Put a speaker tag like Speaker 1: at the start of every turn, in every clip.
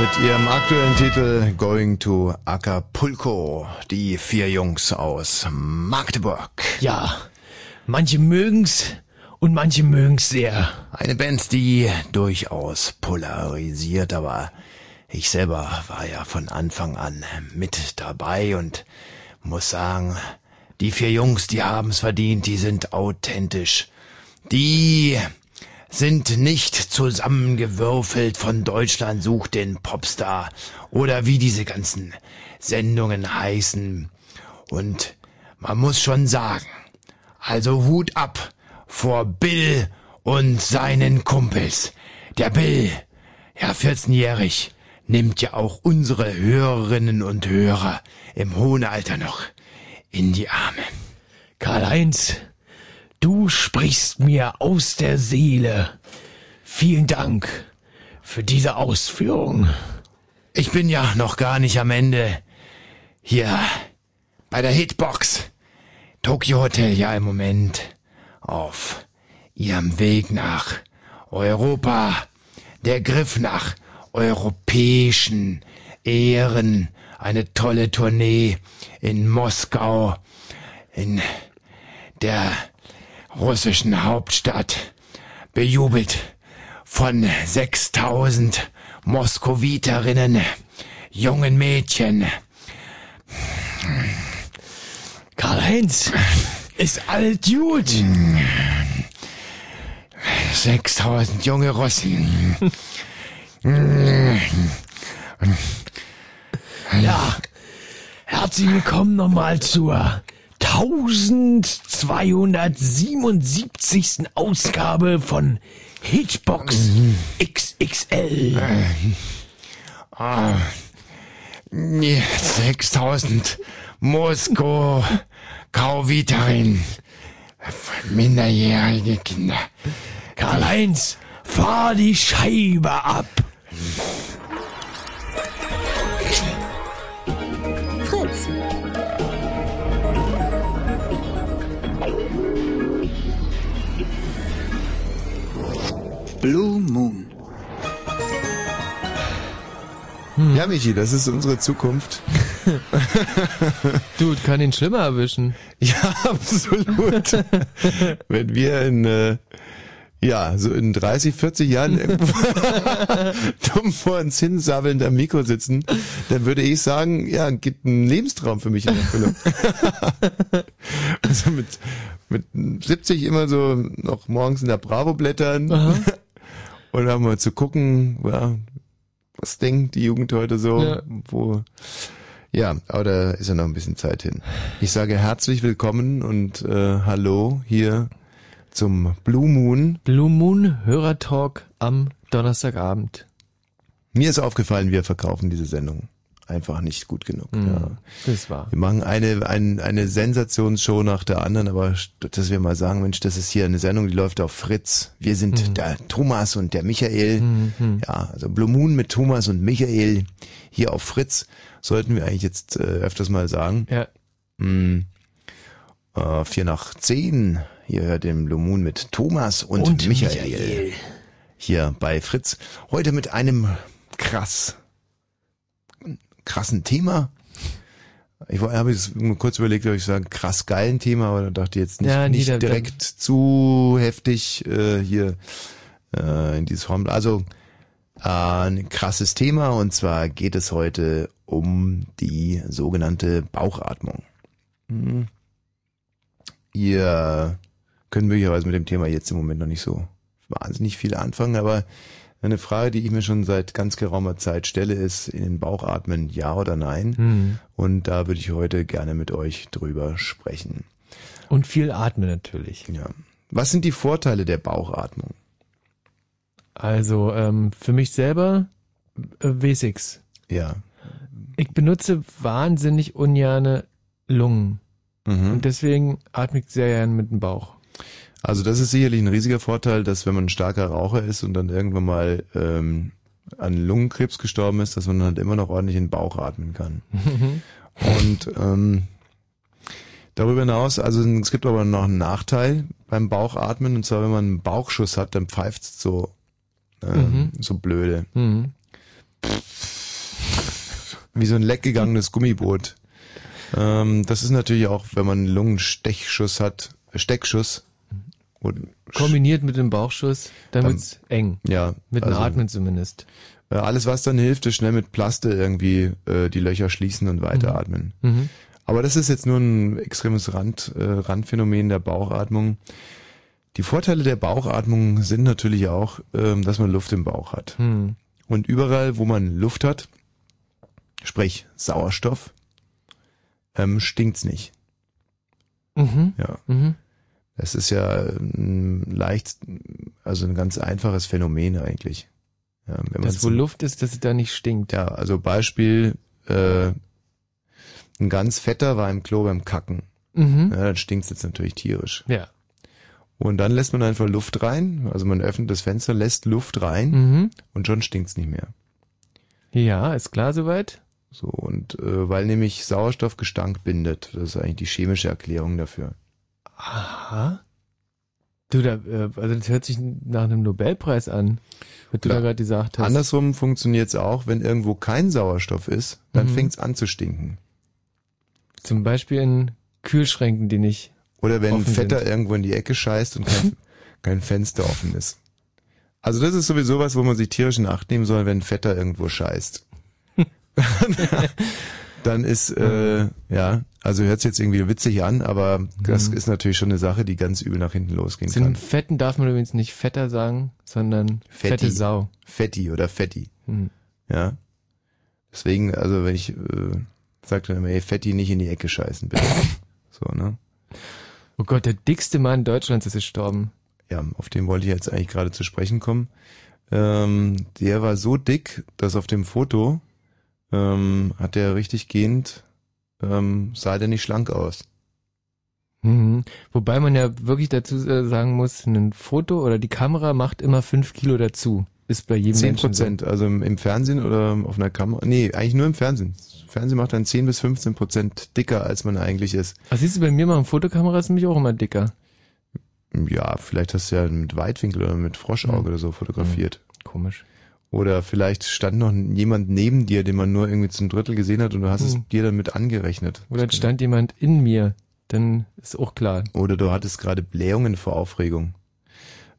Speaker 1: mit ihrem aktuellen Titel Going to Acapulco. Die vier Jungs aus Magdeburg.
Speaker 2: Ja, manche mögen's und manche mögen's sehr.
Speaker 1: Eine Band, die durchaus polarisiert, aber ich selber war ja von Anfang an mit dabei und muss sagen, die vier Jungs, die haben's verdient, die sind authentisch. Die sind nicht zusammengewürfelt von Deutschland sucht den Popstar oder wie diese ganzen Sendungen heißen. Und man muss schon sagen, also Hut ab vor Bill und seinen Kumpels. Der Bill, ja 14-jährig, nimmt ja auch unsere Hörerinnen und Hörer im hohen Alter noch in die Arme.
Speaker 2: Karl-Heinz, Du sprichst mir aus der Seele. Vielen Dank für diese Ausführung.
Speaker 1: Ich bin ja noch gar nicht am Ende. Hier bei der Hitbox. Tokyo Hotel ja im Moment auf ihrem Weg nach Europa. Der Griff nach europäischen Ehren. Eine tolle Tournee in Moskau, in der russischen Hauptstadt, bejubelt von 6000 Moskowiterinnen, jungen Mädchen.
Speaker 2: Karl-Heinz ist alt gut.
Speaker 1: 6000 junge Russen.
Speaker 2: Hm. ja, herzlich willkommen nochmal zur 1277. Ausgabe von Hitbox XXL.
Speaker 1: Ah, 6000 Moskau Kauviterin. Minderjährige Kinder.
Speaker 2: Karl-Heinz, fahr die Scheibe ab.
Speaker 3: Fritz.
Speaker 4: Blue Moon.
Speaker 5: Hm. Ja, Michi, das ist unsere Zukunft.
Speaker 6: Dude, kann ihn schlimmer erwischen. Hm.
Speaker 5: Ja, absolut. Wenn wir in, äh, ja, so in 30, 40 Jahren irgendwo dumm vor uns hinsabbelnd am Mikro sitzen, dann würde ich sagen, ja, gibt einen Lebenstraum für mich in Erfüllung. also mit, mit 70 immer so noch morgens in der Bravo blättern Aha. und dann mal zu gucken, ja, was denkt die Jugend heute so, ja. wo ja, aber da ist ja noch ein bisschen Zeit hin. Ich sage herzlich willkommen und äh, hallo hier zum Blue Moon.
Speaker 6: Blue Moon Hörertalk am Donnerstagabend.
Speaker 5: Mir ist aufgefallen, wir verkaufen diese Sendung einfach nicht gut genug. Mhm, ja.
Speaker 6: Das war.
Speaker 5: Wir machen eine, ein, eine Sensationsshow nach der anderen, aber dass wir mal sagen, Mensch, das ist hier eine Sendung, die läuft auf Fritz. Wir sind mhm. der Thomas und der Michael. Mhm. Ja, also Blue Moon mit Thomas und Michael hier auf Fritz sollten wir eigentlich jetzt äh, öfters mal sagen.
Speaker 6: Ja.
Speaker 5: Mhm. Äh, vier nach zehn. Hier hört den Blue Moon mit Thomas und, und Michael. Michael. Hier bei Fritz. Heute mit einem krass krassen Thema. Ich habe jetzt kurz überlegt, ob ich sagen, krass geilen Thema, aber dann dachte ich jetzt nicht, ja, nicht da, direkt da. zu heftig äh, hier äh, in dieses Formel. Also äh, ein krasses Thema und zwar geht es heute um die sogenannte Bauchatmung. Mhm. Ihr könnt möglicherweise mit dem Thema jetzt im Moment noch nicht so wahnsinnig viel anfangen, aber eine Frage, die ich mir schon seit ganz geraumer Zeit stelle, ist in den Bauch atmen, ja oder nein?
Speaker 6: Hm.
Speaker 5: Mhm. Und da würde ich heute gerne mit euch drüber sprechen.
Speaker 6: Und viel atmen natürlich.
Speaker 5: Ja. Was sind die Vorteile der Bauchatmung?
Speaker 6: Also ähm, für mich selber äh, Wesix.
Speaker 5: Ja.
Speaker 6: Ich benutze wahnsinnig ungerne Lungen. Mhm. Und deswegen atme ich sehr gerne mit dem Bauch.
Speaker 5: Also das ist sicherlich ein riesiger Vorteil, dass wenn man ein starker Raucher ist und dann irgendwann mal ähm, an Lungenkrebs gestorben ist, dass man halt immer noch ordentlich in den Bauch atmen kann. und ähm, darüber hinaus, also es gibt aber noch einen Nachteil beim Bauchatmen, und zwar wenn man einen
Speaker 6: hm.
Speaker 5: Bauchschuss hat, dann pfeift es so, ähm, mhm. so blöde. Mhm. Pff. Wie so ein leckgegangenes Gummiboot. Ähm, das ist natürlich auch, wenn man einen Lungenstechschuss hat, äh, Steckschuss. Und
Speaker 6: Kombiniert mit dem Bauchschuss, dann
Speaker 5: Dann-
Speaker 6: wird's eng.
Speaker 5: ja,
Speaker 6: Mit dem
Speaker 5: also-
Speaker 6: Atmen zumindest.
Speaker 5: äh, alles, was dann hilft, ist schnell mit Plaste irgendwie äh, die Löcher schließen und weiteratmen.
Speaker 6: Mhm.
Speaker 5: Aber das ist jetzt nur ein extremes Rand, äh, Randphänomen der Bauchatmung. Die Vorteile der Bauchatmung sind natürlich auch, ähm, dass man Luft im Bauch hat.
Speaker 6: Hm.
Speaker 5: Und überall, wo man Luft hat, sprich Sauerstoff, ähm, stinkt's nicht.
Speaker 6: Mhm.
Speaker 5: Ja.
Speaker 6: Mhm.
Speaker 5: Das ist ja ein leicht, also ein ganz einfaches Phänomen eigentlich. Ja, wenn man's-
Speaker 6: Dass wo Luft ist, dass es da nicht stinkt.
Speaker 5: Ja, also Beispiel, äh, ein ganz fetter war im Klo beim Kacken.
Speaker 6: Mhm.
Speaker 5: Ja, dann stinkt's jetzt natürlich tierisch.
Speaker 6: Ja.
Speaker 5: Und dann lässt man einfach Luft rein, also man öffnet das Fenster, lässt Luft rein
Speaker 6: Mhm.
Speaker 5: und schon stinkt's nicht mehr.
Speaker 6: Ja, ist klar soweit?
Speaker 5: So, und äh, weil nämlich Sauerstoff Gestank bindet. Das ist eigentlich die chemische Erklärung dafür.
Speaker 6: Aha. Ah? Du, da, äh, also das hört sich nach einem Nobelpreis an, was du
Speaker 5: Ja.
Speaker 6: da gerade gesagt hast.
Speaker 5: Andersrum funktioniert's auch, wenn irgendwo kein Sauerstoff ist, dann
Speaker 6: Mhm.
Speaker 5: fängt's an zu stinken.
Speaker 6: Zum Beispiel in Kühlschränken, die nicht.
Speaker 5: Oder wenn ein
Speaker 6: Offen
Speaker 5: Vetter
Speaker 6: sind.
Speaker 5: irgendwo in die Ecke scheißt und kein, kein Fenster offen ist. Also das ist sowieso was, wo man sich tierisch in Acht nehmen soll, wenn ein Vetter irgendwo scheißt. dann ist, äh, ja, also hört sich jetzt irgendwie witzig an, aber das
Speaker 6: Mhm.
Speaker 5: ist natürlich schon eine Sache, die ganz übel nach hinten losgehen
Speaker 6: Zu den
Speaker 5: kann.
Speaker 6: Fetten darf man übrigens nicht fetter sagen, sondern
Speaker 5: Fetti.
Speaker 6: fette Sau.
Speaker 5: Fetti oder Fetti,
Speaker 6: Hm.
Speaker 5: ja. Deswegen, also wenn ich, äh, sag dann immer, ey, Fetti nicht in die Ecke scheißen, bitte. so, ne?
Speaker 6: Oh Gott, der dickste Mann Deutschlands ist gestorben.
Speaker 5: ja, auf den wollte ich jetzt eigentlich gerade zu sprechen kommen. Ähm, der war so dick, dass auf dem Foto ähm, hat er richtig gehend, ähm, sah der nicht schlank aus.
Speaker 6: Mhm. Wobei man ja wirklich dazu äh, sagen muss, ein Foto oder die Kamera macht immer fünf Kilo dazu. Ist bei jedem
Speaker 5: Zehn
Speaker 6: Menschen so.
Speaker 5: Prozent, also im, im Fernsehen oder auf einer Kamera. Nee, eigentlich nur im Fernsehen. Fernsehen macht dann 10 bis 15 Prozent dicker, als man eigentlich ist.
Speaker 6: Also siehst du, bei mir machen Fotokameras nämlich auch immer dicker.
Speaker 5: Hm, Ja, vielleicht hast du ja mit Weitwinkel oder mit Froschauge oder so fotografiert.
Speaker 6: Hm. Komisch.
Speaker 5: Oder vielleicht stand noch jemand neben dir, den man nur irgendwie zum Drittel gesehen hat und du hast
Speaker 6: Hm.
Speaker 5: es dir dann mit angerechnet.
Speaker 6: Oder es stand jemand in mir, dann ist auch klar.
Speaker 5: Oder du hattest gerade Blähungen vor Aufregung.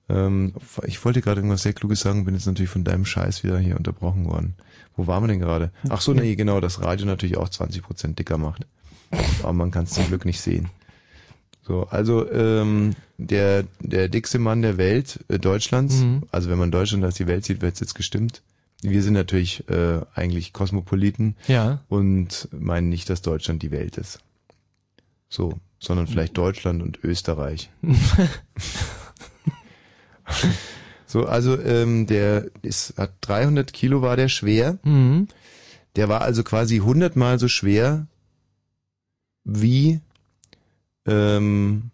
Speaker 5: Ähm, ich wollte gerade irgendwas sehr Kluges sagen, bin jetzt natürlich von deinem Scheiß wieder hier unterbrochen worden. Wo waren wir denn gerade? Ach so, nee, genau, das Radio natürlich auch 20% dicker macht. Aber man kann es zum Glück nicht sehen. So, also ähm, der, der dickste Mann der Welt, äh, Deutschlands,
Speaker 6: Mhm.
Speaker 5: also wenn man Deutschland als die Welt sieht, wird's jetzt gestimmt. Wir sind natürlich äh, eigentlich Kosmopoliten
Speaker 6: Ja.
Speaker 5: und meinen nicht, dass Deutschland die Welt ist. So, sondern vielleicht Deutschland und Österreich. so, also ähm, der ist, hat 300 Kilo war der schwer.
Speaker 6: Mhm.
Speaker 5: Der war also quasi 100 mal so schwer wie ähm,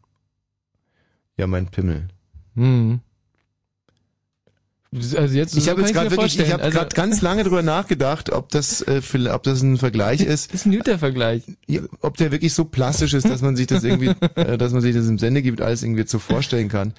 Speaker 5: ja mein Pimmel.
Speaker 6: Mhm. Also jetzt,
Speaker 5: Ich
Speaker 6: so
Speaker 5: habe
Speaker 6: kann ich's
Speaker 5: jetzt
Speaker 6: mir
Speaker 5: gerade wirklich, ich
Speaker 6: vorstellen. Also,
Speaker 5: habe gerade ganz lange drüber nachgedacht, ob das, äh, viel- ob das ein Vergleich ist.
Speaker 6: ist ein guter Vergleich.
Speaker 5: Ja, ob der wirklich so plastisch ist, dass man sich das irgendwie, äh, dass man sich das im Sende gibt, alles irgendwie jetzt so vorstellen kann.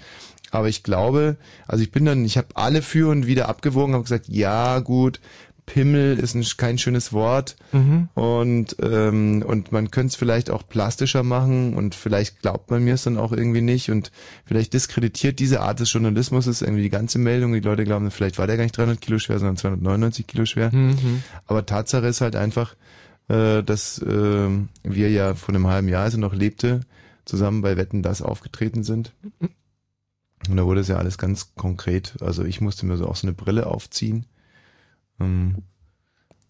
Speaker 5: Aber ich glaube, also ich bin dann, ich habe alle für und wieder abgewogen, habe gesagt, ja gut, Pimmel ist ein, kein schönes Wort
Speaker 6: Mhm.
Speaker 5: und ähm, und man könnte es vielleicht auch plastischer machen und vielleicht glaubt man mir es dann auch irgendwie nicht und vielleicht diskreditiert diese Art des Journalismus ist irgendwie die ganze Meldung. Die Leute glauben, vielleicht war der gar nicht 300 Kilo schwer, sondern 299 Kilo schwer.
Speaker 6: Mhm.
Speaker 5: Aber Tatsache ist halt einfach, äh, dass ähm, wir ja vor einem halben Jahr, als er noch lebte, zusammen bei Wetten das aufgetreten sind. Und da wurde es ja alles ganz konkret. Also ich musste mir so auch so eine Brille aufziehen. Ähm,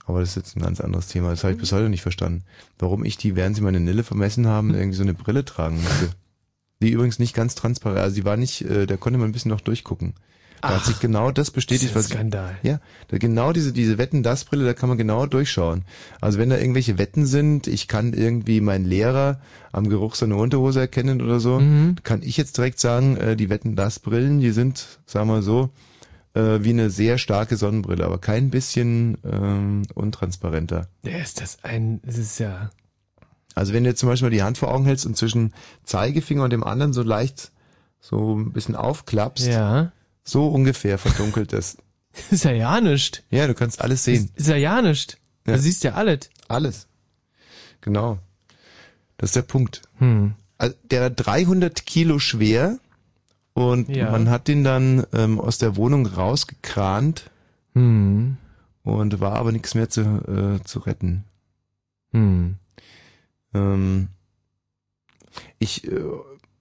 Speaker 5: aber das ist jetzt ein ganz anderes Thema. Das habe ich bis heute nicht verstanden. Warum ich die, während sie meine Nille vermessen haben, irgendwie so eine Brille tragen musste. Die übrigens nicht ganz transparent, also die war nicht, äh, da konnte man ein bisschen noch durchgucken. Da hat
Speaker 6: Ach,
Speaker 5: sich genau das
Speaker 6: Das ist
Speaker 5: bestätigt,
Speaker 6: ein
Speaker 5: was ich
Speaker 6: Skandal.
Speaker 5: ja, da genau diese, diese Wetten-Das-Brille, da kann man genau durchschauen. Also wenn da irgendwelche Wetten sind, ich kann irgendwie meinen Lehrer am Geruch seiner Unterhose erkennen oder so,
Speaker 6: Mhm.
Speaker 5: kann ich jetzt direkt sagen, äh, die Wetten-Das-Brillen, die sind, sagen wir so, äh, wie eine sehr starke Sonnenbrille, aber kein bisschen ähm, untransparenter.
Speaker 6: Ja, ist das ein, es ist ja,
Speaker 5: Also wenn du jetzt zum Beispiel die Hand vor Augen hältst und zwischen Zeigefinger und dem anderen so leicht so ein bisschen aufklappst,
Speaker 6: ja,
Speaker 5: so ungefähr verdunkelt es.
Speaker 6: ist ja ja nicht.
Speaker 5: Ja, du kannst alles sehen.
Speaker 6: Ist ja ja nicht. Du Also siehst ja alles.
Speaker 5: Alles. Genau. Das ist der Punkt.
Speaker 6: Hm.
Speaker 5: Also, der war 300 Kilo schwer und
Speaker 6: Ja.
Speaker 5: man hat den dann ähm, aus der Wohnung rausgekrant
Speaker 6: Hm.
Speaker 5: und war aber nichts mehr zu, äh, zu retten.
Speaker 6: Hm.
Speaker 5: Ähm, ich äh,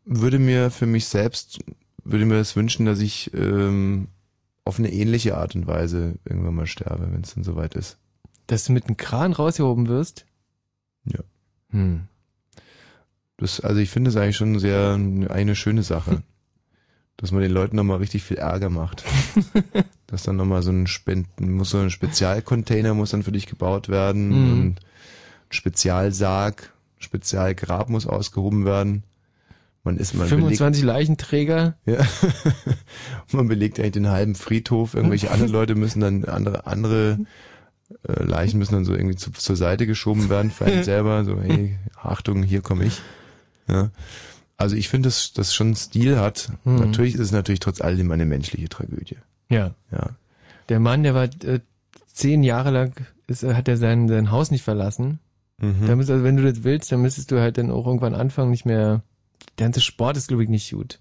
Speaker 5: würde mir für mich selbst, würde mir das wünschen, dass ich ähm, auf eine ähnliche Art und Weise irgendwann mal sterbe, wenn es dann soweit ist.
Speaker 6: Dass du mit einem Kran rausgehoben wirst?
Speaker 5: Ja.
Speaker 6: Hm.
Speaker 5: Das, also ich finde es eigentlich schon sehr eine schöne Sache, dass man den Leuten nochmal richtig viel Ärger macht. dass dann nochmal so ein Spenden, muss so ein Spezialcontainer muss dann für dich gebaut werden
Speaker 6: Mhm.
Speaker 5: und ein Spezialsarg, Spezialgrab muss ausgehoben werden. Man ist man belegt,
Speaker 6: 25 Leichenträger?
Speaker 5: ja, man belegt eigentlich den halben Friedhof. Irgendwelche anderen Leute müssen dann andere andere äh, Leichen müssen dann so irgendwie zu, zur Seite geschoben werden für einen selber. So hey, Achtung, hier komme ich. Ja. Also ich finde, dass das schon einen Stil hat.
Speaker 6: Mhm.
Speaker 5: Natürlich ist es natürlich trotz alledem eine menschliche Tragödie.
Speaker 6: Ja.
Speaker 5: Ja.
Speaker 6: Der Mann, der war äh, zehn Jahre lang, ist, äh, hat er sein, sein Haus nicht verlassen. Da müsst, also wenn du das willst, dann müsstest du halt dann auch irgendwann anfangen, nicht mehr. Der ganze Sport ist, glaube ich, nicht gut.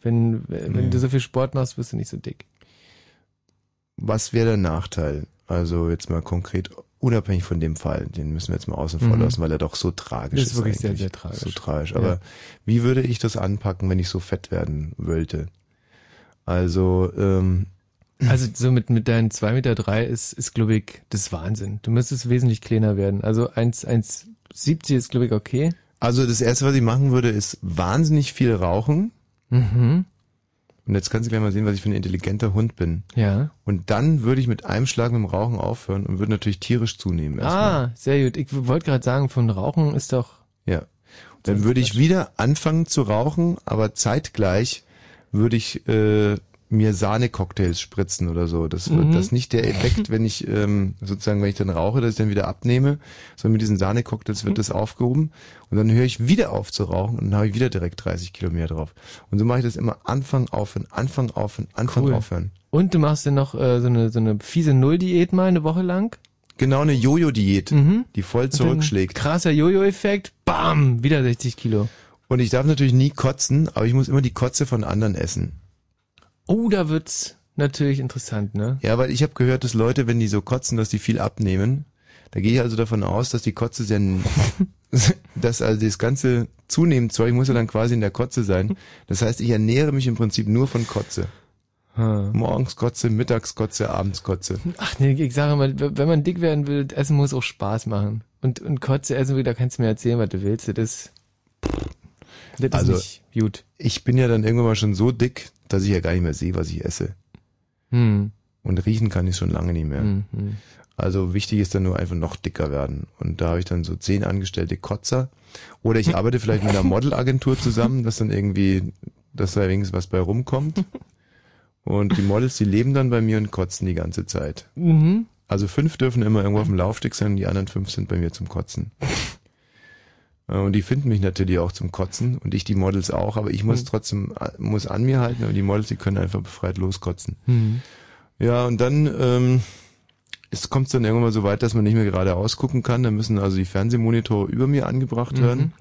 Speaker 6: Wenn, wenn
Speaker 5: Nee.
Speaker 6: du so viel Sport machst, wirst du nicht so dick.
Speaker 5: Was wäre der Nachteil? Also jetzt mal konkret, unabhängig von dem Fall, den müssen wir jetzt mal außen vor
Speaker 6: Mhm.
Speaker 5: lassen, weil er doch so tragisch
Speaker 6: Das
Speaker 5: ist.
Speaker 6: ist wirklich sehr,
Speaker 5: eigentlich.
Speaker 6: sehr tragisch.
Speaker 5: So tragisch.
Speaker 6: Ja.
Speaker 5: Aber wie würde ich das anpacken, wenn ich so fett werden wollte? Also, ähm,
Speaker 6: Also so mit, mit deinen 2,3 Meter drei ist, ist glaube ich, das ist Wahnsinn. Du müsstest wesentlich kleiner werden. Also 1, 1,70 ist, glaube ich, okay.
Speaker 5: also das erste, was ich machen würde, ist wahnsinnig viel rauchen.
Speaker 6: Mhm.
Speaker 5: Und jetzt kannst du gleich mal sehen, was ich für ein intelligenter Hund bin.
Speaker 6: Ja.
Speaker 5: Und dann würde ich mit einem Schlag mit dem Rauchen aufhören und würde natürlich tierisch zunehmen. erstmal.
Speaker 6: Ah, sehr gut. Ich wollte gerade sagen, von Rauchen ist doch.
Speaker 5: Ja. Dann würde ich wieder anfangen zu rauchen, aber zeitgleich würde ich äh, mir Sahne-Cocktails spritzen oder so. Das wird
Speaker 6: Mhm.
Speaker 5: das ist nicht der Effekt, wenn ich ähm, sozusagen, wenn ich dann rauche, dass ich dann wieder abnehme, sondern mit diesen Sahne-Cocktails
Speaker 6: Mhm.
Speaker 5: wird das aufgehoben und dann höre ich wieder auf zu rauchen und dann habe ich wieder direkt 30 Kilo mehr drauf. Und so mache ich das immer Anfang aufhören, Anfang aufhören, Anfang
Speaker 6: Cool.
Speaker 5: aufhören.
Speaker 6: Und du machst dann noch äh, so, eine, so eine fiese Null-Diät mal eine Woche lang.
Speaker 5: Genau eine Jojo-Diät,
Speaker 6: Mhm.
Speaker 5: die voll
Speaker 6: Und dann
Speaker 5: zurückschlägt.
Speaker 6: Krasser Jojo-Effekt. Bam! Wieder 60 Kilo.
Speaker 5: Und ich darf natürlich nie kotzen, aber ich muss immer die Kotze von anderen essen.
Speaker 6: Oh, da wird's natürlich interessant, ne?
Speaker 5: Ja, weil ich habe gehört, dass Leute, wenn die so kotzen, dass die viel abnehmen. Da gehe ich also davon aus, dass die Kotze sehr, dass also das ganze zunehmend Zeug muss ja dann quasi in der Kotze sein. Das heißt, ich ernähre mich im Prinzip nur von Kotze. Morgens Kotze, mittags Kotze, abends Kotze.
Speaker 6: Ach nee, ich sage mal, w- wenn man dick werden will, das Essen muss auch Spaß machen. Und, und Kotze essen, da kannst du mir erzählen, was du willst. Das ist, das ist
Speaker 5: Also-
Speaker 6: nicht gut.
Speaker 5: Ich bin ja dann irgendwann mal schon so dick, dass ich ja gar nicht mehr sehe, was ich esse.
Speaker 6: Hm.
Speaker 5: Und riechen kann ich schon lange nicht mehr.
Speaker 6: Hm, hm.
Speaker 5: Also wichtig ist dann nur einfach noch dicker werden. Und da habe ich dann so zehn angestellte Kotzer. Oder ich arbeite vielleicht mit einer Modelagentur zusammen, dass dann irgendwie, dass da wenigstens was bei rumkommt. Und die Models, die leben dann bei mir und kotzen die ganze Zeit.
Speaker 6: Mhm.
Speaker 5: Also fünf dürfen immer irgendwo auf dem Laufsteg sein und die anderen fünf sind bei mir zum Kotzen. Äh, Und die finden mich natürlich auch zum Kotzen und ich die Models auch, aber ich
Speaker 6: Hm.
Speaker 5: muss trotzdem, äh, muss an mir halten, aber die Models, die können einfach befreit loskotzen.
Speaker 6: Hm.
Speaker 5: Ja, und dann ähm, es kommt dann irgendwann mal so weit, dass man nicht mehr geradeaus gucken kann. Dann müssen also die Fernsehmonitore über mir angebracht werden.
Speaker 6: Mhm.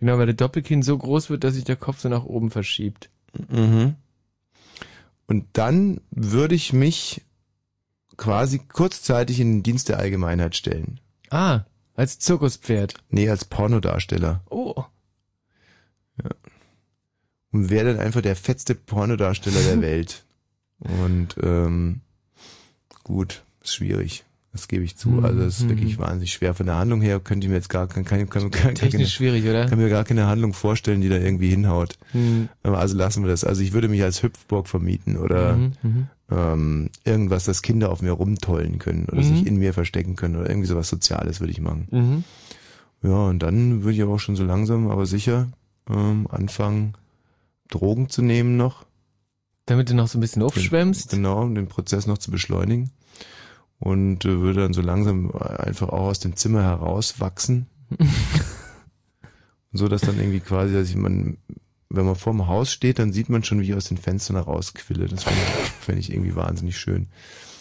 Speaker 6: Genau, weil der Doppelkinn so groß wird, dass sich der Kopf so nach oben verschiebt.
Speaker 5: Mhm. Und dann würde ich mich quasi kurzzeitig in den Dienst der Allgemeinheit stellen.
Speaker 6: Ah, als Zirkuspferd.
Speaker 5: Nee, als Pornodarsteller.
Speaker 6: Oh.
Speaker 5: Und wäre dann einfach der fetteste Pornodarsteller der Welt. Und ähm, gut, ist schwierig. Das gebe ich zu.
Speaker 6: Mhm,
Speaker 5: Also es ist
Speaker 6: mhm.
Speaker 5: wirklich wahnsinnig schwer. Von der Handlung her könnte ich mir jetzt gar keine, keine, keine, keine,
Speaker 6: Technisch schwierig, oder?
Speaker 5: kann mir gar keine Handlung vorstellen, die da irgendwie hinhaut.
Speaker 6: Hm.
Speaker 5: Aber Also lassen wir das. Also ich würde mich als Hüpfburg vermieten oder
Speaker 6: Mhm, mhm.
Speaker 5: ähm, irgendwas, dass Kinder auf mir rumtollen können oder
Speaker 6: Mhm.
Speaker 5: sich in mir verstecken können oder irgendwie sowas Soziales würde ich machen.
Speaker 6: Mhm.
Speaker 5: Ja, und dann würde ich aber auch schon so langsam, aber sicher ähm, anfangen, Drogen zu nehmen noch.
Speaker 6: Damit du noch so ein bisschen aufschwemmst.
Speaker 5: Genau, um den Prozess noch zu beschleunigen. Und äh, würde dann so langsam einfach auch aus dem Zimmer herauswachsen. so dass dann irgendwie quasi, dass ich man, wenn man vorm Haus steht, dann sieht man schon, wie ich aus den Fenstern herausquille. Das fände ich, fänd ich irgendwie wahnsinnig schön.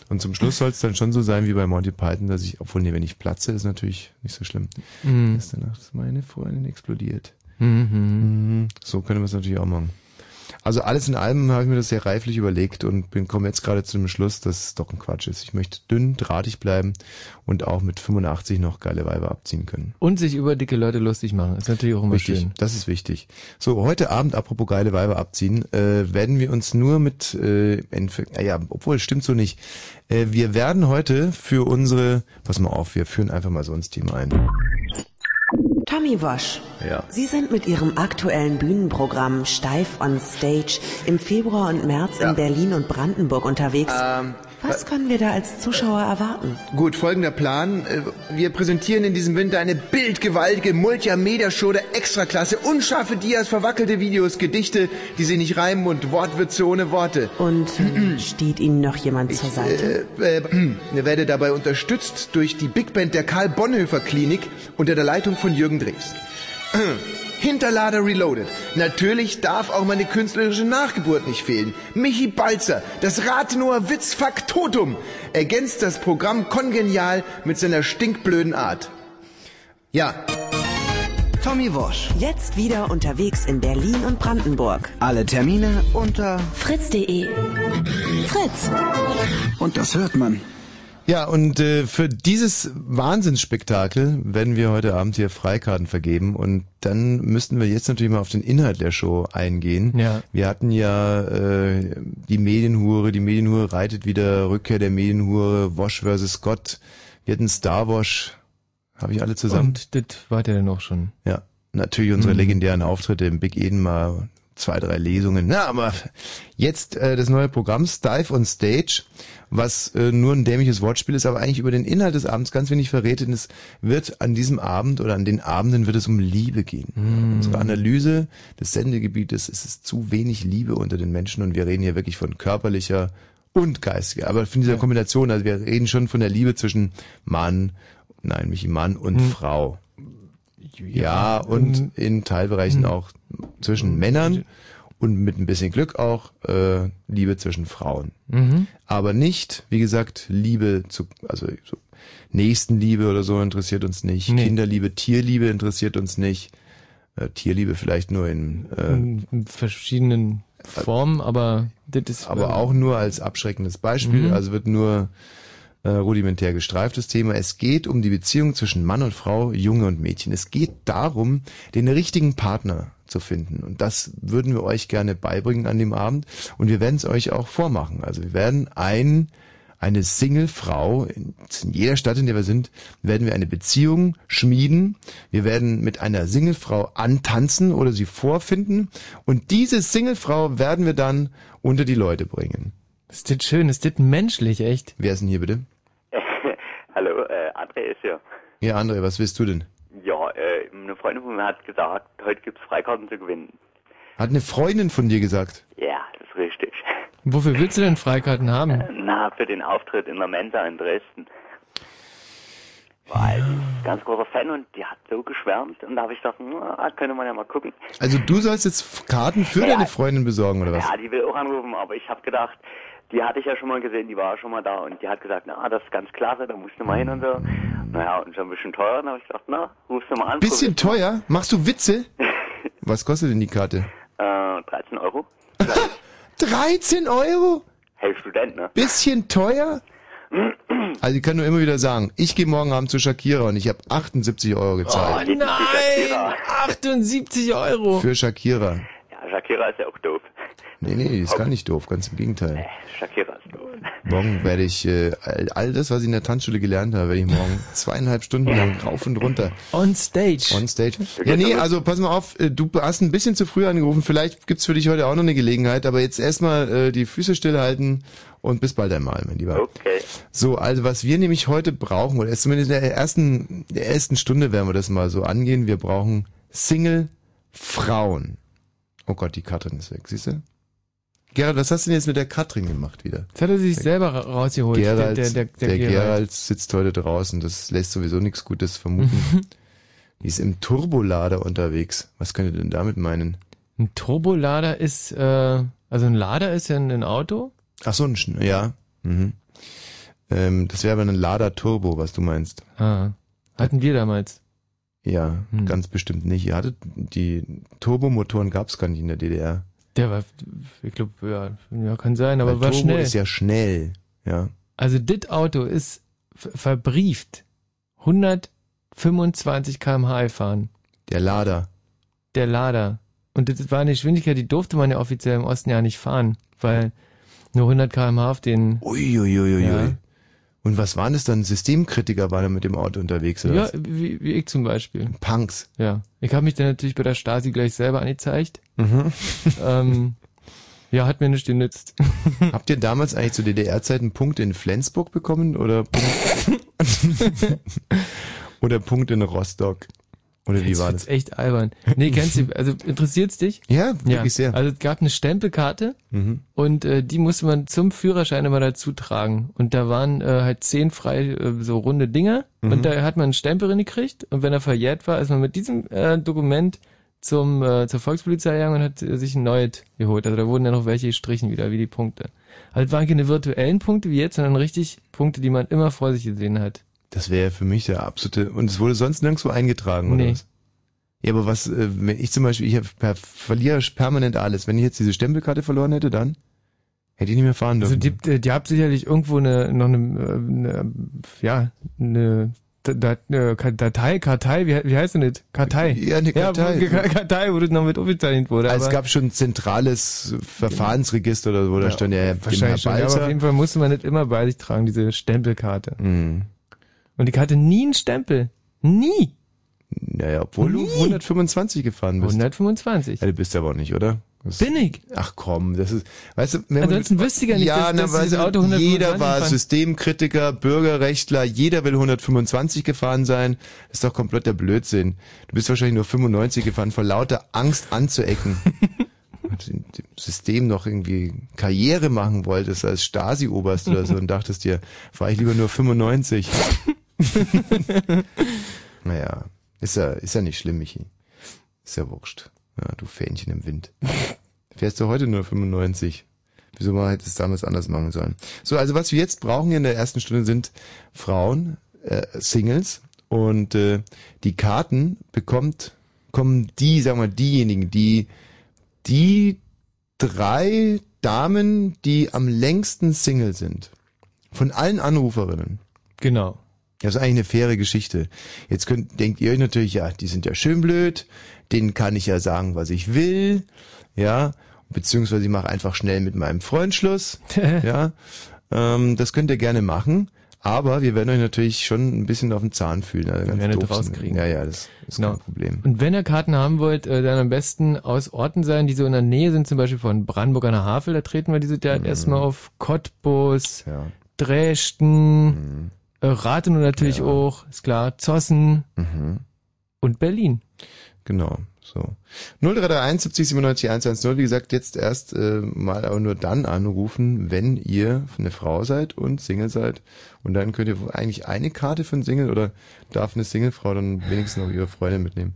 Speaker 5: Und zum Schluss soll es dann schon so sein wie bei Monty Python, dass ich, obwohl, nee, wenn ich platze, ist natürlich nicht so schlimm.
Speaker 6: Mhm.
Speaker 5: Gestern Nacht Hm. ist meine Freundin explodiert.
Speaker 6: Mhm.
Speaker 5: Mhm. So können wir es natürlich auch machen. Also alles in allem habe ich mir das sehr reiflich überlegt und bin komme jetzt gerade zu dem Schluss, dass es doch ein Quatsch ist. Ich möchte dünn, drahtig bleiben und auch mit 85 noch geile Weiber abziehen können.
Speaker 6: Und sich über dicke Leute lustig machen. Ist natürlich auch immer
Speaker 5: Wichtig,
Speaker 6: schön.
Speaker 5: das ist wichtig. So, heute Abend, apropos geile Weiber abziehen, äh, werden wir uns nur mit, äh, entf- ah ja, obwohl, stimmt so nicht. Äh, wir werden heute für unsere, pass mal auf, wir führen einfach mal so ins Team ein.
Speaker 7: Tommy Wash.
Speaker 5: Ja.
Speaker 7: Sie sind mit Ihrem aktuellen Bühnenprogramm Steif on Stage im Februar und März in Berlin und Brandenburg unterwegs.
Speaker 5: Ähm.
Speaker 7: Was können wir da als Zuschauer erwarten?
Speaker 8: Gut, folgender Plan. Äh, Wir präsentieren in diesem Winter eine bildgewaltige Multimedia-Show der Extraklasse. Unscharfe Dias, verwackelte Videos, Gedichte, die sie nicht reimen und Wortwitze ohne Worte.
Speaker 7: Und äh, steht Ihnen noch jemand zur Seite?
Speaker 8: Äh, äh, werde dabei unterstützt durch die Big Band der Karl Bonhoeffer Klinik unter der Leitung von Jürgen Drews. Hinterlader Reloaded. Natürlich darf auch meine künstlerische Nachgeburt nicht fehlen. Michi Balzer, das Rathenower Witzfaktotum, ergänzt das Programm kongenial mit seiner stinkblöden Art. Ja,
Speaker 9: Tommy Wosch.
Speaker 7: Jetzt wieder unterwegs in Berlin und Brandenburg.
Speaker 9: Alle Termine unter.
Speaker 10: Fritz.de. Fritz.
Speaker 9: Und das hört man.
Speaker 5: Ja, und äh, für dieses Wahnsinnsspektakel werden wir heute Abend hier Freikarten vergeben und dann müssten wir jetzt natürlich mal auf den Inhalt der Show eingehen.
Speaker 6: Ja.
Speaker 5: Wir hatten ja äh, die Medienhure, die Medienhure reitet wieder, Rückkehr der Medienhure, Wash vs. Scott, wir hatten Star Wash, habe ich alle zusammen?
Speaker 6: Und das war der dann auch schon.
Speaker 5: Ja, natürlich unsere
Speaker 6: Mhm.
Speaker 5: legendären Auftritte im Big Eden mal zwei, drei Lesungen. Na, aber jetzt äh, das neue Programm Dive on Stage, was äh, nur ein dämliches Wortspiel ist, aber eigentlich über den Inhalt des Abends ganz wenig verrät, denn es wird an diesem Abend oder an den Abenden wird es um Liebe gehen. Unsere Analyse des Sendegebietes es ist zu wenig Liebe unter den Menschen und wir reden hier wirklich von körperlicher und geistiger, aber von dieser Kombination, also wir reden schon von der Liebe zwischen Mann, nein, Michi Mann und Frau. Ja, und in Teilbereichen auch zwischen Männern und mit ein bisschen Glück auch äh, Liebe zwischen Frauen. Aber nicht, wie gesagt, Liebe zu, also so Nächstenliebe oder so interessiert uns nicht.
Speaker 6: Nee.
Speaker 5: Kinderliebe, Tierliebe interessiert uns nicht. Äh, Tierliebe vielleicht nur in, äh,
Speaker 6: In in verschiedenen Formen, aber das ist.
Speaker 5: aber auch nur als abschreckendes Beispiel.
Speaker 6: Mhm.
Speaker 5: Also wird nur äh, rudimentär gestreiftes Thema. Es geht um die Beziehung zwischen Mann und Frau, Junge und Mädchen. Es geht darum, den richtigen Partner zu finden. Und das würden wir euch gerne beibringen an dem Abend. Und wir werden es euch auch vormachen. Also wir werden ein eine Single-Frau, in in jeder Stadt, in der wir sind, werden wir eine Beziehung schmieden. Wir werden mit einer Single-Frau antanzen oder sie vorfinden. Und diese Single-Frau werden wir dann unter die Leute bringen.
Speaker 6: Ist das schön, ist das menschlich, echt?
Speaker 5: Wer ist denn hier bitte?
Speaker 11: Hallo, äh, André ist hier.
Speaker 5: Ja, André, was willst du denn?
Speaker 11: Ja, äh, eine Freundin von mir hat gesagt, heute gibt's Freikarten zu gewinnen.
Speaker 5: Hat eine Freundin von dir gesagt.
Speaker 11: Ja, das ist richtig.
Speaker 6: Wofür willst du denn Freikarten haben?
Speaker 11: Na, für den Auftritt in der Mensa in Dresden. War ein ganz großer Fan und die hat so geschwärmt und da habe ich gedacht, na, könnte man ja mal gucken.
Speaker 5: Also du sollst jetzt F- Karten für deine Freundin besorgen, oder was?
Speaker 11: Ja, die will auch anrufen, aber ich habe gedacht, die hatte ich ja schon mal gesehen, die war schon mal da und die hat gesagt, na, das ist ganz klasse, da musst du mal hin und so. Naja, und schon ein bisschen teuer, dann habe ich gedacht, na, rufst du mal an.
Speaker 5: Bisschen teuer? Machst du Witze? Was kostet denn die Karte?
Speaker 11: Äh, 13 Euro.
Speaker 5: 13 Euro?
Speaker 11: Hey, Student, ne?
Speaker 5: Bisschen teuer? Also ich kann nur immer wieder sagen, ich gehe morgen Abend zu Shakira und ich habe 78 Euro gezahlt.
Speaker 11: Nein!
Speaker 6: Oh Nein! 78
Speaker 11: Oh,
Speaker 6: Euro!
Speaker 5: Für Shakira.
Speaker 11: Ja, Shakira ist ja auch doof.
Speaker 5: Nee, nee, die ist gar nicht doof, ganz im Gegenteil.
Speaker 11: Äh, Shakira ist doof.
Speaker 5: Morgen werde ich äh, all, all das, was ich in der Tanzschule gelernt habe, werde ich morgen zweieinhalb Stunden lang rauf und runter
Speaker 6: On stage.
Speaker 5: On stage. Ja, nee, also pass mal auf, äh, du hast ein bisschen zu früh angerufen. Vielleicht gibt's für dich heute auch noch eine Gelegenheit, aber jetzt erstmal äh, die Füße stillhalten und bis bald einmal, mein Lieber.
Speaker 11: Okay.
Speaker 5: So, also was wir nämlich heute brauchen, oder erst zumindest in der ersten, der ersten Stunde werden wir das mal so angehen, wir brauchen Single-Frauen. Oh Gott, die Katrin ist weg, siehst du? Gerald, was hast du denn jetzt mit der Katrin gemacht wieder?
Speaker 6: Jetzt hat er sich selber ra- rausgeholt.
Speaker 5: Gerald,
Speaker 6: Oh, der, der, der, der, Gerald.
Speaker 5: Gerald sitzt heute draußen, das lässt sowieso nichts Gutes vermuten. die ist im Turbolader unterwegs. Was könnt ihr denn damit meinen?
Speaker 6: Ein Turbolader ist, äh, also ein Lader ist ja ein, ein Auto.
Speaker 5: Ach so, ein Schn ja. Mhm. Ähm, das wäre aber ein Lada Turbo, was du meinst.
Speaker 6: Ah. Hatten wir damals.
Speaker 5: Ja,
Speaker 6: Hm.
Speaker 5: ganz bestimmt nicht. Ihr hattet, die Turbomotoren gab es gar nicht in der DDR.
Speaker 6: Der war, ich glaube, ja, ja, kann sein, aber
Speaker 5: Weil
Speaker 6: war
Speaker 5: Turbo
Speaker 6: schnell.
Speaker 5: ist ja schnell. Ja.
Speaker 6: Also dit Auto ist f- verbrieft. 125 km/h fahren.
Speaker 5: Der Lader.
Speaker 6: Der Lader. Und das war eine Geschwindigkeit, die durfte man ja offiziell im Osten ja nicht fahren, weil nur 100 km/h auf den...
Speaker 5: Uiuiuiui.
Speaker 6: Ja.
Speaker 5: Und was waren das dann? Systemkritiker waren da mit dem Auto unterwegs, oder
Speaker 6: Ja,
Speaker 5: was?
Speaker 6: wie, wie ich zum Beispiel.
Speaker 5: Punks.
Speaker 6: Ja. Ich habe mich dann natürlich bei der Stasi gleich selber angezeigt.
Speaker 5: Mhm.
Speaker 6: ähm, ja, hat mir nicht genützt.
Speaker 5: Habt ihr damals eigentlich zu DDR-Zeiten Punkte in Flensburg bekommen oder Punkt- oder Punkte in Rostock? Oder wie war
Speaker 6: Das
Speaker 5: das?
Speaker 6: ist echt albern. Nee, kennst du, also interessiert's dich?
Speaker 5: Ja, wirklich sehr.
Speaker 6: Also es gab eine Stempelkarte
Speaker 5: Mhm.
Speaker 6: und äh, die musste man zum Führerschein immer dazu tragen. Und da waren äh, halt zehn frei äh, so runde Dinger
Speaker 2: Mhm.
Speaker 6: und da hat man einen Stempel gekriegt und wenn er verjährt war, ist man mit diesem äh, Dokument zum äh, zur Volkspolizei gegangen und hat äh, sich ein neues geholt. Also da wurden dann noch welche gestrichen wieder, wie die Punkte. Also es waren keine virtuellen Punkte wie jetzt, sondern richtig Punkte, die man immer vor sich gesehen hat.
Speaker 5: Das wäre für mich der absolute. Und es wurde sonst nirgendwo eingetragen, oder
Speaker 6: Nee.
Speaker 5: was? Ja, aber was, äh, wenn ich zum Beispiel, ich hab- per, verliere permanent alles. Wenn ich jetzt diese Stempelkarte verloren hätte, dann hätte ich nicht mehr fahren
Speaker 6: Also
Speaker 5: dürfen.
Speaker 6: die, die, die habt sicherlich irgendwo eine, noch eine, äh, eine ja, eine Da- Da- äh, Ka- Datei, Kartei, wie, he- wie heißt denn das? Kartei.
Speaker 5: Ja, eine Kartei.
Speaker 6: Ja, Ka- Kartei, wo das noch mit aufgezeichnet wurde.
Speaker 5: also es
Speaker 6: aber-
Speaker 5: gab schon ein zentrales Verfahrensregister oder äh, so, wo da stand der
Speaker 6: wahrscheinlich schon, ja, aber auf jeden Fall musste man nicht immer bei sich tragen, diese Stempelkarte.
Speaker 5: Mhm.
Speaker 6: Und ich hatte nie einen Stempel. Nie.
Speaker 5: Naja, obwohl du 125 gefahren bist.
Speaker 6: 125.
Speaker 5: Ja, du bist aber auch nicht, oder? Das
Speaker 6: Bin ich.
Speaker 5: Ach komm, das ist, weißt du, wenn man-
Speaker 6: Ansonsten wüsste ich ja nicht,
Speaker 5: ja,
Speaker 6: dass- dass
Speaker 5: na,
Speaker 6: dieses
Speaker 5: weißt du,
Speaker 6: Auto 125
Speaker 5: jeder war
Speaker 6: fahren.
Speaker 5: Systemkritiker, Bürgerrechtler, jeder will 125 gefahren sein. Das ist doch kompletter Blödsinn. Du bist wahrscheinlich nur 95 gefahren, vor lauter Angst anzuecken. Und in dem System noch irgendwie Karriere machen wolltest als Stasi-Oberst oder so und dachtest dir, fahre ich lieber nur 95. naja, ist ja, ist ja nicht schlimm, Michi. Ist ja wurscht. Ja, du Fähnchen im Wind. Fährst du heute nur 95? Wieso man hätte es damals anders machen sollen? So, also was wir jetzt brauchen hier in der ersten Stunde sind Frauen, äh, Singles und äh, die Karten bekommt kommen die, sagen wir, diejenigen, die die drei Damen, die am längsten Single sind. Von allen Anruferinnen.
Speaker 6: Genau.
Speaker 5: Das ist eigentlich eine faire Geschichte. Jetzt könnt, denkt ihr euch natürlich, ja, die sind ja schön blöd, denen kann ich ja sagen, was ich will, ja, beziehungsweise ich mache einfach schnell mit meinem Freund Schluss, ja. Ähm, das könnt ihr gerne machen, aber wir werden euch natürlich schon ein bisschen auf den Zahn fühlen. Also ganz
Speaker 6: werden
Speaker 5: doof
Speaker 6: nicht
Speaker 5: sind.
Speaker 6: rauskriegen. Genau.
Speaker 5: Ja, ja, das ist kein Problem.
Speaker 6: Und wenn ihr Karten haben wollt, äh, dann am besten aus Orten sein, die so in der Nähe sind, zum Beispiel von Brandenburg an der Havel, da treten wir dieses
Speaker 5: Mhm.
Speaker 6: Jahr erstmal auf Cottbus,
Speaker 5: Mhm.
Speaker 6: Dresden, äh, Rathenow natürlich auch, ist klar, Zossen
Speaker 5: Mhm.
Speaker 6: und Berlin.
Speaker 5: Genau, so. 0331 70 97 110, wie gesagt, jetzt erst äh, mal aber nur dann anrufen, wenn ihr eine Frau seid und Single seid. Und dann könnt ihr eigentlich eine Karte für einen Single oder darf eine Singlefrau dann wenigstens noch ihre Freundin mitnehmen.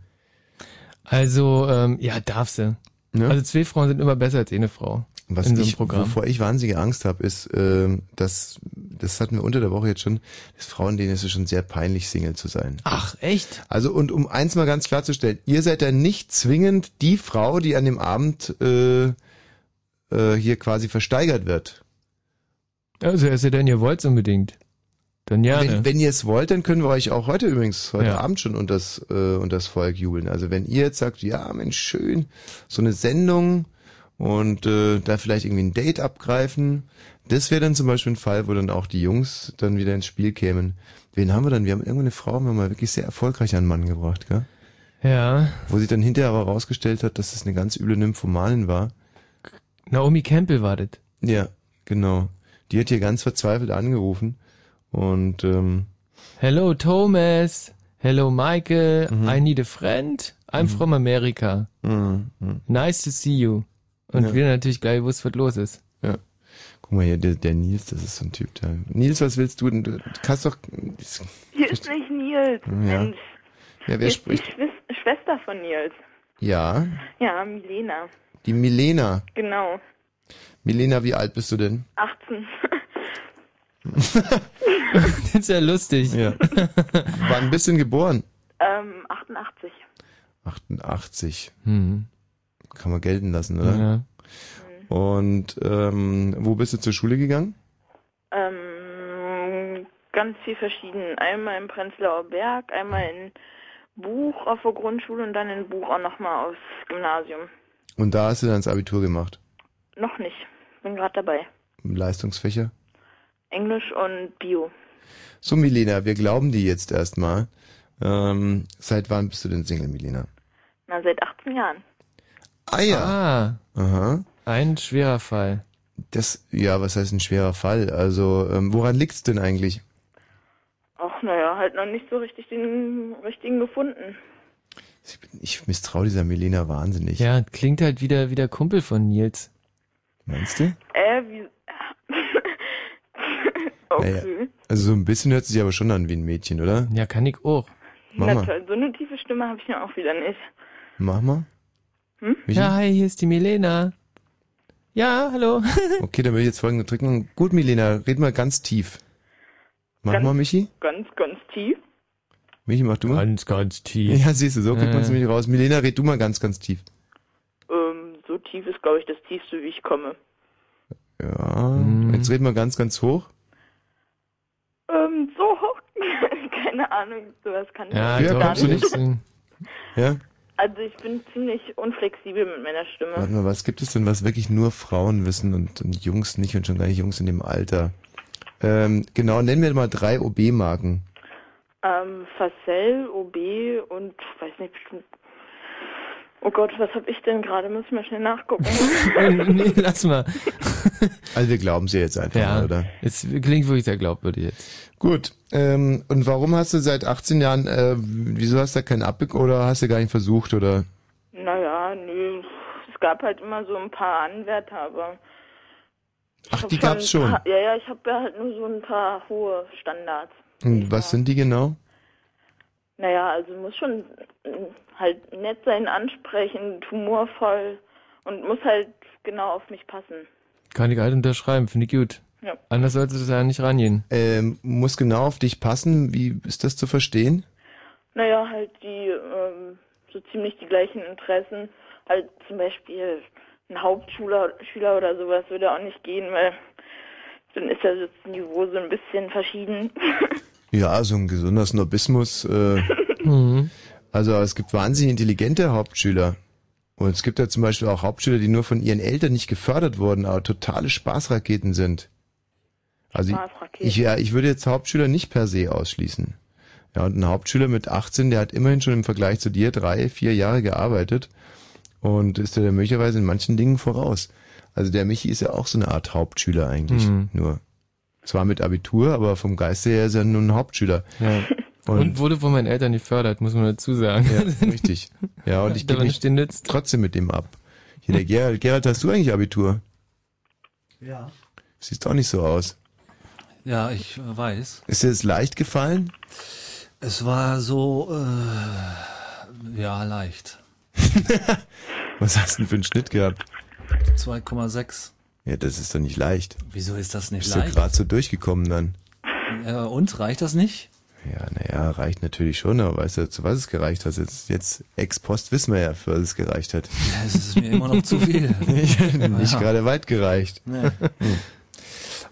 Speaker 6: Also, ähm, ja, darf sie. Also zwei Frauen sind immer besser als eine Frau
Speaker 5: Ne? Was
Speaker 6: in so einem
Speaker 5: ich,
Speaker 6: Programm.
Speaker 5: wovor ich wahnsinnige Angst habe, ist, ähm, dass, das hatten wir unter der Woche jetzt schon, dass Frauen, denen ist es schon sehr peinlich, Single zu sein.
Speaker 6: Ach, echt?
Speaker 5: Also und um eins mal ganz klarzustellen, ihr seid ja nicht zwingend die Frau, die an dem Abend äh, äh, hier quasi versteigert wird.
Speaker 6: Also, es sei denn, ihr wollt unbedingt. Dann ja.
Speaker 5: Wenn, wenn ihr es wollt, dann können wir euch auch heute übrigens, heute
Speaker 6: Ja.
Speaker 5: Abend schon unters, äh, unters Volk jubeln. Also wenn ihr jetzt sagt, ja Mensch, schön, so eine Sendung und äh, da vielleicht irgendwie ein Date abgreifen, das wäre dann zum Beispiel ein Fall, wo dann auch die Jungs dann wieder ins Spiel kämen. Wen haben wir dann? Wir haben irgendwo eine Frau, haben wir mal wirklich sehr erfolgreich an den Mann gebracht, gell?
Speaker 6: Ja.
Speaker 5: Wo sich dann hinterher aber rausgestellt hat, dass es eine ganz üble Nymphomanin war.
Speaker 6: Naomi Campbell wartet.
Speaker 5: Ja, genau. Die hat hier ganz verzweifelt angerufen und ähm,
Speaker 6: Hello Thomas, hello Michael,
Speaker 5: Mhm.
Speaker 6: I need a friend, I'm from America. Nice to see you. Und
Speaker 5: Mhm, Ja.
Speaker 6: wir natürlich gleich wussten, was los ist.
Speaker 5: Ja. Guck mal hier, der, der Nils, das ist so ein Typ. Der, Nils, was willst du denn? Du kannst doch.
Speaker 12: Hier ist nicht Nils.
Speaker 5: Ja.
Speaker 12: Mensch.
Speaker 5: Ja,
Speaker 12: Hier
Speaker 5: wer
Speaker 12: ist die
Speaker 5: spricht?
Speaker 12: Schwis- Schwester von Nils.
Speaker 5: Ja,
Speaker 12: Ja, Milena.
Speaker 5: die Milena.
Speaker 12: Genau.
Speaker 5: Milena, wie alt bist du denn?
Speaker 12: 18.
Speaker 6: das ist ja lustig.
Speaker 5: Ja. Wann bist du denn geboren?
Speaker 13: Ähm, 88.
Speaker 5: 88.
Speaker 6: Hm.
Speaker 5: Kann man gelten lassen, oder?
Speaker 6: Ja.
Speaker 5: Und ähm, wo bist du zur Schule gegangen?
Speaker 13: Ähm, ganz viel verschieden. Einmal im Prenzlauer Berg, einmal in Buch auf der Grundschule und dann in Buch auch nochmal aufs Gymnasium.
Speaker 5: Und da hast du dann das Abitur gemacht.
Speaker 13: Noch nicht. Bin gerade dabei.
Speaker 5: Leistungsfächer.
Speaker 13: Englisch und Bio.
Speaker 5: So, Milena, wir glauben dir jetzt erstmal. Ähm, seit wann bist du denn Single, Milena?
Speaker 13: Na, seit 18 Jahren.
Speaker 5: Ah ja. Aha.
Speaker 6: Ein schwerer Fall.
Speaker 5: Das, ja, was heißt ein schwerer Fall? Also, ähm, woran liegt's denn eigentlich?
Speaker 13: Ach, naja, halt noch nicht so richtig den richtigen gefunden.
Speaker 5: Ich misstraue dieser Milena wahnsinnig.
Speaker 6: Ja, klingt halt wieder wie der Kumpel von Nils.
Speaker 5: Meinst du?
Speaker 13: Äh, wie. okay.
Speaker 5: Naja, also so ein bisschen hört sich aber schon an wie ein Mädchen, oder?
Speaker 6: Ja, kann ich auch.
Speaker 5: Mach
Speaker 13: Na
Speaker 5: mal,
Speaker 13: toll, so eine tiefe Stimme habe ich ja auch wieder nicht.
Speaker 5: mach mal.
Speaker 13: Hm?
Speaker 5: Michi?
Speaker 6: Ja, hi, hier ist die Milena. Ja, hallo.
Speaker 5: Okay, dann will ich jetzt folgende Trick machen. Gut, Milena, red mal ganz tief. Mach
Speaker 13: Ganz-
Speaker 5: mal, Michi.
Speaker 13: Ganz, ganz tief.
Speaker 5: Michi, mach du mal. Ganz, ganz tief. Ja, siehst du, so kriegt
Speaker 13: Äh.
Speaker 5: man es nämlich raus. Milena, red du mal ganz, ganz tief.
Speaker 13: Ähm, so tief ist, glaube ich, das tiefste, wie ich komme.
Speaker 5: Ja, jetzt red mal ganz, ganz hoch.
Speaker 13: Ähm, so hoch. Keine Ahnung, sowas kann ich
Speaker 5: ja
Speaker 13: gar
Speaker 5: kommst du nicht? ja,
Speaker 13: Also ich bin ziemlich unflexibel mit meiner Stimme.
Speaker 5: warte mal, was gibt es denn, was wirklich nur Frauen wissen und, und Jungs nicht und schon gar nicht Jungs in dem Alter? Ähm, genau, nennen wir mal drei OB-Marken.
Speaker 13: Ähm, Facel, OB und weiß nicht bestimmt. Oh Gott, was habe ich denn gerade? Muss ich mal schnell nachgucken.
Speaker 6: nee, lass mal.
Speaker 5: Also wir glauben sie jetzt einfach mal, oder?
Speaker 6: Es klingt wirklich sehr glaubwürdig jetzt.
Speaker 5: Gut, ähm, und warum hast du seit 18 Jahren, äh, wieso hast du da keinen Abbick oder hast du gar nicht versucht oder?
Speaker 13: naja, nö. Es gab halt immer so ein paar Anwärter, aber.
Speaker 5: Ach,
Speaker 13: hab
Speaker 5: die gab's schon.
Speaker 13: ein Paar, ja, ja, ich habe ja halt nur so ein paar hohe Standards.
Speaker 5: Und was sind die genau?
Speaker 13: Naja, also muss schon äh, halt nett sein, ansprechend, humorvoll und muss halt genau auf mich passen.
Speaker 6: Kann ich halt unterschreiben, finde ich gut.
Speaker 13: Ja.
Speaker 6: Anders sollte das ja nicht rangehen.
Speaker 5: Ähm, muss genau auf dich passen, wie ist das zu verstehen?
Speaker 13: Naja, halt die ähm, so ziemlich die gleichen Interessen. Halt zum Beispiel ein Hauptschüler Schüler oder sowas würde auch nicht gehen, weil dann ist ja das Niveau so ein bisschen verschieden.
Speaker 5: Ja, so ein gesunder Snobismus. Äh, also es gibt wahnsinnig intelligente Hauptschüler. Und es gibt ja zum Beispiel auch Hauptschüler, die nur von ihren Eltern nicht gefördert wurden, aber totale Spaßraketen sind. Also ich,
Speaker 13: Spaßraketen.
Speaker 5: ich, ja, ich würde jetzt Hauptschüler nicht per se ausschließen. Ja, und ein Hauptschüler mit 18, der hat immerhin schon im Vergleich zu dir drei, vier Jahre gearbeitet und ist dir da möglicherweise in manchen Dingen voraus. Also der Michi ist ja auch so eine Art Hauptschüler eigentlich,
Speaker 6: Mhm.
Speaker 5: nur. Zwar mit Abitur, aber vom Geiste her ist er nun ein Hauptschüler.
Speaker 6: Ja. Und,
Speaker 5: Und-
Speaker 6: wurde von meinen Eltern gefördert, muss man dazu sagen.
Speaker 5: Ja, richtig. Ja, und ich
Speaker 6: Da
Speaker 5: gebe
Speaker 6: war
Speaker 5: mich
Speaker 6: nicht
Speaker 5: trotzdem mit dem ab. Hier, der Gerald, Gerald, hast du eigentlich Abitur?
Speaker 14: Ja.
Speaker 5: Siehst auch nicht so aus.
Speaker 14: Ja, ich äh, weiß.
Speaker 5: Ist dir das leicht gefallen?
Speaker 14: Es war so, äh, ja, leicht.
Speaker 5: Was hast du denn für einen Schnitt gehabt?
Speaker 14: 2,6.
Speaker 5: Ja, das ist doch nicht leicht.
Speaker 14: Wieso ist das nicht
Speaker 5: Bist
Speaker 14: leicht?
Speaker 5: du gerade so durchgekommen dann?
Speaker 14: Äh, und reicht das nicht?
Speaker 5: Ja, naja, reicht natürlich schon, aber weißt du, zu was es gereicht hat? Jetzt, jetzt ex post wissen wir ja, für was es gereicht hat.
Speaker 14: Es ist mir immer noch zu viel.
Speaker 5: nicht
Speaker 14: Ja.
Speaker 5: gerade weit gereicht.
Speaker 14: Nee.
Speaker 5: Hm.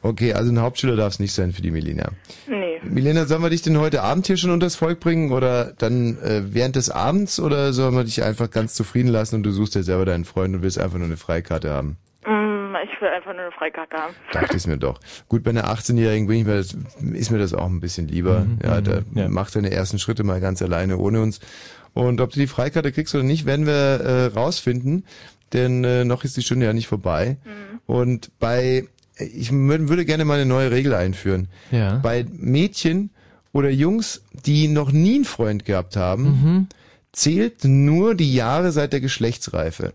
Speaker 5: Okay, also ein Hauptschüler darf es nicht sein für die Milena.
Speaker 13: Nee.
Speaker 5: Milena, sollen wir dich denn heute Abend hier schon unters Volk bringen oder dann äh, während des Abends oder sollen wir dich einfach ganz zufrieden lassen und du suchst dir selber deinen Freund und willst einfach nur eine Freikarte haben?
Speaker 13: Mm, ich will einfach nur eine Freikarte haben.
Speaker 5: Dachte ich mir doch. Gut, bei einer 18-Jährigen bin ich mir das, ist mir das auch ein bisschen lieber. ja, da macht seine ersten Schritte mal ganz alleine ohne uns. Und ob du die Freikarte kriegst oder nicht, werden wir äh, rausfinden, denn äh, noch ist die Stunde ja nicht vorbei. Und bei, ich mü- würde gerne mal eine neue Regel einführen.
Speaker 6: Ja.
Speaker 5: Bei Mädchen oder Jungs, die noch nie einen Freund gehabt haben, zählt nur die Jahre seit der Geschlechtsreife.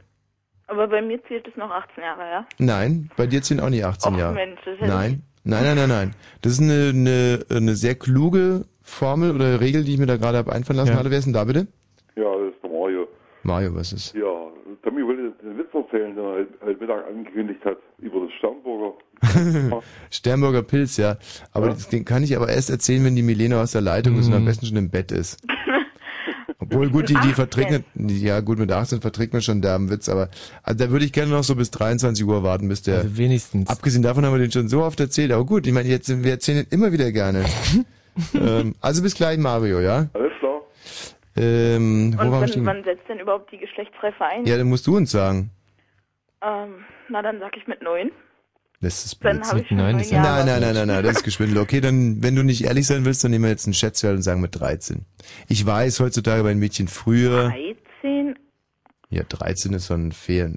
Speaker 13: Aber bei mir zählt es noch 18 Jahre, ja?
Speaker 5: Nein, bei dir sind auch nicht 18
Speaker 13: Och,
Speaker 5: Jahre.
Speaker 13: Mensch, das hätte
Speaker 5: nein, nein, nein, nein, nein. Das ist eine, eine, eine sehr kluge Formel oder Regel, die ich mir da gerade habe einfallen lassen. Hallo, wer ist denn da bitte?
Speaker 15: Ja, das ist der Mario.
Speaker 5: Mario, was ist?
Speaker 15: Ja, Tommy wollte den Witz noch
Speaker 9: erzählen, den er heute- heute Mittag angekündigt hat, über das Sternburger.
Speaker 5: Sternburger Pilz, ja. Aber das den kann ich aber erst erzählen, wenn die Milena aus der Leitung ist und am besten schon im Bett ist. Obwohl, gut, die, die verträgt, ja, gut, mit 18 verträgt man schon Witz, aber, also da würde ich gerne noch so bis 23 Uhr warten, bis der, also
Speaker 6: wenigstens.
Speaker 5: Abgesehen davon haben wir den schon so oft erzählt, aber gut, ich meine, jetzt, wir erzählen ihn immer wieder gerne. ähm, also bis gleich, Mario, ja?
Speaker 9: Alles klar.
Speaker 5: Ähm, wo
Speaker 12: Und
Speaker 5: waren wir
Speaker 12: wann,
Speaker 5: stehen?
Speaker 12: wann setzt denn überhaupt die geschlechtsfrei ein?
Speaker 5: Ja, dann musst du uns sagen.
Speaker 12: ähm, na, dann sag ich mit neun.
Speaker 5: Das ist
Speaker 12: Dann habe ich schon neun
Speaker 5: nein,
Speaker 12: Jahre.
Speaker 5: nein, nein, nein, nein, nein, das ist Geschwindel. Okay, dann, wenn du nicht ehrlich sein willst, dann nehmen wir jetzt einen Schätzwert und sagen mit 13. Ich weiß heutzutage bei den Mädchen früher,
Speaker 12: 13?
Speaker 5: ja, 13 ist so ein fair,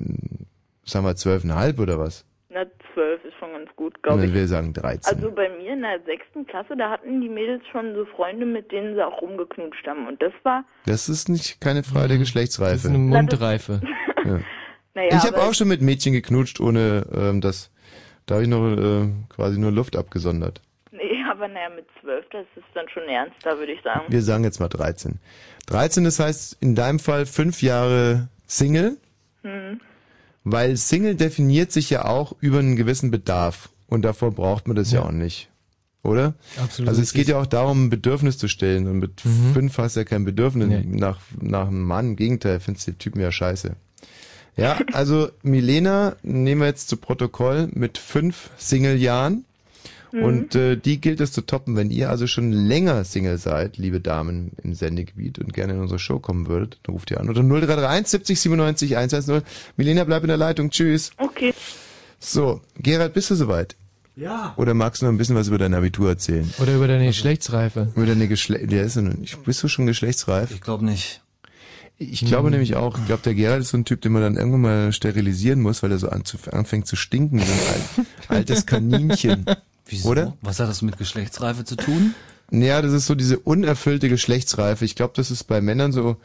Speaker 5: sagen wir 12,5 oder was?
Speaker 12: Na, 12 ist schon ganz gut,
Speaker 5: Und
Speaker 12: glaube
Speaker 5: dann
Speaker 12: ich.
Speaker 5: Ne, wir sagen 13.
Speaker 12: Also bei mir in der sechsten Klasse, da hatten die Mädels schon so Freunde, mit denen sie auch rumgeknutscht haben. Und das war,
Speaker 5: das ist nicht keine Frage der Geschlechtsreife. Mhm. Das ist eine
Speaker 6: Mundreife.
Speaker 5: Ja.
Speaker 12: naja,
Speaker 5: ich habe
Speaker 12: aber
Speaker 5: auch schon mit Mädchen geknutscht, ohne ähm, das. Da habe ich noch äh, quasi nur Luft abgesondert.
Speaker 12: Nee, aber naja, mit zwölf, das ist dann schon ernster, würde ich sagen.
Speaker 5: Wir sagen jetzt mal 13. 13, das heißt in deinem Fall fünf Jahre Single,
Speaker 12: Hm.
Speaker 5: weil Single definiert sich ja auch über einen gewissen Bedarf. Und davor braucht man das ja, auch nicht. Oder?
Speaker 6: Absolut
Speaker 5: Also es
Speaker 6: richtig.
Speaker 5: geht ja auch darum, ein Bedürfnis zu stellen. Und mit
Speaker 6: Mhm.
Speaker 5: fünf hast du ja kein Bedürfnis nach, nach einem Mann. Im Gegenteil, findest die Typen ja scheiße. Ja, also Milena nehmen wir jetzt zu Protokoll mit fünf Single-Jahren.
Speaker 16: Mhm.
Speaker 5: Und äh, die gilt es zu toppen. Wenn ihr also schon länger Single seid, liebe Damen im Sendegebiet und gerne in unsere Show kommen würdet, dann ruft ihr an. Oder 0331 70 97 110. Milena, bleib in der Leitung. Tschüss.
Speaker 12: Okay.
Speaker 5: So, Gerald, bist du soweit?
Speaker 14: Ja.
Speaker 5: Oder magst du noch ein bisschen was über dein Abitur erzählen?
Speaker 6: Oder über deine Geschlechtsreife.
Speaker 5: Über deine Geschle der ist ja noch nicht. Bist du schon geschlechtsreif? Ich
Speaker 14: glaube nicht.
Speaker 5: Ich glaube
Speaker 6: Hm.
Speaker 5: nämlich auch, ich glaube, der Gerald ist so ein Typ, den man dann irgendwann mal sterilisieren muss, weil er so anzuf- anfängt zu stinken wie so ein al- altes Kaninchen.
Speaker 14: Wieso?
Speaker 5: Oder?
Speaker 14: Was hat das mit Geschlechtsreife zu tun?
Speaker 5: Ja, das ist so diese unerfüllte Geschlechtsreife. Ich glaube, das ist bei Männern so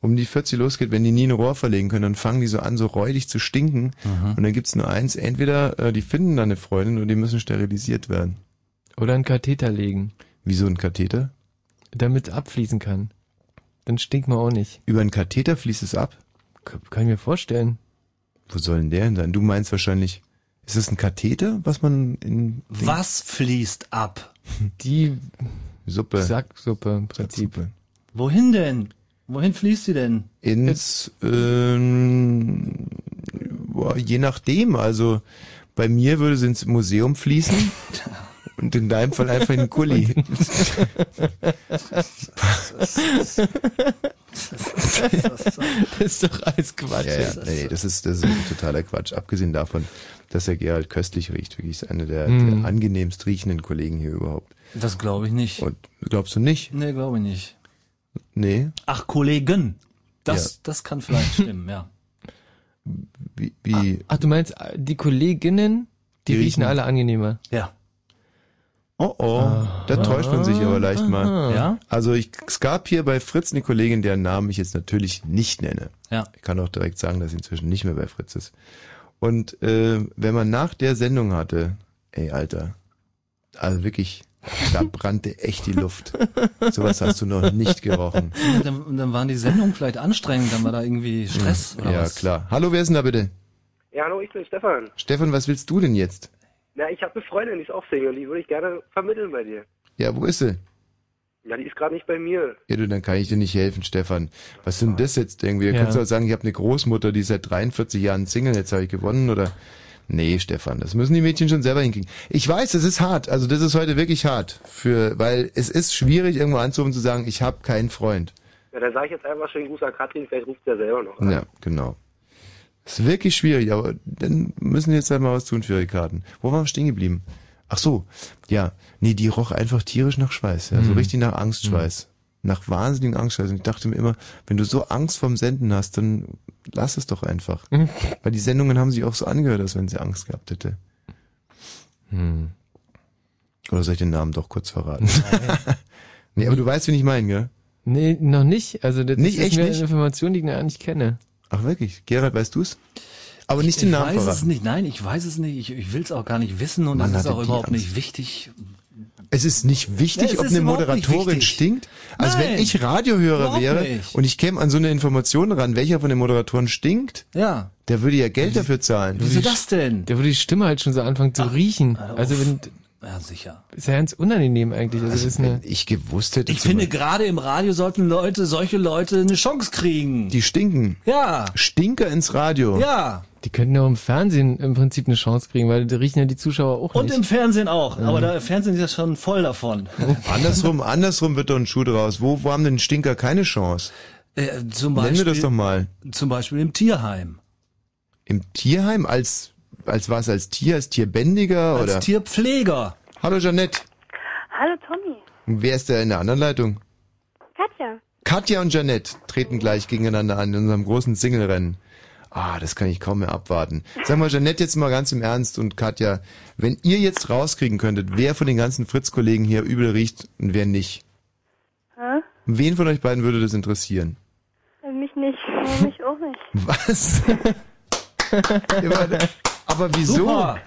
Speaker 5: um die 40 losgeht, wenn die nie ein Rohr verlegen können, dann fangen die so an, so räudig zu stinken.
Speaker 14: Mhm.
Speaker 5: Und dann gibt's nur eins, entweder äh, die finden dann eine Freundin oder die müssen sterilisiert werden.
Speaker 6: Oder einen Katheter legen.
Speaker 5: Wieso ein Katheter?
Speaker 6: Damit es abfließen kann. Dann stinkt man auch nicht.
Speaker 5: Über einen Katheter fließt es ab?
Speaker 6: Kann ich mir vorstellen.
Speaker 5: Wo soll denn der denn sein? Du meinst wahrscheinlich, ist das ein Katheter, was man in...
Speaker 14: Was fließt ab?
Speaker 6: Die
Speaker 5: Suppe.
Speaker 6: Sacksuppe im Prinzip.
Speaker 14: Wohin denn? Wohin fließt sie denn?
Speaker 5: Ins, ähm, boah, je nachdem, also bei mir würde sie ins Museum fließen und in deinem Fall einfach in den Kulli.
Speaker 6: das ist doch alles Quatsch.
Speaker 5: Ja, ja. Nee, nee, das ist, das ist totaler Quatsch. Abgesehen davon, dass der Gerald köstlich riecht, wirklich ist einer der,
Speaker 14: Mhm.
Speaker 5: der angenehmst riechenden Kollegen hier überhaupt.
Speaker 14: Das glaube ich nicht.
Speaker 5: Und glaubst du nicht?
Speaker 14: Nee, glaube ich nicht.
Speaker 5: Nee.
Speaker 14: Ach, Kollegen. Das,
Speaker 5: Ja.
Speaker 14: das kann vielleicht stimmen, ja.
Speaker 5: Wie, wie
Speaker 6: Ach, du meinst, äh, die Kolleginnen, die,
Speaker 5: Die
Speaker 6: riechen
Speaker 5: riechen-
Speaker 6: alle angenehmer.
Speaker 14: Ja.
Speaker 5: Oh oh, da täuscht man sich aber leicht mal.
Speaker 6: Ja?
Speaker 5: Also ich, es gab hier bei Fritz eine Kollegin, deren Namen ich jetzt natürlich nicht nenne.
Speaker 14: Ja.
Speaker 5: Ich kann auch direkt sagen, dass sie inzwischen nicht mehr bei Fritz ist. Und äh, wenn man nach der Sendung hatte, ey Alter, also wirklich, da brannte echt die Luft. Sowas hast du noch nicht gerochen.
Speaker 14: Ja, Dann, und dann waren die Sendungen vielleicht anstrengend, dann war da irgendwie Stress oder
Speaker 5: ja,
Speaker 14: was?
Speaker 5: klar. Hallo, wer ist denn da bitte?
Speaker 17: Ja, hallo, ich bin Stefan.
Speaker 5: Stefan, was willst du denn jetzt?
Speaker 17: Na, ich habe eine Freundin, die ist auch Single, die würde ich gerne vermitteln bei dir.
Speaker 5: Ja, wo ist sie?
Speaker 17: Ja, die ist gerade nicht bei mir.
Speaker 5: Ja, du, dann kann ich dir nicht helfen, Stefan. Was sind das jetzt irgendwie? Da
Speaker 17: Ja.
Speaker 5: kannst du auch sagen, ich habe eine Großmutter, die ist seit 43 Jahren Single, jetzt habe ich gewonnen oder. Nee, Stefan, das müssen die Mädchen schon selber hinkriegen. Ich weiß, das ist hart. Also das ist heute wirklich hart. Für, weil es ist schwierig, irgendwo anzurufen und zu sagen, ich habe keinen Freund.
Speaker 17: Ja, dann sage ich jetzt einfach schönen Gruß an Katrin, vielleicht ruft sie ja selber noch an.
Speaker 5: Ja, genau. Ist wirklich schwierig, aber dann müssen wir jetzt halt mal was tun für ihre Karten. Wo waren wir stehen geblieben? Ach so, ja. Nee, die roch einfach tierisch nach Schweiß, ja. So
Speaker 16: Mhm.
Speaker 5: richtig nach Angstschweiß.
Speaker 14: Mhm.
Speaker 5: Nach wahnsinnigen Angstschweiß. Und ich dachte mir immer, wenn du so Angst vorm Senden hast, dann lass es doch einfach.
Speaker 6: Mhm.
Speaker 5: Weil die Sendungen haben sich auch so angehört, als wenn sie Angst gehabt hätte.
Speaker 14: Mhm.
Speaker 6: Hm.
Speaker 5: Oder soll ich den Namen doch kurz verraten? nee, aber du weißt, wen ich meine, gell?
Speaker 6: Nee, noch nicht. Also das
Speaker 5: Nicht,
Speaker 6: ist
Speaker 5: echt
Speaker 6: mir
Speaker 5: nicht?
Speaker 6: eine Information, die ich noch nicht kenne.
Speaker 5: Ach wirklich? Gerald, weißt du's? Aber nicht
Speaker 14: ich
Speaker 5: den Namen
Speaker 14: weiß es
Speaker 5: verraten.
Speaker 14: nicht, nein, ich weiß es nicht, ich, ich will es auch gar nicht wissen und
Speaker 5: Mann,
Speaker 14: das ist
Speaker 5: hatte
Speaker 14: auch
Speaker 5: die
Speaker 14: überhaupt
Speaker 5: Angst.
Speaker 14: nicht wichtig.
Speaker 5: Es ist nicht
Speaker 14: Ja,
Speaker 5: wichtig,
Speaker 14: es
Speaker 5: ob
Speaker 14: ist
Speaker 5: eine
Speaker 14: überhaupt nicht
Speaker 5: Moderatorin
Speaker 14: wichtig.
Speaker 5: stinkt. Also
Speaker 14: Nein,
Speaker 5: wenn ich Radiohörer
Speaker 14: überhaupt
Speaker 5: wäre
Speaker 14: nicht.
Speaker 5: und ich käme an so eine Information ran, welcher von den Moderatoren stinkt,
Speaker 14: Ja.
Speaker 5: Der würde ja Geld dafür zahlen.
Speaker 6: Wieso das denn? Der würde die Stimme halt schon so anfangen zu riechen. Also wenn,
Speaker 14: Ja, sicher.
Speaker 6: ist ja ganz unangenehm eigentlich. Also, das ist eine,
Speaker 5: ich gewusst hätte.
Speaker 14: Ich finde, gerade im Radio sollten Leute, solche Leute eine Chance kriegen.
Speaker 5: Die stinken.
Speaker 14: Ja.
Speaker 5: Stinker ins Radio.
Speaker 14: Ja.
Speaker 6: Die könnten ja auch im Fernsehen im Prinzip eine Chance kriegen, weil da riechen ja die Zuschauer auch
Speaker 14: Und
Speaker 6: nicht.
Speaker 14: im Fernsehen auch.
Speaker 6: Ja.
Speaker 14: Aber da, Fernsehen ist ja schon voll davon.
Speaker 5: Andersrum, andersrum wird doch ein Schuh draus. Wo, wo haben denn Stinker keine Chance?
Speaker 14: Äh, zum
Speaker 5: Nennen wir
Speaker 14: Beispiel-
Speaker 5: das doch mal.
Speaker 14: Zum Beispiel im Tierheim.
Speaker 5: Im Tierheim? Als, als was? Als Tier? Als Tierbändiger?
Speaker 14: Als
Speaker 5: oder?
Speaker 14: Tierpfleger.
Speaker 5: Hallo Jeanette.
Speaker 16: Hallo Tommy.
Speaker 5: Und Wer ist da in der anderen Leitung?
Speaker 16: Katja.
Speaker 5: Katja und Jeanette treten gleich gegeneinander an in unserem großen Singlerennen. Ah, das kann ich kaum mehr abwarten. Sag mal, Jeanette, jetzt mal ganz im Ernst und Katja, wenn ihr jetzt rauskriegen könntet, wer von den ganzen Fritz-Kollegen hier übel riecht und wer nicht,
Speaker 16: Hä?
Speaker 5: wen von euch beiden würde das interessieren?
Speaker 16: Mich nicht. Nee, Mich auch nicht.
Speaker 5: Was? Ja, aber- aber wieso?
Speaker 16: Super.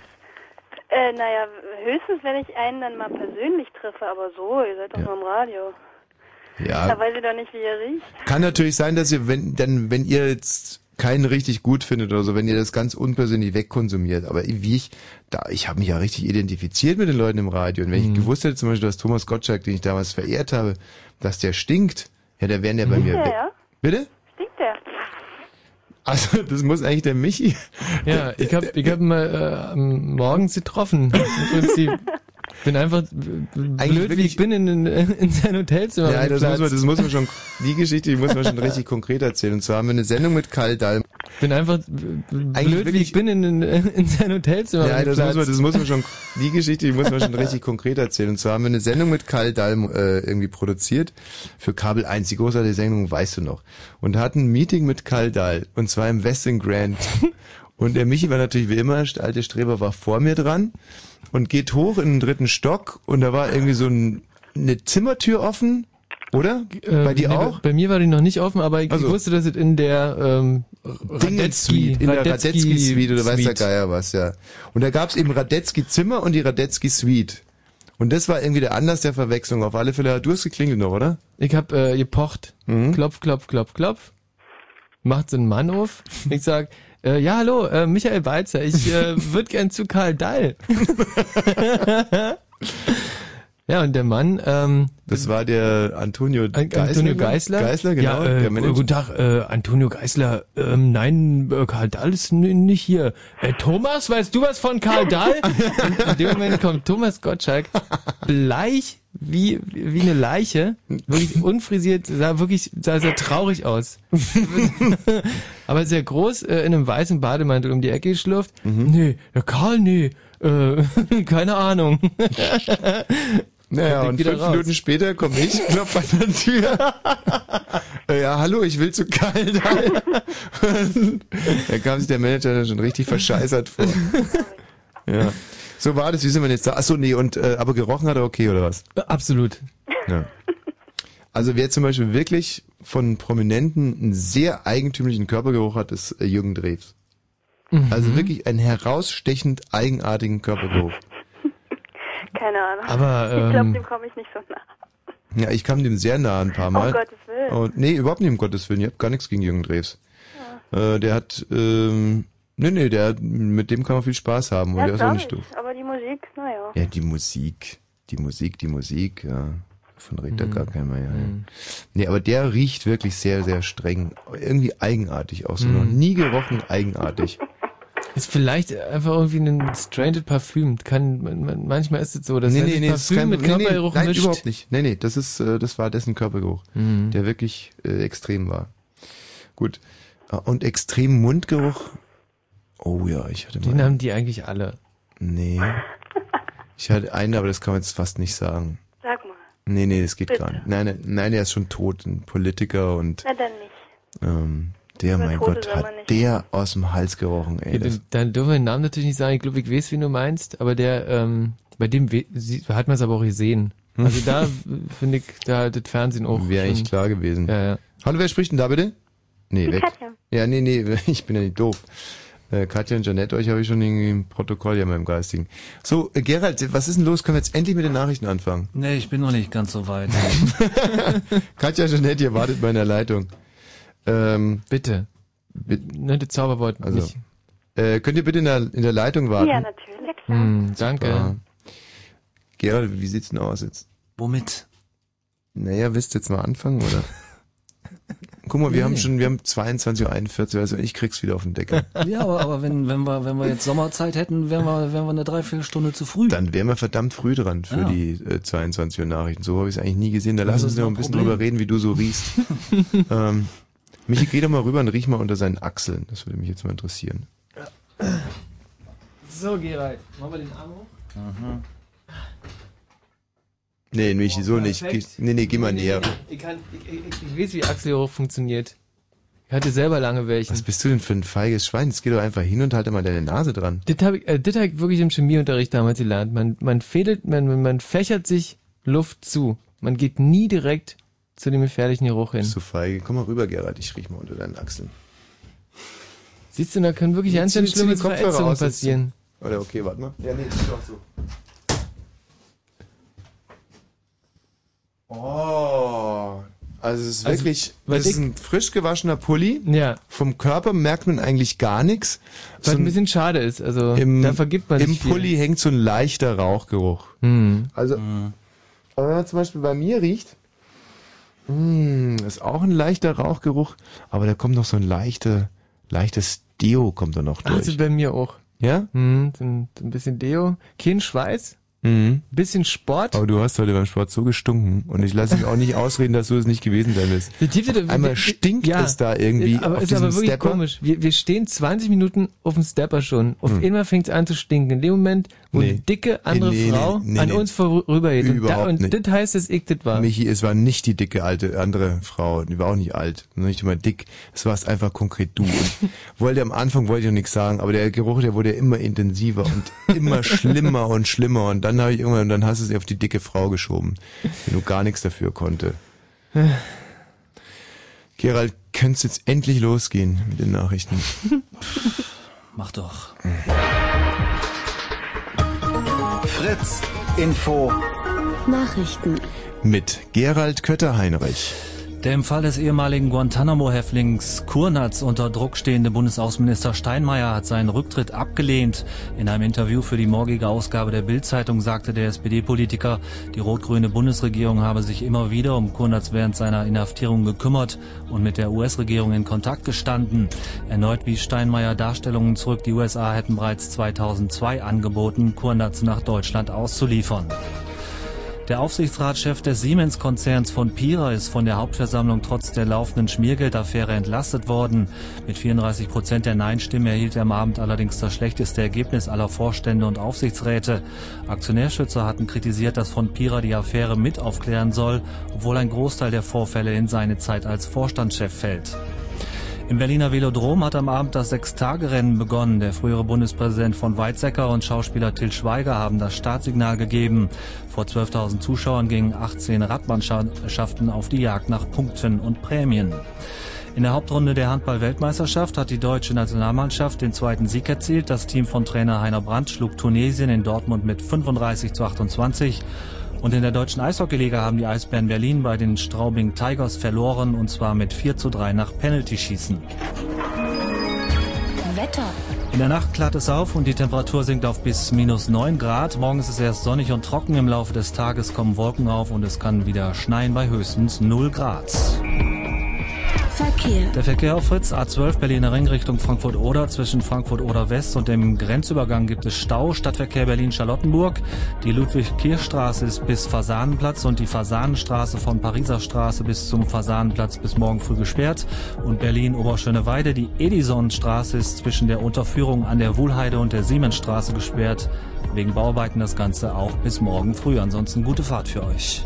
Speaker 16: Äh, naja, höchstens, wenn ich einen dann mal persönlich treffe, aber so, ihr seid doch nur im Radio. Da
Speaker 5: Ja,
Speaker 16: weiß ich doch nicht, wie ihr riecht.
Speaker 5: kann natürlich sein, dass ihr, wenn, dann, wenn ihr jetzt keinen richtig gut findet oder so, wenn ihr das ganz unpersönlich wegkonsumiert. Aber wie ich, da, ich habe mich ja richtig identifiziert mit den Leuten im Radio. Und wenn
Speaker 6: Mhm.
Speaker 5: ich gewusst hätte, zum Beispiel, dass Thomas Gottschalk, den ich damals verehrt habe, dass der stinkt, ja, der wären ja bei mir
Speaker 16: Stinkt der,
Speaker 5: weg.
Speaker 16: ja?
Speaker 5: Bitte?
Speaker 16: Stinkt der?
Speaker 5: Also, das muss eigentlich der Michi.
Speaker 6: Ja, ich hab, ich hab mal äh, am morgens getroffen. Im Prinzip. Bin einfach blöd, wie ich bin, in, in, in sein Hotelzimmer.
Speaker 5: Ja, das muss,
Speaker 6: geplatzt.
Speaker 5: man, das muss man schon, die Geschichte, die muss man schon richtig konkret erzählen. Und zwar haben wir eine Sendung mit Karl Dahl.
Speaker 6: Bin einfach blöd, wie ich bin, in, in, in sein Hotelzimmer.
Speaker 5: Ja, das muss, man,
Speaker 6: geplatzt.
Speaker 5: das muss man schon, die Geschichte, die muss man schon richtig konkret erzählen. Und zwar haben wir eine Sendung mit Karl Dahl äh, irgendwie produziert für Kabel 1, die großartige Sendung, weißt du noch. Und hatten ein Meeting mit Karl Dahl, und zwar im Westin Grand. Und der Michi war natürlich wie immer, der alte Streber war vor mir dran und geht hoch in den dritten Stock und da war irgendwie so ein, eine Zimmertür offen, oder?
Speaker 6: Äh,
Speaker 5: Bei dir
Speaker 6: nee,
Speaker 5: auch?
Speaker 6: Bei mir war die noch nicht offen, aber ich
Speaker 5: Also.
Speaker 6: wusste, dass es in der ähm, Radetzky,
Speaker 5: Dingens-Suite, in der Radetzky-Suite oder weiß der
Speaker 6: Suite.
Speaker 5: Geier was, ja. Und da gab's eben Radetzky-Zimmer und die Radetzky-Suite. Und das war irgendwie der Anlass der Verwechslung. Auf alle Fälle, du hast geklingelt noch, oder?
Speaker 6: Ich hab äh, gepocht.
Speaker 5: Mhm.
Speaker 6: Klopf, klopf, klopf, klopf. Macht so ein Mann auf. Ich sag, äh, ja, hallo, äh, Michael Balzer, ich äh, würde gern zu Karl Dall. ja, und der Mann, ähm,
Speaker 5: Das war der Antonio Geisler. ne?
Speaker 6: Antonio Geisler?
Speaker 5: Geisler, genau.
Speaker 6: Ja, äh,
Speaker 5: der Manager.
Speaker 6: guten Tag, äh, Antonio Geisler. Ähm, nein, äh, Karl Dahl ist n- nicht hier. Äh, Thomas, weißt du was von Karl Dahl? In dem Moment kommt Thomas Gottschalk, bleich wie, wie eine Leiche, wirklich unfrisiert, sah wirklich, sah sehr traurig aus. Aber sehr groß, äh, in einem weißen Bademantel um die Ecke geschlurft.
Speaker 5: Mhm.
Speaker 6: Nee, der Karl, nee, äh, keine Ahnung.
Speaker 5: Naja,
Speaker 6: Geht
Speaker 5: und
Speaker 6: wieder
Speaker 5: fünf
Speaker 6: raus.
Speaker 5: Minuten später komme ich, klopf an der Tür. Äh, ja, hallo, ich will zu Karl Dahl. da kam sich der Manager dann schon richtig verscheißert vor. Ja. So war das, wie sind wir jetzt da? Achso, nee, und äh, aber gerochen hat er okay, oder was?
Speaker 6: Äh, Absolut.
Speaker 5: Ja. Also wer zum Beispiel wirklich von Prominenten einen sehr eigentümlichen Körpergeruch hat, ist äh, Jürgen Drews.
Speaker 6: Mhm.
Speaker 5: Also wirklich einen herausstechend eigenartigen Körpergeruch.
Speaker 16: Keine Ahnung.
Speaker 5: Aber,
Speaker 16: ich glaube,
Speaker 5: ähm,
Speaker 16: dem komme ich nicht so nah.
Speaker 5: Ja, ich kam dem sehr nah ein paar Mal.
Speaker 16: Um Gottes Willen.
Speaker 5: Und, nee, überhaupt nicht um Gottes Willen. Ich habe gar nichts gegen Jürgen Drews. Äh, der hat, ähm, nee, nee, der, hat- mit dem kann man viel Spaß haben. Und der ist auch
Speaker 16: glaub
Speaker 5: nicht doof.
Speaker 16: ich. Aber die Musik, naja.
Speaker 5: Ja, die Musik, die Musik, die Musik, ja. Von redet da gar keiner mehr. Ja. Nee, aber der riecht wirklich sehr, sehr streng. Irgendwie eigenartig auch so.
Speaker 6: Mhm.
Speaker 5: Noch nie gerochen eigenartig.
Speaker 6: Ist vielleicht einfach irgendwie ein stranded Parfüm. Kann, man, man, manchmal ist es so, dass
Speaker 5: nee,
Speaker 6: wenn
Speaker 5: nee,
Speaker 6: sich
Speaker 5: nee, das ist
Speaker 6: Parfüm
Speaker 5: kein
Speaker 6: mit
Speaker 5: nee, nee,
Speaker 6: Körpergeruch
Speaker 5: nein,
Speaker 6: mischt.
Speaker 5: überhaupt nicht. Nee, nee, das ist, äh, das war dessen Körpergeruch,
Speaker 6: Mhm.
Speaker 5: der wirklich äh, extrem war. Gut. Ah, Und extrem Mundgeruch. Oh ja, ich hatte mal.
Speaker 6: Den haben die eigentlich alle.
Speaker 5: Nee. Ich hatte einen, aber das kann man jetzt fast nicht sagen.
Speaker 16: Sag mal.
Speaker 5: Nee, nee, das geht
Speaker 16: Bitte.
Speaker 5: gar nicht. Nein, nein, nein, der ist schon tot, ein Politiker und
Speaker 16: Na dann nicht.
Speaker 5: ähm, der,
Speaker 16: Über
Speaker 5: mein
Speaker 16: Tote
Speaker 5: Gott,
Speaker 16: soll man
Speaker 5: hat
Speaker 16: nicht
Speaker 5: der aus dem Hals gerochen, ey.
Speaker 6: Ja,
Speaker 5: Das,
Speaker 6: den, dann dürfen wir den Namen natürlich nicht sagen. Ich glaube, ich weiß, wen du meinst, aber der, ähm, bei dem we- sie- hat man es aber auch gesehen.
Speaker 5: Hm.
Speaker 6: Also da äh, finde ich, da hat das Fernsehen auch.
Speaker 5: Wäre eigentlich
Speaker 6: schon-
Speaker 5: klar gewesen.
Speaker 6: Ja, ja.
Speaker 5: Hallo, wer spricht denn da bitte? Nee,
Speaker 6: Die
Speaker 5: weg.
Speaker 6: Katja.
Speaker 5: Ja, nee, nee, ich bin ja nicht doof. Äh, Katja und Janette, euch habe ich schon irgendwie im Protokoll ja meinem Geistigen. So, äh, Gerald, was ist denn los? Können wir jetzt endlich mit den Nachrichten anfangen?
Speaker 14: Nee, ich bin noch nicht ganz so weit.
Speaker 5: Katja Janette, ihr wartet bei einer Leitung. Ähm,
Speaker 6: Bitte. ne, das Zauberwort
Speaker 5: Also,
Speaker 6: nicht.
Speaker 5: Äh, könnt ihr bitte in der, in der Leitung warten?
Speaker 16: Ja, natürlich.
Speaker 6: Hm, danke.
Speaker 5: Gerald, wie sieht's denn aus jetzt? Womit? Naja, willst du jetzt mal anfangen, oder? Guck mal, wir
Speaker 14: Nee.
Speaker 5: haben schon, wir haben 22.41 Uhr, also ich krieg's wieder auf den Deckel.
Speaker 14: Ja, aber, aber wenn, wenn, wir, wenn wir jetzt Sommerzeit hätten, wären wir, wären wir eine Dreiviertelstunde zu früh.
Speaker 5: Dann wären wir verdammt früh dran für
Speaker 14: Ja.
Speaker 5: die äh, 22 Uhr Nachrichten. So habe ich es eigentlich nie gesehen. Da lass
Speaker 14: Das
Speaker 5: uns
Speaker 14: ist
Speaker 5: noch
Speaker 14: mein
Speaker 5: ein bisschen
Speaker 14: Problem.
Speaker 5: drüber reden, wie du so riechst. ähm, Michi, geh doch mal rüber und riech mal unter seinen Achseln. Das würde mich jetzt mal interessieren.
Speaker 6: So, Gerald, machen wir den Arm hoch.
Speaker 5: Mhm. Nee, Michi, so nicht. Geh,
Speaker 6: perfekt.
Speaker 5: nee, nee, geh mal näher.
Speaker 6: Ich, kann, ich, ich, ich weiß, wie Axel hoch funktioniert. Ich hatte selber lange welchen.
Speaker 5: Was bist du denn für ein feiges Schwein? Jetzt geh doch einfach hin und halte mal deine Nase dran.
Speaker 6: Das habe ich, äh, das hab ich wirklich im Chemieunterricht damals gelernt. Man, man fädelt, man, man fächert sich Luft zu. Man geht nie direkt zu dem gefährlichen Geruch hin. Bist
Speaker 5: du feige? Komm mal rüber, Gerald. Ich riech mal unter deinen Achseln.
Speaker 6: Siehst du, da können wirklich ganz schön
Speaker 5: Zieh- zieh
Speaker 6: schlimme
Speaker 5: die Kopfhörer
Speaker 6: Verletzungen
Speaker 5: raus jetzt.
Speaker 6: passieren.
Speaker 5: Oder okay, warte mal. Ja, nee, ist doch so. Oh. Also es ist
Speaker 6: Also,
Speaker 5: wirklich,
Speaker 6: weil
Speaker 5: das ist
Speaker 6: ich-
Speaker 5: ein frisch gewaschener Pulli.
Speaker 6: Ja.
Speaker 5: Vom Körper merkt man eigentlich gar nichts.
Speaker 6: Was ein bisschen schade ist, also
Speaker 5: im,
Speaker 6: da vergibt man
Speaker 5: Im
Speaker 6: nicht viel.
Speaker 5: Pulli hängt so ein leichter Rauchgeruch.
Speaker 6: Hm.
Speaker 5: Also, aber wenn man zum Beispiel bei mir riecht, mh, ist auch ein leichter Rauchgeruch, aber da kommt noch so ein leichter, leichtes Deo kommt da noch durch.
Speaker 6: Also bei mir auch.
Speaker 5: Ja?
Speaker 6: Hm, so ein, so ein bisschen Deo, kein Schweiß,
Speaker 5: Mhm.
Speaker 6: bisschen Sport.
Speaker 5: Aber du hast heute beim Sport so gestunken und ich lasse mich auch nicht ausreden, dass du es nicht gewesen sein willst.
Speaker 6: Die Tiefe der-
Speaker 5: Auf einmal
Speaker 6: die- die-
Speaker 5: stinkt
Speaker 6: ja.
Speaker 5: es da irgendwie
Speaker 6: Aber
Speaker 5: auf
Speaker 6: ist
Speaker 5: diesem
Speaker 6: aber wirklich
Speaker 5: Stepper.
Speaker 6: komisch. Wir, wir stehen 20 Minuten auf dem Stepper schon. Auf
Speaker 5: Hm.
Speaker 6: einmal fängt es an zu stinken. In dem Moment, wo
Speaker 5: Nee.
Speaker 6: eine dicke andere
Speaker 5: Nee, nee,
Speaker 6: Frau
Speaker 5: nee, nee,
Speaker 6: an
Speaker 5: nee.
Speaker 6: uns vorübergeht. Und, da,
Speaker 5: Überhaupt
Speaker 6: und
Speaker 5: nicht.
Speaker 6: das heißt, dass ich das war.
Speaker 5: Michi, es war nicht die dicke alte andere Frau, die war auch nicht alt, nicht immer dick. Es warst einfach konkret du. Und wollte am Anfang wollte ich noch nichts sagen, aber der Geruch, der wurde immer intensiver und immer schlimmer und schlimmer und dann habe ich irgendwann, dann hast du sie auf die dicke Frau geschoben, wenn du gar nichts dafür konnte. Gerald, könnt's jetzt endlich losgehen mit den Nachrichten?
Speaker 14: Mach doch.
Speaker 18: Fritz Info.
Speaker 10: Nachrichten.
Speaker 5: Mit Gerald Kötter-Heinrich.
Speaker 14: Der im Fall des ehemaligen Guantanamo-Häftlings Kurnatz unter Druck stehende Bundesaußenminister Steinmeier hat seinen Rücktritt abgelehnt. In einem Interview für die morgige Ausgabe der Bild-Zeitung sagte der SPD-Politiker, die rot-grüne Bundesregierung habe sich immer wieder um Kurnatz während seiner Inhaftierung gekümmert und mit der US-Regierung in Kontakt gestanden. Erneut wies Steinmeier Darstellungen zurück, die USA hätten bereits 2002 angeboten, Kurnatz nach Deutschland auszuliefern. Der Aufsichtsratschef des Siemens-Konzerns von Pira ist von der Hauptversammlung trotz der laufenden Schmiergeldaffäre entlastet worden. Mit 34 Prozent der Nein-Stimmen erhielt er am Abend allerdings das schlechteste Ergebnis aller Vorstände und Aufsichtsräte. Aktionärschützer hatten kritisiert, dass von Pira die Affäre mit aufklären soll, obwohl ein Großteil der Vorfälle in seine Zeit als Vorstandschef fällt. Im Berliner Velodrom hat am Abend das Sechstagerennen begonnen. Der frühere Bundespräsident von Weizsäcker und Schauspieler Till Schweiger haben das Startsignal gegeben. Vor 12.000 Zuschauern gingen 18 Radmannschaften auf die Jagd nach Punkten und Prämien. In der Hauptrunde der Handball-Weltmeisterschaft hat die deutsche Nationalmannschaft den zweiten Sieg erzielt. Das Team von Trainer Heiner Brandt schlug Tunesien in Dortmund mit 35 zu 28. Und in der deutschen Eishockeyliga haben die Eisbären Berlin bei den Straubing Tigers verloren und zwar mit 4 zu 3 nach Penaltyschießen.
Speaker 10: Wetter.
Speaker 14: In der Nacht klart es auf und die Temperatur sinkt auf bis minus 9 Grad. Morgen ist es erst sonnig und trocken. Im Laufe des Tages kommen Wolken auf und es kann wieder schneien bei höchstens 0 Grad.
Speaker 10: Verkehr.
Speaker 14: Der Verkehr auf Fritz A12 Berliner Ring Richtung Frankfurt-Oder zwischen Frankfurt-Oder West und dem Grenzübergang gibt es Stau. Stadtverkehr Berlin-Charlottenburg. Die Ludwig-Kirch-Straße ist bis Fasanenplatz und die Fasanenstraße von Pariser Straße bis zum Fasanenplatz bis morgen früh gesperrt. Und Berlin-Oberschöneweide. Die Edison-Straße ist zwischen der Unterführung an der Wuhlheide und der Siemensstraße gesperrt. Wegen Bauarbeiten das Ganze auch bis morgen früh. Ansonsten gute Fahrt für euch.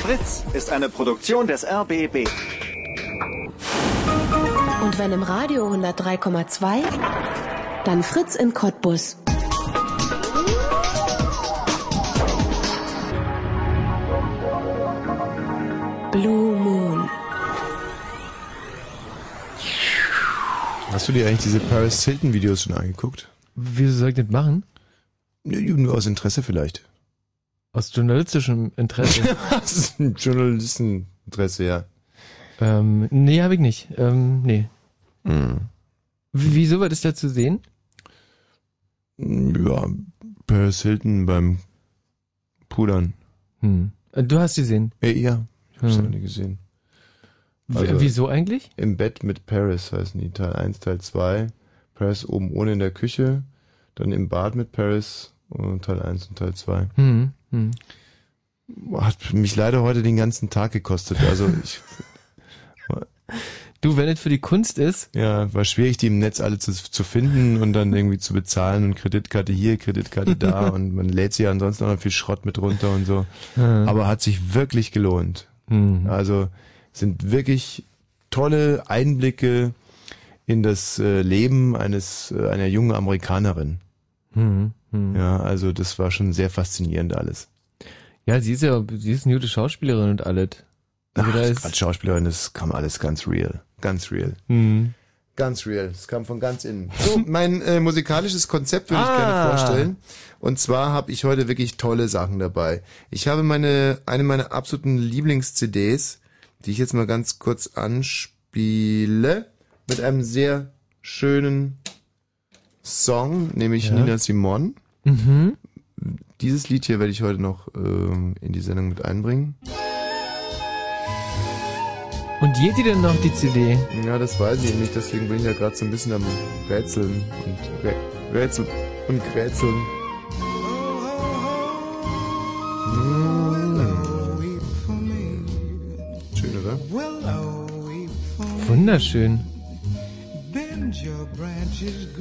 Speaker 18: Fritz ist eine Produktion des RBB.
Speaker 10: Und wenn im Radio 103,2, dann Fritz in Cottbus. Blue Moon.
Speaker 5: Hast du dir eigentlich diese Paris Hilton Videos schon angeguckt?
Speaker 6: Wieso soll ich das machen?
Speaker 5: Nur aus Interesse vielleicht.
Speaker 6: Aus journalistischem Interesse.
Speaker 5: Das ist ein Journalisteninteresse, ja.
Speaker 6: ähm, nee, habe ich nicht. Ähm, nee.
Speaker 5: Mhm.
Speaker 6: W- Wieso war das da zu sehen?
Speaker 5: Mm, Ja, Paris Hilton beim Pudern.
Speaker 6: Hm. Äh, Du hast gesehen.
Speaker 5: Ja, ja. Ich hab's
Speaker 6: Hm.
Speaker 5: ja nie gesehen. Also
Speaker 6: W- wieso eigentlich?
Speaker 5: Im Bett mit Paris heißen die Teil 1, Teil 2. Paris oben ohne in der Küche. Dann im Bad mit Paris und Teil 1 und Teil 2.
Speaker 6: Hm. Hm.
Speaker 5: Hat mich leider heute den ganzen Tag gekostet. Also ich.
Speaker 6: Du, wenn es für die Kunst ist.
Speaker 5: Ja, war schwierig, die im Netz alle zu, zu finden und dann irgendwie zu bezahlen und Kreditkarte hier, Kreditkarte da und man lädt sie ja ansonsten auch noch viel Schrott mit runter und so.
Speaker 6: Ja. Mhm.
Speaker 5: Aber hat sich wirklich gelohnt. Also sind wirklich tolle Einblicke in das äh, Leben eines äh, einer jungen Amerikanerin.
Speaker 6: Hm. Hm.
Speaker 5: Ja, also das war schon sehr faszinierend alles.
Speaker 6: Ja, sie ist ja, sie ist eine gute Schauspielerin und alles. Also da ist,
Speaker 5: Als Schauspielerin, das kam alles ganz real. Ganz real.
Speaker 6: Hm.
Speaker 5: Ganz real. Es kam von ganz innen. So, mein äh, musikalisches Konzept würde ich
Speaker 6: Ah.
Speaker 5: gerne vorstellen. Und zwar habe ich heute wirklich tolle Sachen dabei. Ich habe meine, eine meiner absoluten Lieblings-CDs, die ich jetzt mal ganz kurz anspiele, mit einem sehr schönen Song, nämlich
Speaker 6: Ja.
Speaker 5: Nina Simon.
Speaker 6: Mhm.
Speaker 5: Dieses Lied hier werde ich heute noch ähm, in die Sendung mit einbringen.
Speaker 6: Und geht die denn noch, die CD?
Speaker 5: Ja, das weiß ich nicht, deswegen bin ich ja gerade so ein bisschen am Rätseln und Rä Rätseln und Rätseln. Hm, Schön, oder?
Speaker 6: Wunderschön.
Speaker 5: Ja,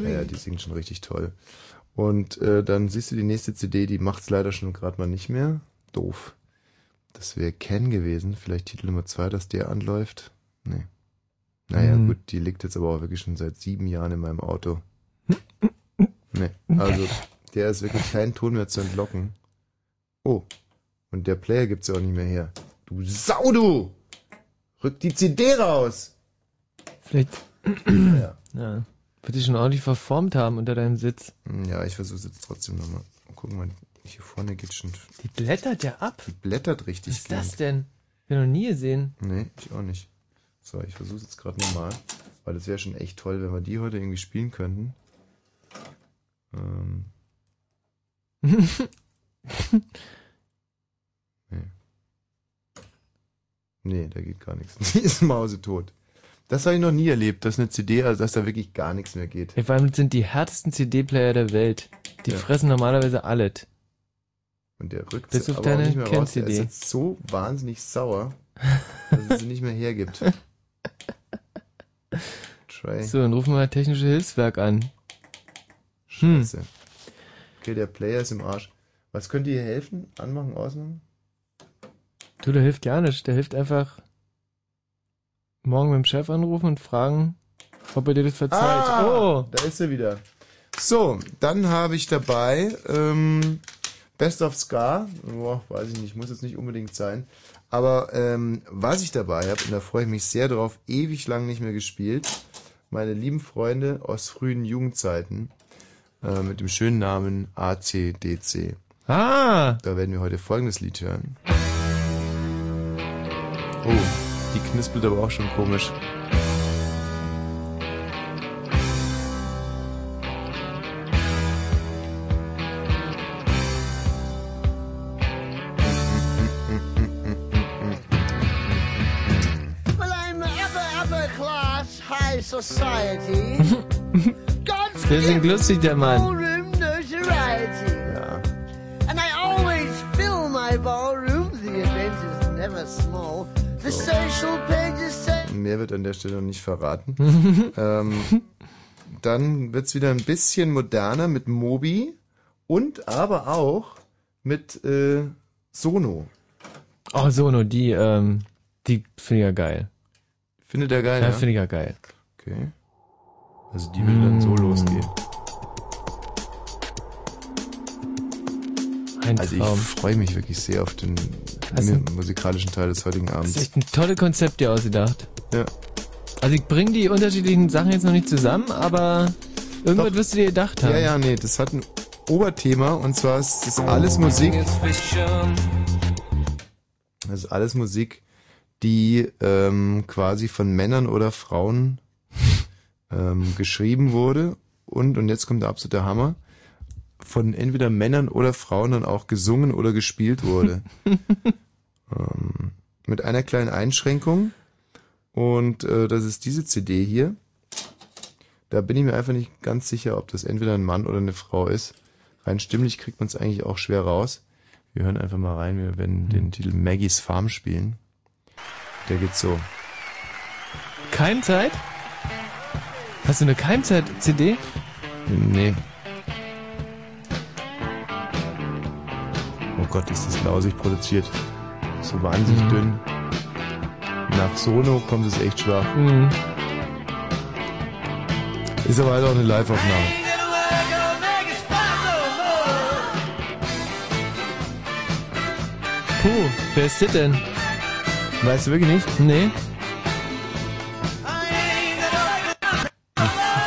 Speaker 5: Ah ja, die singt schon richtig toll. Und äh, dann siehst du die nächste CD, die macht's leider schon gerade mal nicht mehr. Doof. Das wäre Ken gewesen, vielleicht Titel Nummer zwei, dass der anläuft. Nee. Naja,
Speaker 6: Mhm.
Speaker 5: gut, die liegt jetzt aber auch wirklich schon seit sieben Jahren in meinem Auto. Nee, also der ist wirklich kein Ton mehr zu entlocken. Oh, und der Player gibt's ja auch nicht mehr her. Du Sau, du! Rück die CD raus!
Speaker 6: Vielleicht.
Speaker 5: Ja.
Speaker 6: ja. Wird die schon ordentlich verformt haben unter deinem Sitz.
Speaker 5: Hm, Ja, ich versuche es jetzt trotzdem nochmal. Mal Gucken mal, hier vorne geht schon.
Speaker 6: Die blättert ja ab.
Speaker 5: Die blättert richtig.
Speaker 6: Was ist das denn? Hab Ich noch nie gesehen.
Speaker 5: Nee, ich auch nicht. So, ich versuche es jetzt gerade nochmal, weil das wäre schon echt toll, wenn wir die heute irgendwie spielen könnten. Ähm, nee, da geht gar nichts. Die ist mausetot. Das habe ich noch nie erlebt, dass eine CD, also dass da wirklich gar nichts mehr geht.
Speaker 6: Ey, Vor allem das sind die härtesten CD-Player der Welt. Die
Speaker 5: Ja.
Speaker 6: fressen normalerweise alles.
Speaker 5: Und der rückt
Speaker 6: Bis
Speaker 5: sie
Speaker 6: auf
Speaker 5: aber auch
Speaker 6: deine
Speaker 5: nicht mehr raus. Der ist
Speaker 6: Ken-CD.
Speaker 5: jetzt so wahnsinnig sauer, dass es sie nicht mehr hergibt. Try.
Speaker 6: So, dann rufen wir mal technische Hilfswerk an. Hm.
Speaker 5: Scheiße. Okay, der Player ist im Arsch. Was könnt ihr hier helfen? Anmachen, ausmachen?
Speaker 6: Du, der hilft gar nicht. Der hilft einfach morgen mit dem Chef anrufen und fragen, ob er dir das verzeiht.
Speaker 5: Ah, Da ist er wieder. So, dann habe ich dabei ähm, Best of Scar. Boah, weiß ich nicht, muss jetzt nicht unbedingt sein. Aber ähm, was ich dabei habe, und da freue ich mich sehr drauf, ewig lang nicht mehr gespielt, meine lieben Freunde aus frühen Jugendzeiten äh, mit dem schönen Namen ACDC.
Speaker 6: Ah!
Speaker 5: Da werden wir heute folgendes Lied hören. Oh, die knispelt aber auch schon komisch.
Speaker 15: Well, I'm upper, upper class, high society. God's
Speaker 6: Der singt lustig, der Mann.
Speaker 15: ballroom notoriety. And I always fill my ballroom. The event is never small. The social page is set.
Speaker 5: Mehr wird an der Stelle noch nicht verraten. ähm, dann wird's wieder ein bisschen moderner mit Mobi und aber auch mit äh, Sono.
Speaker 6: Oh, Sono, die, ähm, die finde ich ja geil.
Speaker 5: Findet er geil,
Speaker 6: Ja,
Speaker 5: ja?
Speaker 6: finde ich ja geil. Hm.
Speaker 5: Okay. Also die will dann so losgehen.
Speaker 6: Ein
Speaker 5: also
Speaker 6: Traum.
Speaker 5: ich freue mich wirklich sehr auf den
Speaker 6: Also-
Speaker 5: mi- musikalischen Teil des heutigen
Speaker 6: Das
Speaker 5: Abends.
Speaker 6: ist echt ein tolles Konzept, dir ausgedacht.
Speaker 5: Ja.
Speaker 6: Also ich bringe die unterschiedlichen Sachen jetzt noch nicht zusammen, aber irgendwas wirst du dir gedacht haben.
Speaker 5: Ja, ja, nee, das hat ein Oberthema und zwar ist das alles Musik. Das ist alles Musik, die ähm, quasi von Männern oder Frauen ähm, geschrieben wurde und, und jetzt kommt der absolute Hammer, von entweder Männern oder Frauen dann auch gesungen oder gespielt wurde. ähm, mit einer kleinen Einschränkung. Und äh, das ist diese CD hier. Da bin ich mir einfach nicht ganz sicher, ob das entweder ein Mann oder eine Frau ist. Rein stimmlich kriegt man es eigentlich auch schwer raus. Wir hören einfach mal rein. Wir werden den Titel Maggie's Farm spielen. Der geht so.
Speaker 6: Keimzeit? Hast du eine Keimzeit-CD?
Speaker 5: Nee. Oh Gott, ist das lausig produziert. So wahnsinnig dünn. Nach Sono kommt es echt schwach.
Speaker 6: Hm.
Speaker 5: Ist aber halt auch eine Live-Aufnahme.
Speaker 6: Puh, wer ist das denn?
Speaker 5: Weißt du wirklich nicht?
Speaker 6: Nee.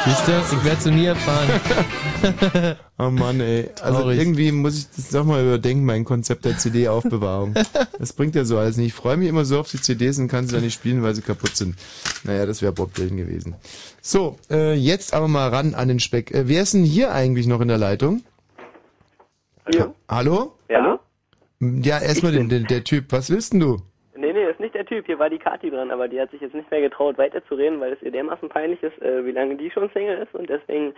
Speaker 6: Wisst ihr, ich werde es nie erfahren.
Speaker 5: Oh Mann, ey. Also
Speaker 6: Traurig.
Speaker 5: irgendwie muss ich das nochmal überdenken, mein Konzept der CD-Aufbewahrung. Das bringt ja so alles nicht. Ich freue mich immer so auf die CDs und kann sie dann nicht spielen, weil sie kaputt sind. Naja, das wäre Bob Dylan gewesen. So, äh, jetzt aber mal ran an den Speck. Äh, wer ist denn hier eigentlich noch in der Leitung?
Speaker 19: Hallo?
Speaker 5: Hallo?
Speaker 19: Hallo?
Speaker 5: Ja, erstmal den, den, der Typ. Was willst denn du?
Speaker 19: Nee, nee, ist nicht der Typ. Hier war die Kati dran, aber die hat sich jetzt nicht mehr getraut, weiterzureden, weil es ihr dermaßen peinlich ist, äh, wie lange die schon Single ist und deswegen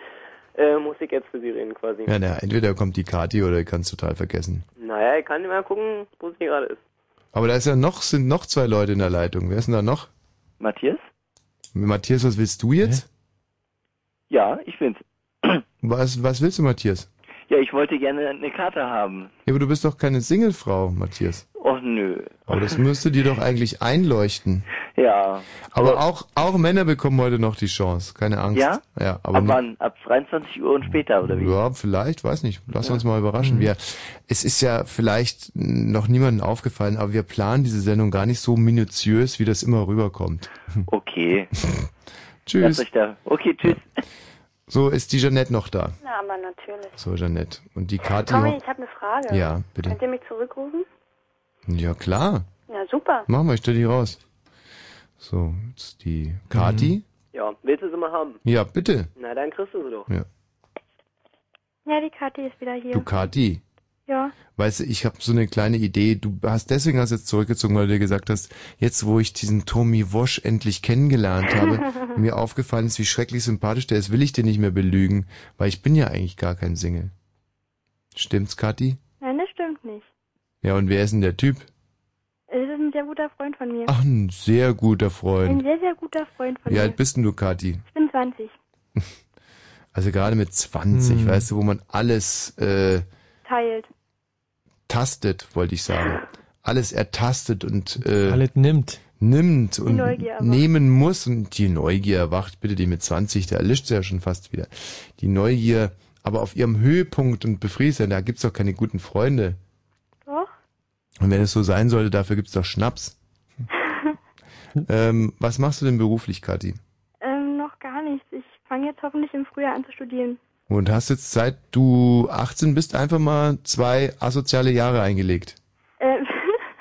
Speaker 19: äh, muss ich jetzt für sie reden quasi.
Speaker 5: Ja, na, entweder kommt die Kati oder ich kann es total vergessen.
Speaker 19: Naja, ich kann mal gucken, wo sie gerade ist.
Speaker 5: Aber da ist ja noch, sind noch zwei Leute in der Leitung. Wer ist denn da noch?
Speaker 19: Matthias?
Speaker 5: Matthias, was willst du jetzt?
Speaker 20: Ja, ich bin's.
Speaker 5: Was, was willst du, Matthias?
Speaker 20: Ja, ich wollte gerne eine Karte haben.
Speaker 5: Ja, aber du bist doch keine Singlefrau, Matthias.
Speaker 20: Och nö.
Speaker 5: Aber das müsste dir doch eigentlich einleuchten.
Speaker 20: Ja.
Speaker 5: Aber auch, auch Männer bekommen heute noch die Chance. Keine Angst.
Speaker 20: Ja?
Speaker 5: Ja, aber
Speaker 20: Ab
Speaker 5: nur-
Speaker 20: wann? Ab 23 Uhr und später, oder wie? Mhm.
Speaker 5: Ja, vielleicht, weiß nicht. Lass uns mal überraschen. Wir, es ist ja vielleicht noch niemandem aufgefallen, aber wir planen diese Sendung gar nicht so minutiös, wie das immer rüberkommt.
Speaker 20: Okay. Lasst
Speaker 5: Tschüss.
Speaker 20: euch da. Okay, tschüss.
Speaker 5: So, ist die Jeanette noch da?
Speaker 21: Na, aber natürlich.
Speaker 5: So, Jeanette. Und die Kathi...
Speaker 21: Tommy, ich
Speaker 16: ne
Speaker 21: habe eine Frage.
Speaker 5: Ja, bitte.
Speaker 21: Könnt ihr mich zurückrufen?
Speaker 5: Ja, klar.
Speaker 21: Na, super.
Speaker 5: Machen wir, ich stell die raus. So, jetzt die Kati.
Speaker 19: Ja, willst du sie mal haben?
Speaker 5: Ja, bitte.
Speaker 19: Na, dann kriegst du sie doch.
Speaker 5: Ja.
Speaker 21: Ja, die Kathi ist wieder hier.
Speaker 5: Du, Kati.
Speaker 21: ja.
Speaker 5: Weißt du, ich habe so eine kleine Idee. Du hast deswegen hast du jetzt zurückgezogen, weil du dir gesagt hast, jetzt wo ich diesen Tommy Wash endlich kennengelernt habe, mir aufgefallen ist, wie schrecklich sympathisch der ist, will ich den nicht mehr belügen, weil ich bin ja eigentlich gar kein Single. Stimmt's, Kathi?
Speaker 21: Nein, das stimmt nicht.
Speaker 5: Ja, und wer ist denn der Typ?
Speaker 21: Es ist ein sehr guter Freund von mir.
Speaker 5: Ach, ein sehr guter
Speaker 21: Ein
Speaker 5: Freund.
Speaker 21: sehr, sehr guter Freund von
Speaker 5: Wie
Speaker 21: mir.
Speaker 5: alt bist denn du, Kathi?
Speaker 21: Ich bin 20.
Speaker 5: Also gerade mit 20,
Speaker 6: Hm.
Speaker 5: weißt du, wo man alles äh,
Speaker 21: Teilt.
Speaker 5: tastet, wollte ich sagen. Alles ertastet und äh,
Speaker 6: Alles nimmt.
Speaker 5: Nimmt und
Speaker 6: Neugier erwacht.
Speaker 5: nehmen muss und die Neugier erwacht, bitte die mit 20, da erlischt sie ja schon fast wieder. Die Neugier, aber auf ihrem Höhepunkt und befriedigt, da gibt's doch keine guten Freunde.
Speaker 21: Doch?
Speaker 5: Und wenn es so sein sollte, dafür gibt's doch Schnaps. ähm, was machst du denn beruflich, Kathi?
Speaker 21: Ähm, noch gar nichts. Ich fange jetzt hoffentlich im Frühjahr an zu studieren.
Speaker 5: Und hast jetzt seit du 18 bist einfach mal zwei asoziale Jahre eingelegt.
Speaker 21: Ähm,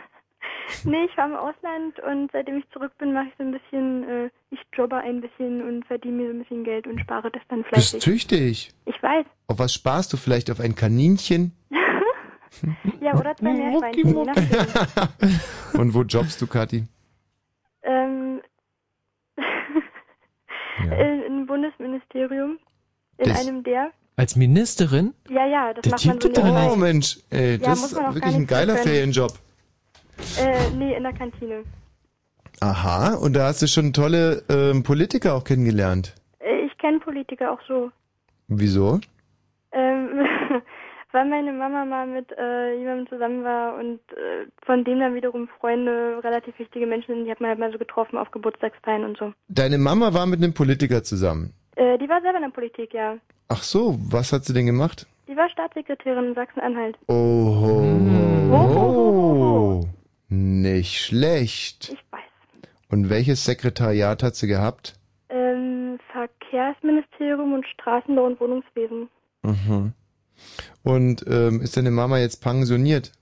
Speaker 21: nee, ich war im Ausland und seitdem ich zurück bin, mache ich so ein bisschen, äh, ich jobbe ein bisschen und verdiene mir so ein bisschen Geld und spare das dann
Speaker 5: Bist
Speaker 21: fleißig.
Speaker 5: tüchtig.
Speaker 21: Ich weiß.
Speaker 5: Auf was sparst du vielleicht? Auf ein Kaninchen?
Speaker 21: Ja, oder zwei Meerschweinchen, je nachdem.
Speaker 5: Und wo jobbst du, Kathi?
Speaker 21: Ähm, in, im Bundesministerium. In
Speaker 6: Das-
Speaker 21: einem der.
Speaker 6: Als Ministerin?
Speaker 21: Ja, ja, das
Speaker 6: Der
Speaker 21: macht man
Speaker 6: Typ
Speaker 21: so
Speaker 6: tut doch
Speaker 21: nebenbei.
Speaker 5: Oh Mensch, ey,
Speaker 21: Ja,
Speaker 5: das
Speaker 21: muss
Speaker 5: ist
Speaker 21: man auch gar
Speaker 5: wirklich ein
Speaker 21: nicht so
Speaker 5: geiler
Speaker 21: können.
Speaker 5: Ferienjob.
Speaker 21: Äh, nee, in der Kantine.
Speaker 5: Aha, und da hast du schon tolle ähm, Politiker auch kennengelernt.
Speaker 21: Äh, Ich kenne Politiker auch so.
Speaker 5: Wieso?
Speaker 21: Ähm, weil meine Mama mal mit äh, jemandem zusammen war und äh, von dem dann wiederum Freunde, relativ wichtige Menschen, sind, die hat man halt mal so getroffen auf Geburtstagsfeiern und so.
Speaker 5: Deine Mama war mit einem Politiker zusammen.
Speaker 21: Äh, die war selber in der Politik, ja.
Speaker 5: Ach so, was hat sie denn gemacht?
Speaker 21: Die war Staatssekretärin in Sachsen-Anhalt.
Speaker 5: Oh,
Speaker 21: Hm.
Speaker 5: ho, ho. Oh. nicht schlecht.
Speaker 21: Ich weiß.
Speaker 5: Und welches Sekretariat hat sie gehabt?
Speaker 21: Ähm, Verkehrsministerium und Straßenbau und Wohnungswesen.
Speaker 5: Mhm. Und ähm, ist deine Mama jetzt pensioniert?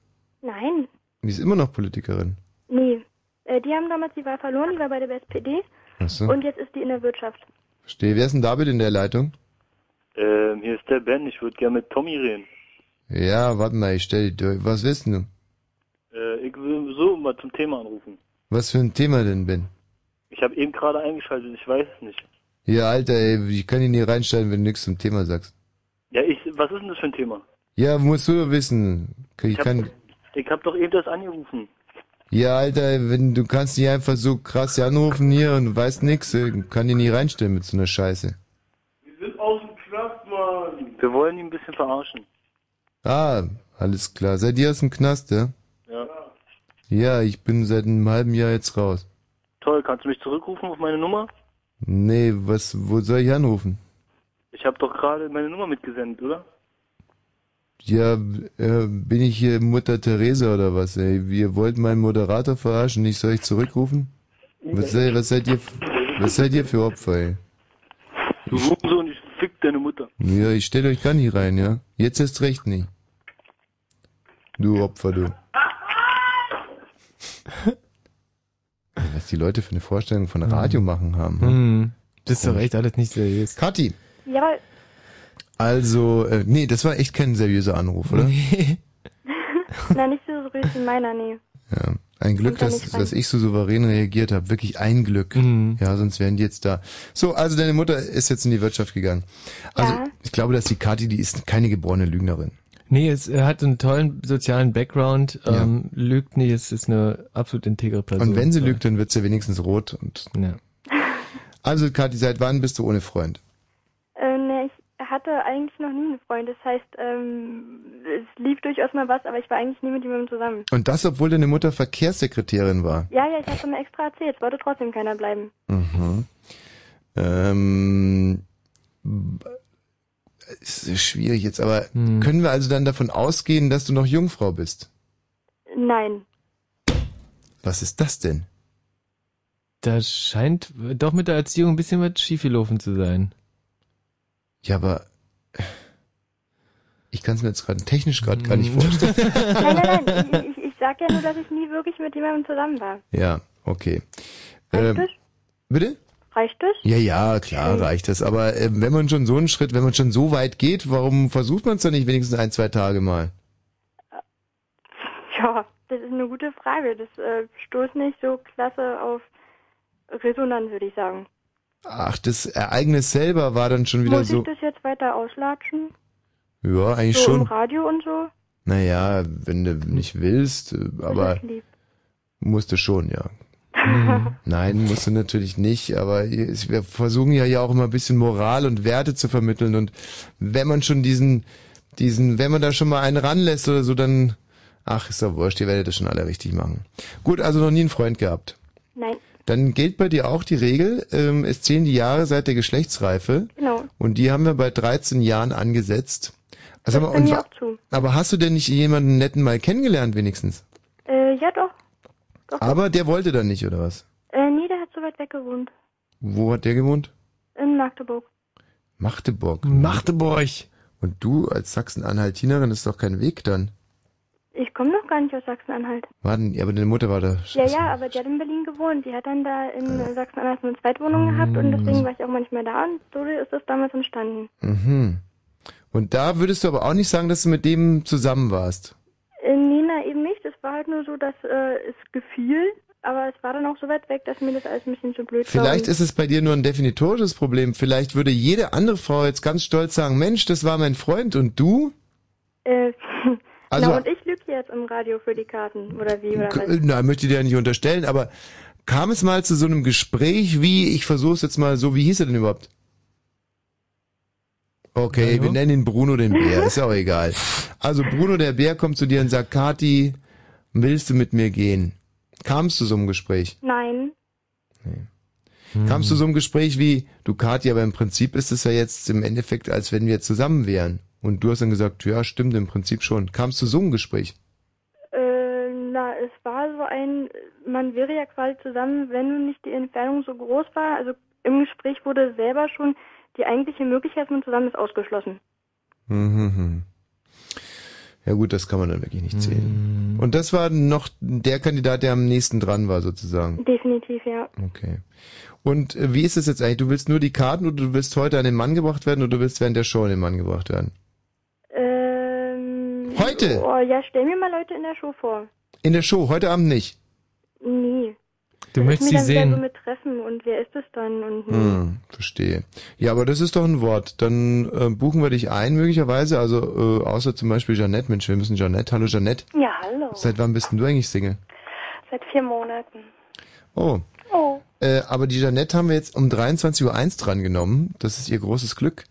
Speaker 21: Nein,
Speaker 5: Die ist immer noch Politikerin.
Speaker 21: nee. Äh, die haben damals die Wahl verloren, die war bei der SPD
Speaker 5: Ach so.
Speaker 21: und jetzt ist die in der Wirtschaft.
Speaker 5: Verstehe. Wer ist denn da bitte in der Leitung?
Speaker 20: Ähm, hier ist der Ben, ich würde gerne mit Tommy reden.
Speaker 5: Ja, warte mal, ich stell die durch. Was willst denn du?
Speaker 20: Äh, ich will so mal zum Thema anrufen.
Speaker 5: Was für ein Thema denn, Ben?
Speaker 20: Ich habe eben gerade eingeschaltet, ich weiß es nicht.
Speaker 5: Ja, Alter, ey, ich kann ihn nicht reinstellen, wenn du nichts zum Thema sagst.
Speaker 20: Ja, ich, was ist denn das für ein Thema?
Speaker 5: Ja, musst du doch wissen. Ich,
Speaker 20: Ich hab-
Speaker 5: kann,
Speaker 20: Ich habe doch eben das angerufen.
Speaker 5: ja, Alter, ey, wenn du kannst nicht einfach so krass hier anrufen hier und du weißt nix, ey, kann ihn nicht reinstellen mit so einer Scheiße.
Speaker 20: Wir sind aus dem Knast, Mann. Wir wollen ihn ein bisschen verarschen.
Speaker 5: Ah, alles klar. Seid ihr aus dem Knast, ja?
Speaker 20: Ja.
Speaker 5: Ja, ich bin seit einem halben Jahr jetzt raus.
Speaker 20: Toll, kannst du mich zurückrufen auf meine Nummer?
Speaker 5: Nee, was, wo soll ich anrufen?
Speaker 20: Ich habe doch gerade meine Nummer mitgesendet, oder?
Speaker 5: Ja, äh, bin ich hier Mutter Teresa oder was, ey? Ihr wollt meinen Moderator verarschen, ich soll euch zurückrufen? Was, seid- was seid ihr, was seid ihr für Opfer, ey?
Speaker 20: Du Hurensohn, ich fick deine Mutter.
Speaker 5: Ja, ich stell euch gar nicht rein, ja? Jetzt erst recht nicht. Du Opfer, du. Was die Leute für eine Vorstellung von Radio machen haben.
Speaker 6: Hm.
Speaker 5: Das
Speaker 6: ist doch echt
Speaker 5: alles nicht seriös. Kathi,
Speaker 21: Jawohl.
Speaker 5: also, äh, nee, das war echt kein seriöser Anruf, oder?
Speaker 21: Na, nicht so seriös wie meiner, nee.
Speaker 5: Ja. Ein Glück,
Speaker 21: Kommt da
Speaker 5: dass,
Speaker 21: nicht rein.
Speaker 5: dass ich so souverän reagiert habe. Wirklich ein Glück. Ja, sonst wären die jetzt da. So, also deine Mutter ist jetzt in die Wirtschaft gegangen. Also
Speaker 6: Ja.
Speaker 5: ich glaube, dass die Kathi, die ist keine geborene Lügnerin.
Speaker 6: Nee, es äh, hat einen tollen sozialen Background, ähm, lügt nicht, es ist eine absolut integre Person.
Speaker 5: und wenn
Speaker 6: Also
Speaker 5: sie
Speaker 6: So.
Speaker 5: lügt, dann wird sie wenigstens rot. Und Also Kathi, seit wann bist du ohne Freund?
Speaker 21: Äh, ne, ich hatte eigentlich noch nie einen Freund. Das heißt, ähm, es lief durchaus mal was, aber ich war eigentlich nie mit jemandem zusammen.
Speaker 5: Und das, obwohl deine Mutter Verkehrssekretärin war.
Speaker 21: Ja, ja, ich hab's immer extra erzählt. Es wollte trotzdem keiner bleiben.
Speaker 5: Mhm. Ähm, es ist schwierig jetzt, aber können wir also dann davon ausgehen, dass du noch Jungfrau bist?
Speaker 21: Nein.
Speaker 5: Was ist das denn?
Speaker 6: Da scheint äh, doch mit der Erziehung ein bisschen was schiefgelaufen zu sein.
Speaker 5: Ja, aber ich kann es mir jetzt gerade technisch gerade gar nicht vorstellen.
Speaker 21: Nein, nein, nein. Ich, ich, ich sag ja nur, dass ich nie wirklich mit jemandem zusammen war.
Speaker 5: ja, okay. Ähm,
Speaker 21: Richtig?
Speaker 5: bitte?
Speaker 21: Reicht das?
Speaker 5: Ja, ja, klar reicht das. Aber ähm, wenn man schon so einen Schritt, wenn man schon so weit geht, warum versucht man es dann nicht wenigstens ein, zwei Tage mal?
Speaker 21: Ja, das ist eine gute Frage. Das äh, stoßt nicht so klasse auf Resonanz, würde ich sagen.
Speaker 5: Ach, das Ereignis selber war dann schon wieder
Speaker 21: Muss
Speaker 5: so.
Speaker 21: ich das jetzt weiter auslatschen?
Speaker 5: Ja, eigentlich
Speaker 21: so im
Speaker 5: schon.
Speaker 21: Radio und so?
Speaker 5: Naja, wenn du nicht willst, äh, aber
Speaker 21: Das ist lieb.
Speaker 5: musst du schon, ja. Mhm. Nein, musst du natürlich nicht, aber es- wir versuchen ja ja auch immer ein bisschen Moral und Werte zu vermitteln und wenn man schon diesen, diesen, wenn man da schon mal einen ranlässt oder so, dann, ach, ist doch wurscht, ihr werdet das schon alle richtig machen. Gut, also noch nie einen Freund gehabt.
Speaker 21: Nein.
Speaker 5: Dann gilt bei dir auch die Regel, ähm, es zählen die Jahre seit der Geschlechtsreife.
Speaker 21: Genau.
Speaker 5: Und die haben wir bei 13 Jahren angesetzt. Also,
Speaker 21: Das
Speaker 5: aber,
Speaker 21: bin
Speaker 5: und,
Speaker 21: ich
Speaker 5: wa-
Speaker 21: auch zu.
Speaker 5: aber hast du denn nicht jemanden netten mal kennengelernt wenigstens?
Speaker 21: Äh, ja doch.
Speaker 5: Aber der wollte dann nicht, oder was?
Speaker 21: Äh, nee, der hat so weit weg gewohnt.
Speaker 5: Wo hat der gewohnt?
Speaker 21: In Magdeburg.
Speaker 5: Magdeburg. Magdeburg. Und du als Sachsen-Anhaltinerin ist doch kein Weg dann.
Speaker 21: Ich komme noch gar nicht aus Sachsen-Anhalt.
Speaker 5: Warten, aber deine Mutter war da.
Speaker 21: Ja, ja, aber die hat in Berlin gewohnt. Die hat dann da in äh, Sachsen-Anhalt eine Zweitwohnung gehabt und deswegen war ich auch manchmal da und so ist das damals entstanden.
Speaker 5: Mhm. Und da würdest du aber auch nicht sagen, dass du mit dem zusammen warst.
Speaker 21: Äh, nee, na eben nicht. Es war halt nur so, dass äh, es gefiel, aber es war dann auch so weit weg, dass mir das alles ein bisschen zu blöd war.
Speaker 5: Vielleicht
Speaker 21: Und-
Speaker 5: ist es bei dir nur ein definitorisches Problem. Vielleicht würde jede andere Frau jetzt ganz stolz sagen, Mensch, das war mein Freund und du?
Speaker 21: Äh,
Speaker 5: Also-
Speaker 21: na, und ich lüge jetzt im Radio für die Karten, oder wie? Oder
Speaker 5: K-
Speaker 21: was?
Speaker 5: Na, möchte dir ja nicht unterstellen, aber kam es mal zu so einem Gespräch wie, ich versuch's jetzt mal so, wie hieß er denn überhaupt? Okay, wir nennen ihn Bruno den Bär, ist ja auch egal. Also Bruno der Bär kommt zu dir und sagt, Kati, willst du mit mir gehen? Kamst du so einem Gespräch?
Speaker 21: Nein.
Speaker 5: Kamst du so einem Gespräch wie, du Kati, aber im Prinzip ist es ja jetzt im Endeffekt, als wenn wir zusammen wären. Und du hast dann gesagt, ja, stimmt, im Prinzip schon. Kamst du so einem Gespräch?
Speaker 21: Äh, na, es war so ein, man wäre ja quasi zusammen, wenn nicht die Entfernung so groß war. Also im Gespräch wurde selber schon die eigentliche Möglichkeit, dass man zusammen ist, ausgeschlossen.
Speaker 5: Mhm. Ja gut, das kann man dann wirklich nicht zählen. Und das war noch der Kandidat, der am nächsten dran war sozusagen.
Speaker 16: Definitiv, ja.
Speaker 5: Okay. Und äh, wie ist es jetzt eigentlich? Du willst nur die Karten oder du willst heute an den Mann gebracht werden oder du willst während der Show an den Mann gebracht werden?
Speaker 16: Ähm,
Speaker 5: Heute?
Speaker 16: Oh, ja, stell mir mal Leute in der Show vor.
Speaker 5: In der Show, heute Abend nicht.
Speaker 16: Nee.
Speaker 5: Du
Speaker 16: Dass
Speaker 5: möchtest
Speaker 16: ich mich
Speaker 5: sie
Speaker 16: dann
Speaker 5: sehen.
Speaker 16: wieder so mit treffen und wer ist es dann? Und
Speaker 5: Hm, verstehe. Ja, aber das ist doch ein Wort. Dann äh, buchen wir dich ein möglicherweise. Also äh, außer zum Beispiel Janette. Mensch, wir müssen Janette. Hallo Janette.
Speaker 22: Ja, hallo.
Speaker 5: Seit wann bist denn du eigentlich Single?
Speaker 22: Seit vier Monaten.
Speaker 5: Oh.
Speaker 22: Oh.
Speaker 5: Äh, aber die Janette haben wir jetzt um 23.01 Uhr dran genommen. Das ist ihr großes Glück.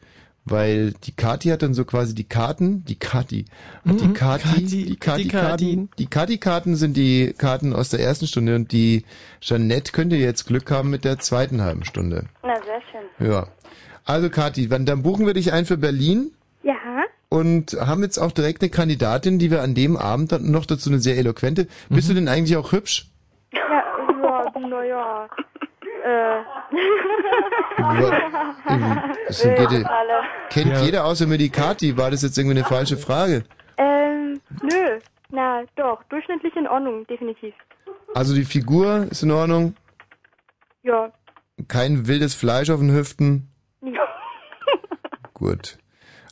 Speaker 5: Weil die Kati hat dann so quasi die Karten, die Kati, hat die Mhm. Kati, die Kati,
Speaker 6: die
Speaker 5: Karten, die Kati Karten sind die Karten aus der ersten Stunde und die Janette könnte jetzt Glück haben mit der zweiten halben Stunde.
Speaker 22: Na, sehr schön.
Speaker 5: Ja. Also Kati, wann- dann buchen wir dich ein für Berlin
Speaker 16: Ja.
Speaker 5: und haben jetzt auch direkt eine Kandidatin, die wir an dem Abend dann noch dazu eine sehr eloquente. Bist du denn eigentlich auch hübsch?
Speaker 16: Ja, ja, na ja. Äh.
Speaker 5: Mhm. Das sind jede,
Speaker 16: Alle.
Speaker 5: kennt jeder außer mir die Kati. War das jetzt irgendwie eine falsche Frage?
Speaker 16: Ähm, nö. Na, doch. Durchschnittlich in Ordnung, definitiv.
Speaker 5: Also die Figur ist in Ordnung,
Speaker 16: Ja.
Speaker 5: kein wildes Fleisch auf den Hüften.
Speaker 16: ja.
Speaker 5: Gut.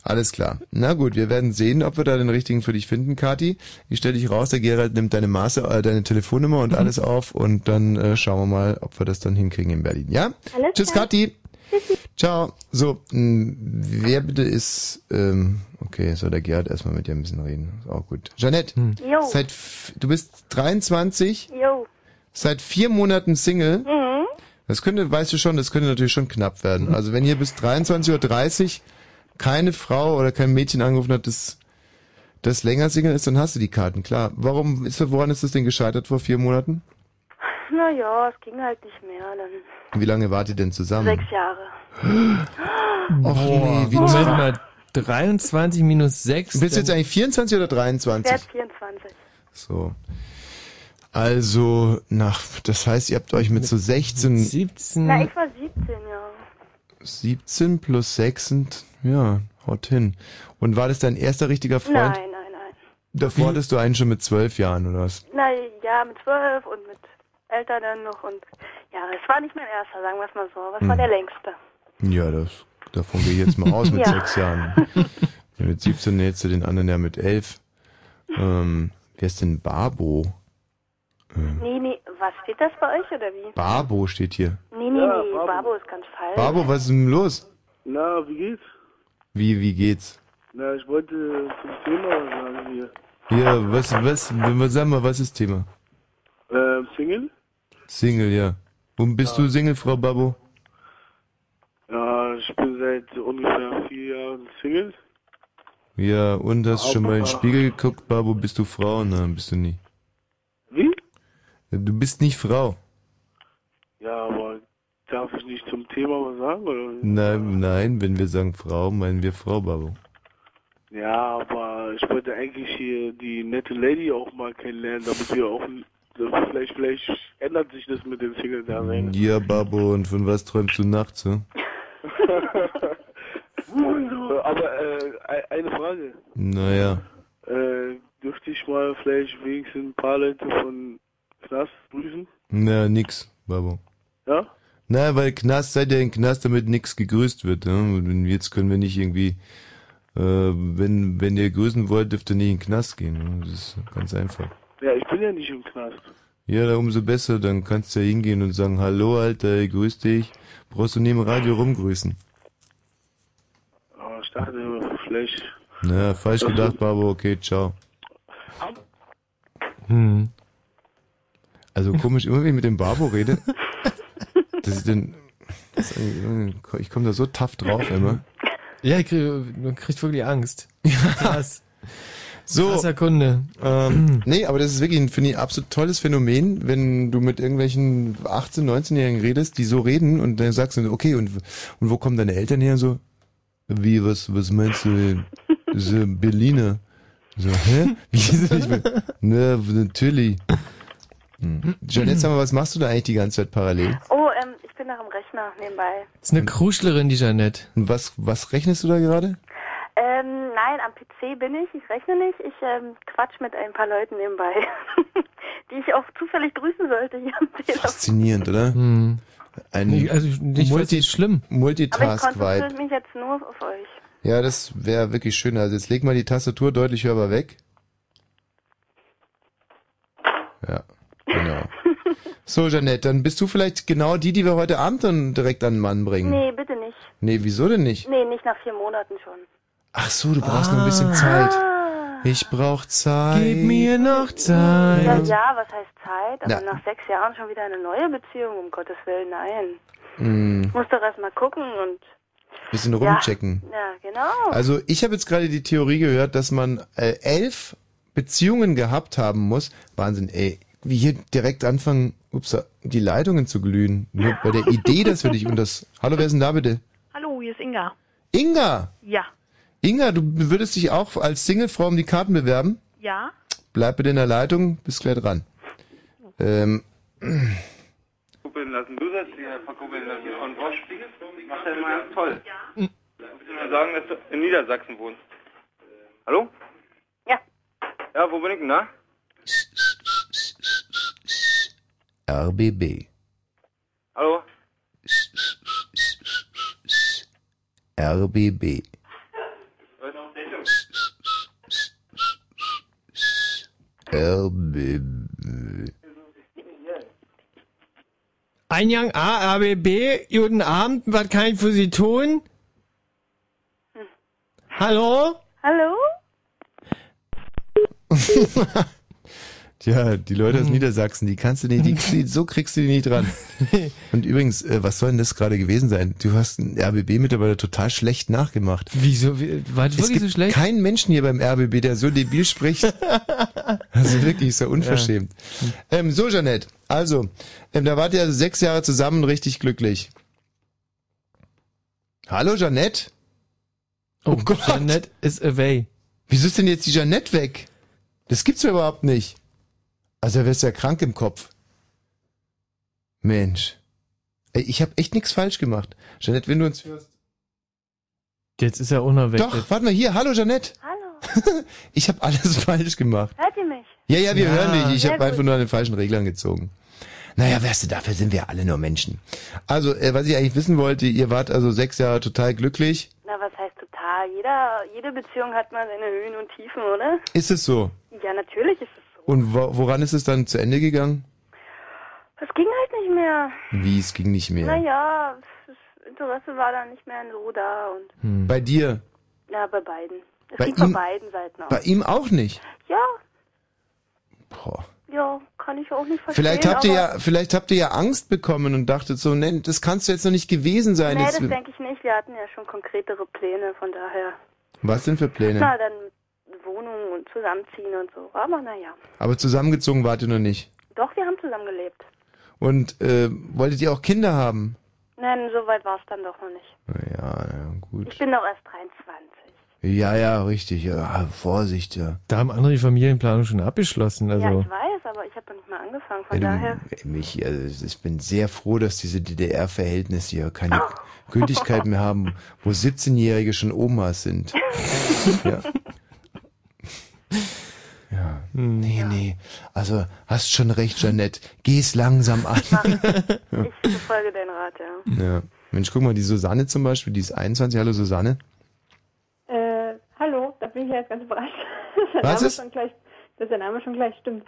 Speaker 5: Alles klar. Na gut, wir werden sehen, ob wir da den richtigen für dich finden, Kati. Ich stelle dich raus, der Gerald nimmt deine Maße, äh, deine Telefonnummer und alles auf und dann äh, schauen wir mal, ob wir das dann hinkriegen in Berlin, ja?
Speaker 16: Alles
Speaker 5: Tschüss,
Speaker 16: klar.
Speaker 5: Kathi. Ciao. So, mh, wer bitte ist, ähm, okay, soll der Gerhard erstmal mit dir ein bisschen reden. Ist auch gut. Jeanette,
Speaker 22: Hm. Jo.
Speaker 5: seit, f- du bist 23,
Speaker 22: Jo.
Speaker 5: seit vier Monaten Single.
Speaker 22: Mhm.
Speaker 5: Das könnte, weißt du schon, das könnte natürlich schon knapp werden. Also wenn hier bis 23.30 Uhr keine Frau oder kein Mädchen angerufen hat, das, das länger Single ist, dann hast du die Karten, klar. Warum ist, woran ist das denn gescheitert vor vier Monaten?
Speaker 22: Na ja, es ging halt nicht mehr. Dann
Speaker 5: Wie lange wart ihr denn zusammen?
Speaker 22: sechs Jahre.
Speaker 5: Boah,
Speaker 6: Boah,
Speaker 5: nee,
Speaker 22: Oh.
Speaker 5: wie
Speaker 6: Moment
Speaker 5: zwar-
Speaker 6: mal, 23 minus 6.
Speaker 5: Bist du jetzt eigentlich 24 oder 23?
Speaker 22: Wert 24.
Speaker 5: So. Also, nach, das heißt, ihr habt euch mit so 16,
Speaker 22: Na,
Speaker 5: 17,
Speaker 22: ich war 17, ja.
Speaker 5: 17 plus 6 sind, ja, haut hin. Und war das dein erster richtiger Freund?
Speaker 22: Nein, nein, nein.
Speaker 5: Davor hattest du einen schon mit 12 Jahren oder was?
Speaker 22: Na ja, mit 12 und mit älter dann noch. Und ja, es war nicht mein erster, sagen wir es mal so. Aber es war
Speaker 5: Mhm.
Speaker 22: der längste.
Speaker 5: Ja, das, davon gehe ich jetzt mal aus mit
Speaker 22: Ja.
Speaker 5: sechs Jahren. Ja, mit 17 jetzt den anderen ja mit 11. Ähm, wer ist denn Barbo? Ähm,
Speaker 22: Nee, nee, was steht das bei euch oder wie?
Speaker 5: Barbo steht hier.
Speaker 22: Nee, nee,
Speaker 20: Ja,
Speaker 22: nee,
Speaker 20: Babo.
Speaker 22: Babo. ist ganz falsch.
Speaker 5: Barbo, was ist denn los?
Speaker 20: Na, wie geht's?
Speaker 5: Wie, wie geht's?
Speaker 20: Na, ich wollte zum Thema was sagen hier.
Speaker 5: Ja, was, was, was, sag mal, was ist Thema?
Speaker 20: Ähm, Single?
Speaker 5: Single, ja. Und bist du Single, Frau Barbo?
Speaker 20: Ja, ich bin seit ungefähr vier Jahren Single.
Speaker 5: Ja, und hast schon mal in den Spiegel geguckt, Barbo, bist du Frau? Nein, bist du nicht.
Speaker 20: Wie?
Speaker 5: Ja, Du bist nicht Frau.
Speaker 20: Ja, aber darf ich nicht zum Thema was sagen oder wie?
Speaker 5: Nein, nein, wenn wir sagen Frau, meinen wir Frau, Barbo.
Speaker 20: Ja, aber ich wollte eigentlich hier die nette Lady auch mal kennenlernen, damit wir auch vielleicht vielleicht ändert sich das mit dem Single dasein.
Speaker 5: Ja, Babo, und von was träumst du nachts? Hm?
Speaker 20: aber äh, e- eine Frage.
Speaker 5: Naja,
Speaker 20: Äh, dürfte ich mal vielleicht wenigstens ein paar Leute von Knast grüßen?
Speaker 5: na, nix, Babo.
Speaker 20: Ja?
Speaker 5: Na, weil Knast seid ihr in Knast, damit nix gegrüßt wird. Hm? Und Jetzt können wir nicht irgendwie, äh, wenn, wenn ihr grüßen wollt, dürft ihr nicht in den Knast gehen. Hm? Das ist ganz einfach.
Speaker 20: Ja, ich bin ja nicht im Knast.
Speaker 5: Ja, da umso besser, dann kannst du ja hingehen und sagen, hallo Alter, grüß dich. Brauchst du neben dem Radio rumgrüßen.
Speaker 20: Aber ich dachte, vielleicht.
Speaker 5: Na, falsch gedacht, Babo, okay, ciao.
Speaker 6: Hm.
Speaker 5: Also komisch, immer wenn ich mit dem Babo rede, dass ich denn, das ist irgendwie- ich komme da so tough drauf immer.
Speaker 6: Ja, ich krieg, man kriegt wirklich Angst. Krass.
Speaker 5: So.
Speaker 6: Krasser Kunde.
Speaker 5: Ähm, nee, aber das ist wirklich ein, finde ich, absolut tolles Phänomen, wenn du mit irgendwelchen 18-, 19-Jährigen redest, die so reden und dann sagst du, okay, und, und wo kommen deine Eltern her? So, wie, was, was meinst du? Diese Berliner. So, hä? Wie ist das? Ich bin, ne, natürlich. Hm. Janette, sag mal, was machst du da eigentlich die ganze Zeit parallel?
Speaker 22: Oh, ähm, ich bin noch am Rechner nebenbei.
Speaker 6: ist eine Kruschlerin, die Janette.
Speaker 5: Und was, was rechnest du da gerade?
Speaker 22: Ähm, nein, nein, am PC bin ich. Ich rechne nicht. Ich ähm, quatsch mit ein paar Leuten nebenbei, die ich auch zufällig grüßen sollte hier am Telefon.
Speaker 5: Faszinierend, oder? Ein
Speaker 6: Hm. Nee, also ich- ich find's nicht schlimm.
Speaker 22: Aber ich
Speaker 5: Multitask-Vibe.
Speaker 22: konzentriere mich jetzt nur auf euch.
Speaker 5: Ja, das wäre wirklich schön. Also jetzt leg mal die Tastatur deutlich hörbar weg. Ja, genau. So, Jeanette, dann bist du vielleicht genau die, die wir heute Abend dann direkt an den Mann bringen.
Speaker 22: Nee, bitte nicht.
Speaker 5: Nee, wieso denn nicht?
Speaker 22: Nee, nicht nach vier Monaten schon.
Speaker 5: Ach so, du brauchst noch
Speaker 22: Ah.
Speaker 5: ein bisschen Zeit. Ich brauch Zeit. Ah. Gib mir noch Zeit.
Speaker 22: Ja, Äh, ja, was heißt Zeit? Aber
Speaker 5: Na.
Speaker 22: nach sechs Jahren schon wieder eine neue Beziehung, um Gottes Willen, nein.
Speaker 5: Mm,
Speaker 22: Ich muss doch erst mal gucken und.
Speaker 5: bisschen rumchecken.
Speaker 22: Ja, ja genau.
Speaker 5: Also ich habe jetzt gerade die Theorie gehört, dass man äh, elf Beziehungen gehabt haben muss. Wahnsinn, ey. Wie hier direkt anfangen, ups, die Leitungen zu glühen. Nur bei der Idee, dass wir dich und das... Hallo, wer ist denn da bitte?
Speaker 7: Hallo, hier ist Inga.
Speaker 5: Inga!
Speaker 7: Ja.
Speaker 5: Inga, du würdest dich auch als Singlefrau um die Karten bewerben?
Speaker 7: Ja?
Speaker 5: Bleib bitte in der Leitung, bist gleich dran. Ähm,
Speaker 9: Kuppeln lassen. Du sollst dich einfach kuppeln lassen. Von Bosch. Macht er immer ganz toll. Ja. Ich will nur sagen, dass du in Niedersachsen wohnst. Hallo?
Speaker 22: Ja.
Speaker 9: Ja, wo bin ich denn da?
Speaker 5: RBB.
Speaker 9: Hallo?
Speaker 5: RBB. RBB.
Speaker 2: Einjang A, ABB, guten Abend, was kann ich für Sie tun? Hallo?
Speaker 22: Hallo?
Speaker 5: Tja, die Leute aus Niedersachsen, die kannst du nicht, die, die, so kriegst du die nicht dran. Und übrigens, äh, was soll denn das gerade gewesen sein? Du hast einen RBB-Mitarbeiter total schlecht nachgemacht.
Speaker 6: Wieso? Wie- War das
Speaker 5: Es
Speaker 6: wirklich
Speaker 5: gibt
Speaker 6: so schlecht?
Speaker 5: keinen Menschen hier beim RBB, der so debil spricht. Also wirklich, so unverschämt. Ähm, so, Jeanette, also, ähm, da wart ihr also sechs Jahre zusammen richtig glücklich. Hallo, Jeanette? Oh, Gott. Jeanette
Speaker 6: ist away.
Speaker 5: Wieso ist denn jetzt die Jeanette weg? Das gibt's ja überhaupt nicht. Also, da wärst du ja krank im Kopf. Mensch. Ey, ich habe echt nichts falsch gemacht. Jeanette, wenn du uns hörst.
Speaker 6: Jetzt ist er unerweckt.
Speaker 5: Doch, warte mal hier. Hallo, Jeanette. Hallo. ich habe alles falsch gemacht.
Speaker 22: Hört ihr mich?
Speaker 5: Ja, ja, wir
Speaker 22: Ja.
Speaker 5: hören dich. Ich
Speaker 22: Sehr
Speaker 5: habe
Speaker 22: gut.
Speaker 5: einfach nur an den falschen Reglern gezogen. Naja, weißt du, dafür sind wir alle nur Menschen. Also, äh, was ich eigentlich wissen wollte, ihr wart also sechs Jahre total glücklich.
Speaker 22: Na, was heißt total? Jeder, jede Beziehung hat mal seine Höhen und Tiefen, oder?
Speaker 5: Ist es so?
Speaker 22: Ja, natürlich ist es.
Speaker 5: Und wo, woran ist es dann zu Ende gegangen?
Speaker 22: Es ging halt nicht mehr.
Speaker 5: Wie, es ging nicht mehr.
Speaker 22: Naja, das Interesse war dann nicht mehr so da und
Speaker 5: Hm. Bei dir?
Speaker 22: na, bei beiden. Es
Speaker 5: Bei
Speaker 22: ging
Speaker 5: ihm-
Speaker 22: bei beiden Seiten aus.
Speaker 5: Bei ihm auch nicht?
Speaker 22: Ja,
Speaker 5: Boah.
Speaker 22: ja, kann ich auch nicht verstehen.
Speaker 5: Vielleicht habt ihr
Speaker 22: aber-
Speaker 5: ja, vielleicht habt ihr ja Angst bekommen und dachtet so, nee, das kannst du jetzt noch nicht gewesen sein.
Speaker 22: Nee,
Speaker 5: jetzt,
Speaker 22: das denke ich nicht. Wir hatten ja schon konkretere Pläne, von daher.
Speaker 5: was denn für Pläne?
Speaker 22: Na, dann Wohnung und zusammenziehen und so. Aber naja.
Speaker 5: Aber zusammengezogen wart ihr noch nicht.
Speaker 22: Doch, wir haben zusammen gelebt.
Speaker 5: Und äh, wolltet ihr auch Kinder haben?
Speaker 22: Nein, so weit war es dann doch noch nicht.
Speaker 5: Ja, ja, gut.
Speaker 22: Ich bin doch erst 23.
Speaker 5: Ja, ja, richtig. Ja, Vorsicht, ja.
Speaker 6: Da haben andere die Familienplanung schon abgeschlossen. Also.
Speaker 22: Ja, ich weiß, aber ich habe doch nicht mal angefangen. Von
Speaker 5: Ja,
Speaker 22: daher.
Speaker 5: du, mich, also ich bin sehr froh, dass diese DDR-Verhältnisse hier keine Gültigkeit mehr haben, wo 17-Jährige schon Omas sind. ja. ja.
Speaker 6: Hm.
Speaker 5: Nee, nee. Also hast schon recht, Jeanette. Geh's langsam an.
Speaker 22: Ich befolge deinen Rat, ja.
Speaker 5: ja. Mensch, guck mal, die Susanne zum Beispiel, die ist 21. Hallo Susanne.
Speaker 23: Äh, hallo, da bin ich ja jetzt ganz überrascht, dass der
Speaker 5: Was
Speaker 23: Name
Speaker 5: ist?
Speaker 23: schon gleich, dass der Name schon gleich stimmt.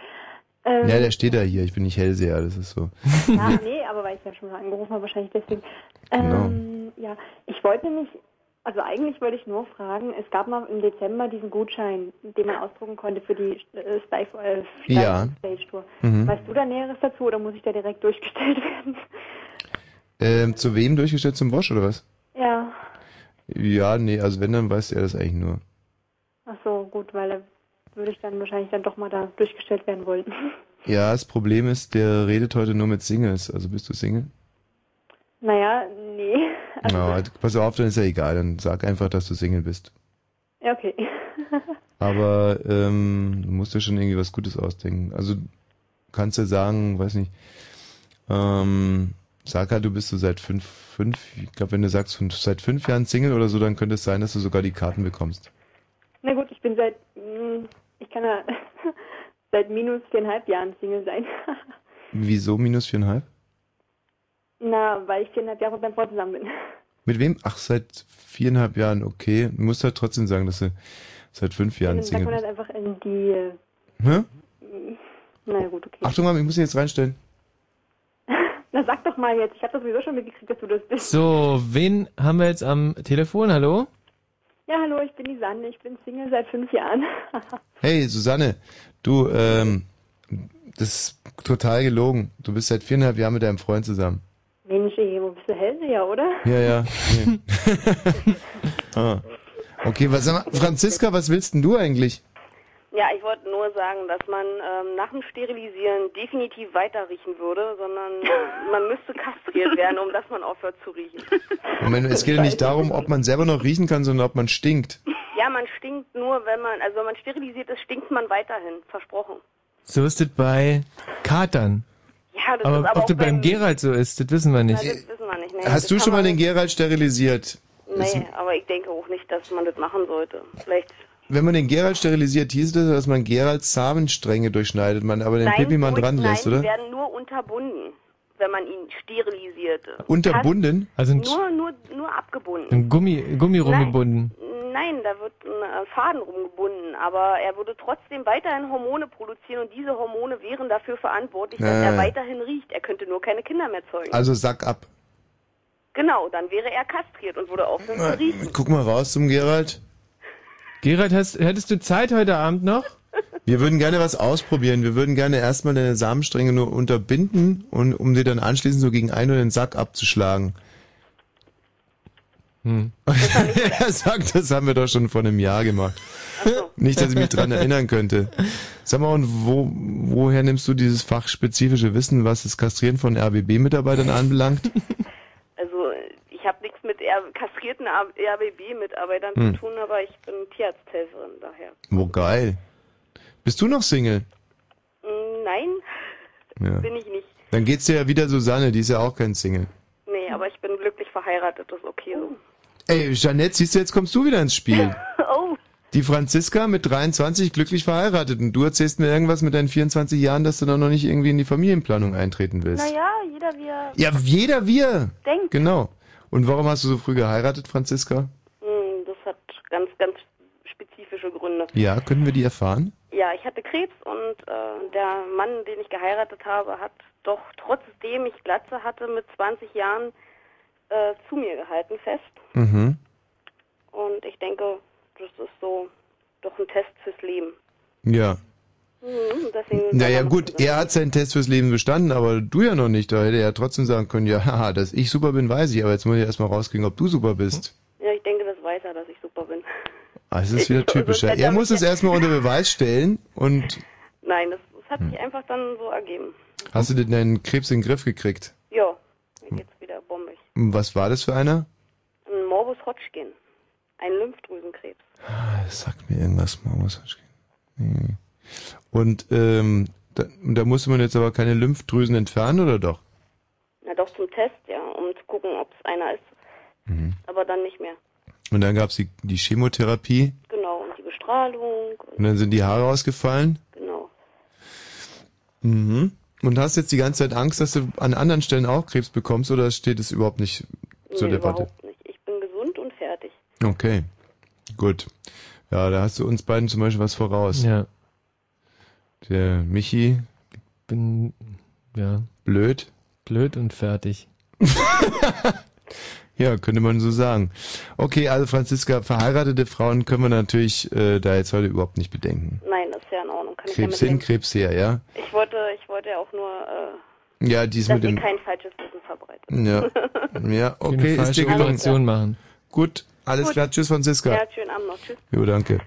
Speaker 23: Ähm,
Speaker 5: Ja, der steht da hier. Ich bin nicht Hellseher, das ist so.
Speaker 23: ja, nee, aber weil ich ja schon mal angerufen habe, wahrscheinlich deswegen.
Speaker 5: Genau.
Speaker 23: Ähm, Ja, ich wollte nämlich, also eigentlich wollte ich nur fragen, es gab mal im Dezember diesen Gutschein, den man ausdrucken konnte für die äh, Stife, äh, Stife
Speaker 5: Ja.
Speaker 23: Stage Tour.
Speaker 5: Mhm.
Speaker 23: Weißt du da Näheres dazu oder muss ich da direkt durchgestellt werden?
Speaker 5: Ähm, zu wem durchgestellt? Zum Bosch oder was?
Speaker 23: ja,
Speaker 5: Ja, nee, also wenn, dann weiß er das eigentlich nur.
Speaker 23: ach so, gut, weil da würde ich dann wahrscheinlich dann doch mal da durchgestellt werden wollen.
Speaker 5: Ja, das Problem ist, der redet heute nur mit Singles. Also bist du Single?
Speaker 23: naja, nee. Also,
Speaker 5: Ja, halt, pass auf, dann ist ja egal. Dann sag einfach, dass du Single bist.
Speaker 23: ja, okay.
Speaker 5: Aber ähm, du musst dir schon irgendwie was Gutes ausdenken. Also du kannst ja sagen, weiß nicht, ähm, sag halt, du bist so seit fünf, fünf, ich glaube, wenn du sagst, fünf, seit fünf Jahren Single oder so, dann könnte es sein, dass du sogar die Karten bekommst.
Speaker 23: bin seit, mm, ich kann ja seit minus viereinhalb Jahren Single sein.
Speaker 5: Wieso minus viereinhalb?
Speaker 23: Na, weil ich viereinhalb Jahre beim Freund zusammen bin.
Speaker 5: Mit wem? Ach, seit viereinhalb Jahren, okay. Du musst halt trotzdem sagen, dass du seit fünf Jahren
Speaker 23: Sagt man
Speaker 5: Single
Speaker 23: das halt einfach in die, mm,
Speaker 5: bist. Hä?
Speaker 23: na ja, gut, okay.
Speaker 5: Achtung mal, ich muss ihn jetzt reinstellen.
Speaker 23: Na sag doch mal jetzt, ich habe das sowieso schon mitgekriegt, dass du das bist.
Speaker 6: So, wen haben wir jetzt am Telefon? Hallo?
Speaker 23: Ja, hallo, ich bin die Sanne, ich bin Single seit fünf Jahren.
Speaker 5: Hey, Susanne, du, ähm, das ist total gelogen. Du bist seit viereinhalb Jahren mit deinem Freund zusammen.
Speaker 23: Mensch, ey, wo bist du hellseher, oder?
Speaker 5: Ja, ja. Nee. ah. Okay, was, sag mal, Franziska, was willst denn du eigentlich?
Speaker 7: Ja, ich wollte nur sagen, dass man ähm, nach dem Sterilisieren definitiv weiter riechen würde, sondern äh, man müsste kastriert werden, um dass man aufhört zu riechen.
Speaker 5: Moment, es geht ja nicht darum, ob man selber noch riechen kann, sondern ob man stinkt.
Speaker 7: Ja, man stinkt nur, wenn man, also wenn man sterilisiert ist, stinkt man weiterhin, versprochen.
Speaker 6: So ist das bei Katern.
Speaker 7: Ja, das ist
Speaker 6: Aber
Speaker 7: aber
Speaker 6: ob
Speaker 7: auch
Speaker 6: das beim Gerald so ist, das wissen wir
Speaker 7: Na,
Speaker 6: nicht.
Speaker 7: das wissen wir nicht. Nee, das
Speaker 5: Hast du
Speaker 7: kann
Speaker 5: schon mal
Speaker 7: man
Speaker 5: den Gerald sterilisiert?
Speaker 7: nicht. Nee, aber ich denke auch nicht, dass man das machen sollte. Vielleicht
Speaker 5: Wenn man den Gerald sterilisiert, hieß das, dass man Geralds Samenstränge durchschneidet, man aber den
Speaker 7: nein,
Speaker 5: Pipimann
Speaker 7: und
Speaker 5: dran lässt,
Speaker 7: nein,
Speaker 5: oder?
Speaker 7: die werden nur unterbunden, wenn man ihn sterilisiert.
Speaker 5: Unterbunden?
Speaker 6: Also ein,
Speaker 7: Nur, nur, nur abgebunden.
Speaker 6: ein Gummi, Gummi rumgebunden.
Speaker 7: Nein, da wird ein äh, Faden rumgebunden, aber er würde trotzdem weiterhin Hormone produzieren und diese Hormone wären dafür verantwortlich, dass
Speaker 5: Äh.
Speaker 7: er weiterhin riecht. Er könnte nur keine Kinder mehr zeugen.
Speaker 5: Also Sack ab.
Speaker 7: genau, dann wäre er kastriert und würde aufhören zu riechen.
Speaker 5: Guck mal raus zum Gerald.
Speaker 6: Gerald, hast, hättest du Zeit heute Abend noch?
Speaker 5: Wir würden gerne was ausprobieren. Wir würden gerne erstmal deine Samenstränge nur unterbinden und um dir dann anschließend so gegen einen oder den Sack abzuschlagen. Hm. er sagt, das haben wir doch schon vor einem Jahr gemacht. Nicht, dass ich mich dran erinnern könnte. Sag mal, und wo, woher nimmst du dieses fachspezifische Wissen, was das Kastrieren von RBB-Mitarbeitern anbelangt?
Speaker 7: Also ich habe nichts mit R kastrierten RBB-Mitarbeitern
Speaker 5: Hm.
Speaker 7: zu tun, aber ich bin Tierarzthelferin daher.
Speaker 5: Wo geil. Bist du noch Single?
Speaker 7: Mm, Nein,
Speaker 5: Ja.
Speaker 7: bin ich nicht.
Speaker 5: Dann geht's dir ja wieder Susanne, die ist ja auch kein Single.
Speaker 7: Nee, aber ich bin glücklich verheiratet, das ist okay so.
Speaker 5: Ey, Jeanette, siehst du, jetzt kommst du wieder ins Spiel.
Speaker 7: Oh,
Speaker 5: Die Franziska mit 23 glücklich verheiratet und du erzählst mir irgendwas mit deinen 24 Jahren, dass du da noch nicht irgendwie in die Familienplanung eintreten willst.
Speaker 22: Naja, jeder wie er
Speaker 5: Ja, jeder wir.
Speaker 22: denkt.
Speaker 5: Genau. Und warum hast du so früh geheiratet, Franziska?
Speaker 7: Hm, das hat ganz, ganz spezifische Gründe.
Speaker 5: Ja, können wir die erfahren?
Speaker 7: Ja, ich hatte Krebs und äh, der Mann, den ich geheiratet habe, hat doch trotzdem ich Glatze hatte mit 20 Jahren äh, zu mir gehalten fest.
Speaker 5: Mhm.
Speaker 7: Und ich denke, das ist so doch ein Test fürs Leben.
Speaker 5: Ja.
Speaker 7: Mhm, deswegen
Speaker 5: Naja, gut, er hat seinen Test fürs Leben bestanden, aber du ja noch nicht. Da hätte er ja trotzdem sagen können, ja, haha, dass ich super bin, weiß ich, aber jetzt muss ich erstmal rauskriegen, ob du super bist.
Speaker 7: ja, ich denke, das weiß er, dass ich super bin.
Speaker 5: Ah, es ist wieder typisch. Ja. Er muss es erstmal unter Beweis stellen und
Speaker 7: Nein, das,
Speaker 5: Hm.
Speaker 7: das hat sich einfach dann so ergeben.
Speaker 5: hast du denn deinen Krebs in den Griff gekriegt?
Speaker 7: Ja,
Speaker 5: Hm.
Speaker 7: mir geht's wieder bombig.
Speaker 5: Was war das für einer?
Speaker 7: Ein Morbus Hodgkin, ein Lymphdrüsenkrebs.
Speaker 5: Ah, Das sagt mir irgendwas, Morbus Hodgkin. Hm. Und ähm, da, und da musste man jetzt aber keine Lymphdrüsen entfernen, oder doch?
Speaker 7: Na doch zum Test, ja, um zu gucken, ob es einer ist.
Speaker 5: Mhm.
Speaker 7: Aber dann nicht mehr.
Speaker 5: Und dann gab's die, die Chemotherapie
Speaker 7: Genau, und die Bestrahlung,
Speaker 5: und dann sind die Haare ausgefallen.
Speaker 7: genau.
Speaker 5: Mhm. Und hast jetzt die ganze Zeit Angst, dass du an anderen Stellen auch Krebs bekommst, oder steht es überhaupt nicht zur
Speaker 7: Nee,
Speaker 5: Debatte?
Speaker 7: überhaupt nicht. Ich bin gesund und fertig.
Speaker 5: Okay, gut. Ja, da hast du uns beiden zum Beispiel was voraus.
Speaker 6: Ja.
Speaker 5: Der Michi.
Speaker 6: Bin, ja.
Speaker 5: Blöd.
Speaker 6: Blöd und fertig.
Speaker 5: Ja, könnte man so sagen. Okay, also Franziska, verheiratete Frauen können wir natürlich äh, da jetzt heute überhaupt nicht bedenken.
Speaker 7: Nein, das ist ja in Ordnung. Kann
Speaker 5: Krebs
Speaker 7: ich ja
Speaker 5: hin,
Speaker 7: mit
Speaker 5: Krebs her, ja?
Speaker 7: Ich wollte, ich wollte ja auch nur, äh,
Speaker 5: Ja, dies
Speaker 7: dass
Speaker 5: mit
Speaker 7: ihr
Speaker 5: dem...
Speaker 7: kein falsches Wissen verbreitet.
Speaker 5: Ja, ja okay,
Speaker 6: Keine
Speaker 5: ist
Speaker 6: falsche
Speaker 5: dir
Speaker 6: Operation machen.
Speaker 5: Gut, alles
Speaker 7: Gut.
Speaker 5: klar, tschüss Franziska.
Speaker 7: Ja, schönen Abend noch. Tschüss.
Speaker 5: Jo, danke.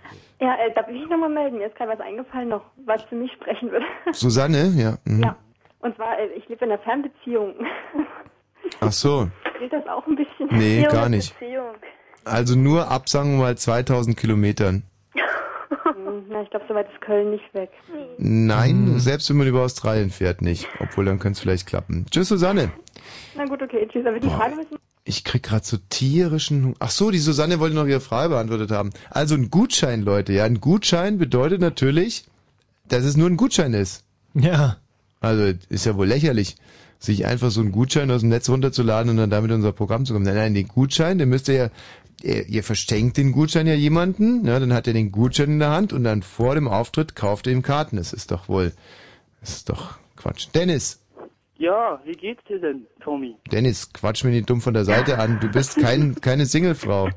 Speaker 23: Ja, äh, darf ich mich nochmal melden? Mir ist gerade was eingefallen noch, was für mich sprechen würde.
Speaker 5: Susanne, ja. Mhm.
Speaker 23: Ja. Und zwar, äh, ich lebe in einer Fernbeziehung.
Speaker 5: Ach so,
Speaker 23: Gilt das auch ein bisschen?
Speaker 5: Nee, gar nicht.
Speaker 23: Beziehung.
Speaker 5: also nur ab, sagen wir mal, 2000 Kilometern.
Speaker 23: Hm, Na, ich glaube, so weit ist Köln nicht weg.
Speaker 5: Nein, selbst wenn man über Australien fährt, nicht. Obwohl, dann könnte es vielleicht klappen. Tschüss Susanne.
Speaker 23: Na gut, okay, tschüss. Aber die Frage müssen
Speaker 5: Ich krieg grad so tierischen. Ach so, die Susanne wollte noch ihre Frage beantwortet haben. Also ein Gutschein, Leute. Ja, ein Gutschein bedeutet natürlich, dass es nur ein Gutschein ist.
Speaker 6: Ja.
Speaker 5: Also ist ja wohl lächerlich, sich einfach so einen Gutschein aus dem Netz runterzuladen und dann damit in unser Programm zu kommen. Nein, nein, den Gutschein, den müsst ihr ja, ihr, ihr verschenkt den Gutschein ja jemanden, ne? dann hat er den Gutschein in der Hand und dann vor dem Auftritt kauft ihr ihm Karten. Das ist doch wohl, das ist doch Quatsch. Dennis,
Speaker 1: Ja, wie geht's dir denn, Tommy?
Speaker 5: Dennis, quatsch mir nicht dumm von der Seite an. Du bist kein, keine Singlefrau.
Speaker 20: Äh,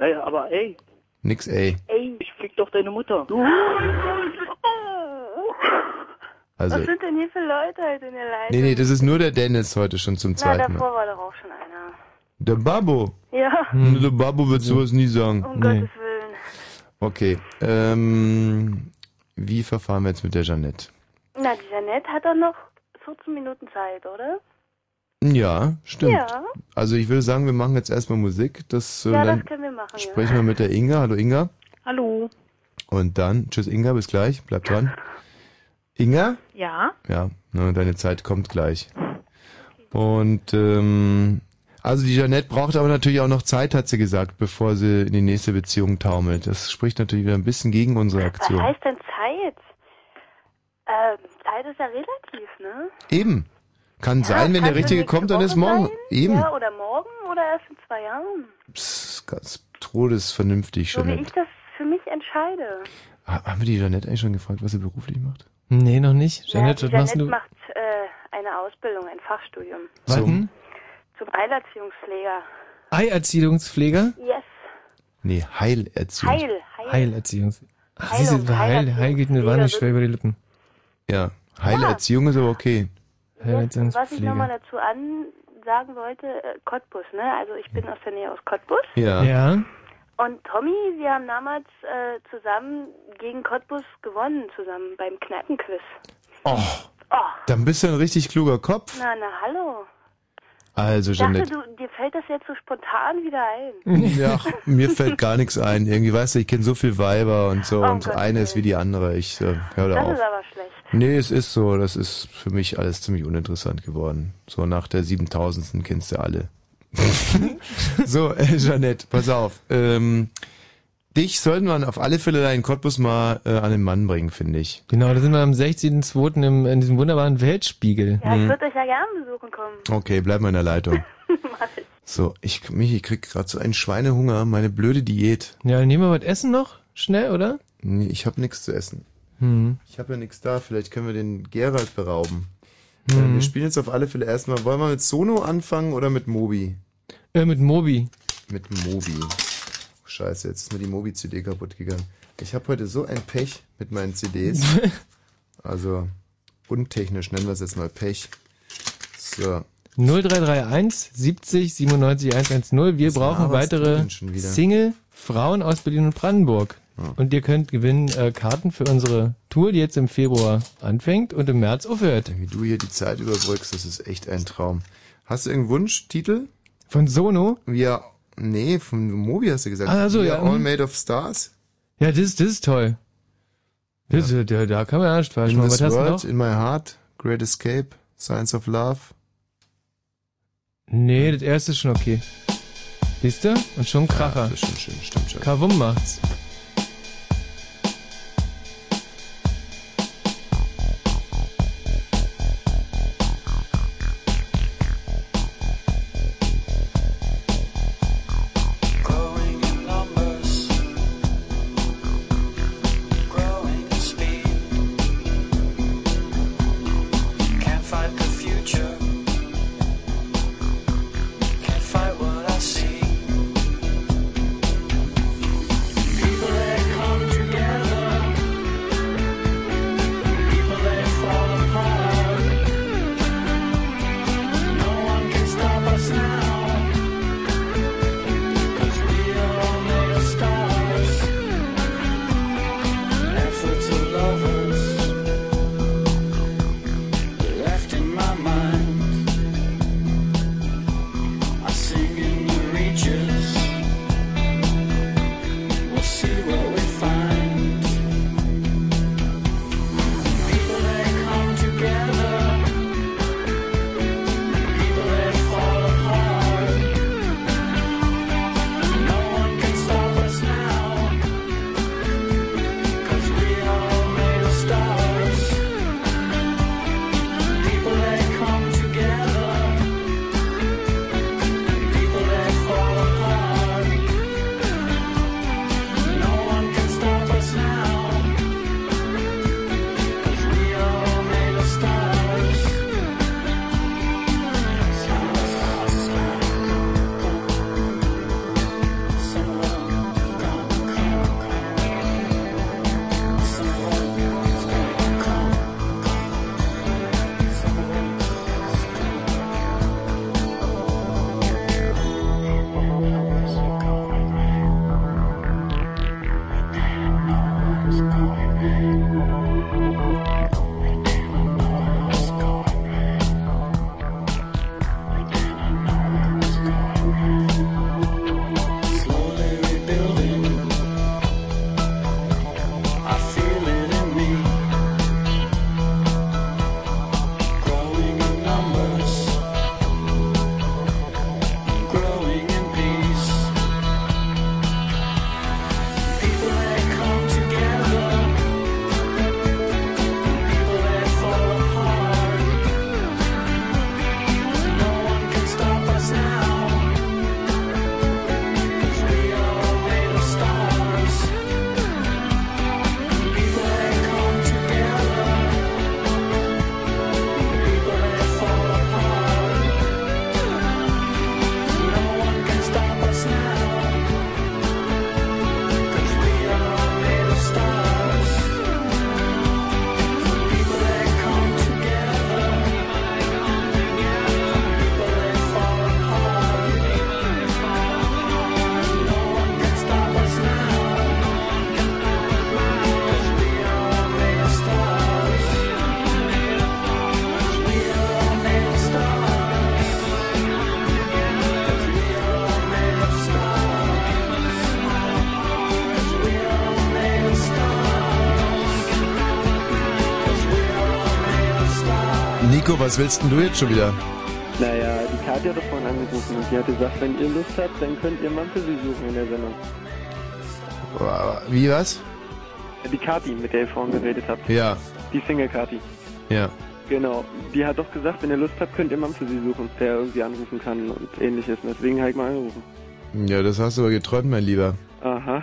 Speaker 1: Naja, aber ey,
Speaker 5: Nix, ey.
Speaker 1: ey, ich fick doch deine Mutter. Du.
Speaker 5: Also,
Speaker 22: Was sind denn hier für Leute heute in der Leitung?
Speaker 5: nee, nee, das ist nur der Dennis heute schon zum
Speaker 22: Na,
Speaker 5: zweiten Mal.
Speaker 22: davor war doch auch schon einer.
Speaker 5: Der Babo.
Speaker 22: Ja,
Speaker 5: Hm. Der Babo wird sowas nie sagen.
Speaker 22: um Gottes Willen.
Speaker 5: Okay, ähm, wie verfahren wir jetzt mit der Jeannette?
Speaker 22: Na, die Jeanette hat doch noch 14 Minuten Zeit, oder?
Speaker 5: Ja, stimmt.
Speaker 22: Ja.
Speaker 5: Also ich würde sagen, wir machen jetzt erstmal Musik. Das, äh,
Speaker 22: Ja,
Speaker 5: dann
Speaker 22: das können wir machen, ja.
Speaker 5: Sprechen wir mit der Inga. Hallo Inga.
Speaker 24: Hallo.
Speaker 5: Und dann, tschüss Inga, bis gleich. Bleib dran. Inga?
Speaker 24: Ja.
Speaker 5: Ja, ne, deine Zeit kommt gleich. Und ähm, also die Jeanette braucht aber natürlich auch noch Zeit, hat sie gesagt, bevor sie in die nächste Beziehung taumelt. Das spricht natürlich wieder ein bisschen gegen unsere
Speaker 22: Was
Speaker 5: Aktion.
Speaker 22: heißt denn Zeit? Ähm, Zeit ist ja relativ, ne?
Speaker 5: Eben. Kann sein, wenn der
Speaker 22: kannst du
Speaker 5: Richtige
Speaker 22: nächste
Speaker 5: kommt, dann ist morgen. Eben.
Speaker 22: Ja, oder morgen oder erst in zwei Jahren.
Speaker 5: Psst, ganz todesvernünftig,
Speaker 22: So wie
Speaker 5: Jeanette.
Speaker 22: ich das für mich entscheide.
Speaker 5: Ha- Haben wir die Jeanette eigentlich schon gefragt, was sie beruflich macht?
Speaker 6: Nee, noch nicht.
Speaker 22: ja, die Jeanette macht äh, eine Ausbildung, ein Fachstudium.
Speaker 6: Warten.
Speaker 22: Zum Eilerziehungspfleger.
Speaker 6: Eierziehungspfleger?
Speaker 22: Yes.
Speaker 5: Nee, Heilerziehung.
Speaker 22: Heil, heil.
Speaker 6: Heilerziehungs. Ach, siehst du, Heil, Heil geht mir wahnsinnig schwer über die Lippen.
Speaker 5: Ja, Heilerziehung ist aber okay.
Speaker 22: Und was ich nochmal dazu ansagen wollte, äh, Cottbus, ne? Also ich bin aus der Nähe aus Cottbus.
Speaker 5: Ja.
Speaker 6: Ja.
Speaker 22: Und Tommy, Sie haben damals äh, zusammen gegen Cottbus gewonnen, zusammen beim Kneipenquiz.
Speaker 5: Oh, dann bist du ein richtig kluger Kopf.
Speaker 22: Na, na, hallo.
Speaker 5: Also,
Speaker 22: Ich dachte,
Speaker 5: Jeanette.
Speaker 22: du, dir fällt das jetzt so spontan wieder ein.
Speaker 5: Ja, mir fällt gar nichts ein. Irgendwie, weißt du, ich kenne so viel Weiber und so
Speaker 22: Oh,
Speaker 5: und
Speaker 22: Gott,
Speaker 5: eine ist wie die andere. Ich äh, höre da
Speaker 22: Das
Speaker 5: auf.
Speaker 22: ist aber schlecht.
Speaker 5: Nee, es ist so. Das ist für mich alles ziemlich uninteressant geworden. So nach der 7000. kennst du alle. so, äh, Jeanette, pass auf. Ähm, dich sollten wir auf alle Fälle da in Cottbus mal äh, an den Mann bringen, finde ich.
Speaker 6: Genau, da sind wir am 16.02. im- in diesem wunderbaren Weltspiegel.
Speaker 22: Ja, ich
Speaker 5: Mhm.
Speaker 22: würde euch ja gern besuchen kommen.
Speaker 5: Okay, bleib mal in der Leitung. So, ich, Michi, ich krieg gerade so einen Schweinehunger, meine blöde Diät.
Speaker 6: Ja, dann nehmen wir was essen noch? Schnell, oder?
Speaker 5: Nee, ich habe nichts zu essen.
Speaker 6: Hm.
Speaker 5: Ich habe ja nichts da, vielleicht können wir den Gerald berauben.
Speaker 6: Mhm.
Speaker 5: Äh, wir spielen jetzt auf alle Fälle erstmal. Wollen wir mit Sono anfangen oder mit Mobi?
Speaker 6: Äh, mit Mobi.
Speaker 5: Mit Mobi. Oh, scheiße, jetzt ist mir die Mobi-CD kaputt gegangen. Ich habe heute so ein Pech mit meinen CDs. also, untechnisch nennen wir es jetzt mal Pech. So.
Speaker 6: 0331 70 97 110. Wir brauchen
Speaker 5: laberst du
Speaker 6: weitere
Speaker 5: denn schon wieder?
Speaker 6: Single Frauen aus Berlin und Brandenburg. Und ihr könnt gewinnen äh, Karten für unsere Tour, die jetzt im Februar anfängt und im März aufhört.
Speaker 5: Wie du hier die Zeit überbrückst, das ist echt ein Traum. Hast du irgendeinen Wunschtitel?
Speaker 6: Von Sono?
Speaker 5: Ja, nee, von Mobi hast du gesagt.
Speaker 6: Ah, so,
Speaker 5: We
Speaker 6: ja,
Speaker 5: are All
Speaker 6: mhm.
Speaker 5: Made of Stars.
Speaker 6: Ja, das, das ist toll. Das, da, da kann man ja nicht falsch
Speaker 5: In
Speaker 6: machen.
Speaker 5: this
Speaker 6: Was hast du
Speaker 5: world,
Speaker 6: noch?
Speaker 5: in my heart, Great Escape, Science of Love.
Speaker 6: Nee, das erste ist schon okay. Siehst du? Und schon ein Kracher.
Speaker 5: das ist schon schön, stimmt schon.
Speaker 6: Kavum macht's.
Speaker 25: Growing in numbers, growing in speed. Can't fight the future. Can't fight what I see. You
Speaker 5: Nico, was willst denn du jetzt schon wieder?
Speaker 26: Naja, die Kathi hat doch vorhin angerufen und die hat gesagt, wenn ihr Lust habt, dann könnt ihr Mann für sie suchen in der Sendung.
Speaker 5: Wie was?
Speaker 26: Die Kathi, mit der ihr vorhin geredet habt.
Speaker 5: Ja,
Speaker 26: Die Single-Kathi.
Speaker 5: ja.
Speaker 26: Genau. Die hat doch gesagt, wenn ihr Lust habt, könnt ihr Mann für sie suchen, der irgendwie anrufen kann und ähnliches. Und deswegen habe ich mal angerufen.
Speaker 5: Ja, das hast du aber geträumt, mein Lieber.
Speaker 26: Aha.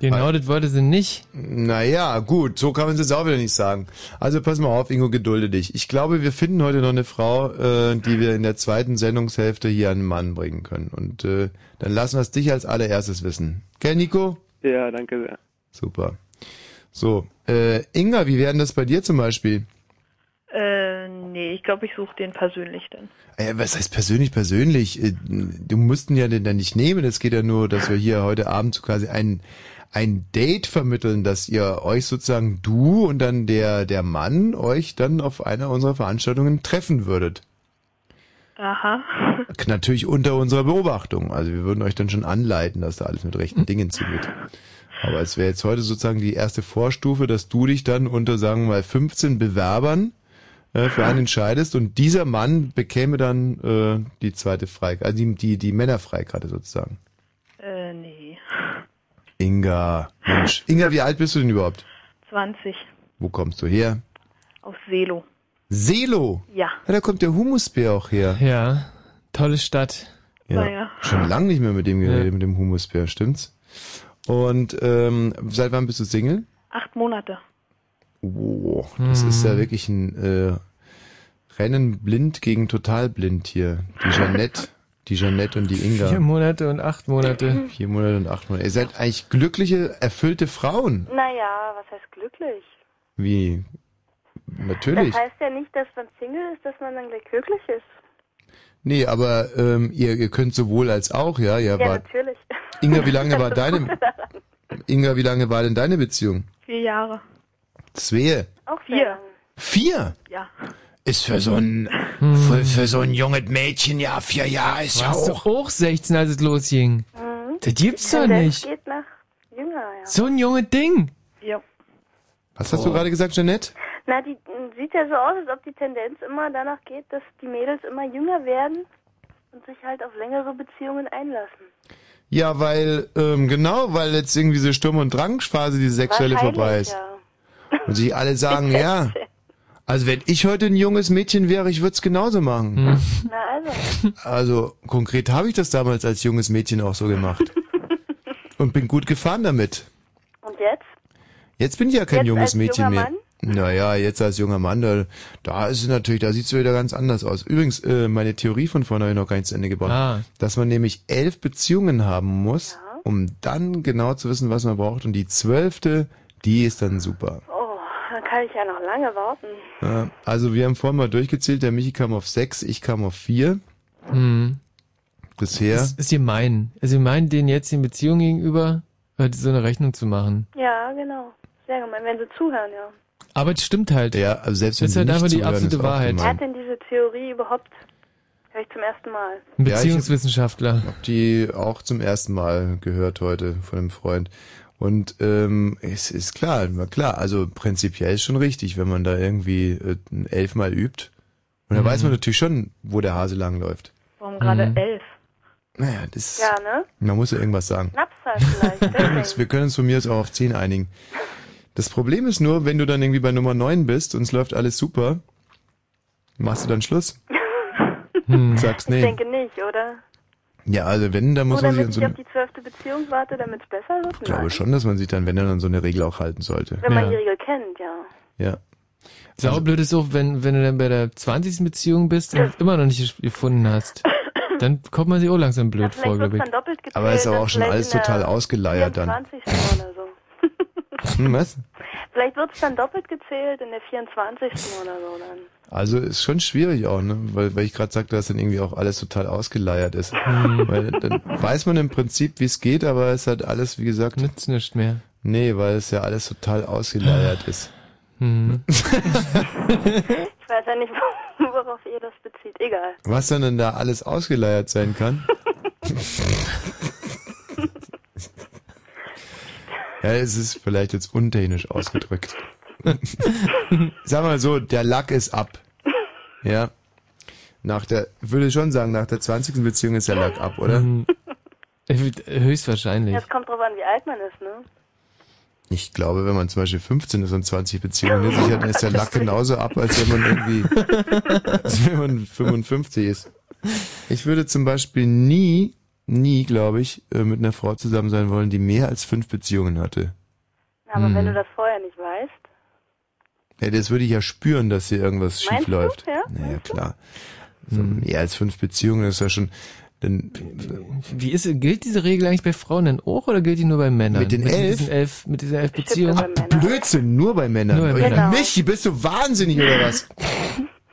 Speaker 5: Genau,
Speaker 6: das wollte sie nicht.
Speaker 5: Naja, gut, so kann man es jetzt auch wieder nicht sagen. Also pass mal auf, Ingo, gedulde dich. Ich glaube, wir finden heute noch eine Frau, äh, die wir in der zweiten Sendungshälfte hier an den Mann bringen können. Und äh, dann lassen wir es dich als allererstes wissen. Gell, Nico?
Speaker 26: Ja, danke sehr.
Speaker 5: Super. So, äh, Inga, wie wäre denn das bei dir zum Beispiel?
Speaker 3: Äh, nee, ich glaube, ich suche den persönlich dann.
Speaker 5: Äh, was heißt persönlich, persönlich? Äh, Du mussten ja den dann nicht nehmen. Es geht ja nur, dass wir hier heute Abend so quasi ein, ein Date vermitteln, dass ihr euch sozusagen du und dann der, der Mann euch dann auf einer unserer Veranstaltungen treffen würdet.
Speaker 3: Aha.
Speaker 5: Natürlich unter unserer Beobachtung. Also wir würden euch dann schon anleiten, dass da alles mit rechten Dingen zugeht. Aber es wäre jetzt heute sozusagen die erste Vorstufe, dass du dich dann unter, sagen wir mal, 15 Bewerbern äh, für einen entscheidest und dieser Mann bekäme dann äh, die zweite Freikarte, also die, die, die Männerfreikarte sozusagen.
Speaker 3: Äh, nee.
Speaker 5: Inga, Mensch. Inga, wie alt bist du denn überhaupt?
Speaker 3: 20.
Speaker 5: Wo kommst du her?
Speaker 3: Aus Selo.
Speaker 5: Selo.
Speaker 3: Ja.
Speaker 5: ja da kommt der Humusbär auch her.
Speaker 6: Ja, tolle Stadt.
Speaker 5: Ja.
Speaker 3: Naja.
Speaker 5: Schon lange nicht mehr mit dem geredet, mit dem Humusbär, stimmt's? Und ähm, seit wann bist du Single?
Speaker 3: Acht Monate.
Speaker 5: Wow, das
Speaker 3: Hm.
Speaker 5: ist ja wirklich ein äh, Rennen blind gegen total blind hier. Die Jeannette, die Jeannette und die Inga.
Speaker 6: Vier Monate und acht Monate.
Speaker 5: Vier Monate und acht Monate. Ihr seid eigentlich glückliche, erfüllte Frauen.
Speaker 22: Naja, was heißt glücklich?
Speaker 5: Wie? Natürlich.
Speaker 22: Das heißt ja nicht, dass man Single ist, dass man dann gleich glücklich ist.
Speaker 5: Nee, aber ähm, ihr, ihr könnt sowohl als auch, ja. Ihr
Speaker 22: ja,
Speaker 5: wart,
Speaker 22: natürlich.
Speaker 5: Inga, wie lange
Speaker 22: Das
Speaker 5: war
Speaker 22: ist das
Speaker 5: deine
Speaker 22: Gute daran.
Speaker 5: Inga, wie lange war denn deine Beziehung?
Speaker 3: Vier Jahre.
Speaker 5: Zwei.
Speaker 22: Auch vier.
Speaker 5: Vier?
Speaker 3: Ja.
Speaker 5: Ist für so ein
Speaker 6: Hm.
Speaker 5: für, für so ein junges Mädchen ja vier Jahre ist ja
Speaker 6: Warst du
Speaker 5: auch.
Speaker 6: auch 16, als es losging?
Speaker 22: Mhm.
Speaker 6: Das gibt's doch
Speaker 22: Tendenz
Speaker 6: nicht.
Speaker 22: geht nach jünger, ja.
Speaker 6: So ein junge Ding.
Speaker 22: ja.
Speaker 5: Was hast du gerade gesagt, Jeanette?
Speaker 22: Na, die äh, sieht ja so aus, als ob die Tendenz immer danach geht, dass die Mädels immer jünger werden und sich halt auf längere Beziehungen einlassen.
Speaker 5: Ja, weil ähm, genau, weil jetzt irgendwie diese Sturm und Drangphase, die sexuelle vorbei ist
Speaker 22: Ja.
Speaker 5: und sich alle sagen, ja. Also wenn ich heute ein junges Mädchen wäre, ich würde es genauso machen.
Speaker 22: Na also.
Speaker 5: Also konkret habe ich das damals als junges Mädchen auch so gemacht und bin gut gefahren damit.
Speaker 22: Und jetzt?
Speaker 5: Jetzt bin ich ja kein
Speaker 22: Jetzt
Speaker 5: junges
Speaker 22: als
Speaker 5: Mädchen
Speaker 22: junger
Speaker 5: mehr.
Speaker 22: Mann?
Speaker 5: Naja, jetzt als junger Mann, da, da ist es natürlich, da sieht's wieder ganz anders aus. Übrigens, äh, meine Theorie von vorhin habe ich noch gar nicht zu Ende gebracht.
Speaker 6: Ah.
Speaker 5: Dass man nämlich elf Beziehungen haben muss, um dann genau zu wissen, was man braucht. Und die zwölfte, die ist dann super.
Speaker 22: Oh, dann kann ich ja noch lange warten.
Speaker 5: Ja, also wir haben vorhin mal durchgezählt, der Michi kam auf sechs, ich kam auf vier.
Speaker 6: Mhm.
Speaker 5: Bisher.
Speaker 6: Ist, ist gemein. Also gemein, den jetzt in Beziehung gegenüber äh, so eine Rechnung zu machen.
Speaker 22: Ja, genau. Sehr gemein, wenn sie zuhören, ja.
Speaker 6: Aber es stimmt halt.
Speaker 5: Ja, also selbst
Speaker 6: Das ist
Speaker 5: wenn
Speaker 6: halt
Speaker 5: sie
Speaker 6: einfach
Speaker 5: nicht
Speaker 6: die absolute
Speaker 5: zuhören, ist auch
Speaker 6: Wahrheit.
Speaker 22: Wer hat denn diese Theorie überhaupt? Hör ich zum ersten Mal.
Speaker 6: Ein Beziehungswissenschaftler.
Speaker 5: ich hab die auch zum ersten Mal gehört heute von einem Freund. Und ähm, es ist klar, na klar, also prinzipiell ist schon richtig, wenn man da irgendwie äh, elfmal übt. Und dann
Speaker 6: Mhm.
Speaker 5: weiß man natürlich schon, wo der Hase langläuft.
Speaker 3: Warum gerade
Speaker 5: Mhm.
Speaker 3: elf?
Speaker 5: Naja, das
Speaker 3: Ja, ne?
Speaker 5: man muss ja irgendwas sagen.
Speaker 22: Schnaps halt vielleicht.
Speaker 5: Wir können uns von mir aus auch auf 10 einigen. Das Problem ist nur, wenn du dann irgendwie bei Nummer 9 bist und es läuft alles super, machst du dann Schluss.
Speaker 6: Hm.
Speaker 5: Sagst
Speaker 22: Ich
Speaker 5: nee.
Speaker 22: denke nicht, oder?
Speaker 5: Ja, also wenn, dann muss
Speaker 22: oder
Speaker 5: man sich
Speaker 22: damit
Speaker 5: an so
Speaker 22: ich
Speaker 5: eine
Speaker 22: auf die zwölfte Beziehung warte, damit es besser wird?
Speaker 5: Ich glaube
Speaker 22: Nein.
Speaker 5: schon, dass man sich dann, wenn dann, an so eine Regel auch halten sollte.
Speaker 22: Wenn man Jährige kennt, ja.
Speaker 5: Ja. Also
Speaker 6: Saublöd ist auch, wenn, wenn du dann bei der 20. Beziehung bist und immer noch nicht gefunden hast. Dann kommt man sich auch langsam blöd vor, glaube ich.
Speaker 5: Aber ist aber auch schon
Speaker 22: vielleicht
Speaker 5: alles
Speaker 22: in der
Speaker 5: total ausgeleiert dann.
Speaker 22: 24. oder so.
Speaker 5: Hm, was?
Speaker 22: Vielleicht wird es dann doppelt gezählt in der 24. oder so dann.
Speaker 5: Also ist schon schwierig auch, ne? Weil, weil ich gerade sagte, dass dann irgendwie auch alles total ausgeleiert ist.
Speaker 6: Hm.
Speaker 5: weil dann weiß man im Prinzip, wie es geht, aber es hat alles, wie gesagt.
Speaker 6: Nützt nicht mehr.
Speaker 5: Nee, weil es ja alles total ausgeleiert ist. Ne?
Speaker 6: Hm.
Speaker 22: Ich weiß ja nicht, worauf ihr das bezieht. Egal.
Speaker 5: Was dann denn da alles ausgeleiert sein kann? ja, es ist vielleicht jetzt untechnisch ausgedrückt. Sag mal so, der Lack ist ab. Ja. Nach der, würde ich schon sagen, nach der 20. Beziehung ist der Lack ab, oder?
Speaker 6: Hm.
Speaker 5: Höchstwahrscheinlich.
Speaker 22: Das kommt drauf an, wie alt man ist, ne?
Speaker 5: Ich glaube, wenn man zum Beispiel 15 ist und 20 Beziehungen hinter sich hat, dann ist der Lack genauso ab, als wenn man irgendwie, als wenn man 55 ist. Ich würde zum Beispiel nie, nie, glaube ich, äh, mit einer Frau zusammen sein wollen, die mehr als fünf Beziehungen hatte.
Speaker 22: Aber
Speaker 5: Hm.
Speaker 22: wenn du das vorher nicht weißt,
Speaker 5: Ja, das würde ich ja spüren, dass hier irgendwas schief
Speaker 22: Meinst du?
Speaker 5: läuft.
Speaker 22: Ja?
Speaker 5: Naja, klar. So, mehr als fünf Beziehungen ist ja schon, dann,
Speaker 6: Wie ist, gilt diese Regel eigentlich bei Frauen dann auch oder gilt die nur bei Männern?
Speaker 5: Mit den elf?
Speaker 6: diesen elf? Mit dieser elf Beziehungen?
Speaker 5: Blödsinn, nur bei Männern.
Speaker 6: Nur bei
Speaker 5: Oh,
Speaker 6: Männern.
Speaker 5: Michi, bist du wahnsinnig oder was?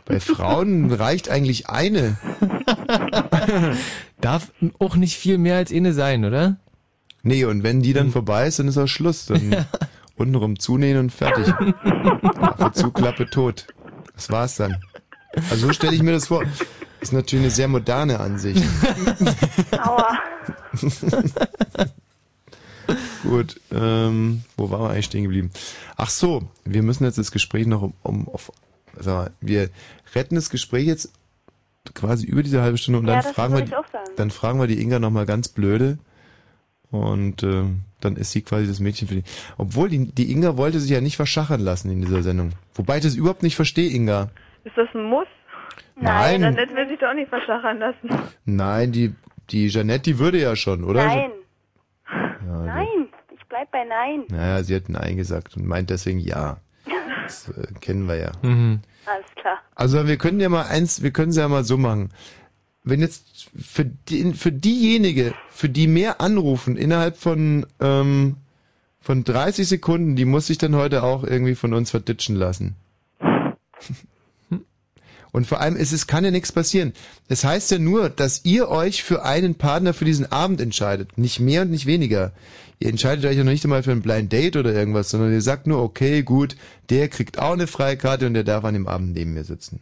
Speaker 5: bei Frauen reicht eigentlich eine.
Speaker 6: Darf auch nicht viel mehr als eine sein, oder? Hm.
Speaker 5: Nee, und wenn die dann vorbei ist, dann ist auch Schluss. Dann untenrum zunähen und fertig. Affe zu, Klappe tot. Das war's dann. Also so stelle ich mir das vor. Ist natürlich eine sehr moderne Ansicht.
Speaker 22: aua.
Speaker 5: Gut, ähm, wo waren wir eigentlich stehen geblieben? Ach so, wir müssen jetzt das Gespräch noch um, um auf, sag mal, wir retten das Gespräch jetzt quasi über diese halbe Stunde und
Speaker 22: Ja,
Speaker 5: dann
Speaker 22: das
Speaker 5: fragen wir,
Speaker 22: würde
Speaker 5: die,
Speaker 22: ich auch sagen.
Speaker 5: dann fragen wir die Inga nochmal ganz blöde und ähm, dann ist sie quasi das Mädchen für die. Obwohl die, die Inga wollte sich ja nicht verschachern lassen in dieser Sendung. Wobei ich das überhaupt nicht verstehe, Inga.
Speaker 3: Ist das ein Muss?
Speaker 5: Nein.
Speaker 3: Dann hätten wir sich doch nicht verschachern lassen.
Speaker 5: Nein, die die Jeanette, die würde ja schon, oder? Ah,
Speaker 22: Nein,
Speaker 5: Ja,
Speaker 22: nein, ich bleib bei nein.
Speaker 5: Naja, sie hat Nein gesagt und meint deswegen Ja. Das äh, kennen wir ja.
Speaker 22: Alles klar.
Speaker 5: Also wir können ja mal eins, wir können es ja mal so machen. Wenn jetzt für, die, für diejenige, für die mehr anrufen innerhalb von ähm, von 30 Sekunden, die muss sich dann heute auch irgendwie von uns verditschen lassen. Und vor allem, es, es kann ja nichts passieren. Es heißt ja nur, dass ihr euch für einen Partner für diesen Abend entscheidet. Nicht mehr und nicht weniger. Ihr entscheidet euch ja noch nicht einmal für ein Blind Date oder irgendwas, sondern ihr sagt nur, okay, gut, der kriegt auch eine Freikarte und der darf an dem Abend neben mir sitzen.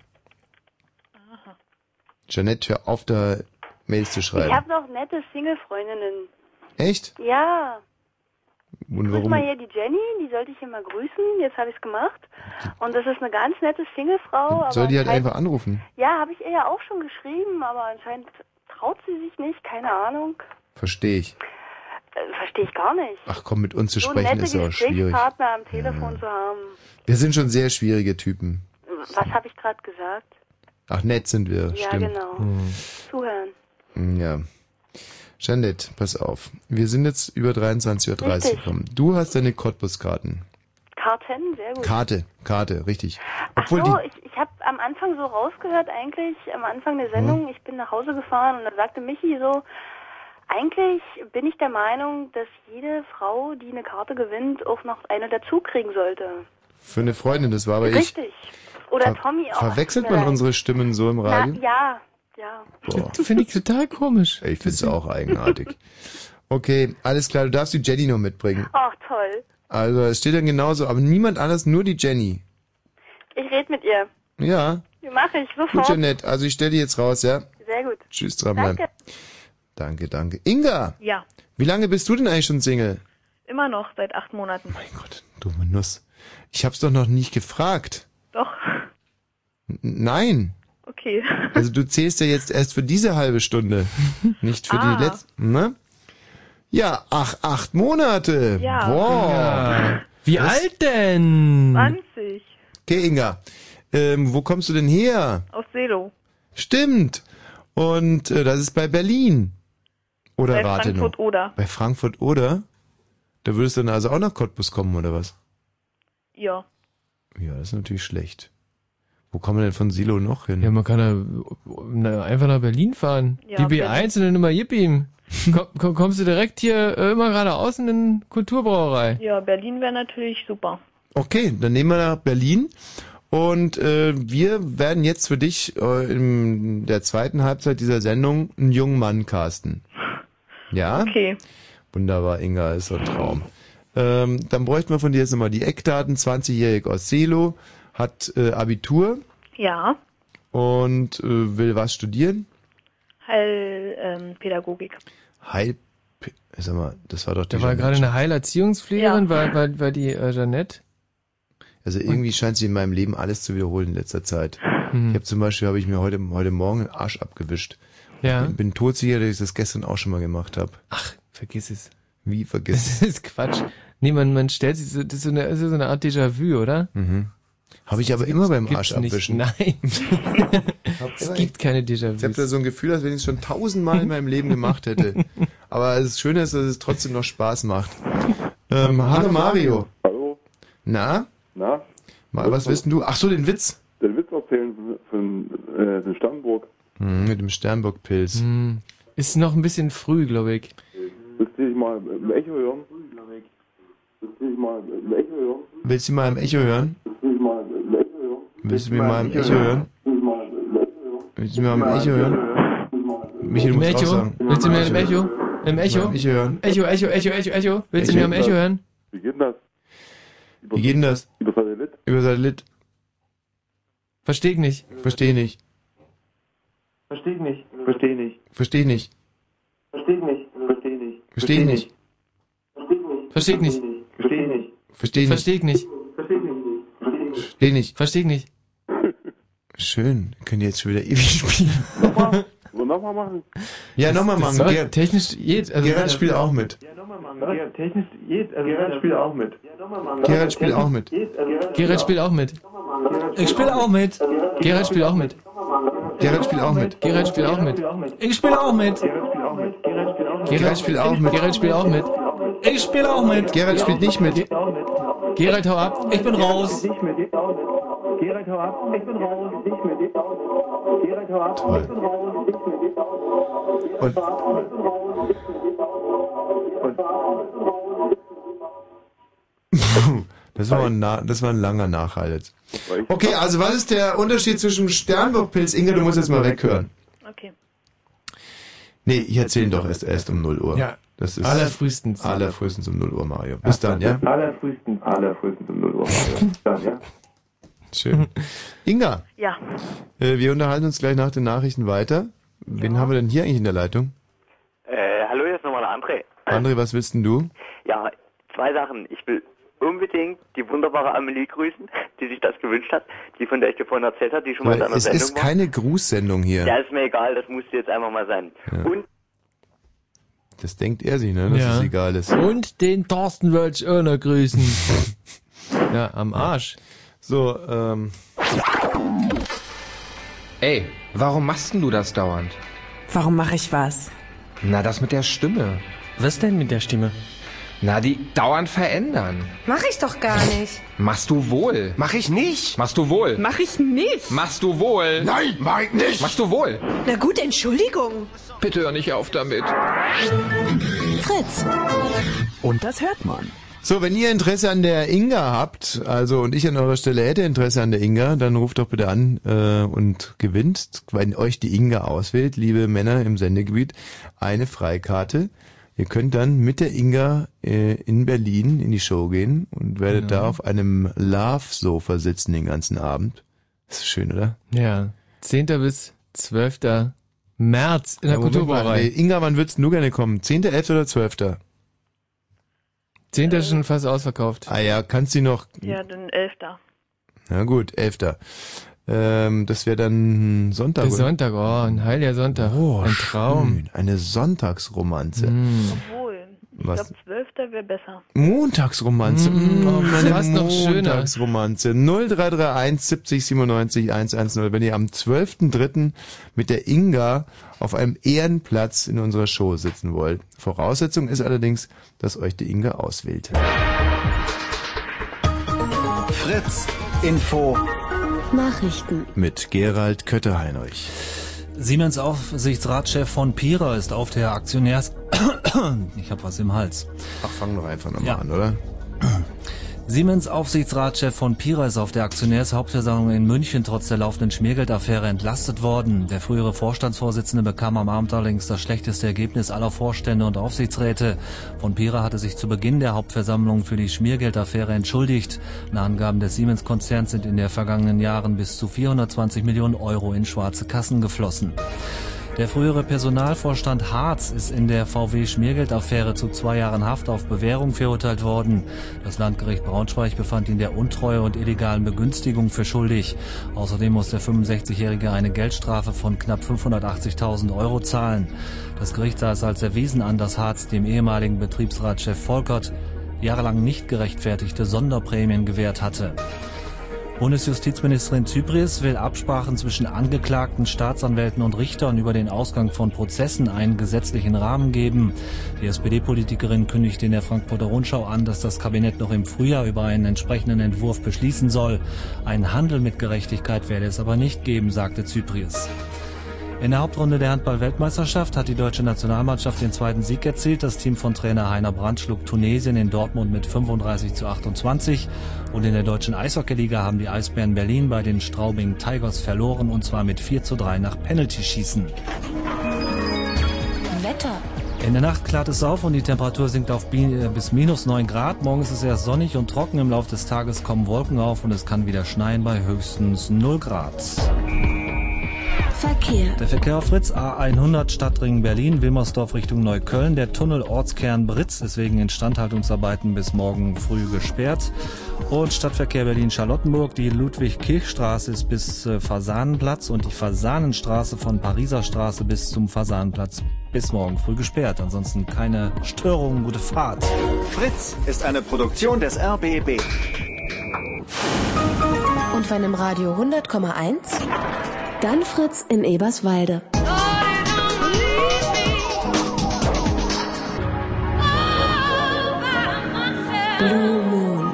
Speaker 5: Jeanette, hör auf, da Mails zu
Speaker 22: Ich
Speaker 5: schreiben.
Speaker 22: habe noch nette Single-Freundinnen.
Speaker 5: Echt?
Speaker 22: Ja,
Speaker 5: Und
Speaker 22: guck mal
Speaker 5: warum?
Speaker 22: hier die Jenny, die sollte ich hier mal grüßen. Jetzt habe ich es gemacht. Und das ist eine ganz nette Single-Frau. aber
Speaker 5: Soll die halt
Speaker 22: anscheinend-
Speaker 5: einfach anrufen?
Speaker 22: Ja, habe ich ihr ja auch schon geschrieben, aber anscheinend traut sie sich nicht, keine Ahnung.
Speaker 5: Verstehe ich.
Speaker 22: Äh, Verstehe ich gar nicht.
Speaker 5: Ach komm, mit uns zu
Speaker 22: so
Speaker 5: sprechen
Speaker 22: nette
Speaker 5: ist aber schwierig.
Speaker 22: Gesprächspartner am Telefon zu haben.
Speaker 5: Wir sind schon sehr schwierige Typen.
Speaker 22: Was habe ich gerade gesagt?
Speaker 5: Ach, nett sind wir,
Speaker 22: Ja,
Speaker 5: stimmt.
Speaker 22: genau.
Speaker 5: Hm.
Speaker 22: Zuhören.
Speaker 5: Mm, Ja. Jeanette, pass auf. Wir sind jetzt über 23.30 Uhr
Speaker 22: Richtig.
Speaker 5: gekommen. Du hast deine Cottbus-Karten.
Speaker 22: Karten, sehr gut.
Speaker 5: Karte, Karte, richtig.
Speaker 22: Ach
Speaker 5: Obwohl
Speaker 22: so,
Speaker 5: die,
Speaker 22: ich, ich habe am Anfang so rausgehört eigentlich, am Anfang
Speaker 5: Hm.
Speaker 22: der Sendung, ich bin nach Hause gefahren und da sagte Michi so, eigentlich bin ich der Meinung, dass jede Frau, die eine Karte gewinnt, auch noch eine dazu kriegen sollte.
Speaker 5: für eine Freundin, das war aber ich.
Speaker 22: Richtig. Oder
Speaker 5: Ver-
Speaker 22: Tommy auch.
Speaker 5: Verwechselt man unsere Stimmen so im
Speaker 22: Na,
Speaker 5: Radio?
Speaker 22: ja, ja.
Speaker 5: Boah.
Speaker 6: Finde ich total komisch.
Speaker 5: Ich find's auch eigenartig. Okay, alles klar, du darfst die Jenny noch mitbringen.
Speaker 22: Ach, Oh, toll.
Speaker 5: Also, es steht dann genauso, aber niemand anders, nur die Jenny.
Speaker 22: Ich rede mit ihr.
Speaker 5: Ja,
Speaker 22: Wie mache ich?
Speaker 5: gut,
Speaker 22: Sofort.
Speaker 5: Jeanette. Also, ich stelle die jetzt raus, ja?
Speaker 22: Sehr gut.
Speaker 5: Tschüss, dranbleiben.
Speaker 22: Danke.
Speaker 5: Danke, danke. Inga,
Speaker 3: Ja,
Speaker 5: wie lange bist du denn eigentlich schon Single?
Speaker 3: immer noch, seit acht Monaten. Mein
Speaker 5: Gott. Dumme Nuss. Ich hab's doch noch nicht gefragt.
Speaker 3: Doch,
Speaker 5: N- Nein.
Speaker 3: okay.
Speaker 5: Also du zählst ja jetzt erst für diese halbe Stunde, nicht für
Speaker 3: Ah.
Speaker 5: die letzte. Ne? Ja, ach, acht Monate.
Speaker 3: Ja.
Speaker 5: Wow.
Speaker 3: Ja.
Speaker 5: Wie alt denn?
Speaker 3: 20,
Speaker 5: Okay, Inga. Ähm, wo kommst du denn her?
Speaker 3: aus Selo.
Speaker 5: Stimmt. Und äh, das ist bei Berlin. Oder
Speaker 3: Bei
Speaker 5: Rathenow.
Speaker 3: Frankfurt oder.
Speaker 5: Bei Frankfurt oder? Da würdest du dann also auch nach Cottbus kommen, oder was?
Speaker 3: Ja,
Speaker 5: Ja, das ist natürlich schlecht. Wo kommen wir denn von Silo noch hin?
Speaker 6: Ja, man kann ja na, einfach nach Berlin fahren.
Speaker 3: Ja,
Speaker 6: Die B1 und dann immer Yippie. Komm, komm, kommst du direkt hier äh, immer geradeaus in den Kulturbrauerei.
Speaker 3: ja Berlin wäre natürlich super.
Speaker 5: Okay, dann nehmen wir nach Berlin. Und äh, wir werden jetzt für dich äh, in der zweiten Halbzeit dieser Sendung einen jungen Mann casten. Ja?
Speaker 3: Okay.
Speaker 5: Wunderbar, Inga, ist so ein Traum. Ähm, dann bräuchten wir von dir jetzt nochmal die Eckdaten. 20-jährig aus Selo, hat äh, Abitur
Speaker 3: Ja,
Speaker 5: und äh, will was studieren?
Speaker 3: ähm, Heilpädagogik.
Speaker 5: Heil... Sag mal, das war doch die
Speaker 6: Da war
Speaker 5: Jeanette.
Speaker 6: gerade eine Heilerziehungspflegerin, war, war, war die äh, Jeanette.
Speaker 5: Also irgendwie scheint sich in meinem Leben alles zu wiederholen in letzter Zeit.
Speaker 6: Hm.
Speaker 5: Ich habe zum Beispiel, habe ich mir heute, heute Morgen den Arsch abgewischt.
Speaker 6: Ja.
Speaker 5: Ich bin todsicher, dass ich das gestern auch schon mal gemacht habe.
Speaker 6: Ach, vergiss es.
Speaker 5: Wie vergiss
Speaker 6: Das ist Quatsch. Nee, man, man stellt sich so, das ist so eine, das ist so eine Art Déjà-vu, oder?
Speaker 5: Mhm. Habe ich aber
Speaker 6: Das
Speaker 5: immer beim
Speaker 6: gibt's
Speaker 5: Arsch
Speaker 6: nicht.
Speaker 5: abwischen.
Speaker 6: Nein. es gibt keine Déjà-vus.
Speaker 5: Ich habe da so ein Gefühl, als wenn ich es schon tausendmal in meinem Leben gemacht hätte. Aber das Schöne ist, dass es trotzdem noch Spaß macht. Ähm, hallo Mario.
Speaker 4: Hallo,
Speaker 5: Na?
Speaker 4: na?
Speaker 5: Mal, was wissen du? Ach so, den Witz.
Speaker 4: Den Witz erzählen von, äh, von Stammburg.
Speaker 5: Hm, mit dem Sternburg-Pilz.
Speaker 6: Hm. Ist noch ein bisschen früh, glaube ich.
Speaker 4: Willst du dich mal
Speaker 15: äh,
Speaker 4: im Echo hören? Willst du dich mal im Echo hören?
Speaker 5: Willst du mal im Echo hören?
Speaker 4: Willst du dich mal
Speaker 15: äh,
Speaker 4: im Echo hören?
Speaker 5: Willst du mir mal im Echo hören? Willst du mir mal im Echo hören? Michi, du
Speaker 6: Im
Speaker 5: musst auch
Speaker 6: Echo?
Speaker 5: sagen.
Speaker 6: Willst du mir im Echo? Im Echo?
Speaker 5: Im Echo hören.
Speaker 6: Echo, Echo, Echo, Echo, Echo. Willst du mir am Echo hören?
Speaker 4: Wie geht denn das?
Speaker 5: Wie geht denn das?
Speaker 4: Über Satellit?
Speaker 5: Über Satellit.
Speaker 6: Versteh ich nicht.
Speaker 5: Versteh nicht.
Speaker 4: Versteh nicht. Versteh nicht.
Speaker 5: Versteh nicht.
Speaker 4: Versteh nicht. Versteh nicht.
Speaker 5: Versteh nicht.
Speaker 6: Versteh
Speaker 4: Versteh nicht.
Speaker 6: ich nicht.
Speaker 5: Versteh nicht.
Speaker 6: Versteh ich nicht.
Speaker 5: Versteh nicht.
Speaker 6: Versteh ich nicht.
Speaker 5: Schön. Könnt ihr jetzt schon wieder ewig spielen.
Speaker 4: Und nochmal machen.
Speaker 5: Ja,
Speaker 6: Das-
Speaker 5: nochmal
Speaker 6: das
Speaker 5: machen.
Speaker 6: soll
Speaker 5: Gerd.
Speaker 6: technisch geht. Also
Speaker 5: Gerhard spielt auch mit.
Speaker 4: Ja, technisch geht. Also Gerhard spielt auch mit.
Speaker 5: Gerhard spielt auch mit.
Speaker 6: Gerrit spielt auch mit.
Speaker 14: Ich spiele auch mit.
Speaker 6: Gerrit spielt auch mit.
Speaker 5: Gerrit spielt auch mit.
Speaker 6: Gerrit spielt auch mit.
Speaker 14: Ich spiele auch mit.
Speaker 5: Gerald spielt auch mit.
Speaker 6: Gerald spielt auch mit.
Speaker 14: Ich spiele auch mit.
Speaker 5: Gerald spielt nicht mit.
Speaker 6: Gerald, hau ab.
Speaker 14: Ich bin raus.
Speaker 4: Gerald, hau ab. Ich bin raus. Ich mit dir. Gerald, hau ab. Ich bin raus. Ich mit dir.
Speaker 5: Und das war ein, Na das war ein langer Nachhalt jetzt. Okay, also was ist der Unterschied zwischen Sternburgpilz? Inge, du musst jetzt mal weghören.
Speaker 3: Okay.
Speaker 5: Nee, ich erzähle ihn doch erst, erst um 0 Uhr.
Speaker 6: Ja.
Speaker 5: Das ist
Speaker 6: Allerfrühestens.
Speaker 5: Allerfrühestens um 0 Uhr, Mario. Bis dann, ja?
Speaker 4: Allerfrühestens, allerfrühestens um 0 Uhr. Bis dann, ja?
Speaker 5: Schön. Inga,
Speaker 3: Ja.
Speaker 5: äh, wir unterhalten uns gleich nach den Nachrichten weiter. Wen haben wir denn hier eigentlich in der Leitung?
Speaker 19: Äh, hallo, hier ist nochmal der André.
Speaker 5: André, was willst denn du?
Speaker 19: Ja, zwei Sachen. Ich will unbedingt die wunderbare Amelie grüßen, die sich das gewünscht hat, die von der ich dir vorhin erzählt habe, die schon mal in
Speaker 5: Weil
Speaker 19: einer
Speaker 5: es
Speaker 19: Sendung
Speaker 5: ist keine Grußsendung
Speaker 19: war.
Speaker 5: hier.
Speaker 19: Ja, ist mir egal, das musste jetzt einfach mal sein.
Speaker 5: Ja.
Speaker 19: Und
Speaker 5: Das denkt er sich, ne? Dass
Speaker 6: Ja.
Speaker 5: es egal ist.
Speaker 6: Und den Thorsten Welch Irner grüßen. ja, am Arsch.
Speaker 5: So, ähm.
Speaker 24: Ey, warum machst denn du das dauernd?
Speaker 27: Warum mache ich was?
Speaker 24: Na, das mit der Stimme.
Speaker 27: Was denn mit der Stimme?
Speaker 24: Na, die dauernd verändern.
Speaker 28: Mach ich doch gar nicht.
Speaker 24: Machst du wohl. Mach ich nicht. Machst du wohl.
Speaker 28: Mach ich nicht.
Speaker 24: Machst du wohl.
Speaker 28: Nein,
Speaker 24: mach ich nicht. Machst du wohl.
Speaker 28: Na gut, Entschuldigung.
Speaker 24: Bitte hör nicht auf damit.
Speaker 28: Fritz.
Speaker 5: Und das hört man. So, wenn ihr Interesse an der Inga habt, also und ich an eurer Stelle hätte Interesse an der Inga, dann ruft doch bitte an äh, und gewinnt, wenn euch die Inga auswählt, liebe Männer im Sendegebiet, eine Freikarte. Ihr könnt dann mit der Inga äh, in Berlin in die Show gehen und werdet
Speaker 6: Ja.
Speaker 5: da auf einem Love-Sofa sitzen den ganzen Abend. Das ist schön, oder?
Speaker 6: Ja. 10. bis 12. März in der
Speaker 5: Ja, Moment mal, nee,
Speaker 6: Kulturbrauerei.
Speaker 5: Inga, wann würdest du gerne kommen? 10., 11. oder 12.?
Speaker 6: 10. ist schon fast ausverkauft.
Speaker 5: Ah ja, kannst du noch
Speaker 3: Ja, dann Elfter.
Speaker 5: Na gut, 11. Ähm, das wäre dann Sonntag.
Speaker 6: Der
Speaker 5: oder?
Speaker 6: Sonntag, oh, ein heiliger Sonntag. Oh, ein Traum. Hm.
Speaker 5: Schön, Eine Sonntagsromanze.
Speaker 3: Obwohl, ich
Speaker 5: Was?
Speaker 3: glaube, Zwölfter wäre besser.
Speaker 5: Montagsromanze.
Speaker 6: Mm,
Speaker 5: Mm, eine
Speaker 6: fast noch schöner.
Speaker 5: Montagsromanze. 0331 70 97 110. Wenn ihr am 12.03. mit der Inga auf einem Ehrenplatz in unserer Show sitzen wollt. Voraussetzung ist allerdings, dass euch die Inga auswählt.
Speaker 18: Fritz, Info.
Speaker 10: Nachrichten.
Speaker 5: Mit Gerald Kötter-Heinrich.
Speaker 14: Siemens Aufsichtsratschef von Pira ist auf der Aktionärs... Ich habe was im Hals.
Speaker 5: Ach, fang doch einfach nochmal
Speaker 14: ja.
Speaker 5: an, oder?
Speaker 14: Siemens Aufsichtsratschef von Pira ist auf der Aktionärshauptversammlung in München trotz der laufenden Schmiergeldaffäre entlastet worden. Der frühere Vorstandsvorsitzende bekam am Abend allerdings das schlechteste Ergebnis aller Vorstände und Aufsichtsräte. Von Pira hatte sich zu Beginn der Hauptversammlung für die Schmiergeldaffäre entschuldigt. Nach Angaben des Siemens-Konzerns sind in der vergangenen Jahren bis zu 420 Millionen Euro in schwarze Kassen geflossen. Der frühere Personalvorstand Harz ist in der VW-Schmiergeldaffäre zu zwei Jahren Haft auf Bewährung verurteilt worden. Das Landgericht Braunschweig befand ihn der Untreue und illegalen Begünstigung für schuldig. Außerdem muss der 65-Jährige eine Geldstrafe von knapp 580.000 Euro zahlen. Das Gericht sah es als erwiesen an, dass Harz dem ehemaligen Betriebsratschef Volkert jahrelang nicht gerechtfertigte Sonderprämien gewährt hatte. Bundesjustizministerin Zypries will Absprachen zwischen Angeklagten, Staatsanwälten und Richtern über den Ausgang von Prozessen einen gesetzlichen Rahmen geben. Die SPD-Politikerin kündigt in der Frankfurter Rundschau an, dass das Kabinett noch im Frühjahr über einen entsprechenden Entwurf beschließen soll. Einen Handel mit Gerechtigkeit werde es aber nicht geben, sagte Zypries. In der Hauptrunde der Handball-Weltmeisterschaft hat die deutsche Nationalmannschaft den zweiten Sieg erzielt. Das Team von Trainer Heiner Brandt schlug Tunesien in Dortmund mit 35 zu 28. Und in der deutschen Eishockeyliga haben die Eisbären Berlin bei den Straubing Tigers verloren und zwar mit 4 zu 3 nach Penaltyschießen.
Speaker 28: Wetter.
Speaker 14: In der Nacht klart es auf und die Temperatur sinkt auf bi- äh, bis minus 9 Grad. Morgen ist es erst sonnig und trocken. Im Laufe des Tages kommen Wolken auf und es kann wieder schneien bei höchstens 0 Grad.
Speaker 28: Verkehr.
Speaker 14: Der Verkehr auf Fritz A100 Stadtring Berlin, Wilmersdorf Richtung Neukölln. Der Tunnel Ortskern Britz, deswegen Instandhaltungsarbeiten bis morgen früh gesperrt. Und Stadtverkehr Berlin-Charlottenburg, die Ludwig-Kirch-Straße ist bis äh, Fasanenplatz und die Fasanenstraße von Pariser Straße bis zum Fasanenplatz bis morgen früh gesperrt. Ansonsten keine Störungen, gute Fahrt.
Speaker 18: Fritz ist eine Produktion des RBB.
Speaker 10: Und wenn im Radio 100,1? Dann Fritz in Eberswalde. Blue Moon.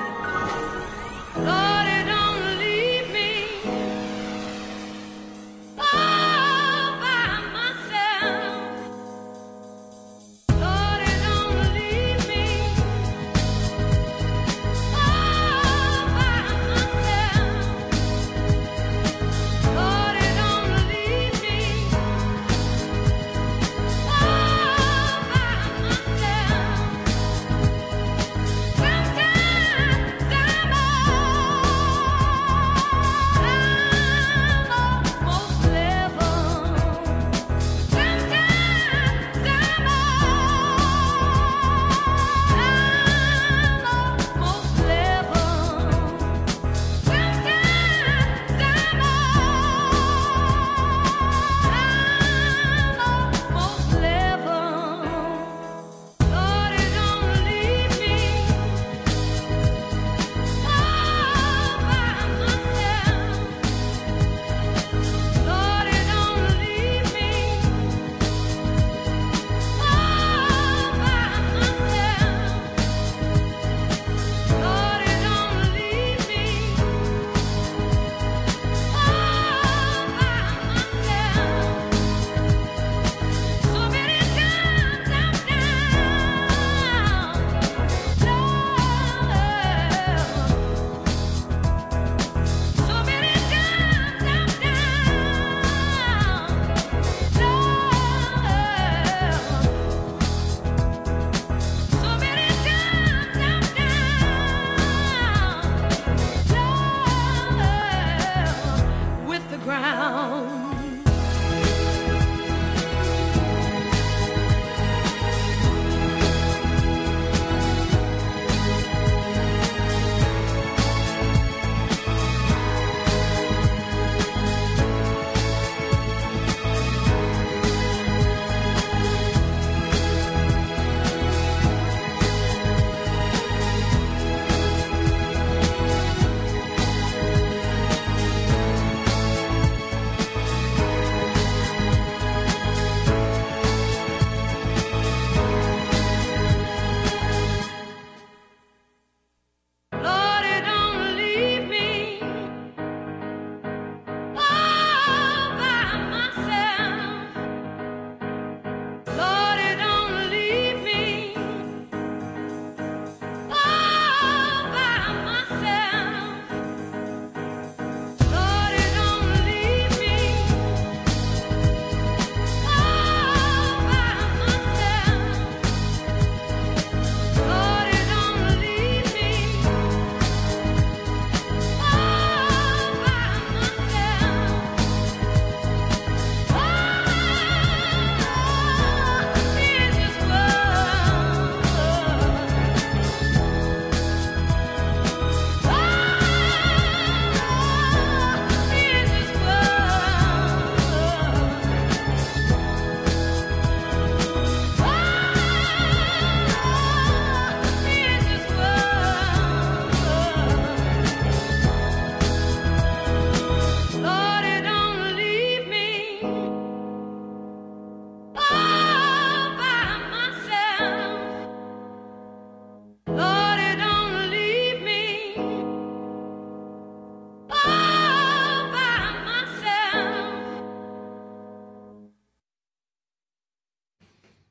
Speaker 25: Sometimes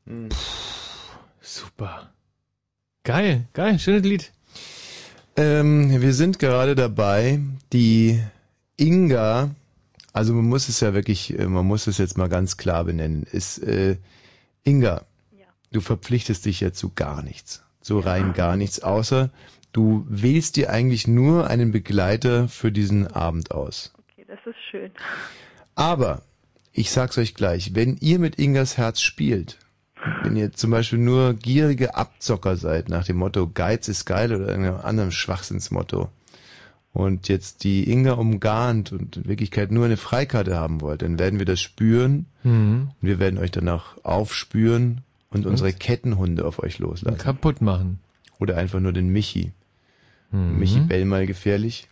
Speaker 6: Hm. Super. Geil, geil, schönes Lied.
Speaker 5: Ähm, wir sind gerade dabei, die Inga, also man muss es ja wirklich, äh, man muss es jetzt mal ganz klar benennen, ist äh, Inga, du verpflichtest dich ja zu gar nichts, so rein gar nichts, außer du wählst dir eigentlich nur einen Begleiter für diesen Abend aus.
Speaker 3: Okay, das ist schön.
Speaker 5: Aber ich sag's euch gleich, wenn ihr mit Ingas Herz spielt, wenn ihr zum Beispiel nur gierige Abzocker seid nach dem Motto Geiz ist geil oder einem anderen Schwachsinnsmotto und jetzt die Inga umgarnt und in Wirklichkeit nur eine Freikarte haben wollt, dann werden wir das spüren
Speaker 6: Mhm.
Speaker 5: und wir werden euch danach aufspüren und unsere Kettenhunde auf euch loslassen.
Speaker 6: kaputt machen. Mhm.
Speaker 5: Oder einfach nur den Michi. Michi Bellmal gefährlich.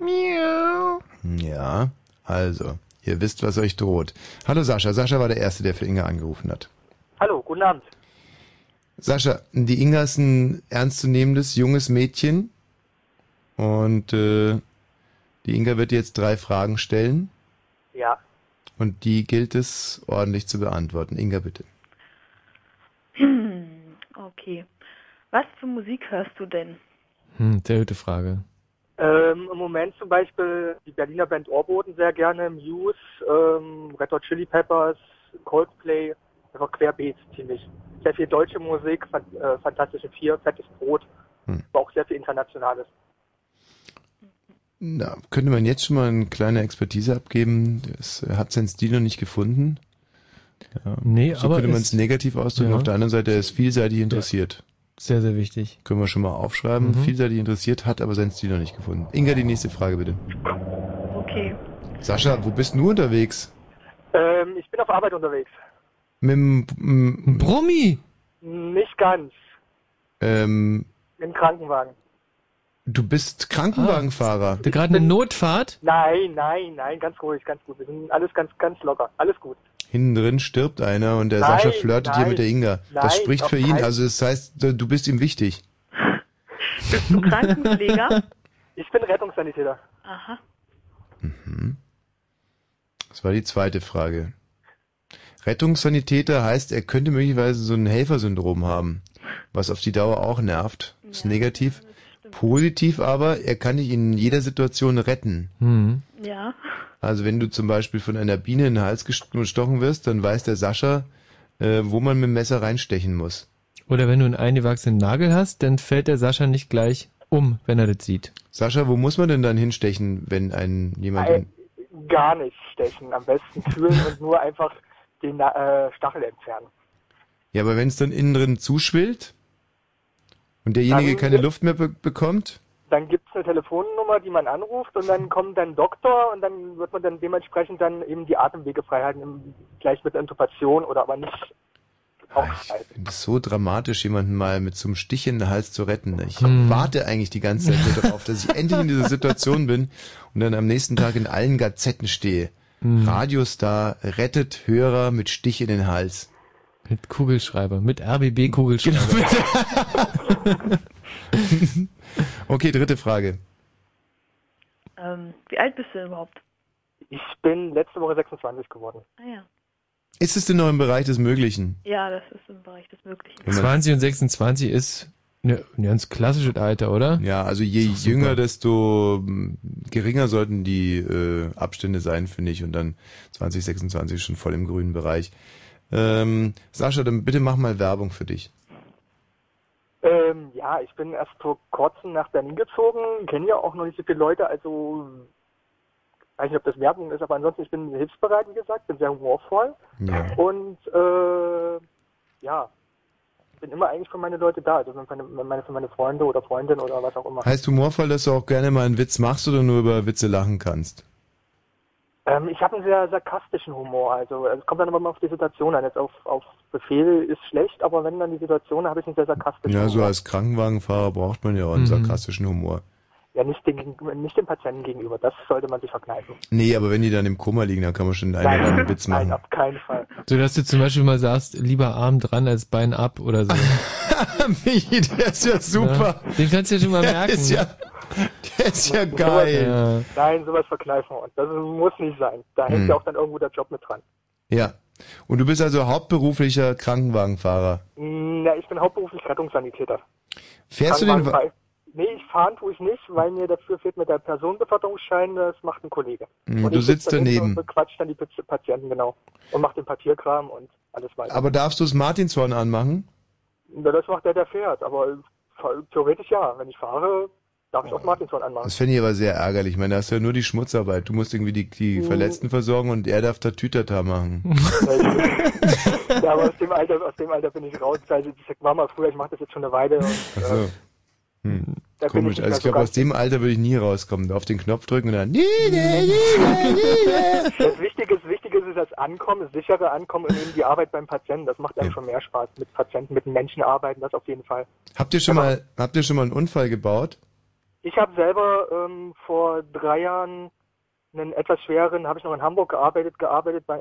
Speaker 6: Miau.
Speaker 5: Ja, also, ihr wisst, was euch droht. Hallo Sascha. Sascha war der Erste, der für Inga angerufen hat.
Speaker 12: Hallo, guten Abend.
Speaker 5: Sascha, die Inga ist ein ernstzunehmendes, junges Mädchen. Und äh, die Inga wird dir jetzt drei Fragen stellen.
Speaker 12: Ja.
Speaker 5: Und die gilt es ordentlich zu beantworten. Inga, bitte.
Speaker 3: Hm, Okay. Was für Musik hörst du denn?
Speaker 6: Hm, sehr gute Frage.
Speaker 12: Ähm, Im Moment zum Beispiel die Berliner Band Orboten sehr gerne, Muse, ähm, Red Hot Chili Peppers, Coldplay, einfach querbeet ziemlich. Sehr viel deutsche Musik, fan äh, Fantastische Vier, Fettes Brot, aber auch sehr viel Internationales.
Speaker 5: Na, könnte man jetzt schon mal eine kleine Expertise abgeben? Es hat seinen Stil noch nicht gefunden. Ähm, Ja,
Speaker 6: Nee,
Speaker 5: so
Speaker 6: aber
Speaker 5: könnte man
Speaker 6: es-
Speaker 5: es negativ ausdrücken.
Speaker 6: ja.
Speaker 5: Auf der anderen Seite, er ist vielseitig interessiert.
Speaker 6: Sehr, sehr wichtig.
Speaker 5: Können wir schon mal aufschreiben.
Speaker 6: Mhm.
Speaker 5: Vielseitig interessiert, hat aber seinen Stil noch nicht gefunden. Inga, die nächste Frage bitte.
Speaker 12: Okay.
Speaker 5: Sascha, wo bist denn du unterwegs?
Speaker 12: Ähm, ich bin auf Arbeit unterwegs.
Speaker 5: Mit dem m-
Speaker 6: Brummi?
Speaker 12: Nicht ganz.
Speaker 5: Ähm,
Speaker 12: Im Krankenwagen.
Speaker 5: du bist Krankenwagenfahrer.
Speaker 6: Ah, gerade eine Notfahrt?
Speaker 12: Nein, nein, nein, ganz ruhig, ganz gut. Wir sind alles ganz, ganz locker. Alles gut.
Speaker 5: Hinten drin stirbt einer und der
Speaker 12: Nein,
Speaker 5: Sascha flirtet hier
Speaker 12: nein,
Speaker 5: mit der Inga.
Speaker 12: nein,
Speaker 5: das spricht
Speaker 12: auf
Speaker 5: für ihn.
Speaker 12: keinen-
Speaker 5: Also das heißt, du bist ihm wichtig.
Speaker 12: Bist du Krankenpfleger? ich bin Rettungssanitäter. Aha.
Speaker 5: Hm? Das war die zweite Frage. Rettungssanitäter heißt, er könnte möglicherweise so ein Helfersyndrom haben, was auf die Dauer auch nervt. Ist negativ. Positiv aber, er kann dich in jeder Situation retten.
Speaker 6: Hm.
Speaker 3: Ja.
Speaker 5: Also wenn du zum Beispiel von einer Biene in den Hals gest- gestochen wirst, dann weiß der Sascha, äh, wo man mit dem Messer reinstechen muss.
Speaker 6: Oder wenn du einen eingewachsenen Nagel hast, dann fällt der Sascha nicht gleich um, wenn er das sieht.
Speaker 5: Sascha, wo muss man denn dann hinstechen, wenn ein jemand...
Speaker 12: Ei, gar nicht stechen. Am besten kühlen und nur einfach den Na- äh, Stachel entfernen.
Speaker 5: Ja, aber wenn es dann innen drin zuschwillt und derjenige
Speaker 12: Dann-
Speaker 5: keine Luft mehr be bekommt,
Speaker 12: Dann gibt es eine Telefonnummer, die man anruft und dann kommt dann ein Doktor und dann wird man dann dementsprechend dann eben die Atemwege freihalten, im- gleich mit Intubation oder aber nicht auch
Speaker 5: finde es so dramatisch, jemanden mal mit so einem Stich in den Hals zu retten. Ich
Speaker 12: Hm.
Speaker 5: warte eigentlich die ganze Zeit nur darauf, dass ich endlich in dieser Situation bin und dann am nächsten Tag in allen Gazetten stehe.
Speaker 6: Hm.
Speaker 5: Radiostar rettet Hörer mit Stich in den Hals.
Speaker 6: Mit Kugelschreiber, mit RBB-Kugelschreiber.
Speaker 5: Genau. okay, dritte Frage.
Speaker 3: Ähm, wie alt bist du denn überhaupt?
Speaker 12: Ich bin letzte Woche 26 geworden.
Speaker 3: Ah ja.
Speaker 5: Ist es denn noch im Bereich des Möglichen?
Speaker 3: Ja, das ist im Bereich des Möglichen.
Speaker 6: 20 und 26 ist ne, ein ganz klassisches Alter, oder?
Speaker 5: Ja, also je jünger, desto mm, geringer sollten die äh, Abstände sein, finde ich. Und dann 2026 schon voll im grünen Bereich. Ähm, Sascha, dann bitte mach mal Werbung für dich.
Speaker 12: Ähm, ja, ich bin erst vor kurzem nach Berlin gezogen, kenne ja auch noch nicht so viele Leute, also weiß nicht, ob das Werbung ist, aber ansonsten, ich bin hilfsbereit, wie gesagt, bin sehr humorvoll
Speaker 5: Ja.
Speaker 12: und äh, ja, bin immer eigentlich für meine Leute da, also für meine, meine, für meine Freunde oder Freundin oder was auch immer.
Speaker 5: Heißt humorvoll, dass du auch gerne mal einen Witz machst oder nur über Witze lachen kannst?
Speaker 12: Ähm, ich habe einen sehr sarkastischen Humor, also es kommt dann aber mal auf die Situation an. Jetzt auf, auf Befehl ist schlecht, aber wenn dann die Situation, habe ich einen sehr sarkastischen
Speaker 5: Ja,
Speaker 12: Humor.
Speaker 5: so als Krankenwagenfahrer braucht man ja auch einen
Speaker 12: Mhm.
Speaker 5: sarkastischen Humor.
Speaker 12: Ja, nicht, den, nicht dem Patienten gegenüber, das sollte man sich verkneifen.
Speaker 5: Nee, aber wenn die dann im Koma liegen, dann kann man schon einen oder anderen Witz machen.
Speaker 12: Auf keinen Fall.
Speaker 6: So dass du zum Beispiel mal sagst, lieber Arm dran als Bein ab oder so.
Speaker 5: Michi, der ist ja super.
Speaker 6: den kannst du ja schon mal
Speaker 5: Der
Speaker 6: merken.
Speaker 5: ist ja- der ist ja geil.
Speaker 6: Ja.
Speaker 12: Nein, sowas verkneifen wir uns. Das muss nicht sein. Da hängt
Speaker 5: Hm.
Speaker 12: ja auch dann irgendwo der Job mit dran.
Speaker 5: Ja. Und du bist also hauptberuflicher Krankenwagenfahrer.
Speaker 12: Na, ich bin hauptberuflich Rettungssanitäter.
Speaker 5: Fährst du den... Wa
Speaker 12: Krankenwagenfall. Nee, ich fahren tue ich nicht, weil mir dafür fehlt mir der Personenbeförderungsschein, das macht ein Kollege.
Speaker 5: Hm,
Speaker 12: und
Speaker 5: du
Speaker 12: ich
Speaker 5: sitzt
Speaker 12: sitz daneben
Speaker 5: daneben.
Speaker 12: Und bequatsch dann die Pat- Patienten, genau. Und mach den Papierkram und alles weiter.
Speaker 5: aber darfst du das Martinshorn anmachen?
Speaker 12: Na, das macht der, der fährt, aber fa- theoretisch ja. Wenn ich fahre, darf ich auch Martinshorn anmachen.
Speaker 5: Das fände ich aber sehr ärgerlich. Ich meine, da hast du ja nur die Schmutzarbeit. Du musst irgendwie die, die
Speaker 12: Hm.
Speaker 5: Verletzten versorgen und er darf da Tütata machen.
Speaker 12: ja, aber aus dem Alter, aus dem Alter bin ich raus. Also, ich war mal früher, ich mache das jetzt schon eine Weile. Und,
Speaker 5: Ach so. Hm.
Speaker 12: Da bin ich
Speaker 5: Komisch.
Speaker 12: nicht
Speaker 5: Also
Speaker 12: mehr
Speaker 5: ich
Speaker 12: so
Speaker 5: glaube,
Speaker 12: ganz-
Speaker 5: aus dem Alter würde ich nie rauskommen. Auf den Knopf drücken und dann...
Speaker 12: das Wichtige ist, Wichtige ist das Ankommen, das sichere Ankommen und eben die Arbeit beim Patienten. Das macht einem schon mehr Spaß. Mit Patienten, mit Menschen arbeiten, das auf jeden Fall.
Speaker 5: Habt ihr schon mal, habt ihr schon mal einen Unfall gebaut?
Speaker 12: Ich habe selber ähm, vor drei Jahren einen etwas schweren, habe ich noch in Hamburg gearbeitet, gearbeitet, bei, äh,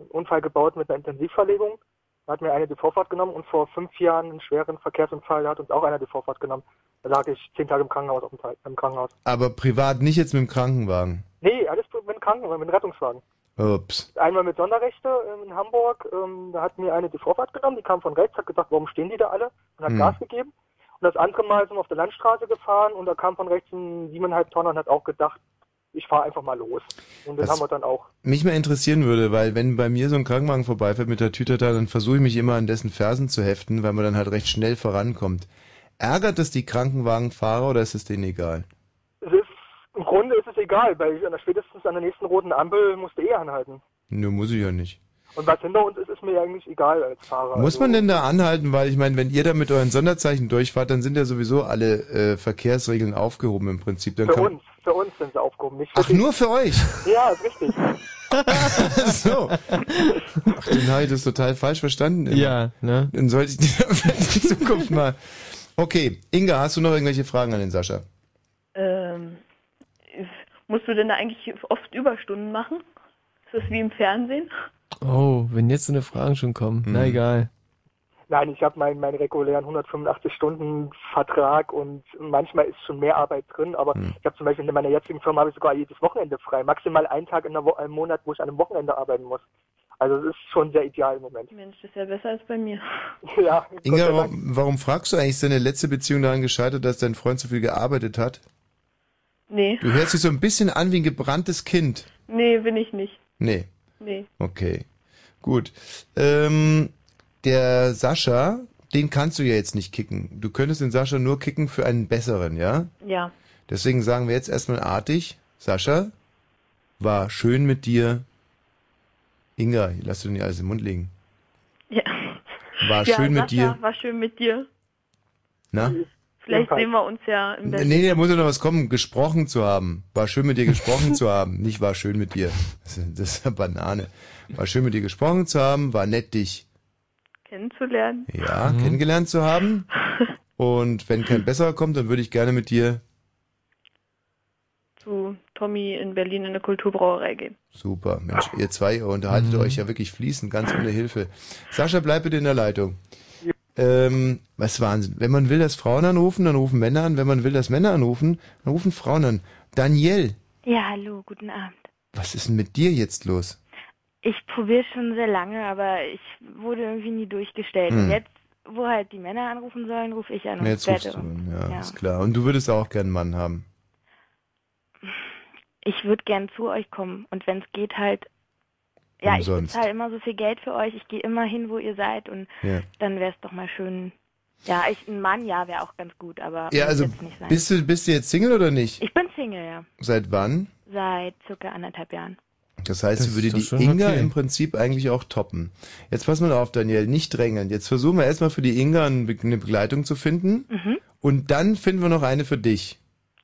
Speaker 12: einen Unfall gebaut mit einer Intensivverlegung. Da hat mir einer die Vorfahrt genommen und vor fünf Jahren einen schweren Verkehrsunfall, da hat uns auch einer die Vorfahrt genommen. Da lag ich zehn Tage im Krankenhaus, auf dem, Teil- im Krankenhaus.
Speaker 5: Aber privat, nicht jetzt mit dem Krankenwagen.
Speaker 12: Nee, alles mit dem Krankenwagen, mit dem Rettungswagen.
Speaker 5: Ups.
Speaker 12: Einmal mit Sonderrechte ähm, in Hamburg, ähm, da hat mir eine die Vorfahrt genommen, die kam von rechts, hat gesagt, warum stehen die da alle? Und hat
Speaker 5: Hm.
Speaker 12: Gas gegeben. Und das andere Mal sind wir auf der Landstraße gefahren und da kam von rechts ein siebeneinhalb Tonner und hat auch gedacht, ich fahre einfach mal los. Und das,
Speaker 5: Das-
Speaker 12: haben wir dann auch.
Speaker 5: Mich mal interessieren würde, weil wenn bei mir so ein Krankenwagen vorbeifährt mit der Tütata, dann versuche ich mich immer an dessen Fersen zu heften, weil man dann halt recht schnell vorankommt. Ärgert das die Krankenwagenfahrer oder ist es denen egal?
Speaker 12: Es ist, Im Grunde ist es egal, weil ich an der spätestens an der nächsten roten Ampel musste eh anhalten.
Speaker 5: Nö, muss ich ja nicht.
Speaker 12: Und was hinter uns ist, ist mir eigentlich egal als Fahrer. Also
Speaker 5: Muss man denn da anhalten? Weil ich meine, wenn ihr da mit euren Sonderzeichen durchfahrt, dann sind ja sowieso alle äh, Verkehrsregeln aufgehoben im Prinzip. Dann
Speaker 12: für
Speaker 5: kann-
Speaker 12: uns, für uns sind sie aufgehoben, nicht für
Speaker 5: Ach, nur für euch?
Speaker 12: Ja, ist richtig.
Speaker 5: so. Ach, dann habe ich das total falsch verstanden. immer.
Speaker 6: Ja, ne?
Speaker 5: Dann sollte ich die in Zukunft mal... Okay, Inga, hast du noch irgendwelche Fragen an den Sascha?
Speaker 3: Ähm, musst du denn da eigentlich oft Überstunden machen? Ist das wie im Fernsehen?
Speaker 6: Oh, wenn jetzt so eine Fragen schon kommen.
Speaker 5: Hm.
Speaker 6: Na egal.
Speaker 12: Nein, ich habe meinen meinen regulären 185-Stunden-Vertrag und manchmal ist schon mehr Arbeit drin, aber ich habe zum Beispiel in meiner jetzigen Firma habe ich sogar jedes Wochenende frei. Maximal einen Tag in der Wo äh, im Monat, wo ich an einem Wochenende arbeiten muss. Also es ist schon sehr ideal im Moment.
Speaker 3: Mensch, das ist ja besser als bei mir.
Speaker 12: ja, Gott
Speaker 5: Inga,
Speaker 12: sei Dank.
Speaker 5: warum, warum fragst du eigentlich, ist deine letzte Beziehung daran gescheitert, dass dein Freund so viel gearbeitet hat?
Speaker 3: Nee.
Speaker 5: Du hörst dich so ein bisschen an wie ein gebranntes Kind.
Speaker 3: Nee, bin ich nicht.
Speaker 5: Nee.
Speaker 3: Nee.
Speaker 5: Okay, gut. Ähm, der Sascha, den kannst du ja jetzt nicht kicken. Du könntest den Sascha nur kicken für einen besseren, ja?
Speaker 3: Ja.
Speaker 5: Deswegen sagen wir jetzt erstmal artig, Sascha, war schön mit dir. Inga, lass du dir nicht alles im Mund liegen.
Speaker 3: Ja.
Speaker 5: War
Speaker 3: ja,
Speaker 5: schön
Speaker 3: Sascha,
Speaker 5: mit dir.
Speaker 3: War schön mit dir.
Speaker 5: Na?
Speaker 3: Vielleicht
Speaker 5: Jedenfalls.
Speaker 3: sehen wir uns ja im
Speaker 5: Nee,
Speaker 3: besten.
Speaker 5: nee, da muss ja noch was kommen, gesprochen zu haben. War schön mit dir gesprochen zu haben. Nicht war schön mit dir. Das ist, das ist eine Banane. War schön mit dir gesprochen zu haben, war nett dich
Speaker 3: kennenzulernen.
Speaker 5: ja,
Speaker 16: Mhm.
Speaker 5: kennengelernt zu haben. Und wenn kein besserer kommt, dann würde ich gerne mit dir.
Speaker 3: Zu Tommy in Berlin in eine Kulturbrauerei gehen.
Speaker 5: Super, Mensch, ihr zwei ihr unterhaltet
Speaker 16: Mhm.
Speaker 5: euch ja wirklich fließend, ganz ohne Hilfe. Sascha, bleib bitte in der Leitung. Ähm, was Wahnsinn. Wenn man will, dass Frauen anrufen, dann rufen Männer an. Wenn man will, dass Männer anrufen, dann rufen Frauen an. Daniel,
Speaker 16: Ja, hallo, guten Abend.
Speaker 5: was ist denn mit dir jetzt los?
Speaker 16: Ich probiere schon sehr lange, aber ich wurde irgendwie nie durchgestellt.
Speaker 5: Hm.
Speaker 16: Und jetzt, wo halt die Männer anrufen sollen, rufe ich an und
Speaker 5: Jetzt rufst
Speaker 16: werde.
Speaker 5: du an, ja, ist klar. Und du würdest auch gern einen Mann haben.
Speaker 16: Ich würde gern zu euch kommen und wenn es geht halt. Ja,
Speaker 5: Umsonst.
Speaker 16: ich bezahle immer so viel Geld für euch. Ich gehe immer hin, wo ihr seid und
Speaker 5: Ja.
Speaker 16: dann wäre es doch mal schön. Ja, ich, ein Mann, ja, wäre auch ganz gut, aber
Speaker 5: Ja,
Speaker 16: muss
Speaker 5: also
Speaker 16: jetzt nicht sein.
Speaker 5: bist du, bist du jetzt Single oder nicht?
Speaker 16: ich bin Single, ja,
Speaker 5: Seit wann?
Speaker 16: seit circa anderthalb Jahren.
Speaker 5: Das heißt, sie würde
Speaker 16: ist doch
Speaker 5: die
Speaker 16: schon
Speaker 5: Inga
Speaker 16: okay.
Speaker 5: im Prinzip eigentlich auch toppen. Jetzt pass mal auf, Daniel, nicht drängeln. Jetzt versuchen wir erstmal für die Inga ein- eine Begleitung zu finden.
Speaker 16: Mhm.
Speaker 5: Und dann finden wir noch eine für dich.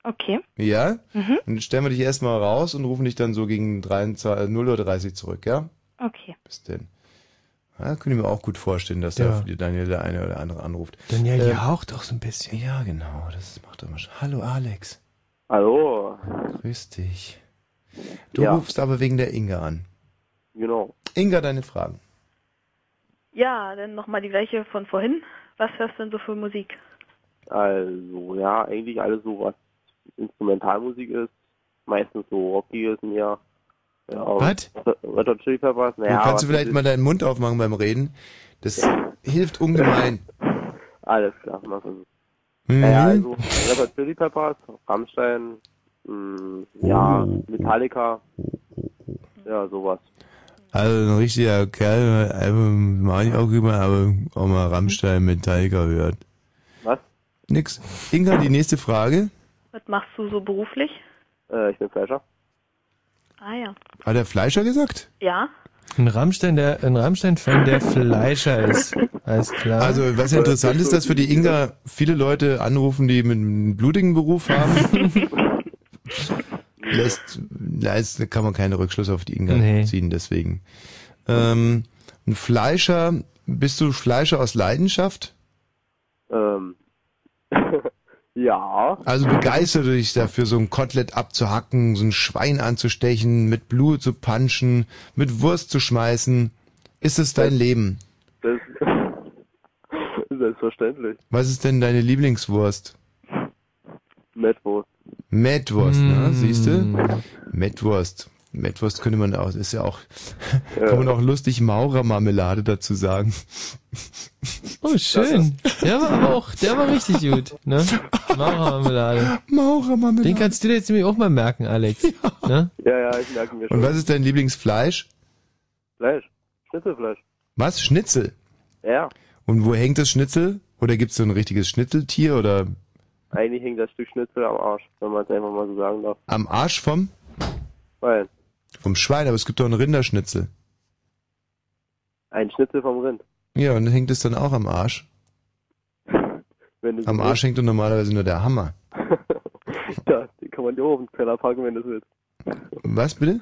Speaker 16: Okay.
Speaker 5: Ja?
Speaker 16: Mhm.
Speaker 5: Dann stellen wir dich erstmal raus und rufen dich dann so gegen 23 0.30 Uhr zurück, ja?
Speaker 16: Okay.
Speaker 5: Bis denn. Ja, könnte ich mir auch gut vorstellen, dass
Speaker 6: Ja.
Speaker 5: da für die Daniel der eine oder andere anruft.
Speaker 6: Daniel, die
Speaker 5: Ähm,
Speaker 6: haucht auch so ein bisschen.
Speaker 5: Ja, genau. Das macht immer schon. Hallo, Alex.
Speaker 15: Oh,
Speaker 17: Hallo,
Speaker 5: Grüß dich. Du
Speaker 17: Ja.
Speaker 5: rufst aber wegen der Inga an.
Speaker 17: genau.
Speaker 5: Inga, deine Fragen.
Speaker 3: Ja, dann nochmal die gleiche von vorhin. Was hörst du denn so für Musik?
Speaker 17: Also, ja, eigentlich alles so, was Instrumentalmusik ist. Meistens so rockiges mehr.
Speaker 15: Ja, aber
Speaker 5: Was?
Speaker 15: Red Hot Chili Peppers, naja.
Speaker 5: du kannst du
Speaker 15: was
Speaker 5: vielleicht
Speaker 15: ist-
Speaker 5: mal deinen Mund aufmachen beim Reden. Das hilft ungemein.
Speaker 15: Alles klar, mach es.
Speaker 5: Mhm.
Speaker 15: Naja, also Red Hot Chili Peppers, Rammstein, mh, ja, Metallica, ja, sowas.
Speaker 5: Also ein richtiger Kerl, einfach mach ich auch immer, aber auch mal Rammstein mit Tiger hört.
Speaker 15: Was?
Speaker 5: Nix. Inga, die nächste Frage.
Speaker 3: Was machst du so beruflich?
Speaker 15: Äh, ich bin Fleischer.
Speaker 3: Ah ja.
Speaker 5: Hat der Fleischer gesagt?
Speaker 3: Ja?
Speaker 6: Ein Rammstein, der, ein Rammstein-Fan, der Fleischer ist. Alles klar.
Speaker 5: Also was interessant ist, dass für die Inga viele Leute anrufen, die mit einem blutigen Beruf haben. Lässt, lässt, kann man keinen Rückschluss auf die Inga ziehen, deswegen. Ähm, ein Fleischer, bist du Fleischer aus Leidenschaft?
Speaker 15: Ähm, ja.
Speaker 5: Also begeistert du dich dafür, so ein Kotelett abzuhacken, so ein Schwein anzustechen, mit Blut zu punchen, mit Wurst zu schmeißen. Ist es dein Leben?
Speaker 15: Das selbstverständlich.
Speaker 5: Was ist denn deine Lieblingswurst?
Speaker 15: Metwurst.
Speaker 5: Metwurst, ne?
Speaker 15: Mm.
Speaker 5: Siehst du? Metwurst. Metwurst könnte man auch, ist ja auch, kann man auch lustig Maurermarmelade dazu sagen.
Speaker 6: Oh, schön. Der war aber auch, der war richtig gut, ne? Maurermarmelade.
Speaker 5: Maurermarmelade.
Speaker 6: Den kannst du dir jetzt nämlich auch mal merken, Alex. Ne?
Speaker 15: Ja, ja, ich merke mir schon.
Speaker 5: Und was ist dein Lieblingsfleisch?
Speaker 15: Fleisch. Schnitzelfleisch.
Speaker 5: Was? Schnitzel.
Speaker 15: Ja.
Speaker 5: Und wo hängt das Schnitzel? Oder gibt's so ein richtiges Schnitzeltier oder
Speaker 15: Eigentlich hängt das Stück Schnitzel am Arsch, wenn man es einfach mal so sagen darf.
Speaker 5: am Arsch vom?
Speaker 15: Weil
Speaker 5: Vom Schwein, aber es gibt doch ein Rinderschnitzel.
Speaker 15: ein Schnitzel vom Rind.
Speaker 5: Ja, und hängt es dann auch am Arsch.
Speaker 15: Wenn du so
Speaker 5: Am Arsch hängt doch normalerweise nur der Hammer.
Speaker 15: willst. Ja, den kann man dir auch auf den Keller packen, wenn du willst.
Speaker 5: Was bitte?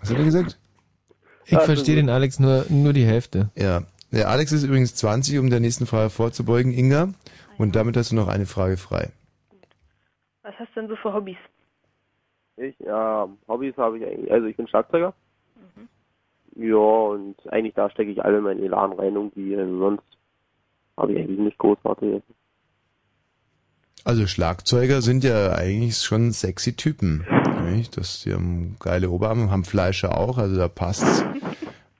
Speaker 5: Was hat er gesagt?
Speaker 6: Ich
Speaker 5: Also.
Speaker 6: verstehe den Alex nur, nur die Hälfte.
Speaker 5: Ja. Der Alex ist übrigens 20, um der nächsten Frage vorzubeugen, Inga. Und damit hast du noch eine Frage frei.
Speaker 3: Was hast du denn so für Hobbys?
Speaker 15: Ich, ja, Hobbys habe ich eigentlich, also ich bin Schlagzeuger. Ja, und eigentlich da stecke ich alle meinen Elan rein irgendwie, also sonst habe ich eigentlich nicht großartig.
Speaker 5: Also Schlagzeuger sind ja eigentlich schon sexy Typen. Nicht? Das, die haben geile Oberarme, haben Fleische auch, also da passt's.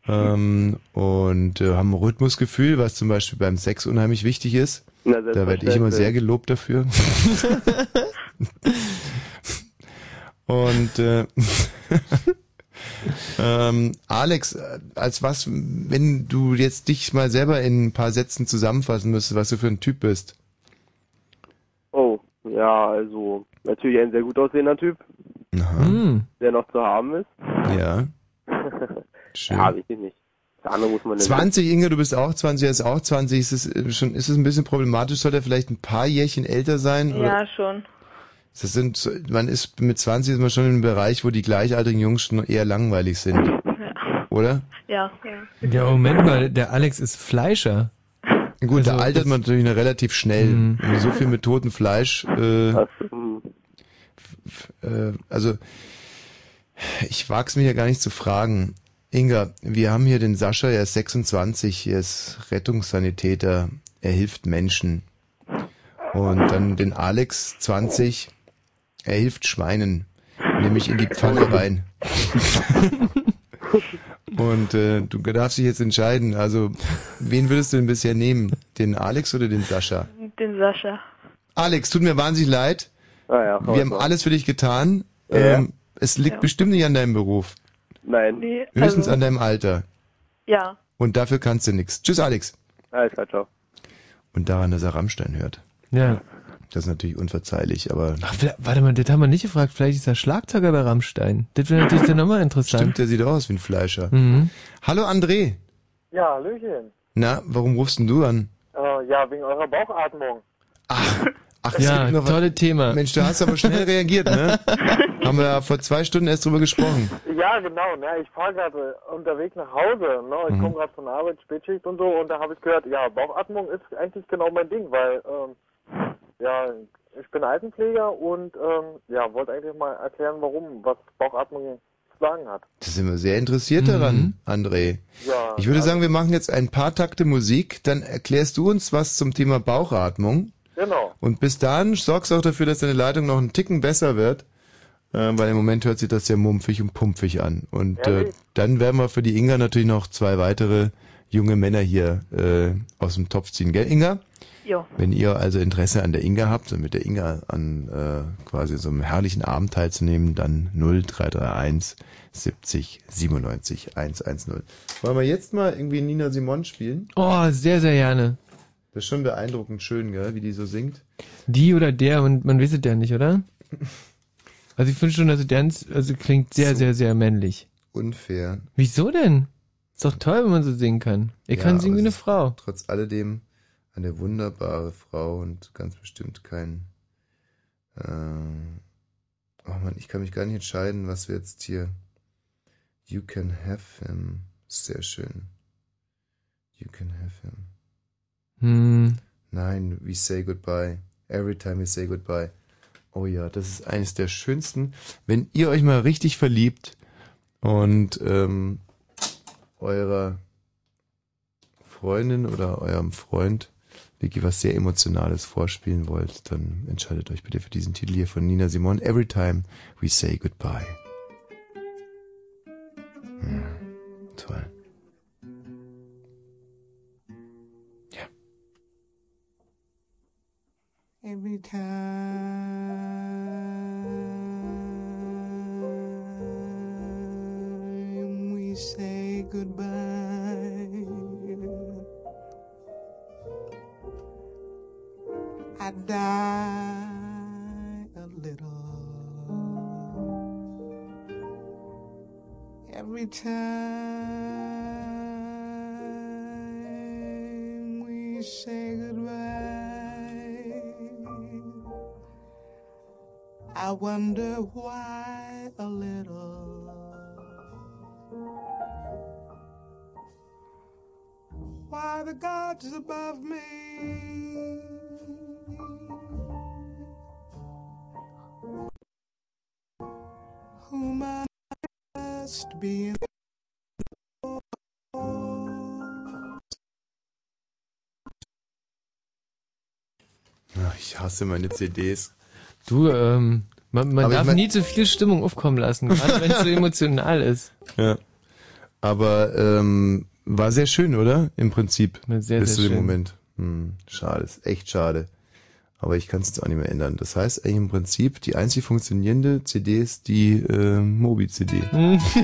Speaker 5: ähm, und äh, haben ein Rhythmusgefühl, was zum Beispiel beim Sex unheimlich wichtig ist.
Speaker 15: Na,
Speaker 5: da werde ich immer
Speaker 15: selbstverständlich.
Speaker 5: sehr gelobt dafür. und äh, ähm, Alex, äh, als was, wenn du jetzt dich mal selber in ein paar Sätzen zusammenfassen müsstest, was du für ein Typ bist?
Speaker 15: Oh, ja, also natürlich ein sehr gut aussehender Typ, der noch zu haben ist.
Speaker 5: Ja.
Speaker 15: Schön. Ja, wichtig nicht. Das andere muss man
Speaker 5: 20, Inge, du bist auch 20, er ist auch 20. Ist es äh, schon, ist es ein bisschen problematisch? Sollte er vielleicht ein paar Jährchen älter sein? Oder
Speaker 3: Ja, schon.
Speaker 5: das sind, so- man ist, mit 20 ist man schon in einem Bereich, wo die gleichaltrigen Jungs schon eher langweilig sind. Oder?
Speaker 3: Ja.
Speaker 6: Ja, Moment mal, der Alex ist Fleischer. Also Hm.
Speaker 5: Gut, da altert man natürlich noch relativ schnell. Wenn du So viel mit totem Fleisch. Äh, f- äh, also, ich wag's mir ja gar nicht zu fragen. Inga, wir haben hier den Sascha, er ist 26, er ist Rettungssanitäter, er hilft Menschen. Und dann den Alex, 20, er hilft Schweinen, nämlich in die Pfanne rein. Und äh, du darfst dich jetzt entscheiden. Also, wen würdest du denn bisher nehmen? Den Alex oder den Sascha?
Speaker 3: Den Sascha.
Speaker 5: Alex, tut mir wahnsinnig leid.
Speaker 15: Ah
Speaker 5: Wir haben alles für dich getan. Ähm, es liegt bestimmt nicht an deinem Beruf.
Speaker 15: Nein.
Speaker 3: Nee,
Speaker 5: Höchstens
Speaker 3: also,
Speaker 5: an deinem Alter.
Speaker 3: Ja.
Speaker 5: Und dafür kannst du nichts. Tschüss, Alex.
Speaker 15: Alles klar, ciao.
Speaker 5: Und daran, dass er Rammstein hört.
Speaker 6: Ja.
Speaker 5: Das ist natürlich unverzeihlich, aber
Speaker 6: Ach, vielleicht- warte mal, das haben wir nicht gefragt. Vielleicht ist er Schlagzeuger bei Rammstein. Das wäre natürlich dann nochmal interessant.
Speaker 5: stimmt, der sieht auch aus wie ein Fleischer.
Speaker 6: Mhm.
Speaker 5: Hallo, André.
Speaker 20: Ja, Hallöchen.
Speaker 5: Na, warum rufst denn du an?
Speaker 20: Äh, ja, wegen eurer Bauchatmung.
Speaker 5: Ach, es gibt noch tolle
Speaker 6: Thema.
Speaker 5: Mensch, du hast aber schnell reagiert, ne? Haben wir ja vor zwei Stunden erst drüber gesprochen.
Speaker 20: Ja, genau. Ne? Ich fahre gerade unterwegs nach Hause. Ne? Ich
Speaker 5: Mhm.
Speaker 20: komme gerade von der Arbeit, Spätschicht und so. Und da habe ich gehört, ja, Bauchatmung ist eigentlich genau mein Ding, weil, ähm, ja, ich bin Altenpfleger und, ähm, ja, wollte eigentlich mal erklären, warum, was Bauchatmung zu sagen hat.
Speaker 5: Da sind wir sehr interessiert daran, André.
Speaker 20: Ja,
Speaker 5: ich würde sagen, wir machen jetzt ein paar Takte Musik, dann erklärst du uns was zum Thema Bauchatmung.
Speaker 20: Genau.
Speaker 5: Und bis dann sorgst auch dafür, dass deine Leitung noch einen Ticken besser wird. Äh, weil im Moment hört sich das ja mumpfig und pumpfig an. Und äh,
Speaker 29: Ehrlich?
Speaker 5: dann werden wir für die Inga natürlich noch zwei weitere junge Männer hier äh, aus dem Topf ziehen. Gell, Inga?
Speaker 28: Ja.
Speaker 5: Wenn ihr also Interesse an der Inga habt und mit der Inga an äh, quasi so einem herrlichen Abend teilzunehmen, dann 0331 70 97 110. Wollen wir jetzt mal irgendwie Nina Simon spielen?
Speaker 6: Oh, sehr, sehr gerne.
Speaker 5: Das ist schon beeindruckend schön, gell, wie die so singt.
Speaker 6: Die oder der, man, man weiß es ja nicht, oder? Also ich finde schon, also Dance, also klingt sehr, sehr, sehr männlich.
Speaker 5: Unfair.
Speaker 6: Wieso denn? Ist doch toll, wenn man so singen kann. Ich kann singen wie eine Frau.
Speaker 5: Trotz alledem eine wunderbare Frau und ganz bestimmt kein. Äh, oh Mann, ich kann mich gar nicht entscheiden, was wir jetzt hier. You can have him. Sehr schön. You can have him.
Speaker 6: Hm.
Speaker 5: Nein, we say goodbye. Every time we say goodbye. Oh ja, das ist eines der schönsten. Wenn ihr euch mal richtig verliebt und ähm, eurer Freundin oder eurem Freund wirklich was sehr Emotionales vorspielen wollt, dann entscheidet euch bitte für diesen Titel hier von Nina Simon. Every time we say goodbye. Hm, toll.
Speaker 30: Every time we say goodbye, I die a little. Every time we say goodbye. I wonder why a little. Why the gods above me whom I must be in
Speaker 5: Ach, ich hasse meine CDs.
Speaker 6: Du, ähm, man, man
Speaker 5: Aber ich
Speaker 6: darf
Speaker 5: mein-
Speaker 6: nie zu viel Stimmung aufkommen lassen, gerade wenn es so emotional ist.
Speaker 5: Ja. Aber ähm, war sehr schön, oder? Im Prinzip.
Speaker 6: sehr,
Speaker 5: bis
Speaker 6: sehr
Speaker 5: zu dem
Speaker 6: schön.
Speaker 5: Moment. Hm, schade, ist echt schade. Aber ich kann es jetzt auch nicht mehr ändern. Das heißt eigentlich im Prinzip, die einzig funktionierende CD ist die äh, Mobi-CD.
Speaker 30: Mm.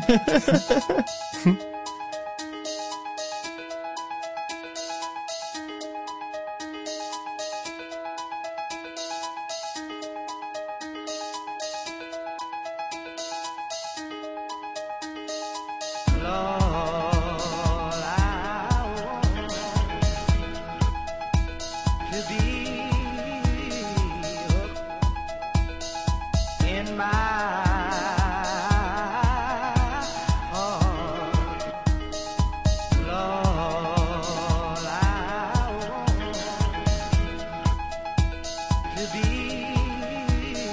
Speaker 30: to be in my heart. Lord, I want to be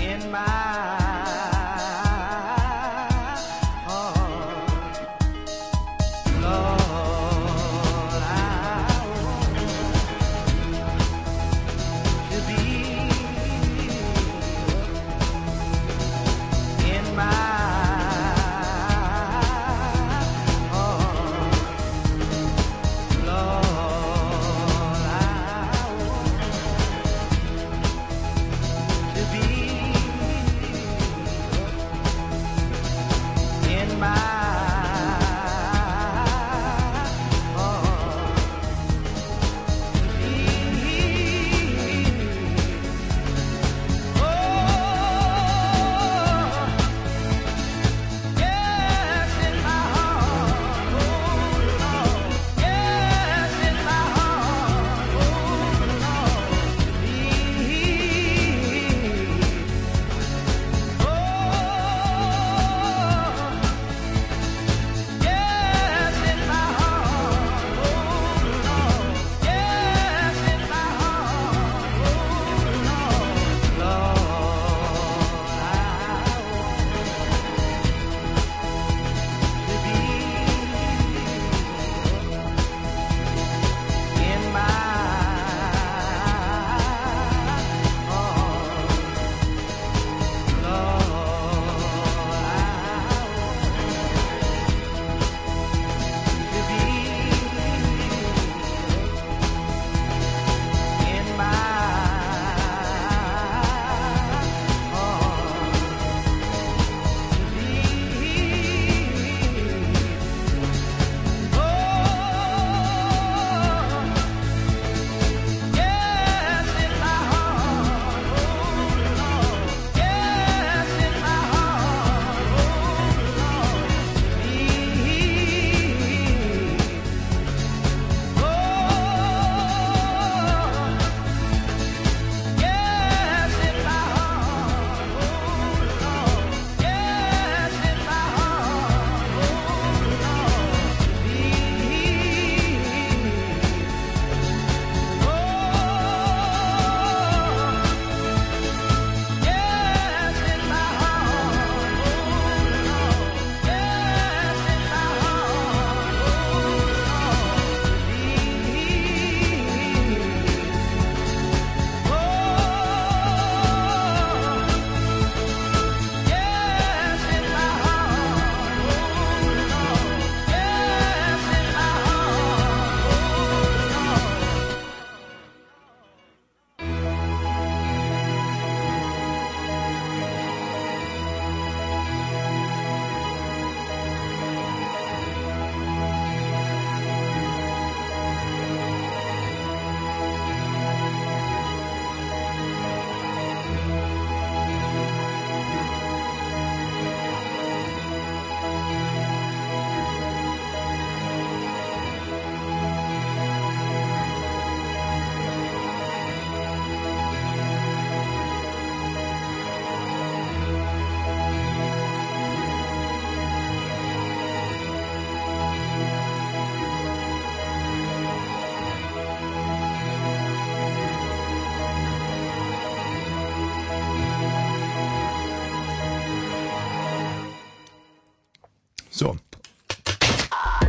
Speaker 30: in my heart. Lord, I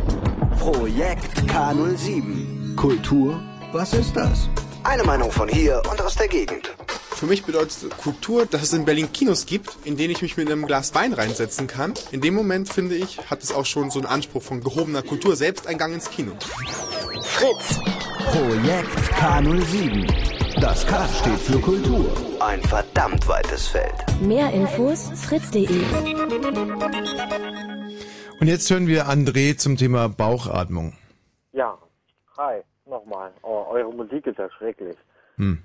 Speaker 9: Respekt K07. Kultur, was ist das? Eine Meinung von hier und aus der Gegend.
Speaker 15: Für mich bedeutet Kultur, dass es in Berlin Kinos gibt, in denen ich mich mit einem Glas Wein reinsetzen kann. In dem Moment, finde ich, hat es auch schon so einen Anspruch von gehobener Kultur, Selbsteingang ins Kino.
Speaker 9: Fritz. Projekt K07. Das K steht für Kultur. Ein verdammt weites Feld.
Speaker 10: Mehr Infos fritz.de.
Speaker 5: Und jetzt hören wir André zum Thema Bauchatmung.
Speaker 2: Ja, hi, nochmal. Oh, eure Musik ist ja schrecklich.
Speaker 5: Hm.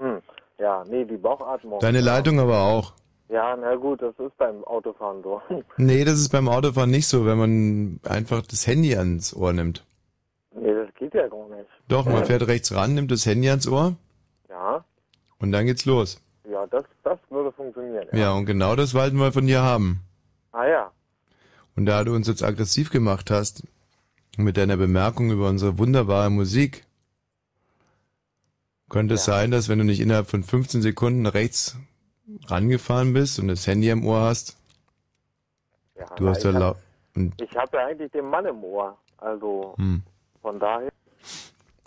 Speaker 2: Hm. Ja, nee, die Bauchatmung.
Speaker 5: Deine Leitung aber auch.
Speaker 2: Ja, na gut, das ist beim Autofahren so.
Speaker 5: Nee, das ist beim Autofahren nicht so, wenn man einfach das Handy ans Ohr nimmt.
Speaker 2: Nee, das geht ja gar nicht.
Speaker 5: Doch, man fährt rechts ran, nimmt das Handy ans Ohr
Speaker 2: Ja,
Speaker 5: und dann geht's los.
Speaker 2: ja, das, das würde funktionieren.
Speaker 5: Ja, und genau das wollten wir von dir haben.
Speaker 2: Ah ja,
Speaker 5: Und da du uns jetzt aggressiv gemacht hast, mit deiner Bemerkung über unsere wunderbare Musik, könnte es sein, dass wenn du nicht innerhalb von 15 Sekunden rechts rangefahren bist und das Handy am Ohr hast,
Speaker 2: ja.
Speaker 5: du hast
Speaker 2: ja,
Speaker 5: ja
Speaker 2: ich
Speaker 5: lau
Speaker 2: hab-
Speaker 5: und
Speaker 2: Ich habe ja eigentlich den Mann im Ohr. Also
Speaker 5: Hm.
Speaker 2: von daher.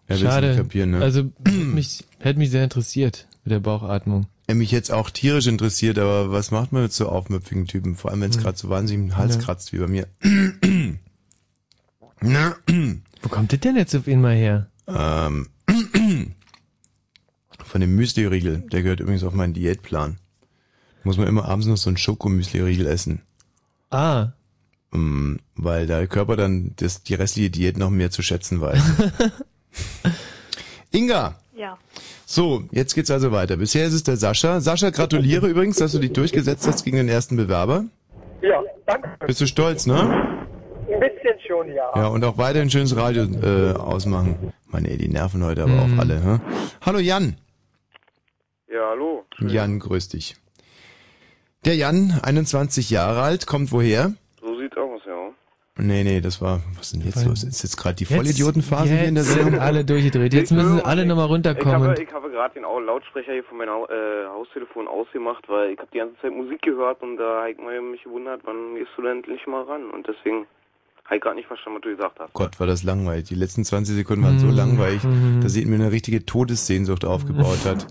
Speaker 5: er will's
Speaker 6: Schade.
Speaker 5: nicht kapieren, ne?
Speaker 6: Also mich, hätte mich sehr interessiert mit der Bauchatmung.
Speaker 5: Er mich jetzt auch tierisch interessiert, aber was macht man mit so aufmüpfigen Typen? Vor allem, wenn es
Speaker 6: Hm.
Speaker 5: gerade so wahnsinnig im Hals
Speaker 6: Ja.
Speaker 5: kratzt wie bei mir. Ne?
Speaker 6: Wo kommt das denn jetzt auf ihn mal her?
Speaker 5: Ähm, von dem Müsli-Riegel, der gehört übrigens auf meinen Diätplan. Muss man immer abends noch so einen Schokomüsli-Riegel essen.
Speaker 6: Ah,
Speaker 5: Mm, Weil der Körper dann das, die restliche Diät noch mehr zu schätzen weiß. Inga!
Speaker 25: Ja.
Speaker 5: So, jetzt geht's also weiter. Bisher ist es der Sascha. Sascha, gratuliere übrigens, dass du dich durchgesetzt hast gegen den ersten Bewerber.
Speaker 12: Ja, danke.
Speaker 5: Bist du stolz, ne?
Speaker 12: Ein bisschen schon, ja.
Speaker 5: Ja, und auch weiterhin schönes Radio äh, ausmachen. Meine, ey, die nerven heute aber auch alle. Hä? Hallo Jan.
Speaker 15: Ja, hallo.
Speaker 5: Jan, grüß dich. Der Jan, 21 Jahre alt, kommt woher?
Speaker 15: So sieht's aus, ja.
Speaker 5: Nee, nee, das war, was ist denn jetzt los? Ist jetzt gerade die
Speaker 6: Jetzt-
Speaker 5: Vollidiotenphase hier in der
Speaker 6: jetzt sind
Speaker 5: Sendung?
Speaker 6: alle durchgedreht. Jetzt müssen sie alle nochmal
Speaker 15: Ich habe,
Speaker 6: runterkommen.
Speaker 15: ich habe gerade den Au- Lautsprecher hier von meinem äh, Haustelefon ausgemacht, weil ich habe die ganze Zeit Musik gehört und da habe ich mir- mich gewundert, wann gehst du denn endlich mal ran? Und deswegen habe ich gerade nicht verstanden, was du gesagt hast.
Speaker 5: Oh Gott, war das langweilig. Die letzten 20 Sekunden waren
Speaker 6: Mhm,
Speaker 5: so langweilig, dass sie in mir eine richtige Todessehnsucht aufgebaut hat.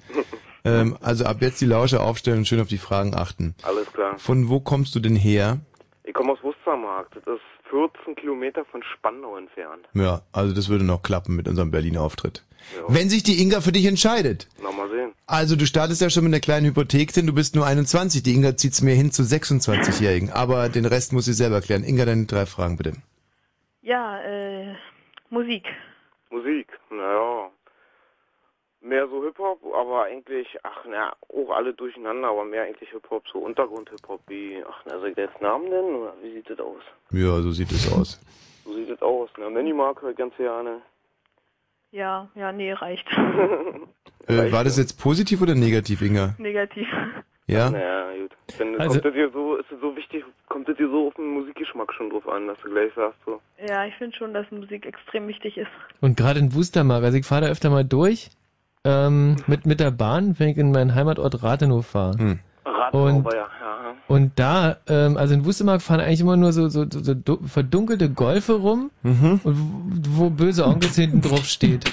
Speaker 5: ähm, also ab jetzt die Lausche aufstellen und schön auf die Fragen achten.
Speaker 15: Alles klar.
Speaker 5: Von wo kommst du denn her?
Speaker 15: Ich komme aus Wustermarkt. Das ist 14 Kilometer von Spandau entfernt.
Speaker 5: Ja, also das würde noch klappen mit unserem Berliner Auftritt. Wenn sich die Inga für dich entscheidet.
Speaker 15: Na, mal sehen.
Speaker 5: Also du startest ja schon mit einer kleinen Hypothek, denn du bist nur 21. Die Inga zieht's mir hin zu 26-Jährigen. Aber den Rest muss sie selber klären. Inga, deine drei Fragen bitte.
Speaker 3: Ja, äh, Musik.
Speaker 15: Musik, naja. Mehr so Hip-Hop, aber eigentlich, ach na, auch alle durcheinander, aber mehr eigentlich Hip-Hop, so Untergrund-Hip-Hop wie, ach na, soll ich da jetzt Namen nennen oder wie sieht das aus?
Speaker 5: Ja, so sieht es aus.
Speaker 15: So sieht das aus, ne? Minimark höre ich ganz gerne.
Speaker 3: Ja, ja, nee, reicht.
Speaker 5: Äh, war das jetzt positiv oder negativ, Inga?
Speaker 3: Negativ.
Speaker 5: Ja?
Speaker 15: Naja, gut. Wenn,
Speaker 5: Also-
Speaker 15: kommt das dir so, ist das so wichtig, kommt das dir so auf den Musikgeschmack schon drauf an, dass du gleich sagst so.
Speaker 3: Ja, ich finde schon, dass Musik extrem wichtig ist.
Speaker 6: Und gerade in Wustermark, also ich fahre da öfter mal durch ähm, mit, mit der Bahn, wenn ich in meinen Heimatort Rathenow fahre.
Speaker 5: Hm.
Speaker 15: Rathenow,
Speaker 6: Und,
Speaker 15: aber ja, ja.
Speaker 6: und da, ähm, also in Wustermark fahren eigentlich immer nur so, so, so, so du- verdunkelte Golfe rum,
Speaker 5: Mhm.
Speaker 6: und wo, wo böse Onkels hinten drauf steht.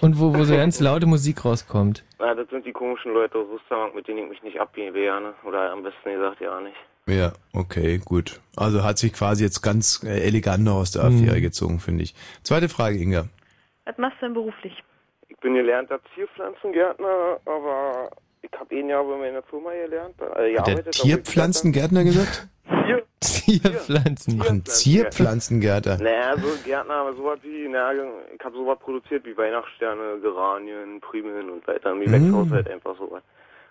Speaker 6: Und wo, wo so ganz laute Musik rauskommt.
Speaker 15: Na, das sind die komischen Leute aus Wustermark, mit denen ich mich nicht abwehre, ne? Oder am besten gesagt, ja nicht.
Speaker 5: Ja, okay, gut. Also hat sich quasi jetzt ganz äh, elegant noch aus der Affäre gezogen, finde ich. Zweite Frage, Inga.
Speaker 3: Was machst du denn beruflich?
Speaker 15: Ich bin gelernter Zierpflanzengärtner, aber ich habe ein Jahr bei meiner Firma gelernt. Äh,
Speaker 5: Hat der
Speaker 15: gearbeitet, aber ich-
Speaker 5: Tierpflanzengärtner gesagt?
Speaker 15: Tier-
Speaker 5: Tierpflanzen. Ach, ein Tierpflanzengärtner.
Speaker 15: Naja, so Gärtner, aber sowas wie, naja, ich habe sowas produziert wie Weihnachtssterne, Geranien, Primeln und weiter. Mir
Speaker 5: Mm.
Speaker 15: mm. wächst halt einfach sowas.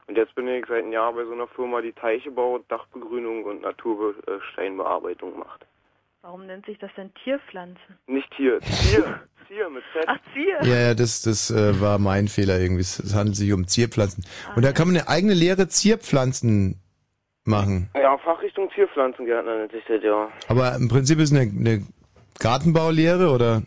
Speaker 15: Und jetzt bin ich seit einem Jahr bei so einer Firma, die Teiche baut, Dachbegrünung und Natursteinbearbeitung macht.
Speaker 3: Warum nennt sich das denn Tierpflanzen?
Speaker 15: Nicht Tier, Tier, Tier mit Z.
Speaker 3: Ach, Zier.
Speaker 5: Ja, ja, das, das äh, war mein Fehler irgendwie. Es, es handelt sich um Zierpflanzen. Und da
Speaker 15: Ah.
Speaker 5: kann man eine eigene Lehre Zierpflanzen machen.
Speaker 15: Ja, Fachrichtung Tierpflanzengärtner nennt sich das, ja.
Speaker 5: Aber im Prinzip ist es eine, eine Gartenbaulehre oder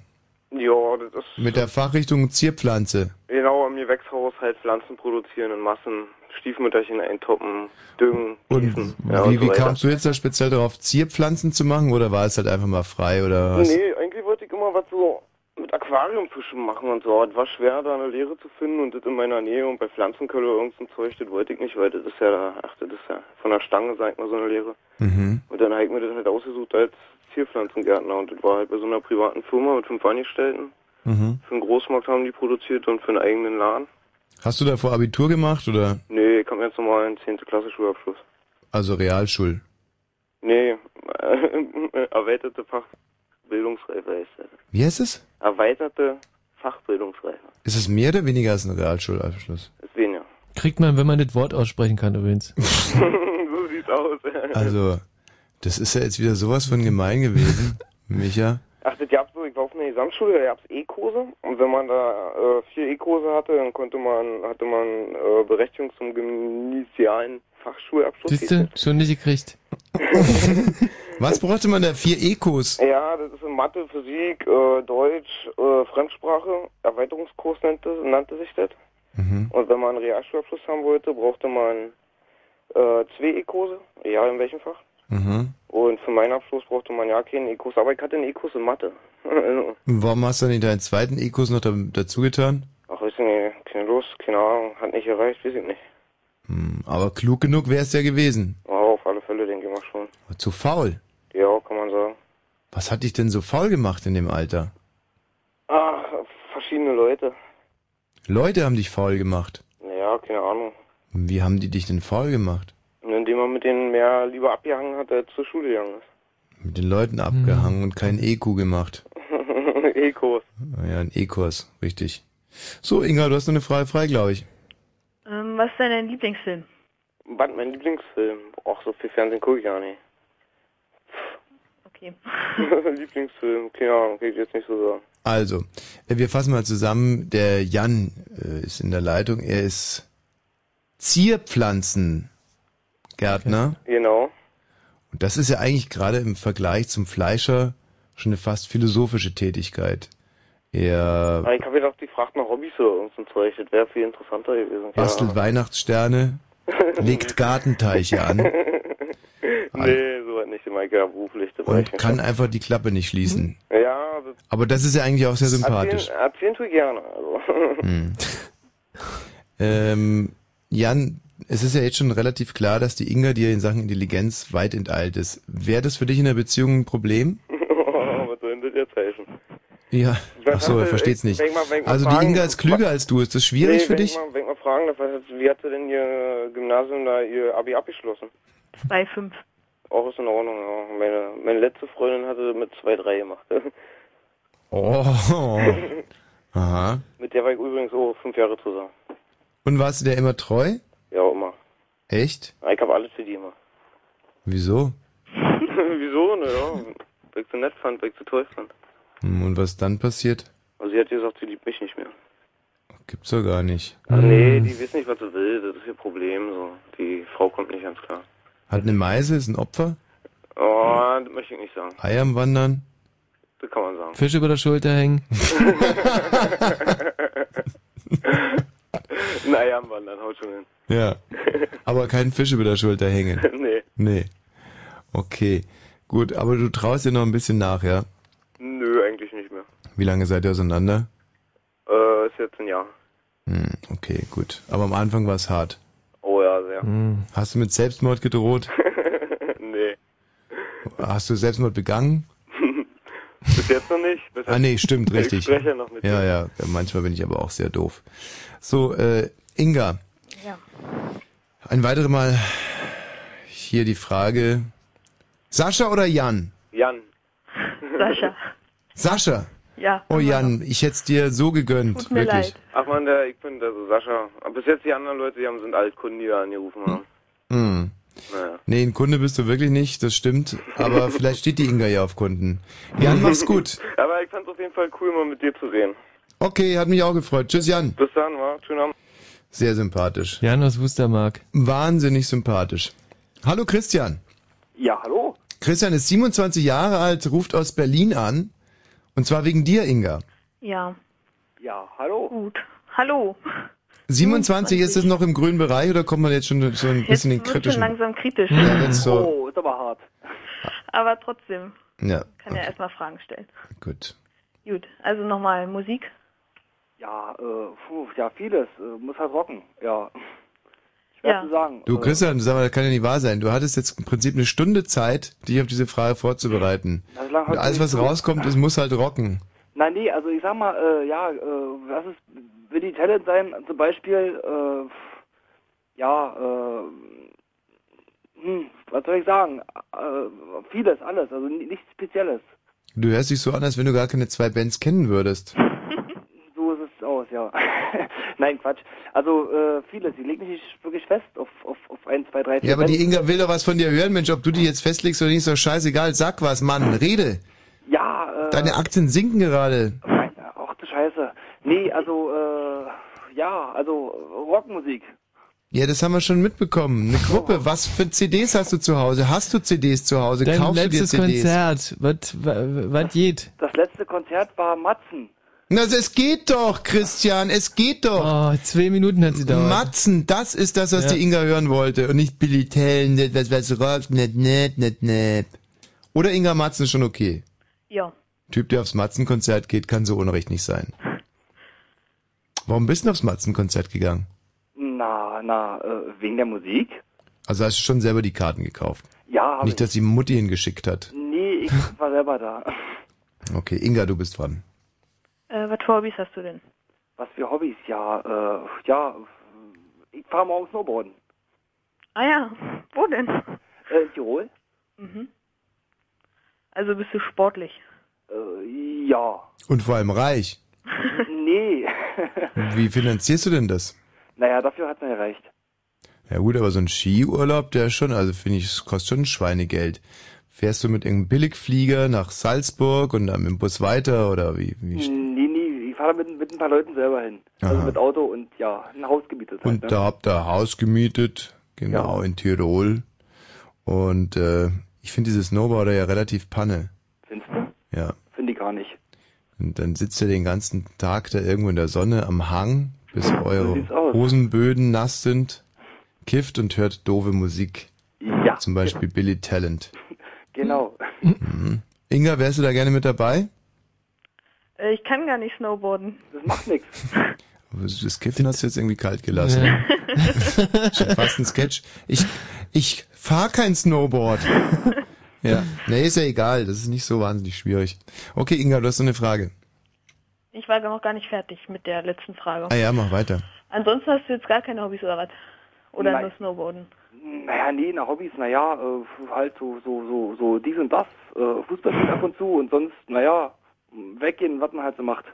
Speaker 15: Ja, das ist
Speaker 5: mit der Fachrichtung Zierpflanze.
Speaker 15: genau im Gewächshaus halt Pflanzen produzieren in Massen, Stiefmütterchen eintoppen, düngen.
Speaker 5: Und
Speaker 15: Ja,
Speaker 5: wie,
Speaker 15: und so
Speaker 5: wie
Speaker 15: weiter.
Speaker 5: kamst du jetzt da speziell darauf, Zierpflanzen zu machen oder war es halt einfach mal frei oder was?
Speaker 15: Nee, eigentlich wollte ich immer was so mit Aquariumfischen machen und so. Das war schwer, da eine Lehre zu finden und das in meiner Nähe und bei Pflanzenkölle irgend so ein Zeug, das wollte ich nicht, weil das ist ja, ach, das ist ja von der Stange, sag ich mal, so eine Lehre.
Speaker 5: Mhm.
Speaker 15: Und dann habe ich mir das halt ausgesucht als Zierpflanzengärtner und das war halt bei so einer privaten Firma mit fünf Angestellten.
Speaker 5: Mhm.
Speaker 15: Für den Großmarkt haben die produziert und für einen eigenen Laden.
Speaker 5: Hast du davor Abitur gemacht oder
Speaker 15: Nee, ich habe jetzt nochmal einen 10. Klasse Schulabschluss.
Speaker 5: also Realschul?
Speaker 15: Nee, äh, erweiterte Fachbildungsreife heißt das.
Speaker 5: Wie heißt es?
Speaker 15: Erweiterte Fachbildungsreife.
Speaker 5: Ist es mehr oder weniger als ein Realschulabschluss?
Speaker 15: Ist weniger.
Speaker 6: Kriegt man, wenn man das Wort aussprechen kann übrigens.
Speaker 15: so sieht's aus.
Speaker 5: Also, das ist ja jetzt wieder sowas von gemein gewesen, Micha.
Speaker 15: Ach, das gab's so, ich war auf einer Gesamtschule, da gab's E-Kurse und wenn man da äh, vier E-Kurse hatte, dann konnte man, hatte man äh, Berechtigung zum gymnasialen Fachschulabschluss.
Speaker 6: Siehst du, schon nicht gekriegt.
Speaker 5: Was brauchte man da? Vier Ekos?
Speaker 15: Ja, das ist in Mathe, Physik, äh, Deutsch, äh, Fremdsprache, Erweiterungskurs nannte, nannte sich das.
Speaker 5: Mhm.
Speaker 15: Und wenn man einen Realschulabschluss haben wollte, brauchte man äh, zwei E-Kurse, egal in welchem Fach.
Speaker 5: Mhm.
Speaker 15: Und für meinen Abschluss brauchte man ja keinen E-Kurs, aber ich hatte einen E-Kurs in Mathe. Also,
Speaker 5: Warum hast du dann nicht deinen zweiten Ekos noch da, dazu getan?
Speaker 15: Ach, weiß ich nicht, keine Lust, keine Ahnung, hat nicht gereicht, weiß ich nicht.
Speaker 5: Hm, Aber klug genug wäre es ja gewesen.
Speaker 15: Aber auf alle Fälle, denke ich mal schon.
Speaker 5: Aber Zu faul.
Speaker 15: Ja, kann man sagen.
Speaker 5: Was hat dich denn so faul gemacht in dem Alter?
Speaker 15: Ach, Ah, verschiedene Leute.
Speaker 5: Leute haben dich faul gemacht.
Speaker 15: Naja, keine Ahnung.
Speaker 5: Wie haben die dich denn faul gemacht?
Speaker 15: Und indem man mit denen mehr lieber abgehangen hat, als zur Schule gegangen
Speaker 5: Mit den Leuten abgehangen und keinen EQ gemacht.
Speaker 15: ist. E-Kurs.
Speaker 5: Ja, ein E-Kurs, richtig. So, Inga, du hast noch eine Frage frei, glaube ich.
Speaker 3: Ähm, was ist denn dein Lieblingsfilm?
Speaker 15: Was, mein Lieblingsfilm? Ach, so viel Fernsehen gucke ich gar nicht.
Speaker 3: Okay.
Speaker 15: Lieblingsfilm, keine Ahnung, kann ich jetzt nicht so sagen.
Speaker 5: Also, äh, wir fassen mal zusammen. Der Jan äh, ist in der Leitung. Er ist Zierpflanzengärtner.
Speaker 15: Genau.
Speaker 5: Und das ist ja eigentlich gerade im Vergleich zum Fleischer schon eine fast philosophische Tätigkeit. Er
Speaker 15: Aber ich habe gedacht, die fragt nach Hobbys oder irgend so ein Zeug. Das wäre viel interessanter gewesen. keine
Speaker 5: bastelt
Speaker 15: Ahnung.
Speaker 5: Weihnachtssterne, legt Gartenteiche an
Speaker 15: nee, so hat nicht immer. Ich war beruflich. das war
Speaker 5: und
Speaker 15: ich nicht.
Speaker 5: kann einfach die Klappe nicht schließen.
Speaker 15: Ja, das
Speaker 5: Aber das ist ja eigentlich auch sehr sympathisch.
Speaker 15: Erzählen, erzählen tue ich gerne. Also.
Speaker 5: Hm. Ähm, Jan, es ist ja jetzt schon relativ klar, dass die Inga dir in Sachen Intelligenz weit enteilt ist. Wäre das für dich in der Beziehung ein Problem?
Speaker 15: oh, was soll denn das jetzt heißen?
Speaker 5: Ja.
Speaker 15: weiß,
Speaker 5: Ach so,
Speaker 15: warte,
Speaker 5: er versteht's nicht.
Speaker 15: wenn ich mal- wenn ich mal
Speaker 5: Also die
Speaker 15: fragen-
Speaker 5: Inga ist klüger als du. Ist das schwierig
Speaker 15: nee,
Speaker 5: für
Speaker 15: wenn
Speaker 5: dich?
Speaker 15: Ich mal, wenn ich mal fragen darf, was hat, wie hat sie denn ihr Gymnasium da ihr Abi abgeschlossen?
Speaker 3: 2,5.
Speaker 15: Auch ist in Ordnung, ja. Meine, meine letzte Freundin hatte mit 2,3 gemacht.
Speaker 5: Oh. Aha.
Speaker 15: mit der war ich übrigens auch fünf Jahre zusammen.
Speaker 5: Und warst du dir immer treu?
Speaker 15: Ja, immer.
Speaker 5: Echt?
Speaker 15: Ich habe alles für die immer.
Speaker 5: Wieso?
Speaker 15: Wieso? Ne, ja. Weil ich sie nett fand, weil ich sie toll fand.
Speaker 5: Hm, Und was dann passiert?
Speaker 15: Also sie hat gesagt, sie liebt mich nicht mehr.
Speaker 5: Gibt's ja gar nicht. Hm.
Speaker 15: Ah, nee, die wissen nicht, was sie will. Das ist ihr Problem. So. Die Frau kommt nicht ganz klar.
Speaker 5: Hat eine Meise, ist ein Opfer,
Speaker 15: Oh, das möchte ich nicht sagen.
Speaker 5: Eier am Wandern,
Speaker 15: Das kann man sagen.
Speaker 6: Fisch über der Schulter hängen.
Speaker 15: naja, Mann, dann haut schon hin.
Speaker 5: Ja. Aber kein Fisch über der Schulter hängen.
Speaker 15: Nee.
Speaker 5: Nee. Okay. Gut, aber du traust dir noch ein bisschen nach, ja?
Speaker 15: Nö, eigentlich nicht mehr.
Speaker 5: Wie lange seid ihr auseinander?
Speaker 15: Äh, ist jetzt ein Jahr.
Speaker 5: Hm, okay, gut. Aber am Anfang war es hart.
Speaker 15: Oh ja, sehr.
Speaker 5: Hast du mit Selbstmord gedroht?
Speaker 15: nee.
Speaker 5: Hast du Selbstmord begangen?
Speaker 15: Bis jetzt noch nicht. Bis
Speaker 5: Ah nee, stimmt, richtig.
Speaker 15: Ich spreche noch mit
Speaker 5: ja,
Speaker 15: dir.
Speaker 5: ja. Manchmal bin ich aber auch sehr doof. So, äh, Inga.
Speaker 3: Ja.
Speaker 5: Ein weiteres Mal hier die Frage. Sascha oder Jan?
Speaker 15: Jan.
Speaker 3: Sascha.
Speaker 5: Sascha.
Speaker 3: Ja.
Speaker 5: Oh Jan, ich hätte dir so gegönnt,
Speaker 3: Tut mir
Speaker 5: wirklich.
Speaker 15: Ach man, der, ich bin der so Sascha. Aber bis jetzt die anderen Leute, die haben, sind Altkunden, die da angerufen haben.
Speaker 5: Hm.
Speaker 15: Naja.
Speaker 5: Nee, ein Kunde bist du wirklich nicht, das stimmt. Aber vielleicht steht die Inga ja auf Kunden. Jan, mach's gut.
Speaker 15: Aber ich fand's auf jeden Fall cool, mal mit dir zu reden.
Speaker 5: Okay, hat mich auch gefreut. Tschüss, Jan.
Speaker 15: Bis dann, wa? Schönen Abend.
Speaker 5: Sehr sympathisch.
Speaker 6: Jan aus Wustermark.
Speaker 5: Wahnsinnig sympathisch. Hallo Christian.
Speaker 1: Ja, hallo.
Speaker 5: Christian ist 27 Jahre alt, ruft aus Berlin an. Und zwar wegen dir, Inga.
Speaker 3: Ja.
Speaker 1: Ja, hallo.
Speaker 3: Gut. Hallo.
Speaker 5: 27, ist das noch im grünen Bereich oder kommt man jetzt schon so ein bisschen in den
Speaker 3: Jetzt wird schon
Speaker 5: kritischen?
Speaker 3: langsam kritisch.
Speaker 5: Ja, wenn's so-
Speaker 1: Oh, ist aber hart.
Speaker 3: Aber trotzdem
Speaker 5: Ja,
Speaker 3: kann er erstmal Fragen stellen.
Speaker 5: gut.
Speaker 3: Gut, also nochmal Musik.
Speaker 20: Ja, äh, puh, ja, vieles. Äh, muss halt rocken. Ja. Schwer
Speaker 3: Ja.
Speaker 20: zu sagen.
Speaker 5: Du,
Speaker 20: äh,
Speaker 5: Christian, sag mal, das kann ja nicht wahr sein. Du hattest jetzt im Prinzip eine Stunde Zeit, dich auf diese Frage vorzubereiten.
Speaker 20: Also lang
Speaker 5: Und
Speaker 20: hast du
Speaker 5: alles,
Speaker 20: nicht
Speaker 5: was
Speaker 20: so-
Speaker 5: rauskommt, es muss halt rocken.
Speaker 20: Nein, nee, also ich sag mal, äh, ja, äh, was ist, will die Talent sein, zum Beispiel, äh, ja, äh, hm, was soll ich sagen? Äh, vieles, alles, also ni- nichts Spezielles.
Speaker 5: Du hörst dich so an, als wenn du gar keine zwei Bands kennen würdest.
Speaker 20: So ist es aus, ja. Nein, Quatsch. Also äh, vieles, ich lege mich nicht wirklich fest auf, auf, auf 1, 2, 3, 4.
Speaker 5: Ja, aber die Inga will doch was von dir hören, Mensch. Ob du die jetzt festlegst oder nicht, ist doch scheißegal. Sag was, Mann. Rede.
Speaker 20: Ja, äh,
Speaker 5: Deine Aktien sinken gerade.
Speaker 20: ach du Scheiße. Nee, also, äh, ja, also Rockmusik.
Speaker 5: Ja, das haben wir schon mitbekommen. Eine Gruppe. Was für CDs hast du zu Hause? Hast du CDs zu Hause?
Speaker 6: Dein
Speaker 5: Kaufst du dir
Speaker 6: letztes
Speaker 5: CDs?
Speaker 6: Konzert. Was, was, was geht?
Speaker 20: Das letzte Konzert war Matzen.
Speaker 5: Na, es geht doch, Christian, es geht doch.
Speaker 6: Oh, zwei Minuten hat sie
Speaker 5: dauert. Matzen, das ist das, was
Speaker 6: Ja.
Speaker 5: die Inga hören wollte. Und nicht Billy Tellen, nicht was, was rockt, nicht, nicht, nicht, nicht. Oder Inga Matzen ist schon okay.
Speaker 3: Ja.
Speaker 5: Typ, der aufs Matzen-Konzert geht, kann so unrecht nicht sein. Warum bist du denn aufs Matzen-Konzert gegangen?
Speaker 20: Na, na, äh, wegen der Musik?
Speaker 5: Also hast du schon selber die Karten gekauft?
Speaker 20: Ja, hab
Speaker 5: Nicht, dass die Mutti hingeschickt hat.
Speaker 20: Nee, ich war selber da.
Speaker 5: Okay, Inga, du bist dran.
Speaker 3: Äh, was für Hobbys hast du denn?
Speaker 20: Was für Hobbys? Ja, äh, ja, ich fahre morgen Snowboarden.
Speaker 3: Ah ja, wo denn?
Speaker 20: Äh, in Tirol?
Speaker 3: Mhm. Also bist du sportlich.
Speaker 20: Äh, ja.
Speaker 5: Und vor allem reich.
Speaker 20: nee.
Speaker 5: Wie finanzierst du denn das?
Speaker 20: naja, dafür hat man ja recht.
Speaker 5: Ja gut, aber so ein Skiurlaub, der ist schon, also finde ich, es kostet schon Schweinegeld. Fährst du mit irgendeinem Billigflieger nach Salzburg und dann mit dem Bus weiter oder wie? wie?
Speaker 20: Nee, nee, ich fahre mit, mit ein paar Leuten selber hin. Also
Speaker 5: Aha.
Speaker 20: mit Auto und ja, ein Haus gebietet halt,
Speaker 5: Und
Speaker 20: ne?
Speaker 5: da habt ihr Haus gemietet, genau, in Tirol. Und äh, ich finde diese Snowboarder ja relativ panne.
Speaker 20: Findest du?
Speaker 5: Ja.
Speaker 20: Finde ich gar nicht.
Speaker 5: Und dann sitzt ihr den ganzen Tag da irgendwo in der Sonne am Hang, bis eure
Speaker 20: sieht's aus.
Speaker 5: Hosenböden nass sind, kifft und hört doofe Musik.
Speaker 20: Ja.
Speaker 5: Zum Beispiel Billy Talent.
Speaker 20: Genau.
Speaker 5: Mhm. Inga, wärst du da gerne mit dabei?
Speaker 3: Äh, ich kann gar nicht snowboarden.
Speaker 20: Das macht nichts.
Speaker 5: Das Kiffen hast du jetzt irgendwie kalt gelassen. Schon fast ein Sketch. Ich, ich fahr kein Snowboard. ja. Nee, ist ja egal. Das ist nicht so wahnsinnig schwierig. Okay, Inga, du hast noch eine Frage.
Speaker 3: Ich war noch gar nicht fertig mit der letzten Frage.
Speaker 5: Ah ja, mach weiter.
Speaker 3: Ansonsten hast du jetzt gar keine Hobbys oder was? Oder
Speaker 20: Nein.
Speaker 3: nur Snowboarden?
Speaker 20: Naja, nee, na Hobbys, naja, äh, halt so, so, so, so dies und das, äh, Fußball spielen ab und zu und sonst, naja, weggehen, was man halt so macht.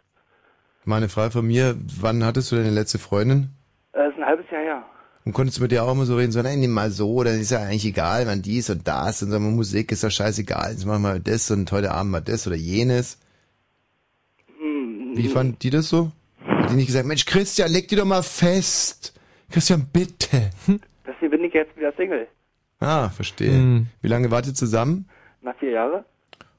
Speaker 5: Meine Frage von mir, wann hattest du deine letzte Freundin?
Speaker 20: Äh, ist ein halbes Jahr her.
Speaker 5: Und konntest du mit dir auch immer so reden, so, nein, nimm mal so, dann ist ja eigentlich egal, wann dies und das und so, Musik ist ja scheißegal, jetzt machen wir das und heute Abend mal das oder jenes.
Speaker 20: Hm,
Speaker 6: Mhm.
Speaker 5: Wie fand die das so? Hat die nicht gesagt, Mensch, Christian, leg die doch mal fest. Christian, bitte.
Speaker 6: Hm.
Speaker 20: Deswegen bin ich jetzt wieder Single.
Speaker 5: Ah, verstehe.
Speaker 6: Mhm.
Speaker 5: Wie lange wart ihr zusammen?
Speaker 20: Nach vier Jahren.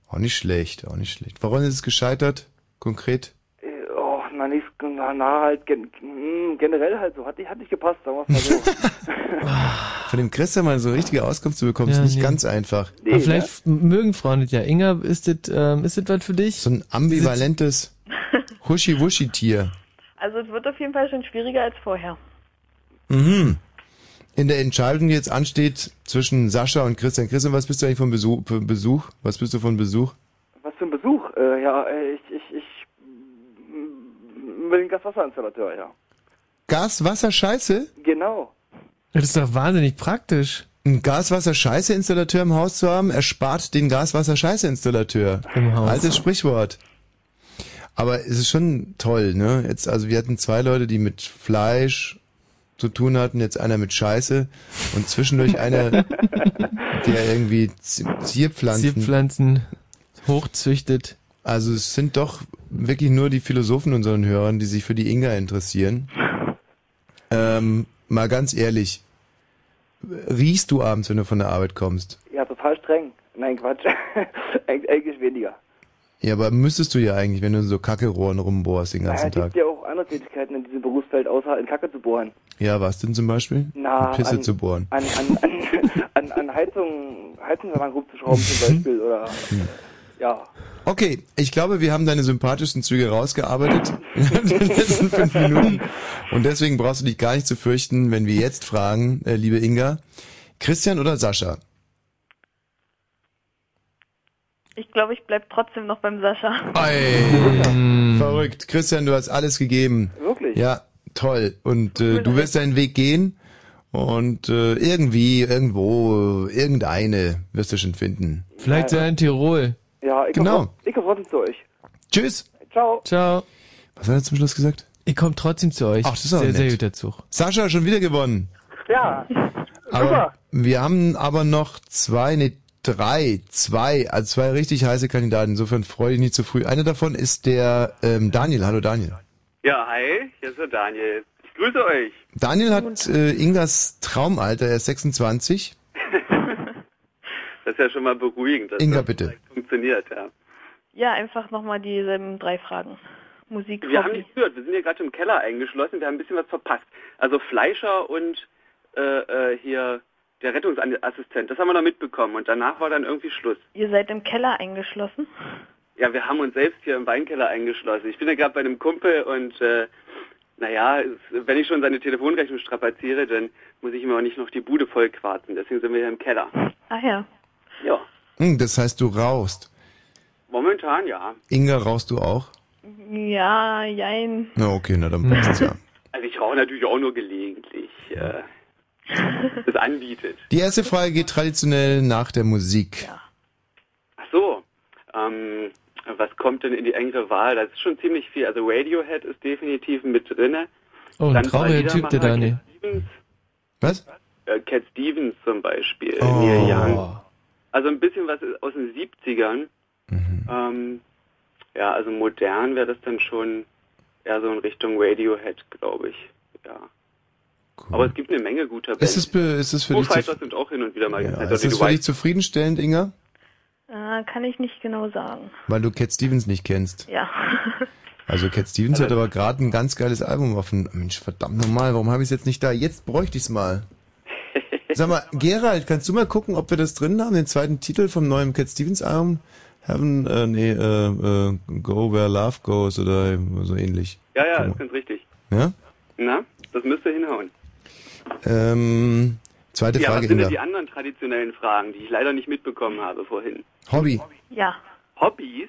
Speaker 5: Auch nicht schlecht, auch nicht schlecht. Woran ist es gescheitert, konkret?
Speaker 20: Äh, oh, na, nichts, na, na halt, gen, mm, generell halt so, hat, nicht- hat nicht gepasst, sagen wir's mal so.
Speaker 5: Von dem Christian mal so eine richtige Auskunft zu bekommen,
Speaker 6: Ja,
Speaker 5: ist nicht
Speaker 6: nee.
Speaker 5: ganz einfach.
Speaker 6: Aber vielleicht mögen Frauen das ja. Inga, ist das, ähm, ist das was für dich? So
Speaker 5: ein ambivalentes Huschi-Wuschi-Tier.
Speaker 3: Also es wird auf jeden Fall schon schwieriger als vorher.
Speaker 5: Mhm. In der Entscheidung, die jetzt ansteht zwischen Sascha und Christian. Christian, was bist du eigentlich von Besuch? Für Besuch? Was bist du von Besuch?
Speaker 20: Was für ein Besuch? Äh, ja, äh, ich, ich, ich mm, bin Gaswasserinstallateur, ja.
Speaker 5: Gas, Wasser, Scheiße?
Speaker 20: Genau.
Speaker 5: Das ist doch wahnsinnig praktisch. Ein Gaswasser-Scheiße-Installateur im Haus zu haben, erspart den Gaswasser-Scheiße-Installateur. Im Haus. Altes Sprichwort. Aber es ist schon toll, ne? Jetzt, also wir hatten zwei Leute, die mit Fleisch zu tun hatten, jetzt einer mit Scheiße und zwischendurch einer, der irgendwie Z- Zierpflanzen.
Speaker 6: Zierpflanzen hochzüchtet.
Speaker 5: Also es sind doch wirklich nur die Philosophen unseren Hörern, die sich für die Inga interessieren. Ähm, mal ganz ehrlich, riechst du abends, wenn du von der Arbeit kommst?
Speaker 20: Ja, total streng. Nein, Quatsch. Eig eigentlich weniger.
Speaker 5: Ja, aber müsstest du ja eigentlich, wenn du in so Kackerohren rumbohrst den
Speaker 20: Naja,
Speaker 5: ganzen
Speaker 20: es gibt
Speaker 5: Tag.
Speaker 20: ja auch andere Tätigkeiten in diesem Berufsfeld, außer in Kacke zu bohren.
Speaker 5: Ja, was denn zum Beispiel?
Speaker 20: Na,
Speaker 5: Pisse
Speaker 20: an,
Speaker 5: zu bohren.
Speaker 20: An, an,
Speaker 5: Mhm.
Speaker 20: an, an, an Heizung, Heizungswand rumzuschrauben zum Beispiel oder ja.
Speaker 5: Okay, ich glaube, wir haben deine sympathischsten Züge rausgearbeitet in den letzten fünf Minuten. Und deswegen brauchst du dich gar nicht zu fürchten, wenn wir jetzt fragen, äh, liebe Inga, Christian oder Sascha?
Speaker 3: Ich glaube, ich bleib trotzdem noch beim Sascha.
Speaker 5: Ei, verrückt. Christian, du hast alles gegeben.
Speaker 1: Wirklich?
Speaker 5: Ja, toll. Und äh, du wirst deinen Weg gehen und äh, irgendwie, irgendwo, äh, irgendeine wirst du schon finden.
Speaker 6: Vielleicht ja in Tirol.
Speaker 1: Ja, ich
Speaker 5: Genau.
Speaker 1: Komm, ich komme trotzdem zu euch.
Speaker 5: Tschüss.
Speaker 1: Ciao.
Speaker 6: Ciao.
Speaker 5: Was hat er zum Schluss gesagt?
Speaker 6: Ich komme trotzdem zu euch.
Speaker 5: Ach, das ist aber
Speaker 6: sehr, sehr
Speaker 5: nett.
Speaker 6: guter Zug.
Speaker 5: Sascha, schon wieder gewonnen.
Speaker 12: Ja,
Speaker 5: Aber wir haben aber noch zwei, nee, drei, zwei, also zwei richtig heiße Kandidaten. Insofern freue ich mich nicht zu früh. Einer davon ist der ähm, Daniel. Hallo Daniel.
Speaker 26: Ja, hi, hier ist der Daniel. Ich grüße euch.
Speaker 5: Daniel hat äh, Ingas Traumalter, er ist 26.
Speaker 26: Das ist ja schon mal beruhigend, dass
Speaker 5: Inga,
Speaker 26: das
Speaker 5: bitte.
Speaker 26: vielleicht funktioniert, ja.
Speaker 3: Ja, einfach nochmal dieselben drei Fragen. Musik,
Speaker 26: Wir haben
Speaker 3: Hobby.
Speaker 26: nicht gehört, wir sind hier gerade im Keller eingeschlossen, wir haben ein bisschen was verpasst. Also Fleischer und äh, äh, hier der Rettungsassistent, das haben wir noch mitbekommen und danach war dann irgendwie Schluss.
Speaker 3: Ihr seid im Keller eingeschlossen.
Speaker 26: Ja, wir haben uns selbst hier im Weinkeller eingeschlossen. Ich bin ja gerade bei einem Kumpel und äh, naja, es- wenn ich schon seine Telefonrechnung strapaziere, dann muss ich ihm auch nicht noch die Bude vollquarzen. Deswegen sind wir hier im Keller.
Speaker 3: Ach ja.
Speaker 26: Ja,
Speaker 5: Hm, das heißt, du rauchst.
Speaker 26: momentan ja.
Speaker 5: Inga, rauchst du auch?
Speaker 3: Ja, jein.
Speaker 5: Na okay, na dann passt's ja.
Speaker 26: Also ich rauche natürlich auch nur gelegentlich. Äh, das anbietet.
Speaker 5: Die erste Frage geht traditionell nach der Musik.
Speaker 26: Ach so. Ähm, was kommt denn in die engere Wahl? Das ist schon ziemlich viel. Also Radiohead ist definitiv mit drinne.
Speaker 6: Oh, ein
Speaker 26: Dann halt
Speaker 6: trauriger
Speaker 26: Dalida
Speaker 6: Typ, der
Speaker 26: Macher,
Speaker 6: Daniel.
Speaker 5: Was?
Speaker 26: Äh, Cat Stevens zum Beispiel,
Speaker 6: Oh.
Speaker 26: Neil Young. Also ein bisschen was aus den 70ern.
Speaker 5: Mhm.
Speaker 26: Ähm, ja, also modern wäre das dann schon eher so in Richtung Radiohead, glaube ich. Ja. Aber es gibt eine Menge guter
Speaker 5: Ist es, be- ist es für dich,
Speaker 26: Fighters
Speaker 5: zuf
Speaker 26: sind auch hin und wieder mal
Speaker 5: ja,
Speaker 26: gezeigt.
Speaker 5: ist
Speaker 26: Oder
Speaker 5: es
Speaker 26: also die
Speaker 5: für
Speaker 26: White
Speaker 5: dich zufriedenstellend, Inga?
Speaker 3: Äh, kann ich nicht genau sagen.
Speaker 5: Weil du Cat Stevens nicht kennst.
Speaker 3: Ja.
Speaker 5: Also Cat Stevens hat aber gerade ein ganz geiles Album offen. Mensch, verdammt nochmal, warum habe ich es jetzt nicht da? Jetzt bräuchte ich es mal. Sag mal, Gerald, kannst du mal gucken, ob wir das drin haben, den zweiten Titel vom neuen Cat Stevens Album? Heaven, äh, nee, äh, äh, Go Where Love Goes oder so ähnlich.
Speaker 26: Ja, ja, ist ganz richtig.
Speaker 5: Ja?
Speaker 26: Na, das müsste hinhauen.
Speaker 5: Ähm, zweite
Speaker 26: ja,
Speaker 5: Frage,
Speaker 26: was sind denn die
Speaker 5: Inga.
Speaker 26: anderen traditionellen Fragen, die ich leider nicht mitbekommen habe vorhin?
Speaker 5: Hobby.
Speaker 3: Ja.
Speaker 26: Hobbys?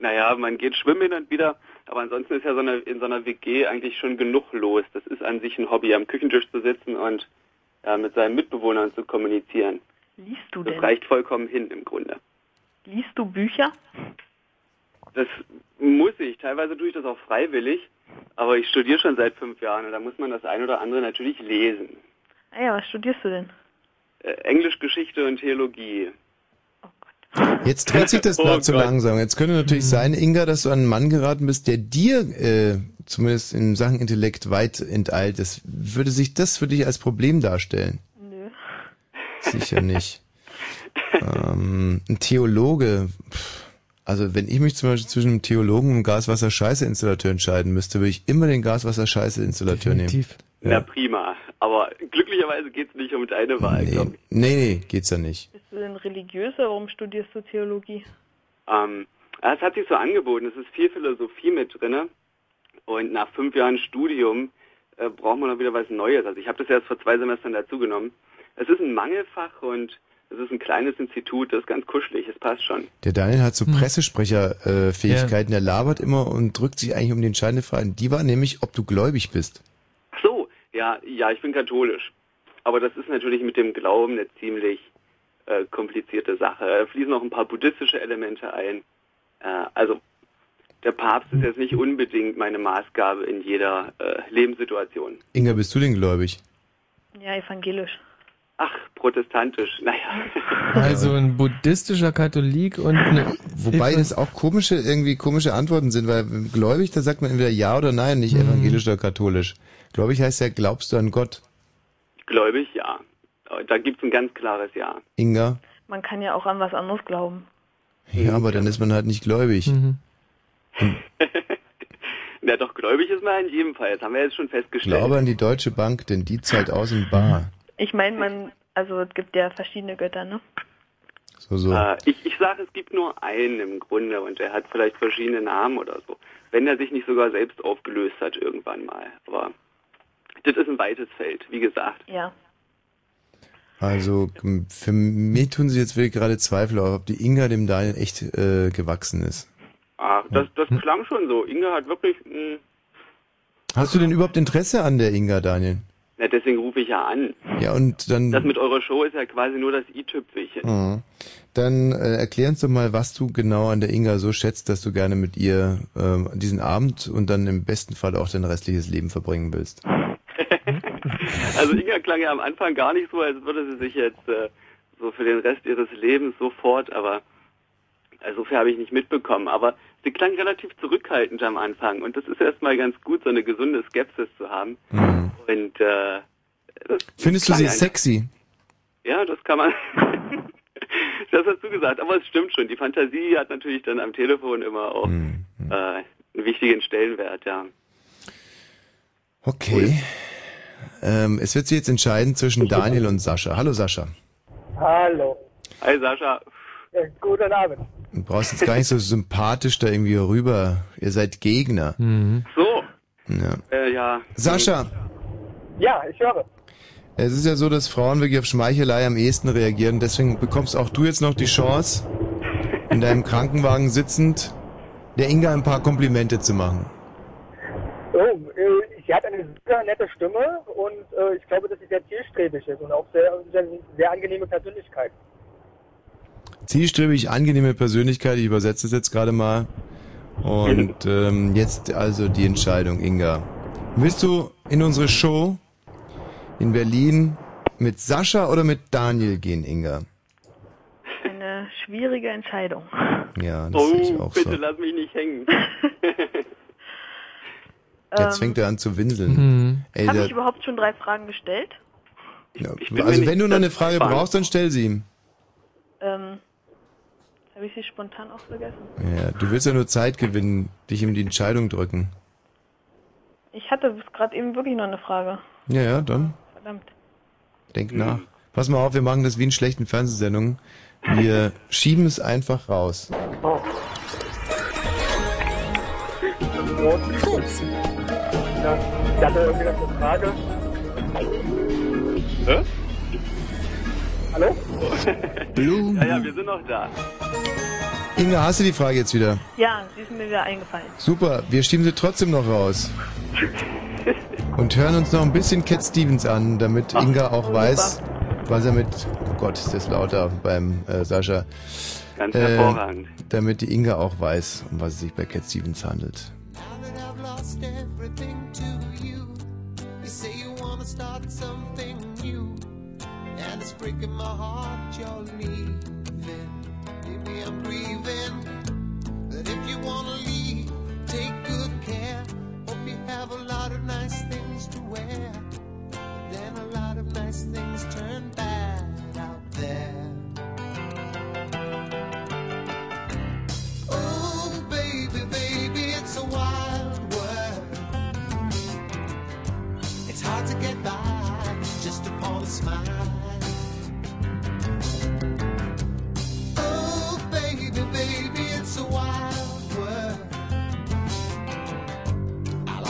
Speaker 26: Naja, man geht schwimmen hin und wieder, aber ansonsten ist ja so eine, in so einer WG eigentlich schon genug los. Das ist an sich ein Hobby, am Küchentisch zu sitzen und ja, mit seinen Mitbewohnern zu kommunizieren.
Speaker 3: Liest du
Speaker 26: das
Speaker 3: denn?
Speaker 26: reicht vollkommen hin im Grunde.
Speaker 3: Liest du Bücher?
Speaker 26: Das muss ich. Teilweise tue ich das auch freiwillig, aber ich studiere schon seit fünf Jahren und da muss man das ein oder andere natürlich lesen.
Speaker 3: Ah ja, was studierst du denn?
Speaker 26: Äh, Englischgeschichte und Theologie.
Speaker 5: Jetzt dreht sich das Blatt
Speaker 26: Oh
Speaker 5: so langsam. Jetzt könnte natürlich sein, Inga, dass du an einen Mann geraten bist, der dir äh, zumindest in Sachen Intellekt weit enteilt ist. Würde sich das für dich als Problem darstellen?
Speaker 3: Nö.
Speaker 5: Sicher nicht. ähm, ein Theologe. Pff, Also wenn ich mich zum Beispiel zwischen einem Theologen und einem Gaswasser-Scheiße-Installateur entscheiden müsste, würde ich immer den Gaswasser-Scheiße-Installateur nehmen.
Speaker 26: Na prima, aber glücklicherweise geht es nicht um deine Wahl, glaube ich.
Speaker 5: Nee, nee, geht's ja nicht.
Speaker 3: Bist du denn religiös oder warum studierst du Theologie?
Speaker 26: Ähm, ja, es hat sich so angeboten, es ist viel Philosophie mit drinne und nach fünf Jahren Studium äh, braucht man noch wieder was Neues. Also ich habe das erst vor zwei Semestern dazugenommen. Es ist ein Mangelfach und es ist ein kleines Institut, das ist ganz kuschelig, es passt schon.
Speaker 5: Der Daniel hat so
Speaker 6: Hm.
Speaker 5: Pressesprecherfähigkeiten, äh, Fähigkeiten. er labert immer und drückt sich eigentlich um die entscheidende Frage. an. Die war nämlich, ob du gläubig bist.
Speaker 26: Ach so, ja, ja, ich bin katholisch. Aber das ist natürlich mit dem Glauben eine ziemlich äh, komplizierte Sache. Da fließen auch ein paar buddhistische Elemente ein. Äh, also der Papst ist jetzt nicht unbedingt meine Maßgabe in jeder äh, Lebenssituation.
Speaker 5: Inga, bist du denn gläubig?
Speaker 3: Ja, evangelisch.
Speaker 26: Protestantisch, naja.
Speaker 6: Also ein buddhistischer Katholik und eine
Speaker 5: Wobei das auch komische, irgendwie komische Antworten sind, weil gläubig, da sagt man entweder ja oder nein,
Speaker 6: Hm.
Speaker 5: nicht evangelisch oder katholisch. Gläubig heißt ja, glaubst du an Gott,
Speaker 26: Gläubig, ja. Da gibt es ein ganz klares Ja.
Speaker 5: Inga?
Speaker 3: Man kann ja auch an was anderes glauben.
Speaker 5: Ja, aber dann ist man halt nicht gläubig.
Speaker 6: Mhm.
Speaker 26: Na doch, gläubig ist man in jedem Fall. Das haben wir jetzt schon festgestellt.
Speaker 5: Glaube an die Deutsche Bank, denn die zahlt aus in bar.
Speaker 3: Ich meine, man, also es gibt ja verschiedene Götter, ne?
Speaker 5: So, so.
Speaker 26: Äh, ich ich sage, es gibt nur einen im Grunde und er hat vielleicht verschiedene Namen oder so. Wenn er sich nicht sogar selbst aufgelöst hat irgendwann mal. Aber das ist ein weites Feld, wie gesagt.
Speaker 3: Ja.
Speaker 5: Also m- für mich tun sie jetzt wirklich gerade Zweifel auf, ob die Inga dem Daniel echt äh, gewachsen ist.
Speaker 26: Ach, das, das
Speaker 5: Hm.
Speaker 26: klang schon so. Inge hat wirklich. hm, Mh,
Speaker 5: Hast du denn überhaupt Interesse an der Inga, Daniel?
Speaker 26: na, deswegen rufe ich ja an.
Speaker 5: Ja, und dann...
Speaker 26: Das mit eurer Show ist ja quasi nur das i-Tüpfelchen.
Speaker 5: Mhm. Dann äh, erklär uns doch mal, was du genau an der Inga so schätzt, dass du gerne mit ihr ähm, diesen Abend und dann im besten Fall auch dein restliches Leben verbringen willst.
Speaker 26: Also Inga klang ja am Anfang gar nicht so, als würde sie sich jetzt äh, so für den Rest ihres Lebens sofort, aber also so viel habe ich nicht mitbekommen. Aber sie klang relativ zurückhaltend am Anfang und das ist erstmal ganz gut, so eine gesunde Skepsis zu haben. Und äh, das
Speaker 5: Mhm. Findest du
Speaker 26: klang
Speaker 5: sie
Speaker 26: einfach-
Speaker 5: sexy?
Speaker 26: Ja, das kann man. das hast du gesagt, aber es stimmt schon. Die Fantasie hat natürlich dann am Telefon immer auch
Speaker 5: Mhm.
Speaker 26: äh, einen wichtigen Stellenwert, ja.
Speaker 5: Okay. Ähm, es wird sich jetzt entscheiden zwischen Daniel und Sascha. Hallo Sascha.
Speaker 12: Hallo.
Speaker 26: Hi Sascha.
Speaker 12: Ja, guten Abend.
Speaker 5: Du brauchst jetzt gar nicht so sympathisch da irgendwie rüber. Ihr seid Gegner.
Speaker 26: So.
Speaker 5: Ja.
Speaker 26: Äh, ja.
Speaker 5: Sascha,
Speaker 12: Ja, ich höre.
Speaker 5: es ist ja so, dass Frauen wirklich auf Schmeichelei am ehesten reagieren. Deswegen bekommst auch du jetzt noch die Chance, in deinem Krankenwagen sitzend, der Inga ein paar Komplimente zu machen.
Speaker 12: Oh, äh, sie hat eine super nette Stimme und äh, ich glaube, dass sie sehr zielstrebig ist und auch sehr, sehr, sehr angenehme Persönlichkeit.
Speaker 5: Zielstrebig, angenehme Persönlichkeit. Ich übersetze es jetzt gerade mal. Und ähm, jetzt also die Entscheidung, Inga. Willst du in unsere Show in Berlin mit Sascha oder mit Daniel gehen, Inga?
Speaker 3: Eine schwierige Entscheidung.
Speaker 5: Ja, das
Speaker 26: Oh,
Speaker 5: sehe ich auch
Speaker 26: bitte
Speaker 5: so.
Speaker 26: lass mich nicht hängen.
Speaker 5: Jetzt fängt er an zu winseln. Ey,
Speaker 3: Habe
Speaker 5: da-
Speaker 3: Ähm, ich überhaupt schon drei Fragen gestellt?
Speaker 5: ja,
Speaker 26: bin mir
Speaker 5: also
Speaker 26: nicht
Speaker 5: wenn du noch eine Frage
Speaker 26: sicher.
Speaker 5: brauchst, dann stell sie ihm.
Speaker 3: Ähm, habe ich sie spontan auch vergessen.
Speaker 5: Ja, du willst ja nur Zeit gewinnen, dich ihm die Entscheidung drücken.
Speaker 3: Ich hatte bis gerade eben wirklich noch eine Frage.
Speaker 5: Ja, ja, dann
Speaker 3: Verdammt.
Speaker 5: denk
Speaker 26: Mhm.
Speaker 5: nach. Pass mal auf, wir machen das wie in schlechten Fernsehsendungen. Wir schieben es einfach raus.
Speaker 12: Fritz. Ja, ich hatte irgendwie noch eine Frage.
Speaker 26: Hä?
Speaker 12: Hallo?
Speaker 5: Blumen.
Speaker 26: ja, ja, wir sind noch da.
Speaker 5: Inga, hast du die Frage jetzt wieder?
Speaker 3: Ja, sie ist mir wieder eingefallen.
Speaker 5: Super, wir schieben sie trotzdem noch raus. Und hören uns noch ein bisschen Cat Stevens an, damit Inga auch weiß, was er mit... Oh Gott, ist das lauter beim äh, Sascha. äh,
Speaker 26: Ganz hervorragend.
Speaker 5: Damit die Inga auch weiß, um was es sich bei Cat Stevens handelt.
Speaker 25: I've lost everything to you. You say you wanna start something new, and it's breaking my heart you're leaving. Maybe I'm grieving, but if you wanna leave, take good care. Hope you have a lot of nice things to wear, but then a lot of nice things turn bad out there. Oh, baby, baby, it's a wild world. It's hard to get by just upon a smile. Oh, baby, baby, it's a wild world. Oh,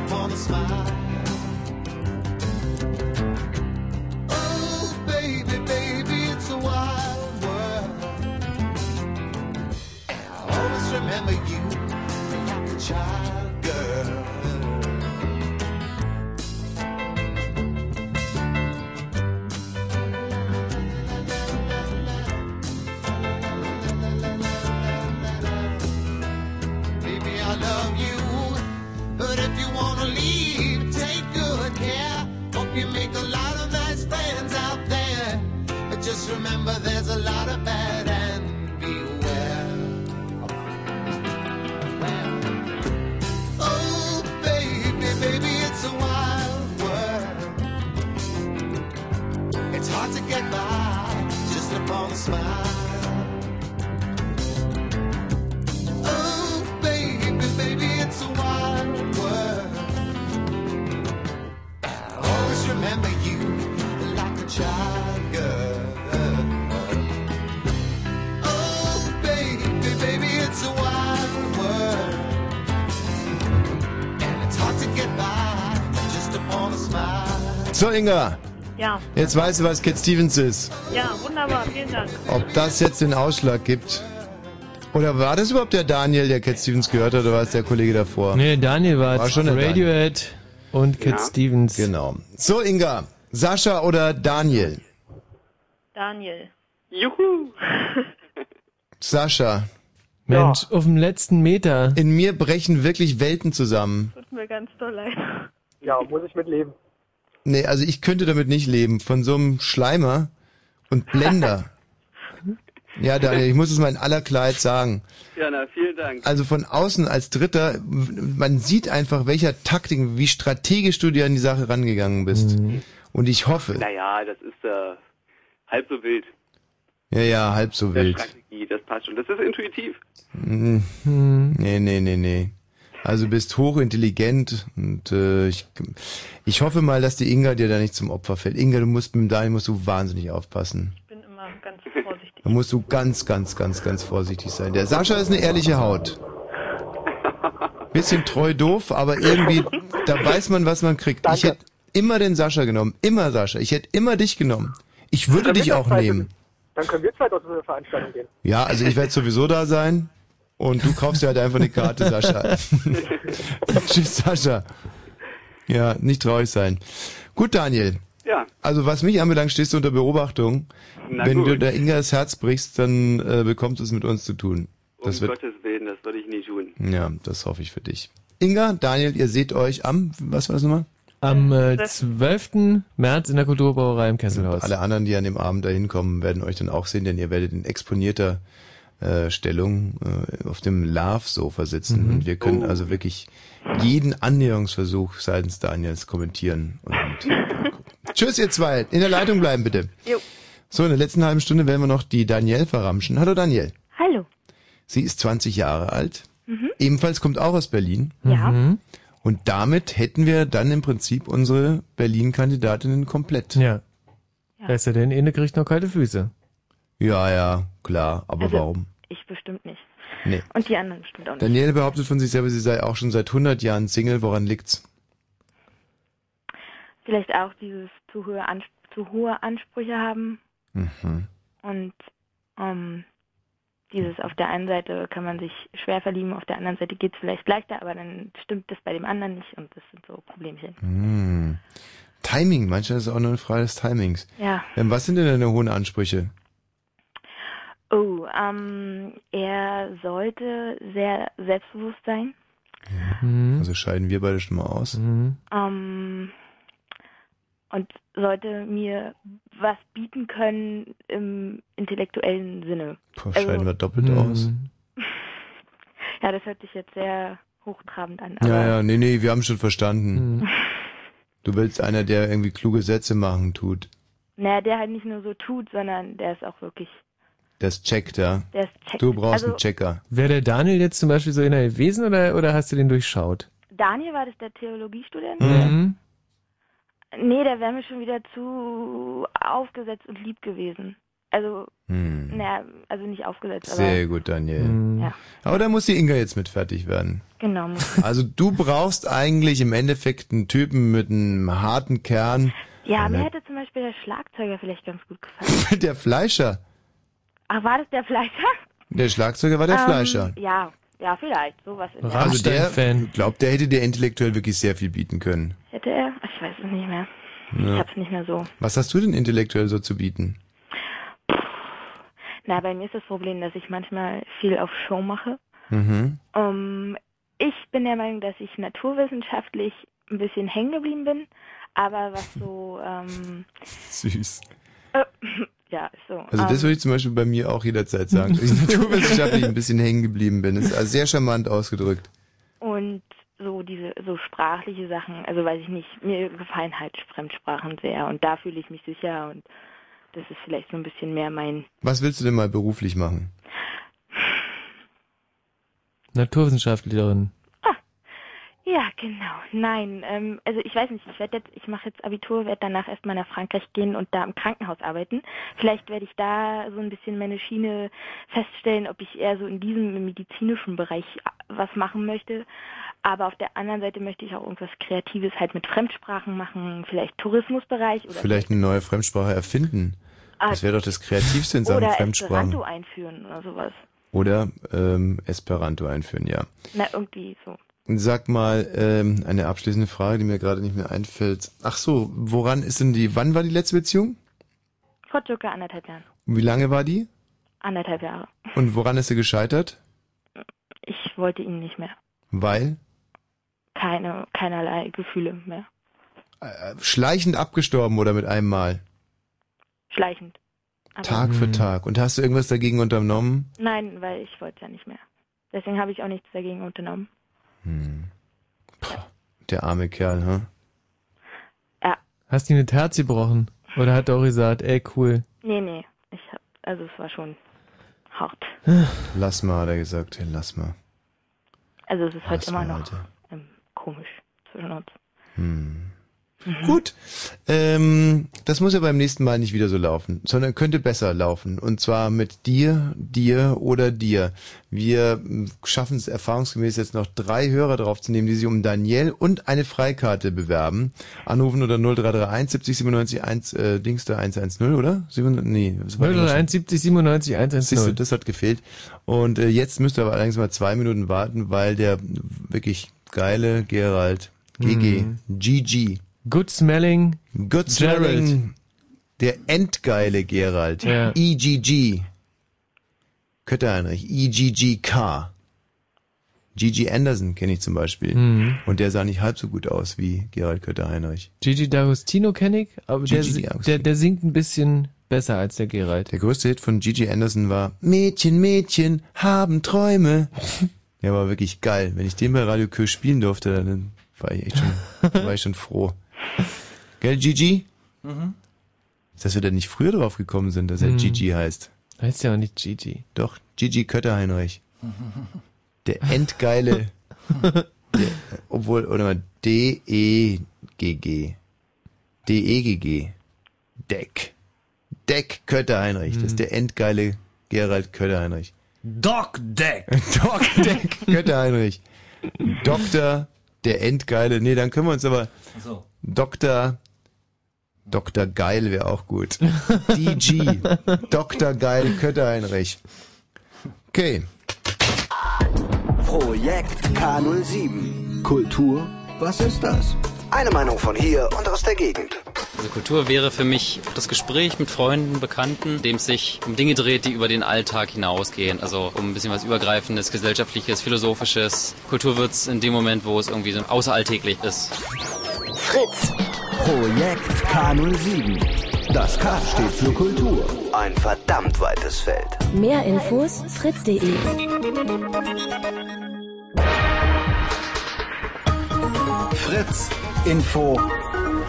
Speaker 25: Oh, You make a lot of nice friends out there, but just remember there's a lot of bad and beware. Oh, baby, baby, it's a wild world. It's hard to get by just upon a smile. Oh, baby, baby, it's a wild world. I always remember you like a child girl. Oh, baby, baby, it's a wild world. And it's hard to get by just upon a smile.
Speaker 5: So, Inga,
Speaker 3: Ja,
Speaker 5: jetzt weißt du, was Cat Stevens ist.
Speaker 3: ja, wunderbar, vielen Dank.
Speaker 5: Ob das jetzt den Ausschlag gibt. Oder war das überhaupt der Daniel, der Cat Stevens gehört hat, oder war es der Kollege davor?
Speaker 6: Nee, Daniel war,
Speaker 5: War schon der
Speaker 6: Radiohead und Cat Stevens.
Speaker 5: Genau. So, Inga, Sascha oder Daniel?
Speaker 3: Daniel. Juhu.
Speaker 5: Sascha.
Speaker 6: Mensch, auf dem letzten Meter.
Speaker 5: In mir brechen wirklich Welten zusammen.
Speaker 3: Tut mir ganz doll leid.
Speaker 12: Ja, muss ich mitleben.
Speaker 5: Nee, also ich könnte damit nicht leben. Von so einem Schleimer und Blender. ja, Daniel, ich muss es mal in aller Klarheit sagen.
Speaker 26: Ja, na, vielen Dank.
Speaker 5: Also von außen als Dritter, w- man sieht einfach, welcher Taktik, wie strategisch du dir an die Sache rangegangen bist. Und ich hoffe,
Speaker 26: Naja, das ist äh, halb so wild.
Speaker 5: ja, ja, halb so
Speaker 26: Der
Speaker 5: wild.
Speaker 26: Strategie, das passt schon. Das ist intuitiv.
Speaker 5: Mhm. Nee, nee, nee, nee. Also bist hochintelligent und äh, ich, ich hoffe mal, dass die Inga dir da nicht zum Opfer fällt. Inga, du musst mit dem Daniel musst du wahnsinnig aufpassen.
Speaker 3: Ich bin immer ganz vorsichtig.
Speaker 5: Da musst du ganz, ganz, ganz, ganz vorsichtig sein. Der Sascha ist eine ehrliche Haut. Bisschen treu doof, aber irgendwie, da weiß man, was man kriegt. Ich hätte immer den Sascha genommen. Immer Sascha. Ich hätte immer dich genommen. Ich würde
Speaker 12: Dann
Speaker 5: dich
Speaker 12: wird das
Speaker 5: auch
Speaker 12: Zeit-
Speaker 5: nehmen.
Speaker 12: Dann können wir zwei aus dieser Veranstaltung gehen.
Speaker 5: Ja, also ich werde sowieso da sein. Und du kaufst dir halt einfach eine Karte, Sascha. Tschüss, Sascha. Ja, nicht traurig sein. Gut, Daniel.
Speaker 26: Ja.
Speaker 5: Also was mich anbelangt, stehst du unter Beobachtung.
Speaker 26: Na
Speaker 5: Wenn du
Speaker 26: gut.
Speaker 5: der Inga das Herz brichst, dann äh, bekommst du es mit uns zu tun. Das
Speaker 26: um
Speaker 5: wird,
Speaker 26: Gottes Willen, das würde ich nie tun.
Speaker 5: ja, das hoffe ich für dich. Inga, Daniel, ihr seht euch am, was war das nochmal?
Speaker 6: Am äh, 12. März in der Kulturbrauerei im Kesselhaus.
Speaker 5: Alle anderen, die an dem Abend dahin kommen, werden euch dann auch sehen, denn ihr werdet in exponierter äh, Stellung äh, auf dem Love-Sofa sitzen.
Speaker 6: Mhm.
Speaker 5: Und wir können also wirklich jeden Annäherungsversuch seitens Daniels kommentieren. Und Tschüss, ihr zwei. In der Leitung bleiben, bitte.
Speaker 16: Jo.
Speaker 5: So, in der letzten halben Stunde werden wir noch die Danielle verramschen. Hallo, Danielle.
Speaker 16: Hallo.
Speaker 5: Sie ist 20 Jahre alt.
Speaker 16: Mhm.
Speaker 5: Ebenfalls kommt auch aus Berlin.
Speaker 16: Ja.
Speaker 6: Mhm.
Speaker 5: Und damit hätten wir dann im Prinzip unsere Berlin-Kandidatinnen komplett.
Speaker 6: Ja. Besser denn, Ende kriegt noch kalte Füße.
Speaker 5: Ja, ja, klar. Aber
Speaker 16: Also-
Speaker 5: warum?
Speaker 16: Ich bestimmt nicht.
Speaker 5: Nee.
Speaker 16: Und die anderen bestimmt auch nicht.
Speaker 5: Daniele behauptet von sich selber, sie sei auch schon seit 100 Jahren Single. Woran liegt's?
Speaker 16: Vielleicht auch dieses zu hohe, Ans zu hohe Ansprüche haben
Speaker 5: Mhm.
Speaker 16: und ähm, dieses auf der einen Seite kann man sich schwer verlieben, auf der anderen Seite geht es vielleicht leichter, aber dann stimmt das bei dem anderen nicht und das sind so Problemchen.
Speaker 5: Hm. Timing, manchmal ist es auch nur eine Frage des Timings.
Speaker 16: Ja.
Speaker 5: Ähm, was sind denn deine hohen Ansprüche?
Speaker 16: Oh, ähm, er sollte sehr selbstbewusst sein.
Speaker 6: Mhm.
Speaker 5: Also scheiden wir beide schon mal aus.
Speaker 16: Ähm, und sollte mir was bieten können im intellektuellen Sinne. Also
Speaker 5: Puh, scheiden wir doppelt aus.
Speaker 16: Ja, das hört sich jetzt sehr hochtrabend an.
Speaker 5: Ja,
Speaker 16: aber-
Speaker 5: ja, nee, nee, wir haben schon verstanden. Du willst einer, der irgendwie kluge Sätze machen tut.
Speaker 16: Naja, der halt nicht nur so tut, sondern der ist auch wirklich,
Speaker 5: Das checkt, ja.
Speaker 16: der ist checkt.
Speaker 5: Du brauchst
Speaker 16: also,
Speaker 5: einen Checker.
Speaker 6: Wäre der Daniel jetzt zum Beispiel so einer gewesen oder, oder hast du den durchschaut?
Speaker 16: Daniel war das der Theologiestudent?
Speaker 6: Mhm.
Speaker 16: Nee, der wäre mir schon wieder zu aufgesetzt und lieb gewesen. Also,
Speaker 5: Hm.
Speaker 16: naja, also nicht aufgesetzt,
Speaker 5: Sehr gut, Daniel.
Speaker 16: Ja.
Speaker 5: Aber da muss die Inga jetzt mit fertig werden.
Speaker 16: aber genau. muss-
Speaker 5: Also du brauchst eigentlich im Endeffekt einen Typen mit einem harten Kern.
Speaker 16: Ja, mir
Speaker 5: Einer-
Speaker 16: hätte zum Beispiel der Schlagzeuger vielleicht ganz gut gefallen.
Speaker 5: der Fleischer.
Speaker 16: Ach, war das der Fleischer?
Speaker 5: Der Schlagzeuger war der
Speaker 16: Ähm,
Speaker 5: Fleischer.
Speaker 16: Ja, ja, vielleicht, sowas. In der Art.
Speaker 5: Also der glaubt, der hätte dir intellektuell wirklich sehr viel bieten können.
Speaker 16: Hätte er? Ich weiß es nicht mehr. Ich
Speaker 5: Ja.
Speaker 16: hab's nicht mehr so.
Speaker 5: Was hast du denn intellektuell so zu bieten?
Speaker 16: Na, bei mir ist das Problem, dass ich manchmal viel auf Show mache.
Speaker 5: Mhm.
Speaker 16: Ähm, ich bin der Meinung, dass ich naturwissenschaftlich ein bisschen hängen geblieben bin, Aber was so, ähm,
Speaker 5: Süß.
Speaker 16: äh, ja, ist so.
Speaker 5: Also das
Speaker 16: ähm,
Speaker 5: würde ich zum Beispiel bei mir auch jederzeit sagen, dass ich naturwissenschaftlich ein bisschen hängen geblieben bin. Das ist also sehr charmant ausgedrückt.
Speaker 16: Und so diese so sprachliche Sachen, also weiß ich nicht, mir gefallen halt Fremdsprachen sehr und da fühle ich mich sicher und das ist vielleicht so ein bisschen mehr mein
Speaker 5: Was willst du denn mal beruflich machen?
Speaker 6: Naturwissenschaftlerin.
Speaker 16: Ja, genau. Nein, ähm, also ich weiß nicht, ich werde jetzt, ich mache jetzt Abitur, werde danach erstmal nach Frankreich gehen und da im Krankenhaus arbeiten. Vielleicht werde ich da so ein bisschen meine Schiene feststellen, ob ich eher so in diesem medizinischen Bereich äh, was machen möchte. Aber auf der anderen Seite möchte ich auch irgendwas Kreatives halt mit Fremdsprachen machen, vielleicht Tourismusbereich oder Ah,
Speaker 5: Vielleicht eine neue Fremdsprache erfinden. Das wäre doch das Kreativste in Sachen
Speaker 16: oder Esperanto
Speaker 5: Fremdsprachen.
Speaker 16: einführen oder sowas.
Speaker 5: Oder ähm, Esperanto einführen, ja.
Speaker 16: Na, irgendwie so.
Speaker 5: Sag mal, ähm, eine abschließende Frage, die mir gerade nicht mehr einfällt. Ach so, woran ist denn die, wann war die letzte Beziehung?
Speaker 16: Vor circa anderthalb Jahren.
Speaker 5: Und Wie lange war die?
Speaker 16: Anderthalb Jahre.
Speaker 5: Und woran ist sie gescheitert?
Speaker 16: Ich wollte ihn nicht mehr.
Speaker 5: Weil?
Speaker 16: Keine, keinerlei Gefühle mehr.
Speaker 5: Äh, Schleichend abgestorben oder mit einem Mal?
Speaker 16: Schleichend. Aber-
Speaker 5: Tag für Tag. Und hast du irgendwas dagegen unternommen?
Speaker 16: Nein, weil ich wollte es ja nicht mehr. Deswegen habe ich auch nichts dagegen unternommen.
Speaker 5: Hm. Puh, der arme Kerl, hm?
Speaker 6: Hast du eine Herz gebrochen? Oder hat Dori gesagt, ey cool.
Speaker 16: Nee, nee. Ich hab, also es war schon hart.
Speaker 5: Lass mal, hat er gesagt. Hey, lass mal.
Speaker 16: Also es ist
Speaker 5: Lass
Speaker 16: heute immer
Speaker 5: mal,
Speaker 16: noch
Speaker 5: Alter.
Speaker 16: ähm, komisch zwischen uns.
Speaker 5: Hm. Gut. Ähm, das muss ja beim nächsten Mal nicht wieder so laufen, sondern könnte besser laufen. Und zwar mit dir, dir oder dir. Wir mh, schaffen es erfahrungsgemäß jetzt noch drei Hörer draufzunehmen, die sich um Daniel und eine Freikarte bewerben. Anrufen oder 0331 70 97 1, äh, Dings da 110, oder? Sieben, nee, das war die Maschine.
Speaker 6: 031 70 97
Speaker 5: Siehst du,
Speaker 6: 110.
Speaker 5: das hat gefehlt. Und äh, jetzt müsst ihr aber allerdings mal zwei Minuten warten, weil der wirklich geile Gerald, GG,
Speaker 6: Mhm.
Speaker 5: GG.
Speaker 6: Good smelling.
Speaker 5: Good smelling.
Speaker 6: Gerald.
Speaker 5: Der endgeile Gerald.
Speaker 6: Ja.
Speaker 5: EGG. Kötter Heinrich. E EGGK. GG Anderson kenne ich zum Beispiel.
Speaker 6: Mhm.
Speaker 5: Und der sah nicht halb so gut aus wie Gerald Kötter Heinrich.
Speaker 6: Gigi D'Agostino kenne ich, aber der,
Speaker 5: Gigi D'Agostino.
Speaker 6: der, der singt ein bisschen besser als der Gerald.
Speaker 5: Der größte Hit von Gigi Anderson war Mädchen, Mädchen, haben Träume. Der war wirklich geil. Wenn ich den bei Radio Kö spielen durfte, dann war ich echt schon, dann war ich schon froh. Gell, Gigi?
Speaker 14: Mhm.
Speaker 5: Dass wir da nicht früher drauf gekommen sind, dass er
Speaker 6: Mhm.
Speaker 5: Gigi heißt.
Speaker 6: Heißt ja auch nicht Gigi.
Speaker 5: Doch, Gigi Kötter-Heinrich. Der endgeile. der, obwohl, oder mal, E D-E-G-G. D-E-G-G. E Deck. Deck Kötter-Heinrich.
Speaker 6: Hm.
Speaker 5: Das ist der endgeile Gerald Kötter-Heinrich.
Speaker 14: Doc Deck.
Speaker 5: Doc Deck Kötter-Heinrich. Doktor, der endgeile. Nee, dann können wir uns aber.
Speaker 14: Ach so.
Speaker 5: Doktor. Dr. Geil wäre auch gut. DG. Dr. Geil Kötter-Heinrich. Okay.
Speaker 9: Projekt K07. Kultur, was ist das? Eine Meinung von hier und aus der Gegend.
Speaker 31: Also Kultur wäre für mich das Gespräch mit Freunden, Bekannten, in dem es sich um Dinge dreht, die über den Alltag hinausgehen. Also um ein bisschen was Übergreifendes, Gesellschaftliches, Philosophisches. Kultur wird's in dem Moment, wo es irgendwie so außeralltäglich ist.
Speaker 9: Fritz. Projekt K07. Das K steht für Kultur. Ein verdammt weites Feld.
Speaker 10: Mehr Infos fritz.de.
Speaker 9: Fritz. Info.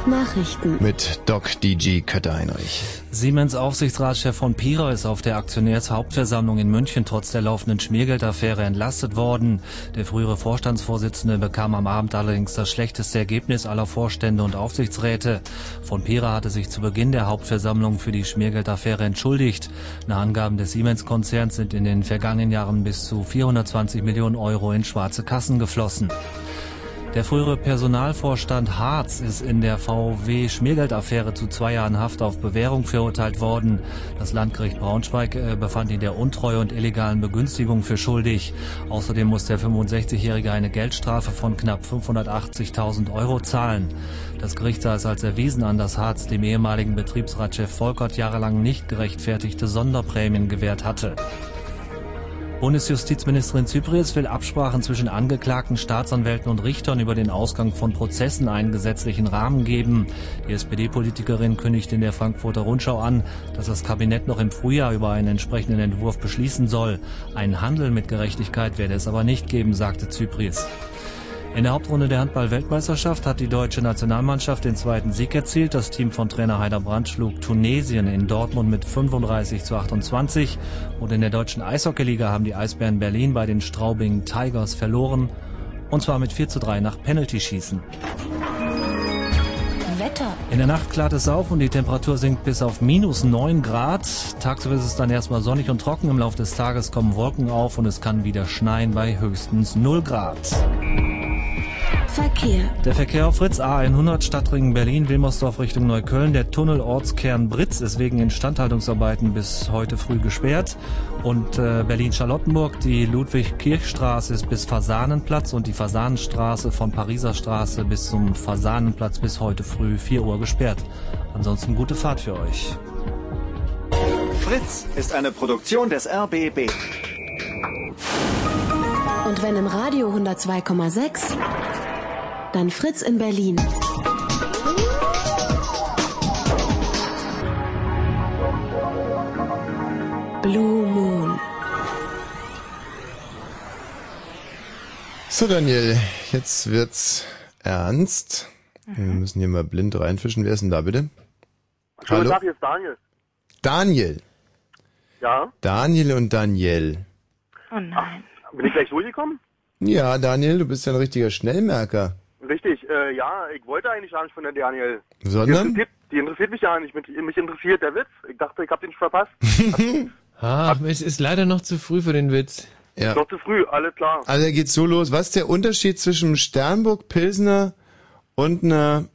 Speaker 10: Nachrichten.
Speaker 5: Mit Doc DG Kötter-Heinrich.
Speaker 14: Siemens Aufsichtsratschef von Pira ist auf der Aktionärshauptversammlung in München trotz der laufenden Schmiergeldaffäre entlastet worden. Der frühere Vorstandsvorsitzende bekam am Abend allerdings das schlechteste Ergebnis aller Vorstände und Aufsichtsräte. Von Pira hatte sich zu Beginn der Hauptversammlung für die Schmiergeldaffäre entschuldigt. Nach Angaben des Siemens-Konzerns sind in den vergangenen Jahren bis zu 420 Millionen Euro in schwarze Kassen geflossen. Der frühere Personalvorstand Harz ist in der VW Schmiergeldaffäre zu zwei Jahren Haft auf Bewährung verurteilt worden. Das Landgericht Braunschweig äh, befand ihn der Untreue und illegalen Begünstigung für schuldig. Außerdem muss der 65-Jährige eine Geldstrafe von knapp 580.000 Euro zahlen. Das Gericht sah es als erwiesen an, dass Harz dem ehemaligen Betriebsratschef Volkert jahrelang nicht gerechtfertigte Sonderprämien gewährt hatte. Bundesjustizministerin Zypries will Absprachen zwischen Angeklagten, Staatsanwälten und Richtern über den Ausgang von Prozessen einen gesetzlichen Rahmen geben. Die SPD-Politikerin kündigt in der Frankfurter Rundschau an, dass das Kabinett noch im Frühjahr über einen entsprechenden Entwurf beschließen soll. Einen Handel mit Gerechtigkeit werde es aber nicht geben, sagte Zypries. In der Hauptrunde der Handball-Weltmeisterschaft hat die deutsche Nationalmannschaft den zweiten Sieg erzielt. Das Team von Trainer Heider Brandt schlug Tunesien in Dortmund mit 35 zu 28. Und in der deutschen Eishockeyliga haben die Eisbären Berlin bei den Straubing Tigers verloren. Und zwar mit 4 zu 3 nach Penaltyschießen.
Speaker 28: Wetter.
Speaker 14: In der Nacht klart es auf und die Temperatur sinkt bis auf minus 9 Grad. Tagsüber ist es dann erstmal sonnig und trocken. Im Laufe des Tages kommen Wolken auf und es kann wieder schneien bei höchstens 0 Grad.
Speaker 28: Verkehr.
Speaker 14: Der Verkehr auf Fritz A100 Stadtring Berlin Wilmersdorf Richtung Neukölln. Der Tunnel Ortskern Britz ist wegen Instandhaltungsarbeiten bis heute früh gesperrt. Und äh, Berlin Charlottenburg, die Ludwig-Kirch-Straße ist bis Fasanenplatz und die Fasanenstraße von Pariser Straße bis zum Fasanenplatz bis heute früh 4 Uhr gesperrt. Ansonsten gute Fahrt für euch.
Speaker 18: Fritz ist eine Produktion des RBB.
Speaker 10: Und wenn im Radio 102,6, dann Fritz in Berlin. Blue Moon.
Speaker 5: So, Daniel, jetzt wird's ernst. Wir
Speaker 6: Mhm.
Speaker 5: müssen hier mal blind reinfischen. Wer ist denn da bitte?
Speaker 2: Schönen
Speaker 5: Hallo?
Speaker 2: Tag, hier ist Daniel.
Speaker 5: Daniel.
Speaker 2: Ja?
Speaker 5: Daniel und Daniel.
Speaker 16: Oh nein.
Speaker 2: Bin ich gleich durchgekommen?
Speaker 5: Ja, Daniel, du bist ja ein richtiger Schnellmerker.
Speaker 2: Richtig, äh, ja, ich wollte eigentlich gar nicht von der Daniel.
Speaker 5: Sondern?
Speaker 2: Die interessiert, die interessiert mich ja nicht. Mich, mich interessiert der Witz. Ich dachte, ich hab den schon verpasst.
Speaker 6: Ah, es ist leider noch zu früh für den Witz.
Speaker 5: Ja.
Speaker 2: Noch zu früh, alles klar.
Speaker 5: Also er geht so los. Was ist der Unterschied zwischen einem Sternburg Pilsner und einer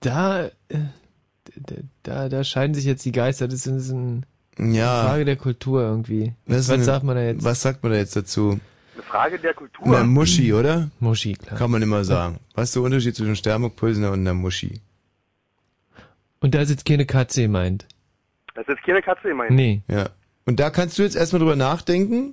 Speaker 6: Da, äh, da, da, da scheiden sich jetzt die Geister. Das ist ein,
Speaker 5: Ja.
Speaker 6: eine Frage der Kultur irgendwie.
Speaker 5: Das
Speaker 6: Was
Speaker 5: ist eine-
Speaker 6: sagt man da jetzt?
Speaker 5: Was sagt man da jetzt dazu?
Speaker 2: Eine Frage der Kultur.
Speaker 5: Eine Muschi, oder?
Speaker 6: Muschi, klar.
Speaker 5: Kann man immer sagen. Was ist der Unterschied zwischen Sternburg Pilsner und einer Muschi?
Speaker 6: Und da ist jetzt keine Katze gemeint.
Speaker 2: Das ist keine Katze immerhin.
Speaker 6: Nee.
Speaker 5: Ja. Und da kannst du jetzt erstmal drüber nachdenken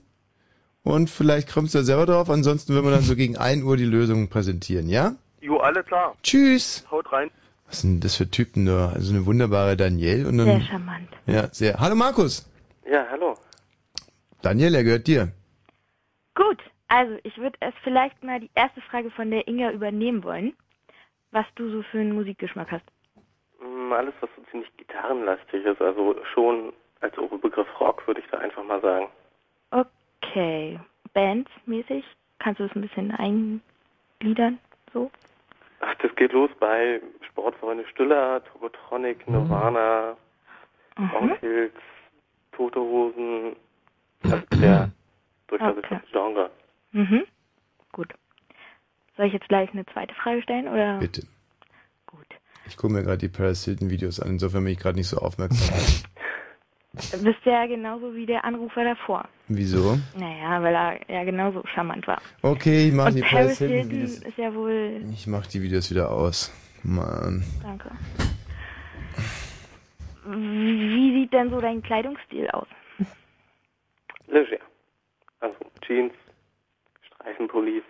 Speaker 5: und vielleicht kommst du da selber drauf. Ansonsten würden wir dann so gegen 1 Uhr die Lösung präsentieren, ja?
Speaker 2: Jo, alles klar.
Speaker 5: Tschüss.
Speaker 2: Haut rein.
Speaker 5: Was sind das für Typen da? Also eine wunderbare Daniel und
Speaker 16: Sehr
Speaker 5: dann.
Speaker 16: charmant.
Speaker 5: Ja, sehr. Hallo Markus.
Speaker 15: Ja, hallo.
Speaker 5: Daniel, er gehört dir.
Speaker 16: Gut, also ich würde erst vielleicht mal die erste Frage von der Inga übernehmen wollen, was du so für einen Musikgeschmack hast.
Speaker 15: Mm, Alles, was so ziemlich gitarrenlastig ist, also schon als Oberbegriff Rock, würde ich da einfach mal sagen.
Speaker 16: Okay, Bands-mäßig, kannst du das ein bisschen eingliedern, so?
Speaker 15: Ach, das geht los bei Sportfreunde Stiller, Turbotronic,
Speaker 5: Mhm.
Speaker 15: Nirvana, Onkelz, Tote Hosen. Das ist ja durchaus
Speaker 16: Okay.
Speaker 15: das Genre.
Speaker 16: Mhm, gut. Soll ich jetzt gleich eine zweite Frage stellen, oder?
Speaker 5: Bitte. Ah. Gut. Ich gucke mir gerade die Paris Hilton Videos an, insofern bin ich gerade nicht so aufmerksam.
Speaker 16: Du bist ja genauso wie der Anrufer davor.
Speaker 5: Wieso?
Speaker 16: Naja, weil er ja genauso charmant war.
Speaker 5: Okay, ich mach
Speaker 16: Und
Speaker 5: die
Speaker 16: Paris
Speaker 5: Paris Hilton
Speaker 16: Hilton
Speaker 5: Videos.
Speaker 16: ist ja wohl...
Speaker 5: Ich mach die Videos wieder aus. Mann.
Speaker 16: Danke. Wie sieht denn so dein Kleidungsstil aus?
Speaker 15: Leger. Also Jeans, Streifenpullis,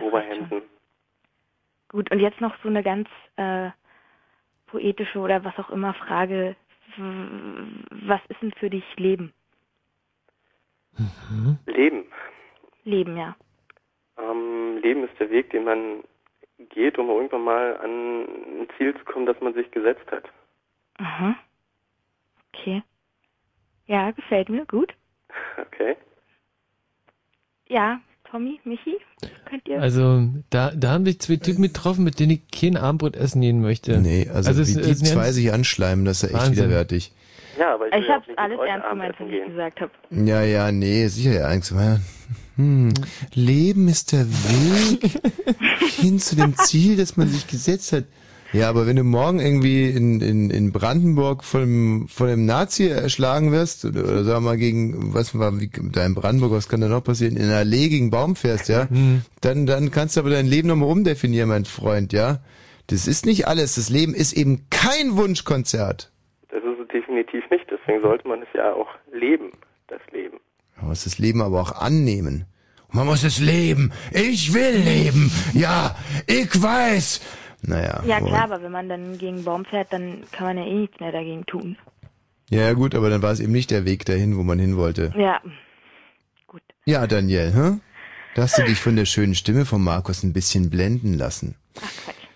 Speaker 15: Oberhemden.
Speaker 16: Gut, und jetzt noch so eine ganz äh, poetische oder was auch immer Frage. W- Was ist denn für dich Leben?
Speaker 15: Leben.
Speaker 16: Leben, ja.
Speaker 15: Ähm, Leben ist der Weg, den man geht, um irgendwann mal an ein Ziel zu kommen, das man sich gesetzt hat.
Speaker 16: Aha. Okay. Ja, gefällt mir, gut.
Speaker 15: Okay.
Speaker 16: Ja, Tommy, Michi, könnt ihr...
Speaker 6: Also, da, da haben sich zwei Typen getroffen, mit denen ich kein Abendbrot essen gehen möchte.
Speaker 5: Nee, also,
Speaker 6: es-
Speaker 5: wie
Speaker 6: es
Speaker 5: die
Speaker 6: ist ein
Speaker 5: zwei
Speaker 6: ganz-
Speaker 5: sich anschleimen, das ist ja echt
Speaker 6: Wahnsinn.
Speaker 5: widerwärtig.
Speaker 15: Ja, aber ich,
Speaker 16: ich hab's alles ernst gemeint, was ich gesagt habe.
Speaker 5: Ja, ja, nee, sicher ja Angst. Hm. Leben ist der Weg hin zu dem Ziel, das man sich gesetzt hat. Ja, aber wenn du morgen irgendwie in, in, in Brandenburg von dem, von dem Nazi erschlagen wirst, oder, oder sagen wir mal gegen, was war, wie, da in Brandenburg, was kann da noch passieren, in einer Allee gegen einen Baum fährst, ja, dann, dann kannst du aber dein Leben nochmal umdefinieren, mein Freund, ja. Das ist nicht alles. Das Leben ist eben kein Wunschkonzert.
Speaker 15: Das ist es definitiv nicht, deswegen sollte man es ja auch leben. das Leben.
Speaker 5: Man muss das Leben aber auch annehmen. Man muss es leben. Ich will leben. Ja, ich weiß. Naja.
Speaker 16: Ja
Speaker 5: wohl.
Speaker 16: klar, aber wenn man dann gegen einen Baum fährt, dann kann man ja eh nichts mehr dagegen tun.
Speaker 5: Ja, gut, aber dann war es eben nicht der Weg dahin, wo man hin wollte.
Speaker 16: Ja,
Speaker 5: Ja, Daniel, hä? Da hast du dich von der schönen Stimme von Markus ein bisschen blenden lassen.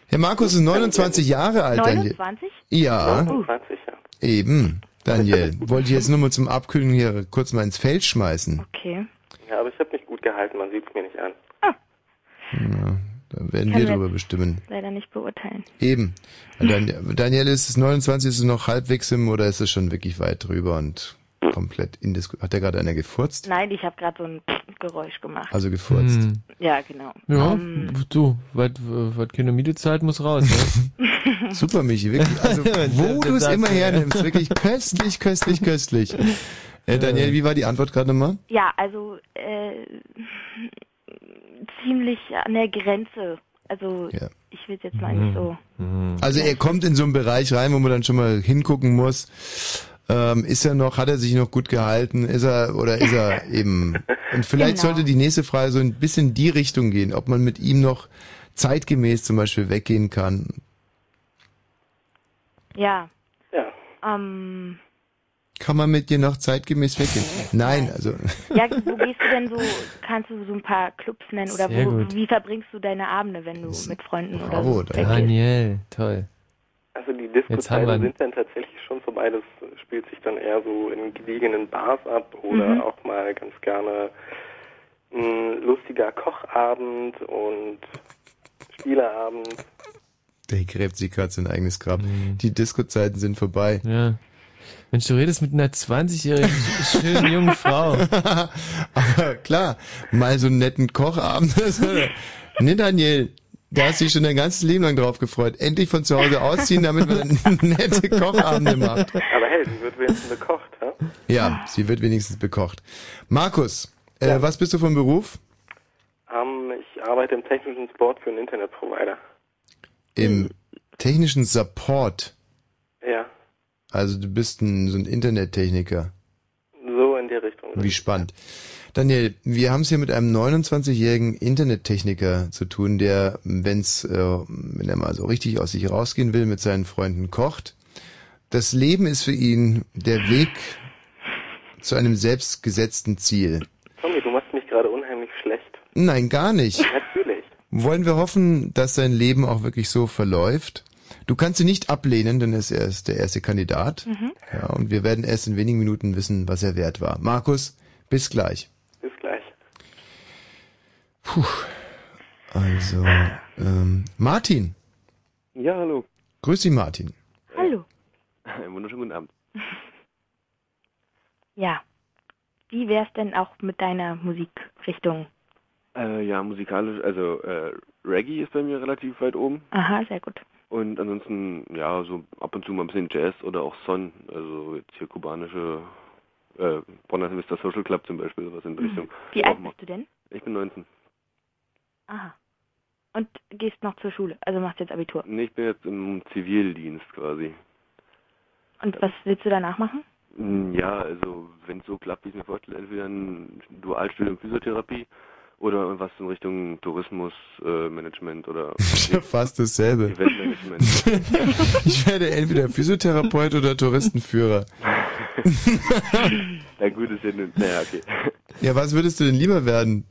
Speaker 5: Herr Markus ist 29 Jahre alt, Daniel.
Speaker 16: 29?
Speaker 5: Ja.
Speaker 15: 29, ja.
Speaker 5: Eben, Daniel. Wollte ich jetzt nur mal zum Abkühlen hier kurz mal ins Feld schmeißen.
Speaker 16: Okay.
Speaker 15: Ja, aber ich habe mich gut gehalten, man sieht es mir nicht an.
Speaker 5: Ja, da werden
Speaker 16: Kann
Speaker 5: wir
Speaker 16: man-
Speaker 5: drüber bestimmen.
Speaker 16: leider nicht beurteilen.
Speaker 5: Eben. Dan Daniel, ist es 29, ist es noch halbwegs im oder ist es schon wirklich weit drüber und komplett indiskutabel? Hat da gerade einer gefurzt?
Speaker 16: Nein, ich habe gerade so ein Geräusch gemacht.
Speaker 5: Also gefurzt.
Speaker 6: Hm.
Speaker 16: Ja, genau.
Speaker 6: Ja,
Speaker 16: Ähm,
Speaker 6: du, was keine Miete zahlt, muss raus. Ne?
Speaker 5: Super, Michi, wirklich. Also, wo du es immer hernimmst, wirklich köstlich, köstlich, köstlich. Äh, Daniel, wie war die Antwort gerade nochmal?
Speaker 16: ja, also äh, ziemlich an der Grenze. Also ich will jetzt mal nicht so.
Speaker 5: Also er kommt in so einen Bereich rein, wo man dann schon mal hingucken muss. Ähm, ist er noch, hat er sich noch gut gehalten, ist er oder ist er eben. Und vielleicht
Speaker 16: Genau.
Speaker 5: sollte die nächste Frage so ein bisschen die Richtung gehen, ob man mit ihm noch zeitgemäß zum Beispiel weggehen kann.
Speaker 16: Ja.
Speaker 15: Ja.
Speaker 16: Ähm,
Speaker 5: Kann man mit dir noch zeitgemäß weggehen? Nein, also
Speaker 16: ja, wo gehst du denn so? Kannst du so ein paar Clubs nennen oder
Speaker 5: Sehr
Speaker 16: wo,
Speaker 5: gut.
Speaker 16: wie verbringst du deine Abende, wenn du mit Freunden oder
Speaker 5: Bravo,
Speaker 16: so?
Speaker 5: Daniel.
Speaker 6: Daniel, toll.
Speaker 15: Also die
Speaker 6: Jetzt haben wir
Speaker 15: Disco-Zeiten
Speaker 6: ihn.
Speaker 15: sind dann tatsächlich schon vorbei. Das spielt sich dann eher so in gediegenen Bars ab oder
Speaker 16: Mhm.
Speaker 15: auch mal ganz gerne ein lustiger Kochabend und Spieleabend.
Speaker 5: der gräbt sich gerade sein eigenes Grab. Die Disco-Zeiten sind vorbei.
Speaker 6: Mhm. Ja. Mensch, du redest mit einer 20-jährigen schönen jungen Frau.
Speaker 5: Aber klar, mal so einen netten Kochabend. nee, Daniel, da hast du dich schon dein ganzes Leben lang drauf gefreut. Endlich von zu Hause ausziehen, damit man dann nette Kochabende macht.
Speaker 15: Aber hey, die wird wenigstens gekocht, ja?
Speaker 5: Ja, sie wird wenigstens bekocht. Markus, äh, was bist du von Beruf?
Speaker 15: Ähm, ich arbeite im technischen Support für einen Internetprovider.
Speaker 5: Im technischen Support.
Speaker 15: Ja,
Speaker 5: Also du bist ein, so ein Internettechniker.
Speaker 15: so in der Richtung.
Speaker 5: Wie spannend. Daniel, wir haben es hier mit einem 29-jährigen Internettechniker zu tun, der, wenn's, äh, wenn er mal so richtig aus sich rausgehen will, mit seinen Freunden kocht. Das Leben ist für ihn der Weg zu einem selbstgesetzten Ziel.
Speaker 15: Tommy, du machst mich gerade unheimlich schlecht.
Speaker 5: Nein, gar nicht.
Speaker 15: Natürlich.
Speaker 5: Wollen wir hoffen, dass sein Leben auch wirklich so verläuft? Du kannst ihn nicht ablehnen, denn er ist erst der erste Kandidat.
Speaker 15: Mhm.
Speaker 5: Ja, und wir werden erst in wenigen Minuten wissen, was er wert war. Markus, bis gleich.
Speaker 15: Bis gleich.
Speaker 5: Puh. Also, ähm, Martin.
Speaker 4: Ja, hallo.
Speaker 5: Grüß dich, Martin.
Speaker 16: Hallo.
Speaker 4: Einen wunderschönen guten Abend.
Speaker 16: Ja. Wie wär's denn auch mit deiner Musikrichtung?
Speaker 4: Äh, ja, musikalisch, also äh, Reggae ist bei mir relativ weit oben.
Speaker 16: Aha, sehr gut.
Speaker 4: Und ansonsten, ja, so ab und zu mal ein bisschen Jazz oder auch Son. Also jetzt hier kubanische, äh, Bonner Vista Social Club zum Beispiel, sowas in die Richtung.
Speaker 16: Mhm. Wie alt bist du denn?
Speaker 4: Ich bin 19.
Speaker 16: Aha. Und gehst noch zur Schule, also machst jetzt Abitur.
Speaker 4: Nee, ich bin jetzt im Zivildienst quasi.
Speaker 16: Und was willst du danach machen?
Speaker 4: Mm, Ja, also wenn es so klappt, wie ich es mir vorstelle, entweder ein Dualstudium Physiotherapie oder was in Richtung Tourismus, äh, Management oder
Speaker 5: Fast dasselbe.
Speaker 4: Eventmanagement.
Speaker 5: Ich werde entweder Physiotherapeut oder Touristenführer.
Speaker 4: Na gut, ist ja nun, naja, okay.
Speaker 5: Ja, was würdest du denn lieber werden?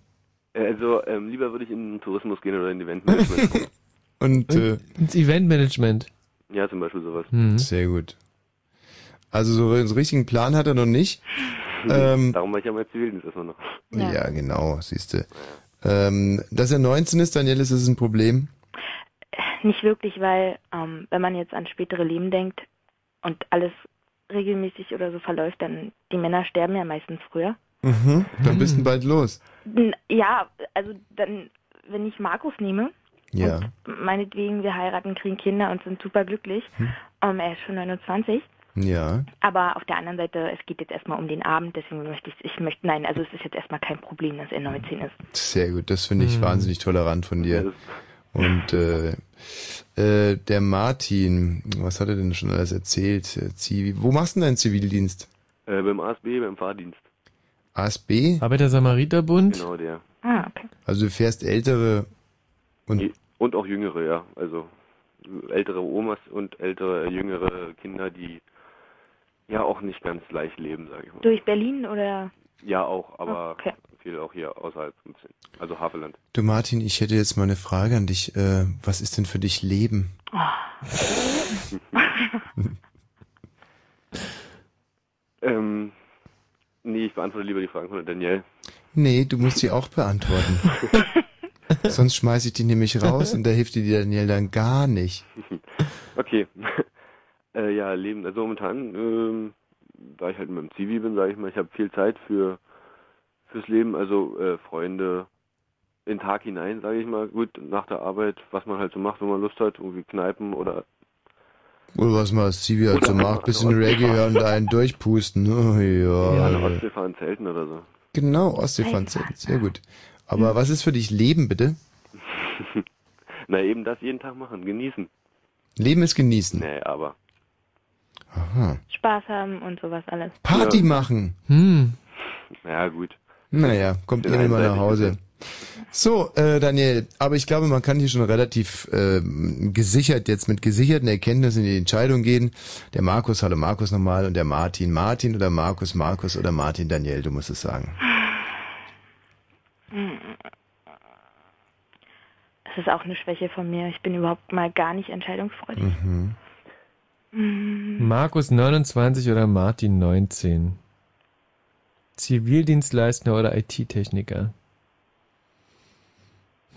Speaker 4: Also ähm, lieber würde ich in den Tourismus gehen oder in Eventmanagement.
Speaker 5: Und, äh,
Speaker 6: Ins Eventmanagement.
Speaker 4: ja, zum Beispiel sowas.
Speaker 16: Mhm.
Speaker 5: Sehr gut. Also so einen richtigen Plan hat er noch nicht. Ähm,
Speaker 4: Darum war ich ja mal Zivildienst erstmal noch.
Speaker 5: ja. genau, siehste. Ähm, dass er 19 ist, Daniel, ist das ein Problem?
Speaker 16: Nicht wirklich, weil ähm, wenn man jetzt an spätere Leben denkt und alles regelmäßig oder so verläuft, dann die Männer sterben ja meistens früher.
Speaker 5: Mhm. Dann bist du bald los.
Speaker 16: N- Ja, also dann, wenn ich Markus nehme,
Speaker 5: Ja.
Speaker 16: meinetwegen, wir heiraten, kriegen Kinder und sind super glücklich.
Speaker 5: Hm.
Speaker 16: Ähm, er ist schon 29.
Speaker 5: Ja.
Speaker 16: Aber auf der anderen Seite, es geht jetzt erstmal um den Abend, deswegen möchte ich, ich möchte, nein, also es ist jetzt erstmal kein Problem, dass er 19 ist.
Speaker 5: Sehr gut, das finde ich
Speaker 16: Mhm.
Speaker 5: wahnsinnig tolerant von dir. Und äh, äh, der Martin, was hat er denn schon alles erzählt? Äh, Zivi, wo machst du denn deinen Zivildienst?
Speaker 4: Äh, beim ASB, beim Fahrdienst.
Speaker 5: ASB?
Speaker 6: Arbeiter-Samariter-Bund?
Speaker 4: Genau der.
Speaker 16: Ah, okay.
Speaker 5: Also du fährst ältere und
Speaker 4: Und auch jüngere, ja. Also ältere Omas und ältere, jüngere Kinder, die ja auch nicht ganz leicht leben, sage ich mal.
Speaker 16: Durch Berlin oder?
Speaker 4: Ja, auch, aber
Speaker 16: Okay.
Speaker 4: viel auch hier außerhalb ein bisschen. Also Havelland.
Speaker 5: du Martin, ich hätte jetzt mal eine Frage an dich. Äh, was ist denn für dich Leben? Äh,
Speaker 4: Ähm, nee, ich beantworte lieber die Fragen von Daniel.
Speaker 5: Nee, du musst sie auch beantworten. Sonst schmeiß ich die nämlich raus und da hilft dir die Daniel dann gar nicht.
Speaker 4: Okay. äh, ja, Leben. Also momentan, ähm, da ich halt mit dem Zivi bin, sage ich mal, ich habe viel Zeit für fürs Leben, also äh, Freunde, in den Tag hinein, sage ich mal, gut, nach der Arbeit, was man halt so macht, wenn man Lust hat, irgendwie Kneipen oder
Speaker 5: Oder was man als Zivi halt so macht, bisschen Reggae hören und einen durchpusten. Oh,
Speaker 4: ja,
Speaker 5: ja.
Speaker 4: an der Ostsee fahren, Zelten oder so.
Speaker 5: Genau, Ostseefranzel. Sehr gut. Aber was ist für dich Leben, bitte?
Speaker 4: Na, eben das jeden Tag machen, genießen.
Speaker 5: Leben ist genießen.
Speaker 4: Nee, aber.
Speaker 5: Aha.
Speaker 16: Spaß haben und sowas alles.
Speaker 5: Party machen.
Speaker 6: Hm.
Speaker 4: Ja, gut.
Speaker 5: Naja, kommt
Speaker 4: Ja,
Speaker 5: irgendwann nach
Speaker 4: einseitig
Speaker 5: Hause. So, äh, Daniel, aber ich glaube, man kann hier schon relativ äh, gesichert jetzt mit gesicherten Erkenntnissen in die Entscheidung gehen. Der Markus, hallo Markus nochmal und der Martin, Martin oder Markus, Markus oder Martin, Daniel, du musst es sagen.
Speaker 16: Das Hm. ist auch eine Schwäche von mir. Ich bin überhaupt mal gar nicht entscheidungsfreudig.
Speaker 6: Mhm.
Speaker 16: Hm,
Speaker 6: Markus 29 oder Martin 19? Zivildienstleister oder IT-Techniker?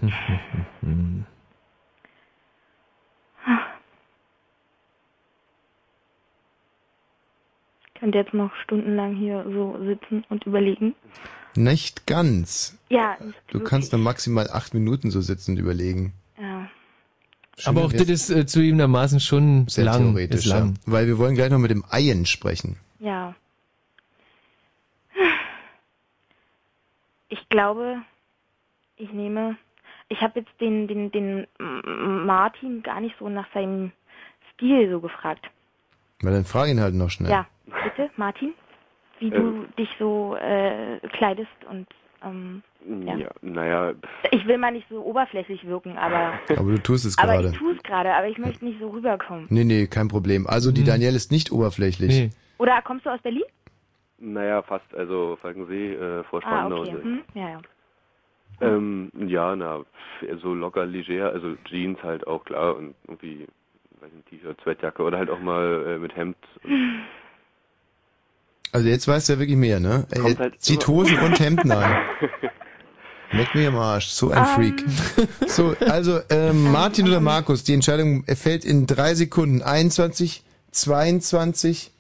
Speaker 6: Hm, hm, hm, hm.
Speaker 16: Ich könnte jetzt noch stundenlang hier so sitzen und überlegen.
Speaker 5: Nicht ganz.
Speaker 16: Ja, nicht
Speaker 5: Du kannst nur maximal acht Minuten so sitzen und überlegen.
Speaker 16: Ja.
Speaker 6: Aber auch das ist äh, zugegebenermaßen schon
Speaker 5: sehr
Speaker 6: lang,
Speaker 5: theoretisch,
Speaker 6: ist lang.
Speaker 5: Ja. weil wir wollen gleich noch mit dem Eien sprechen.
Speaker 16: Ja. Ich glaube, ich nehme. Ich habe jetzt den, den, den M- Martin gar nicht so nach seinem Stil so gefragt.
Speaker 5: Weil dann frage ihn halt noch schnell.
Speaker 16: Ja, bitte, Martin, wie du dich so äh, kleidest und. Ähm,
Speaker 4: Ja, naja, pff,
Speaker 16: ich will mal nicht so oberflächlich wirken, aber.
Speaker 5: Aber du tust es
Speaker 16: aber
Speaker 5: gerade.
Speaker 16: ich tue es gerade, aber ich möchte nicht so rüberkommen.
Speaker 5: Nee, nee, kein Problem. Also
Speaker 6: Mhm.
Speaker 5: die Danielle ist nicht oberflächlich.
Speaker 16: Oder kommst du aus Berlin?
Speaker 4: naja, fast, also Falkensee, äh, vor
Speaker 16: Ah,
Speaker 4: Spandau
Speaker 16: okay.
Speaker 4: und so.
Speaker 16: Hm? Ja, ja.
Speaker 4: Ähm, ja, na, pff, so locker, leger, also Jeans halt auch, klar, und irgendwie, weiß nicht, T-Shirt, Sweatjacke oder halt auch mal äh, mit Hemd.
Speaker 5: Also jetzt weiß er wirklich mehr, ne? Er
Speaker 4: Kommt halt
Speaker 5: zieht
Speaker 4: immer-
Speaker 5: Hosen und Hemden an. Leck mir am Arsch, so ein Freak. So, also ähm, Martin oder Markus, die Entscheidung fällt in drei Sekunden. 21, 22,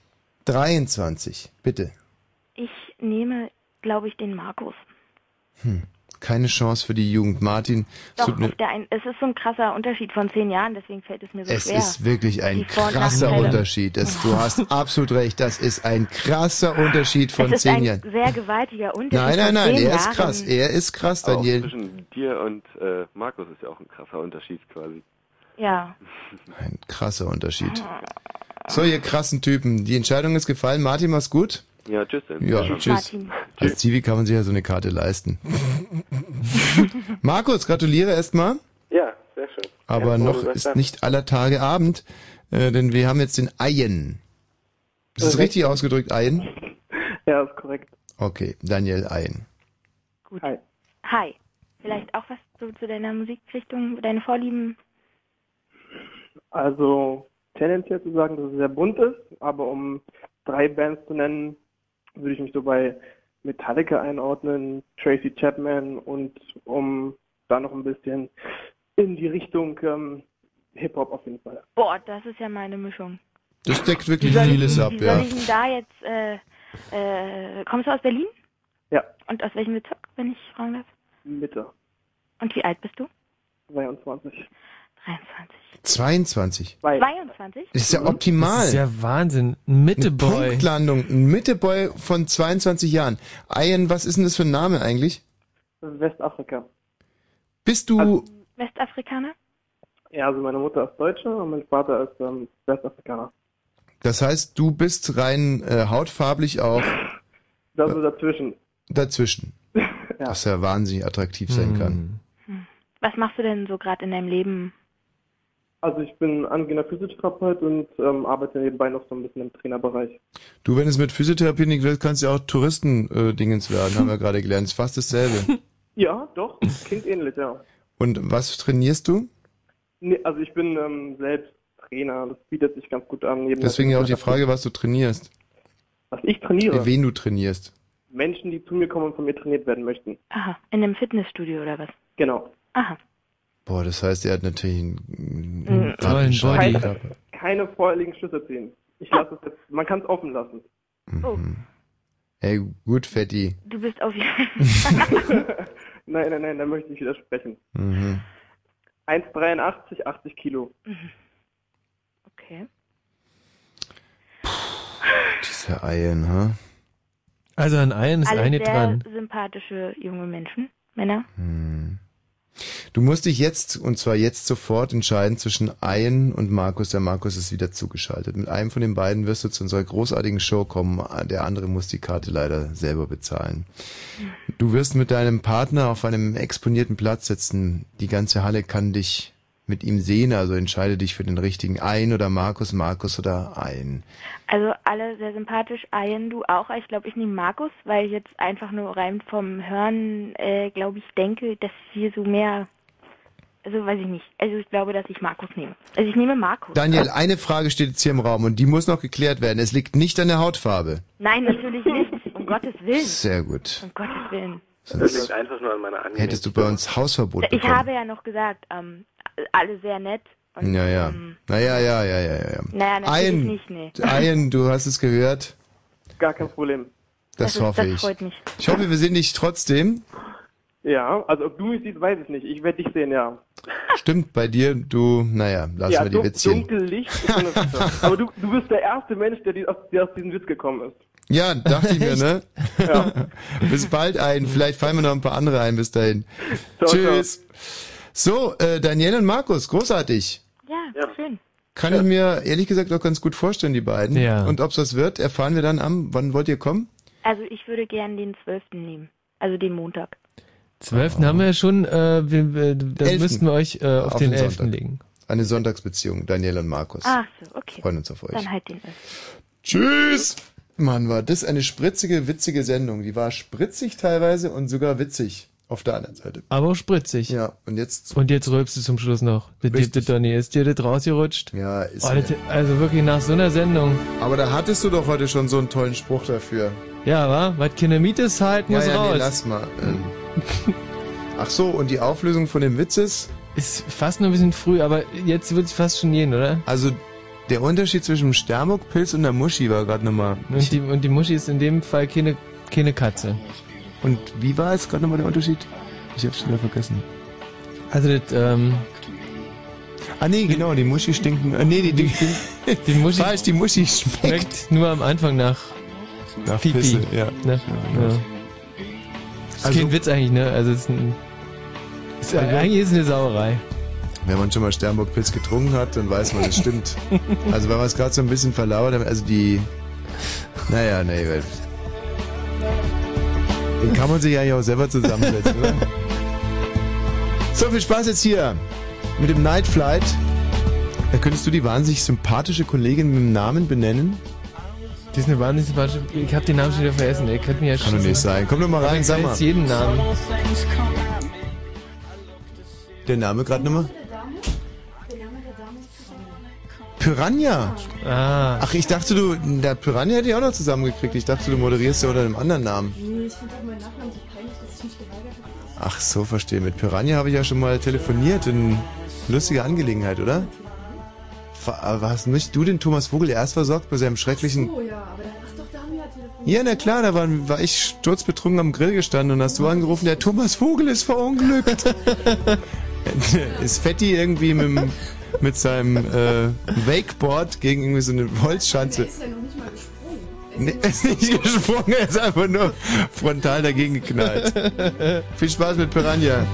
Speaker 5: 23. Bitte.
Speaker 16: Ich nehme, glaube ich, den Markus.
Speaker 5: Hm. Keine Chance für die Jugend. Martin, es
Speaker 16: Doch,
Speaker 5: tut mir-
Speaker 16: auf der einen, es ist so ein krasser Unterschied von zehn Jahren, deswegen fällt es mir so
Speaker 5: es
Speaker 16: schwer.
Speaker 5: ist wirklich ein
Speaker 16: Die Vor- und
Speaker 5: krasser
Speaker 16: Nachteile.
Speaker 5: Unterschied. Das, du hast absolut recht, das ist ein krasser Unterschied von
Speaker 16: es ist
Speaker 5: zehn
Speaker 16: ein
Speaker 5: Jahren.
Speaker 16: sehr gewaltiger Unterschied.
Speaker 5: Nein, nein,
Speaker 16: von
Speaker 5: nein,
Speaker 16: zehn
Speaker 5: er ist
Speaker 16: Jahren.
Speaker 5: krass. Er ist krass,
Speaker 4: Auch
Speaker 5: Daniel.
Speaker 4: zwischen dir und äh, Markus ist ja auch ein krasser Unterschied quasi.
Speaker 16: Ja.
Speaker 5: Ein krasser Unterschied. So, ihr krassen Typen, die Entscheidung ist gefallen. Martin, mach's gut.
Speaker 4: Ja, tschüss. Dann.
Speaker 5: Ja,
Speaker 4: Bis dann.
Speaker 5: tschüss. Als Zivi kann man sich ja so eine Karte leisten. Markus, gratuliere erstmal.
Speaker 19: Ja, sehr schön.
Speaker 5: Aber
Speaker 19: Erstmal
Speaker 5: noch
Speaker 19: gesagt
Speaker 5: ist
Speaker 19: haben.
Speaker 5: nicht aller Tage Abend, äh, denn wir haben jetzt den Eien. Ist das richtig ausgedrückt, Eien?
Speaker 19: Ja, ist korrekt.
Speaker 5: Okay, Daniel Eien.
Speaker 16: Gut. Hi. Hi. Vielleicht auch was zu, zu deiner Musikrichtung, deine Vorlieben?
Speaker 19: Also tendenziell zu sagen, dass es sehr bunt ist, aber um drei Bands zu nennen, würde ich mich so bei Metallica einordnen, Tracy Chapman und um da noch ein bisschen in die Richtung ähm, Hip-Hop auf jeden Fall.
Speaker 16: Boah, das ist ja meine Mischung.
Speaker 5: Das deckt wirklich
Speaker 19: Wie soll ich-
Speaker 5: vieles ab,
Speaker 16: Wie soll
Speaker 5: ja.
Speaker 16: ich denn da jetzt, äh, äh, kommst du aus Berlin?
Speaker 19: Ja.
Speaker 16: Und aus welchem Bezirk, wenn ich fragen darf?
Speaker 19: Mitte,
Speaker 16: Und wie alt bist du?
Speaker 19: 22.
Speaker 5: 22.
Speaker 16: 22?
Speaker 5: Das ist ja optimal.
Speaker 6: Das ist ja Wahnsinn. Ein
Speaker 5: Eine
Speaker 6: Mitteboy.
Speaker 5: Punktlandung. Ein Mitteboy von 22 Jahren. Ian, was ist denn das für ein Name eigentlich?
Speaker 19: Westafrika.
Speaker 5: Bist du...
Speaker 16: Westafrikaner?
Speaker 19: Ja, also meine Mutter ist Deutsche und mein Vater ist ähm, Westafrikaner.
Speaker 5: Das heißt, du bist rein äh, hautfarblich auch...
Speaker 19: Da so dazwischen.
Speaker 5: dazwischen. Was ja wahnsinnig attraktiv sein kann.
Speaker 16: Was machst du denn so gerade in deinem Leben?
Speaker 19: Also ich bin angehender Physiotherapeut und ähm, arbeite nebenbei noch so ein bisschen im Trainerbereich.
Speaker 5: Du, wenn es mit Physiotherapie nicht wird, kannst du ja auch Touristen-Dingens werden, haben wir gerade gelernt. Ist fast dasselbe.
Speaker 19: Ja, doch, klingt ähnlich, ja.
Speaker 5: Und was trainierst du?
Speaker 19: Nee, also ich bin ähm, selbst Trainer, das bietet sich ganz gut an. Neben der
Speaker 5: Deswegen ja auch die Frage, was du trainierst. Äh,
Speaker 19: Was ich trainiere?
Speaker 5: Wen du trainierst.
Speaker 19: Menschen, die zu mir kommen und von mir trainiert werden möchten.
Speaker 16: Aha, in einem Fitnessstudio oder was?
Speaker 19: Genau.
Speaker 16: Aha.
Speaker 5: Boah, das heißt, er hat natürlich einen,
Speaker 19: Mhm.
Speaker 5: einen tollen
Speaker 19: Keine-
Speaker 5: Scheidenkörper.
Speaker 19: Keine vorherigen Schlüsse ziehen. Ich lasse es jetzt, man kann es offen lassen.
Speaker 5: Mhm. Ey, gut, Fetti.
Speaker 16: Du bist auf
Speaker 19: Nein, nein, nein, da möchte ich widersprechen.
Speaker 5: Mhm.
Speaker 19: 1,83, 80 Kilo.
Speaker 16: Okay.
Speaker 5: Diese ne? Eilen, ha?
Speaker 6: Also an allen ist
Speaker 16: Alle
Speaker 6: eine
Speaker 16: sehr
Speaker 6: dran.
Speaker 16: sympathische junge Menschen, Männer.
Speaker 5: Hm. Du musst dich jetzt, und zwar jetzt sofort, entscheiden zwischen Ian und Markus. Der Markus ist wieder zugeschaltet. Mit einem von den beiden wirst du zu unserer großartigen Show kommen. Der andere muss die Karte leider selber bezahlen. Du wirst mit deinem Partner auf einem exponierten Platz sitzen. Die ganze Halle kann dich mit ihm sehen, also entscheide dich für den richtigen Ian oder Markus, Markus oder Ian.
Speaker 16: Also alle sehr sympathisch. Ian, du auch. Ich glaube, ich nehme Markus, weil ich jetzt einfach nur rein vom Hören, äh, glaube ich, denke, dass wir so mehr... Also weiß ich nicht. Also ich glaube, dass ich Markus nehme. Also ich nehme Markus.
Speaker 5: Daniel, eine Frage steht jetzt hier im Raum und die muss noch geklärt werden. Es liegt nicht an der Hautfarbe.
Speaker 16: Nein, natürlich nicht. Um Gottes Willen.
Speaker 5: Sehr gut.
Speaker 16: Um Gottes Willen.
Speaker 5: Sonst-
Speaker 26: Das liegt einfach nur an meiner Angenehm.
Speaker 5: Hättest du bei uns Hausverbot
Speaker 16: Ich
Speaker 5: bekommen.
Speaker 16: habe ja noch gesagt, ähm, alle sehr nett. Und,
Speaker 5: Ja, ja.
Speaker 16: Ähm,
Speaker 5: Naja, ja, ja, ja, ja. ja.
Speaker 16: Naja, natürlich
Speaker 5: Ian,
Speaker 16: nicht, nee.
Speaker 5: Ian, du hast es gehört.
Speaker 19: Gar kein Problem.
Speaker 5: Das,
Speaker 16: Also,
Speaker 19: Das ist-
Speaker 5: hoffe
Speaker 19: das
Speaker 5: ich.
Speaker 19: freut mich.
Speaker 5: Ich hoffe, wir sehen dich trotzdem.
Speaker 19: Ja, also ob du mich siehst, weiß ich nicht. Ich werde dich sehen, ja.
Speaker 5: Stimmt, bei dir, du, naja, lassen
Speaker 19: ja,
Speaker 5: wir die
Speaker 19: dun-
Speaker 5: Witzchen.
Speaker 19: dunkel Licht. ich bin das schon. Aber du, du bist der erste Mensch, der, die, aus, der aus diesem Witz gekommen ist.
Speaker 5: Ja, dachte ich mir, ne? bis bald ein. Vielleicht fallen mir noch ein paar andere ein bis dahin.
Speaker 19: Ciao,
Speaker 5: Tschüss. So, äh, Daniel und Markus, großartig.
Speaker 16: Ja, schön.
Speaker 5: Kann ich mir ehrlich gesagt auch ganz gut vorstellen, die beiden. Ja. Und ob's was wird, erfahren wir dann am, wann wollt ihr kommen?
Speaker 16: Also ich würde gern den 12. nehmen. Also den Montag.
Speaker 6: Zwölften haben wir ja schon, äh, wir, wir, da
Speaker 5: Elften.
Speaker 6: müssten wir euch äh, auf, den elften
Speaker 5: Sonntag.
Speaker 6: legen.
Speaker 5: Eine Sonntagsbeziehung, Daniel und Markus.
Speaker 16: Ach so, Ah, okay.
Speaker 5: Freuen uns auf euch.
Speaker 16: Dann halt den 11.
Speaker 5: Tschüss! Mann, war das eine spritzige, witzige Sendung. Die war spritzig teilweise und sogar witzig auf der anderen Seite.
Speaker 6: Aber auch spritzig.
Speaker 5: Ja, und jetzt.
Speaker 6: Und jetzt rülpst du zum Schluss noch. Der Dieb, der Donny, ist dir das rausgerutscht?
Speaker 5: Ja, ist
Speaker 6: oh, das, Also wirklich nach so einer Sendung.
Speaker 5: Aber da hattest du doch heute schon so einen tollen Spruch dafür.
Speaker 6: Ja, wa? Was keine Miete ist halt, muss
Speaker 5: ja, ja,
Speaker 6: raus.
Speaker 5: Nee, lass mal. Ähm. Ach so, und die Auflösung von dem Witz ist?
Speaker 6: Ist fast nur ein bisschen früh, aber jetzt wird es fast schon gehen, oder?
Speaker 5: Also, der Unterschied zwischen dem Sternburg-Pilz und der Muschi war gerade nochmal.
Speaker 6: Und die, und die Muschi ist in dem Fall keine, keine Katze.
Speaker 5: Und wie war es gerade nochmal der Unterschied? Ich hab's wieder vergessen.
Speaker 6: Also das, ähm...
Speaker 5: Ah nee, genau, die Muschi stinkt... Ah nee, die, die,
Speaker 6: die, Muschi...
Speaker 5: Falsch, die Muschi schmeckt...
Speaker 6: nur am Anfang nach...
Speaker 5: Nach
Speaker 6: Pipi.
Speaker 5: Pisse, ja.
Speaker 6: Ne?
Speaker 5: Ja. genau.
Speaker 6: ja. Ist kein Witz eigentlich, ne? Also es ist ein... Ist, eigentlich ist es eine Sauerei.
Speaker 5: Wenn man schon mal Sternburg-Pilz getrunken hat, dann weiß man, das stimmt. also wenn man es gerade so ein bisschen verlauert hat, also die... Naja, nee, weil- den kann man sich eigentlich auch selber zusammensetzen, oder? So, viel Spaß jetzt hier mit dem Night Flight. Da könntest du die wahnsinnig sympathische Kollegin mit dem Namen benennen?
Speaker 6: Die ist eine wahnsinnig sympathische... Ich hab den Namen schon wieder vergessen, ey. Könnt mir ja
Speaker 5: Kann doch nicht sein. Komm doch mal rein, sag mal.
Speaker 6: jeden Namen.
Speaker 5: Der Name gerade nochmal? Piranha.
Speaker 6: Ah.
Speaker 5: Ach, ich dachte, du, der Piranha hätte ich auch noch zusammengekriegt. Ich dachte, du moderierst ja unter einem anderen Namen.
Speaker 20: Nee, ich finde auch meinen Nachnamen so peinlich, dass ich mich geweigert habe.
Speaker 5: Ach so, verstehe. Mit Piranha habe ich ja schon mal telefoniert. Eine lustige Angelegenheit, oder? Ver- aber Hast nicht du den Thomas Vogel erst versorgt bei seinem schrecklichen...
Speaker 20: Oh ja, aber dann, ach doch, da haben wir ja telefoniert.
Speaker 5: Ja, na klar, da war, war ich sturzbetrunken am Grill gestanden und hast du angerufen, der Thomas Vogel ist verunglückt. ist Fetti irgendwie mit, dem- mit seinem äh, Wakeboard gegen irgendwie so eine Holzschanze.
Speaker 20: Der ist ja noch nicht mal gesprungen.
Speaker 5: Nee, er ist nicht gesprungen, er ist einfach nur frontal dagegen geknallt. Viel Spaß mit Piranha.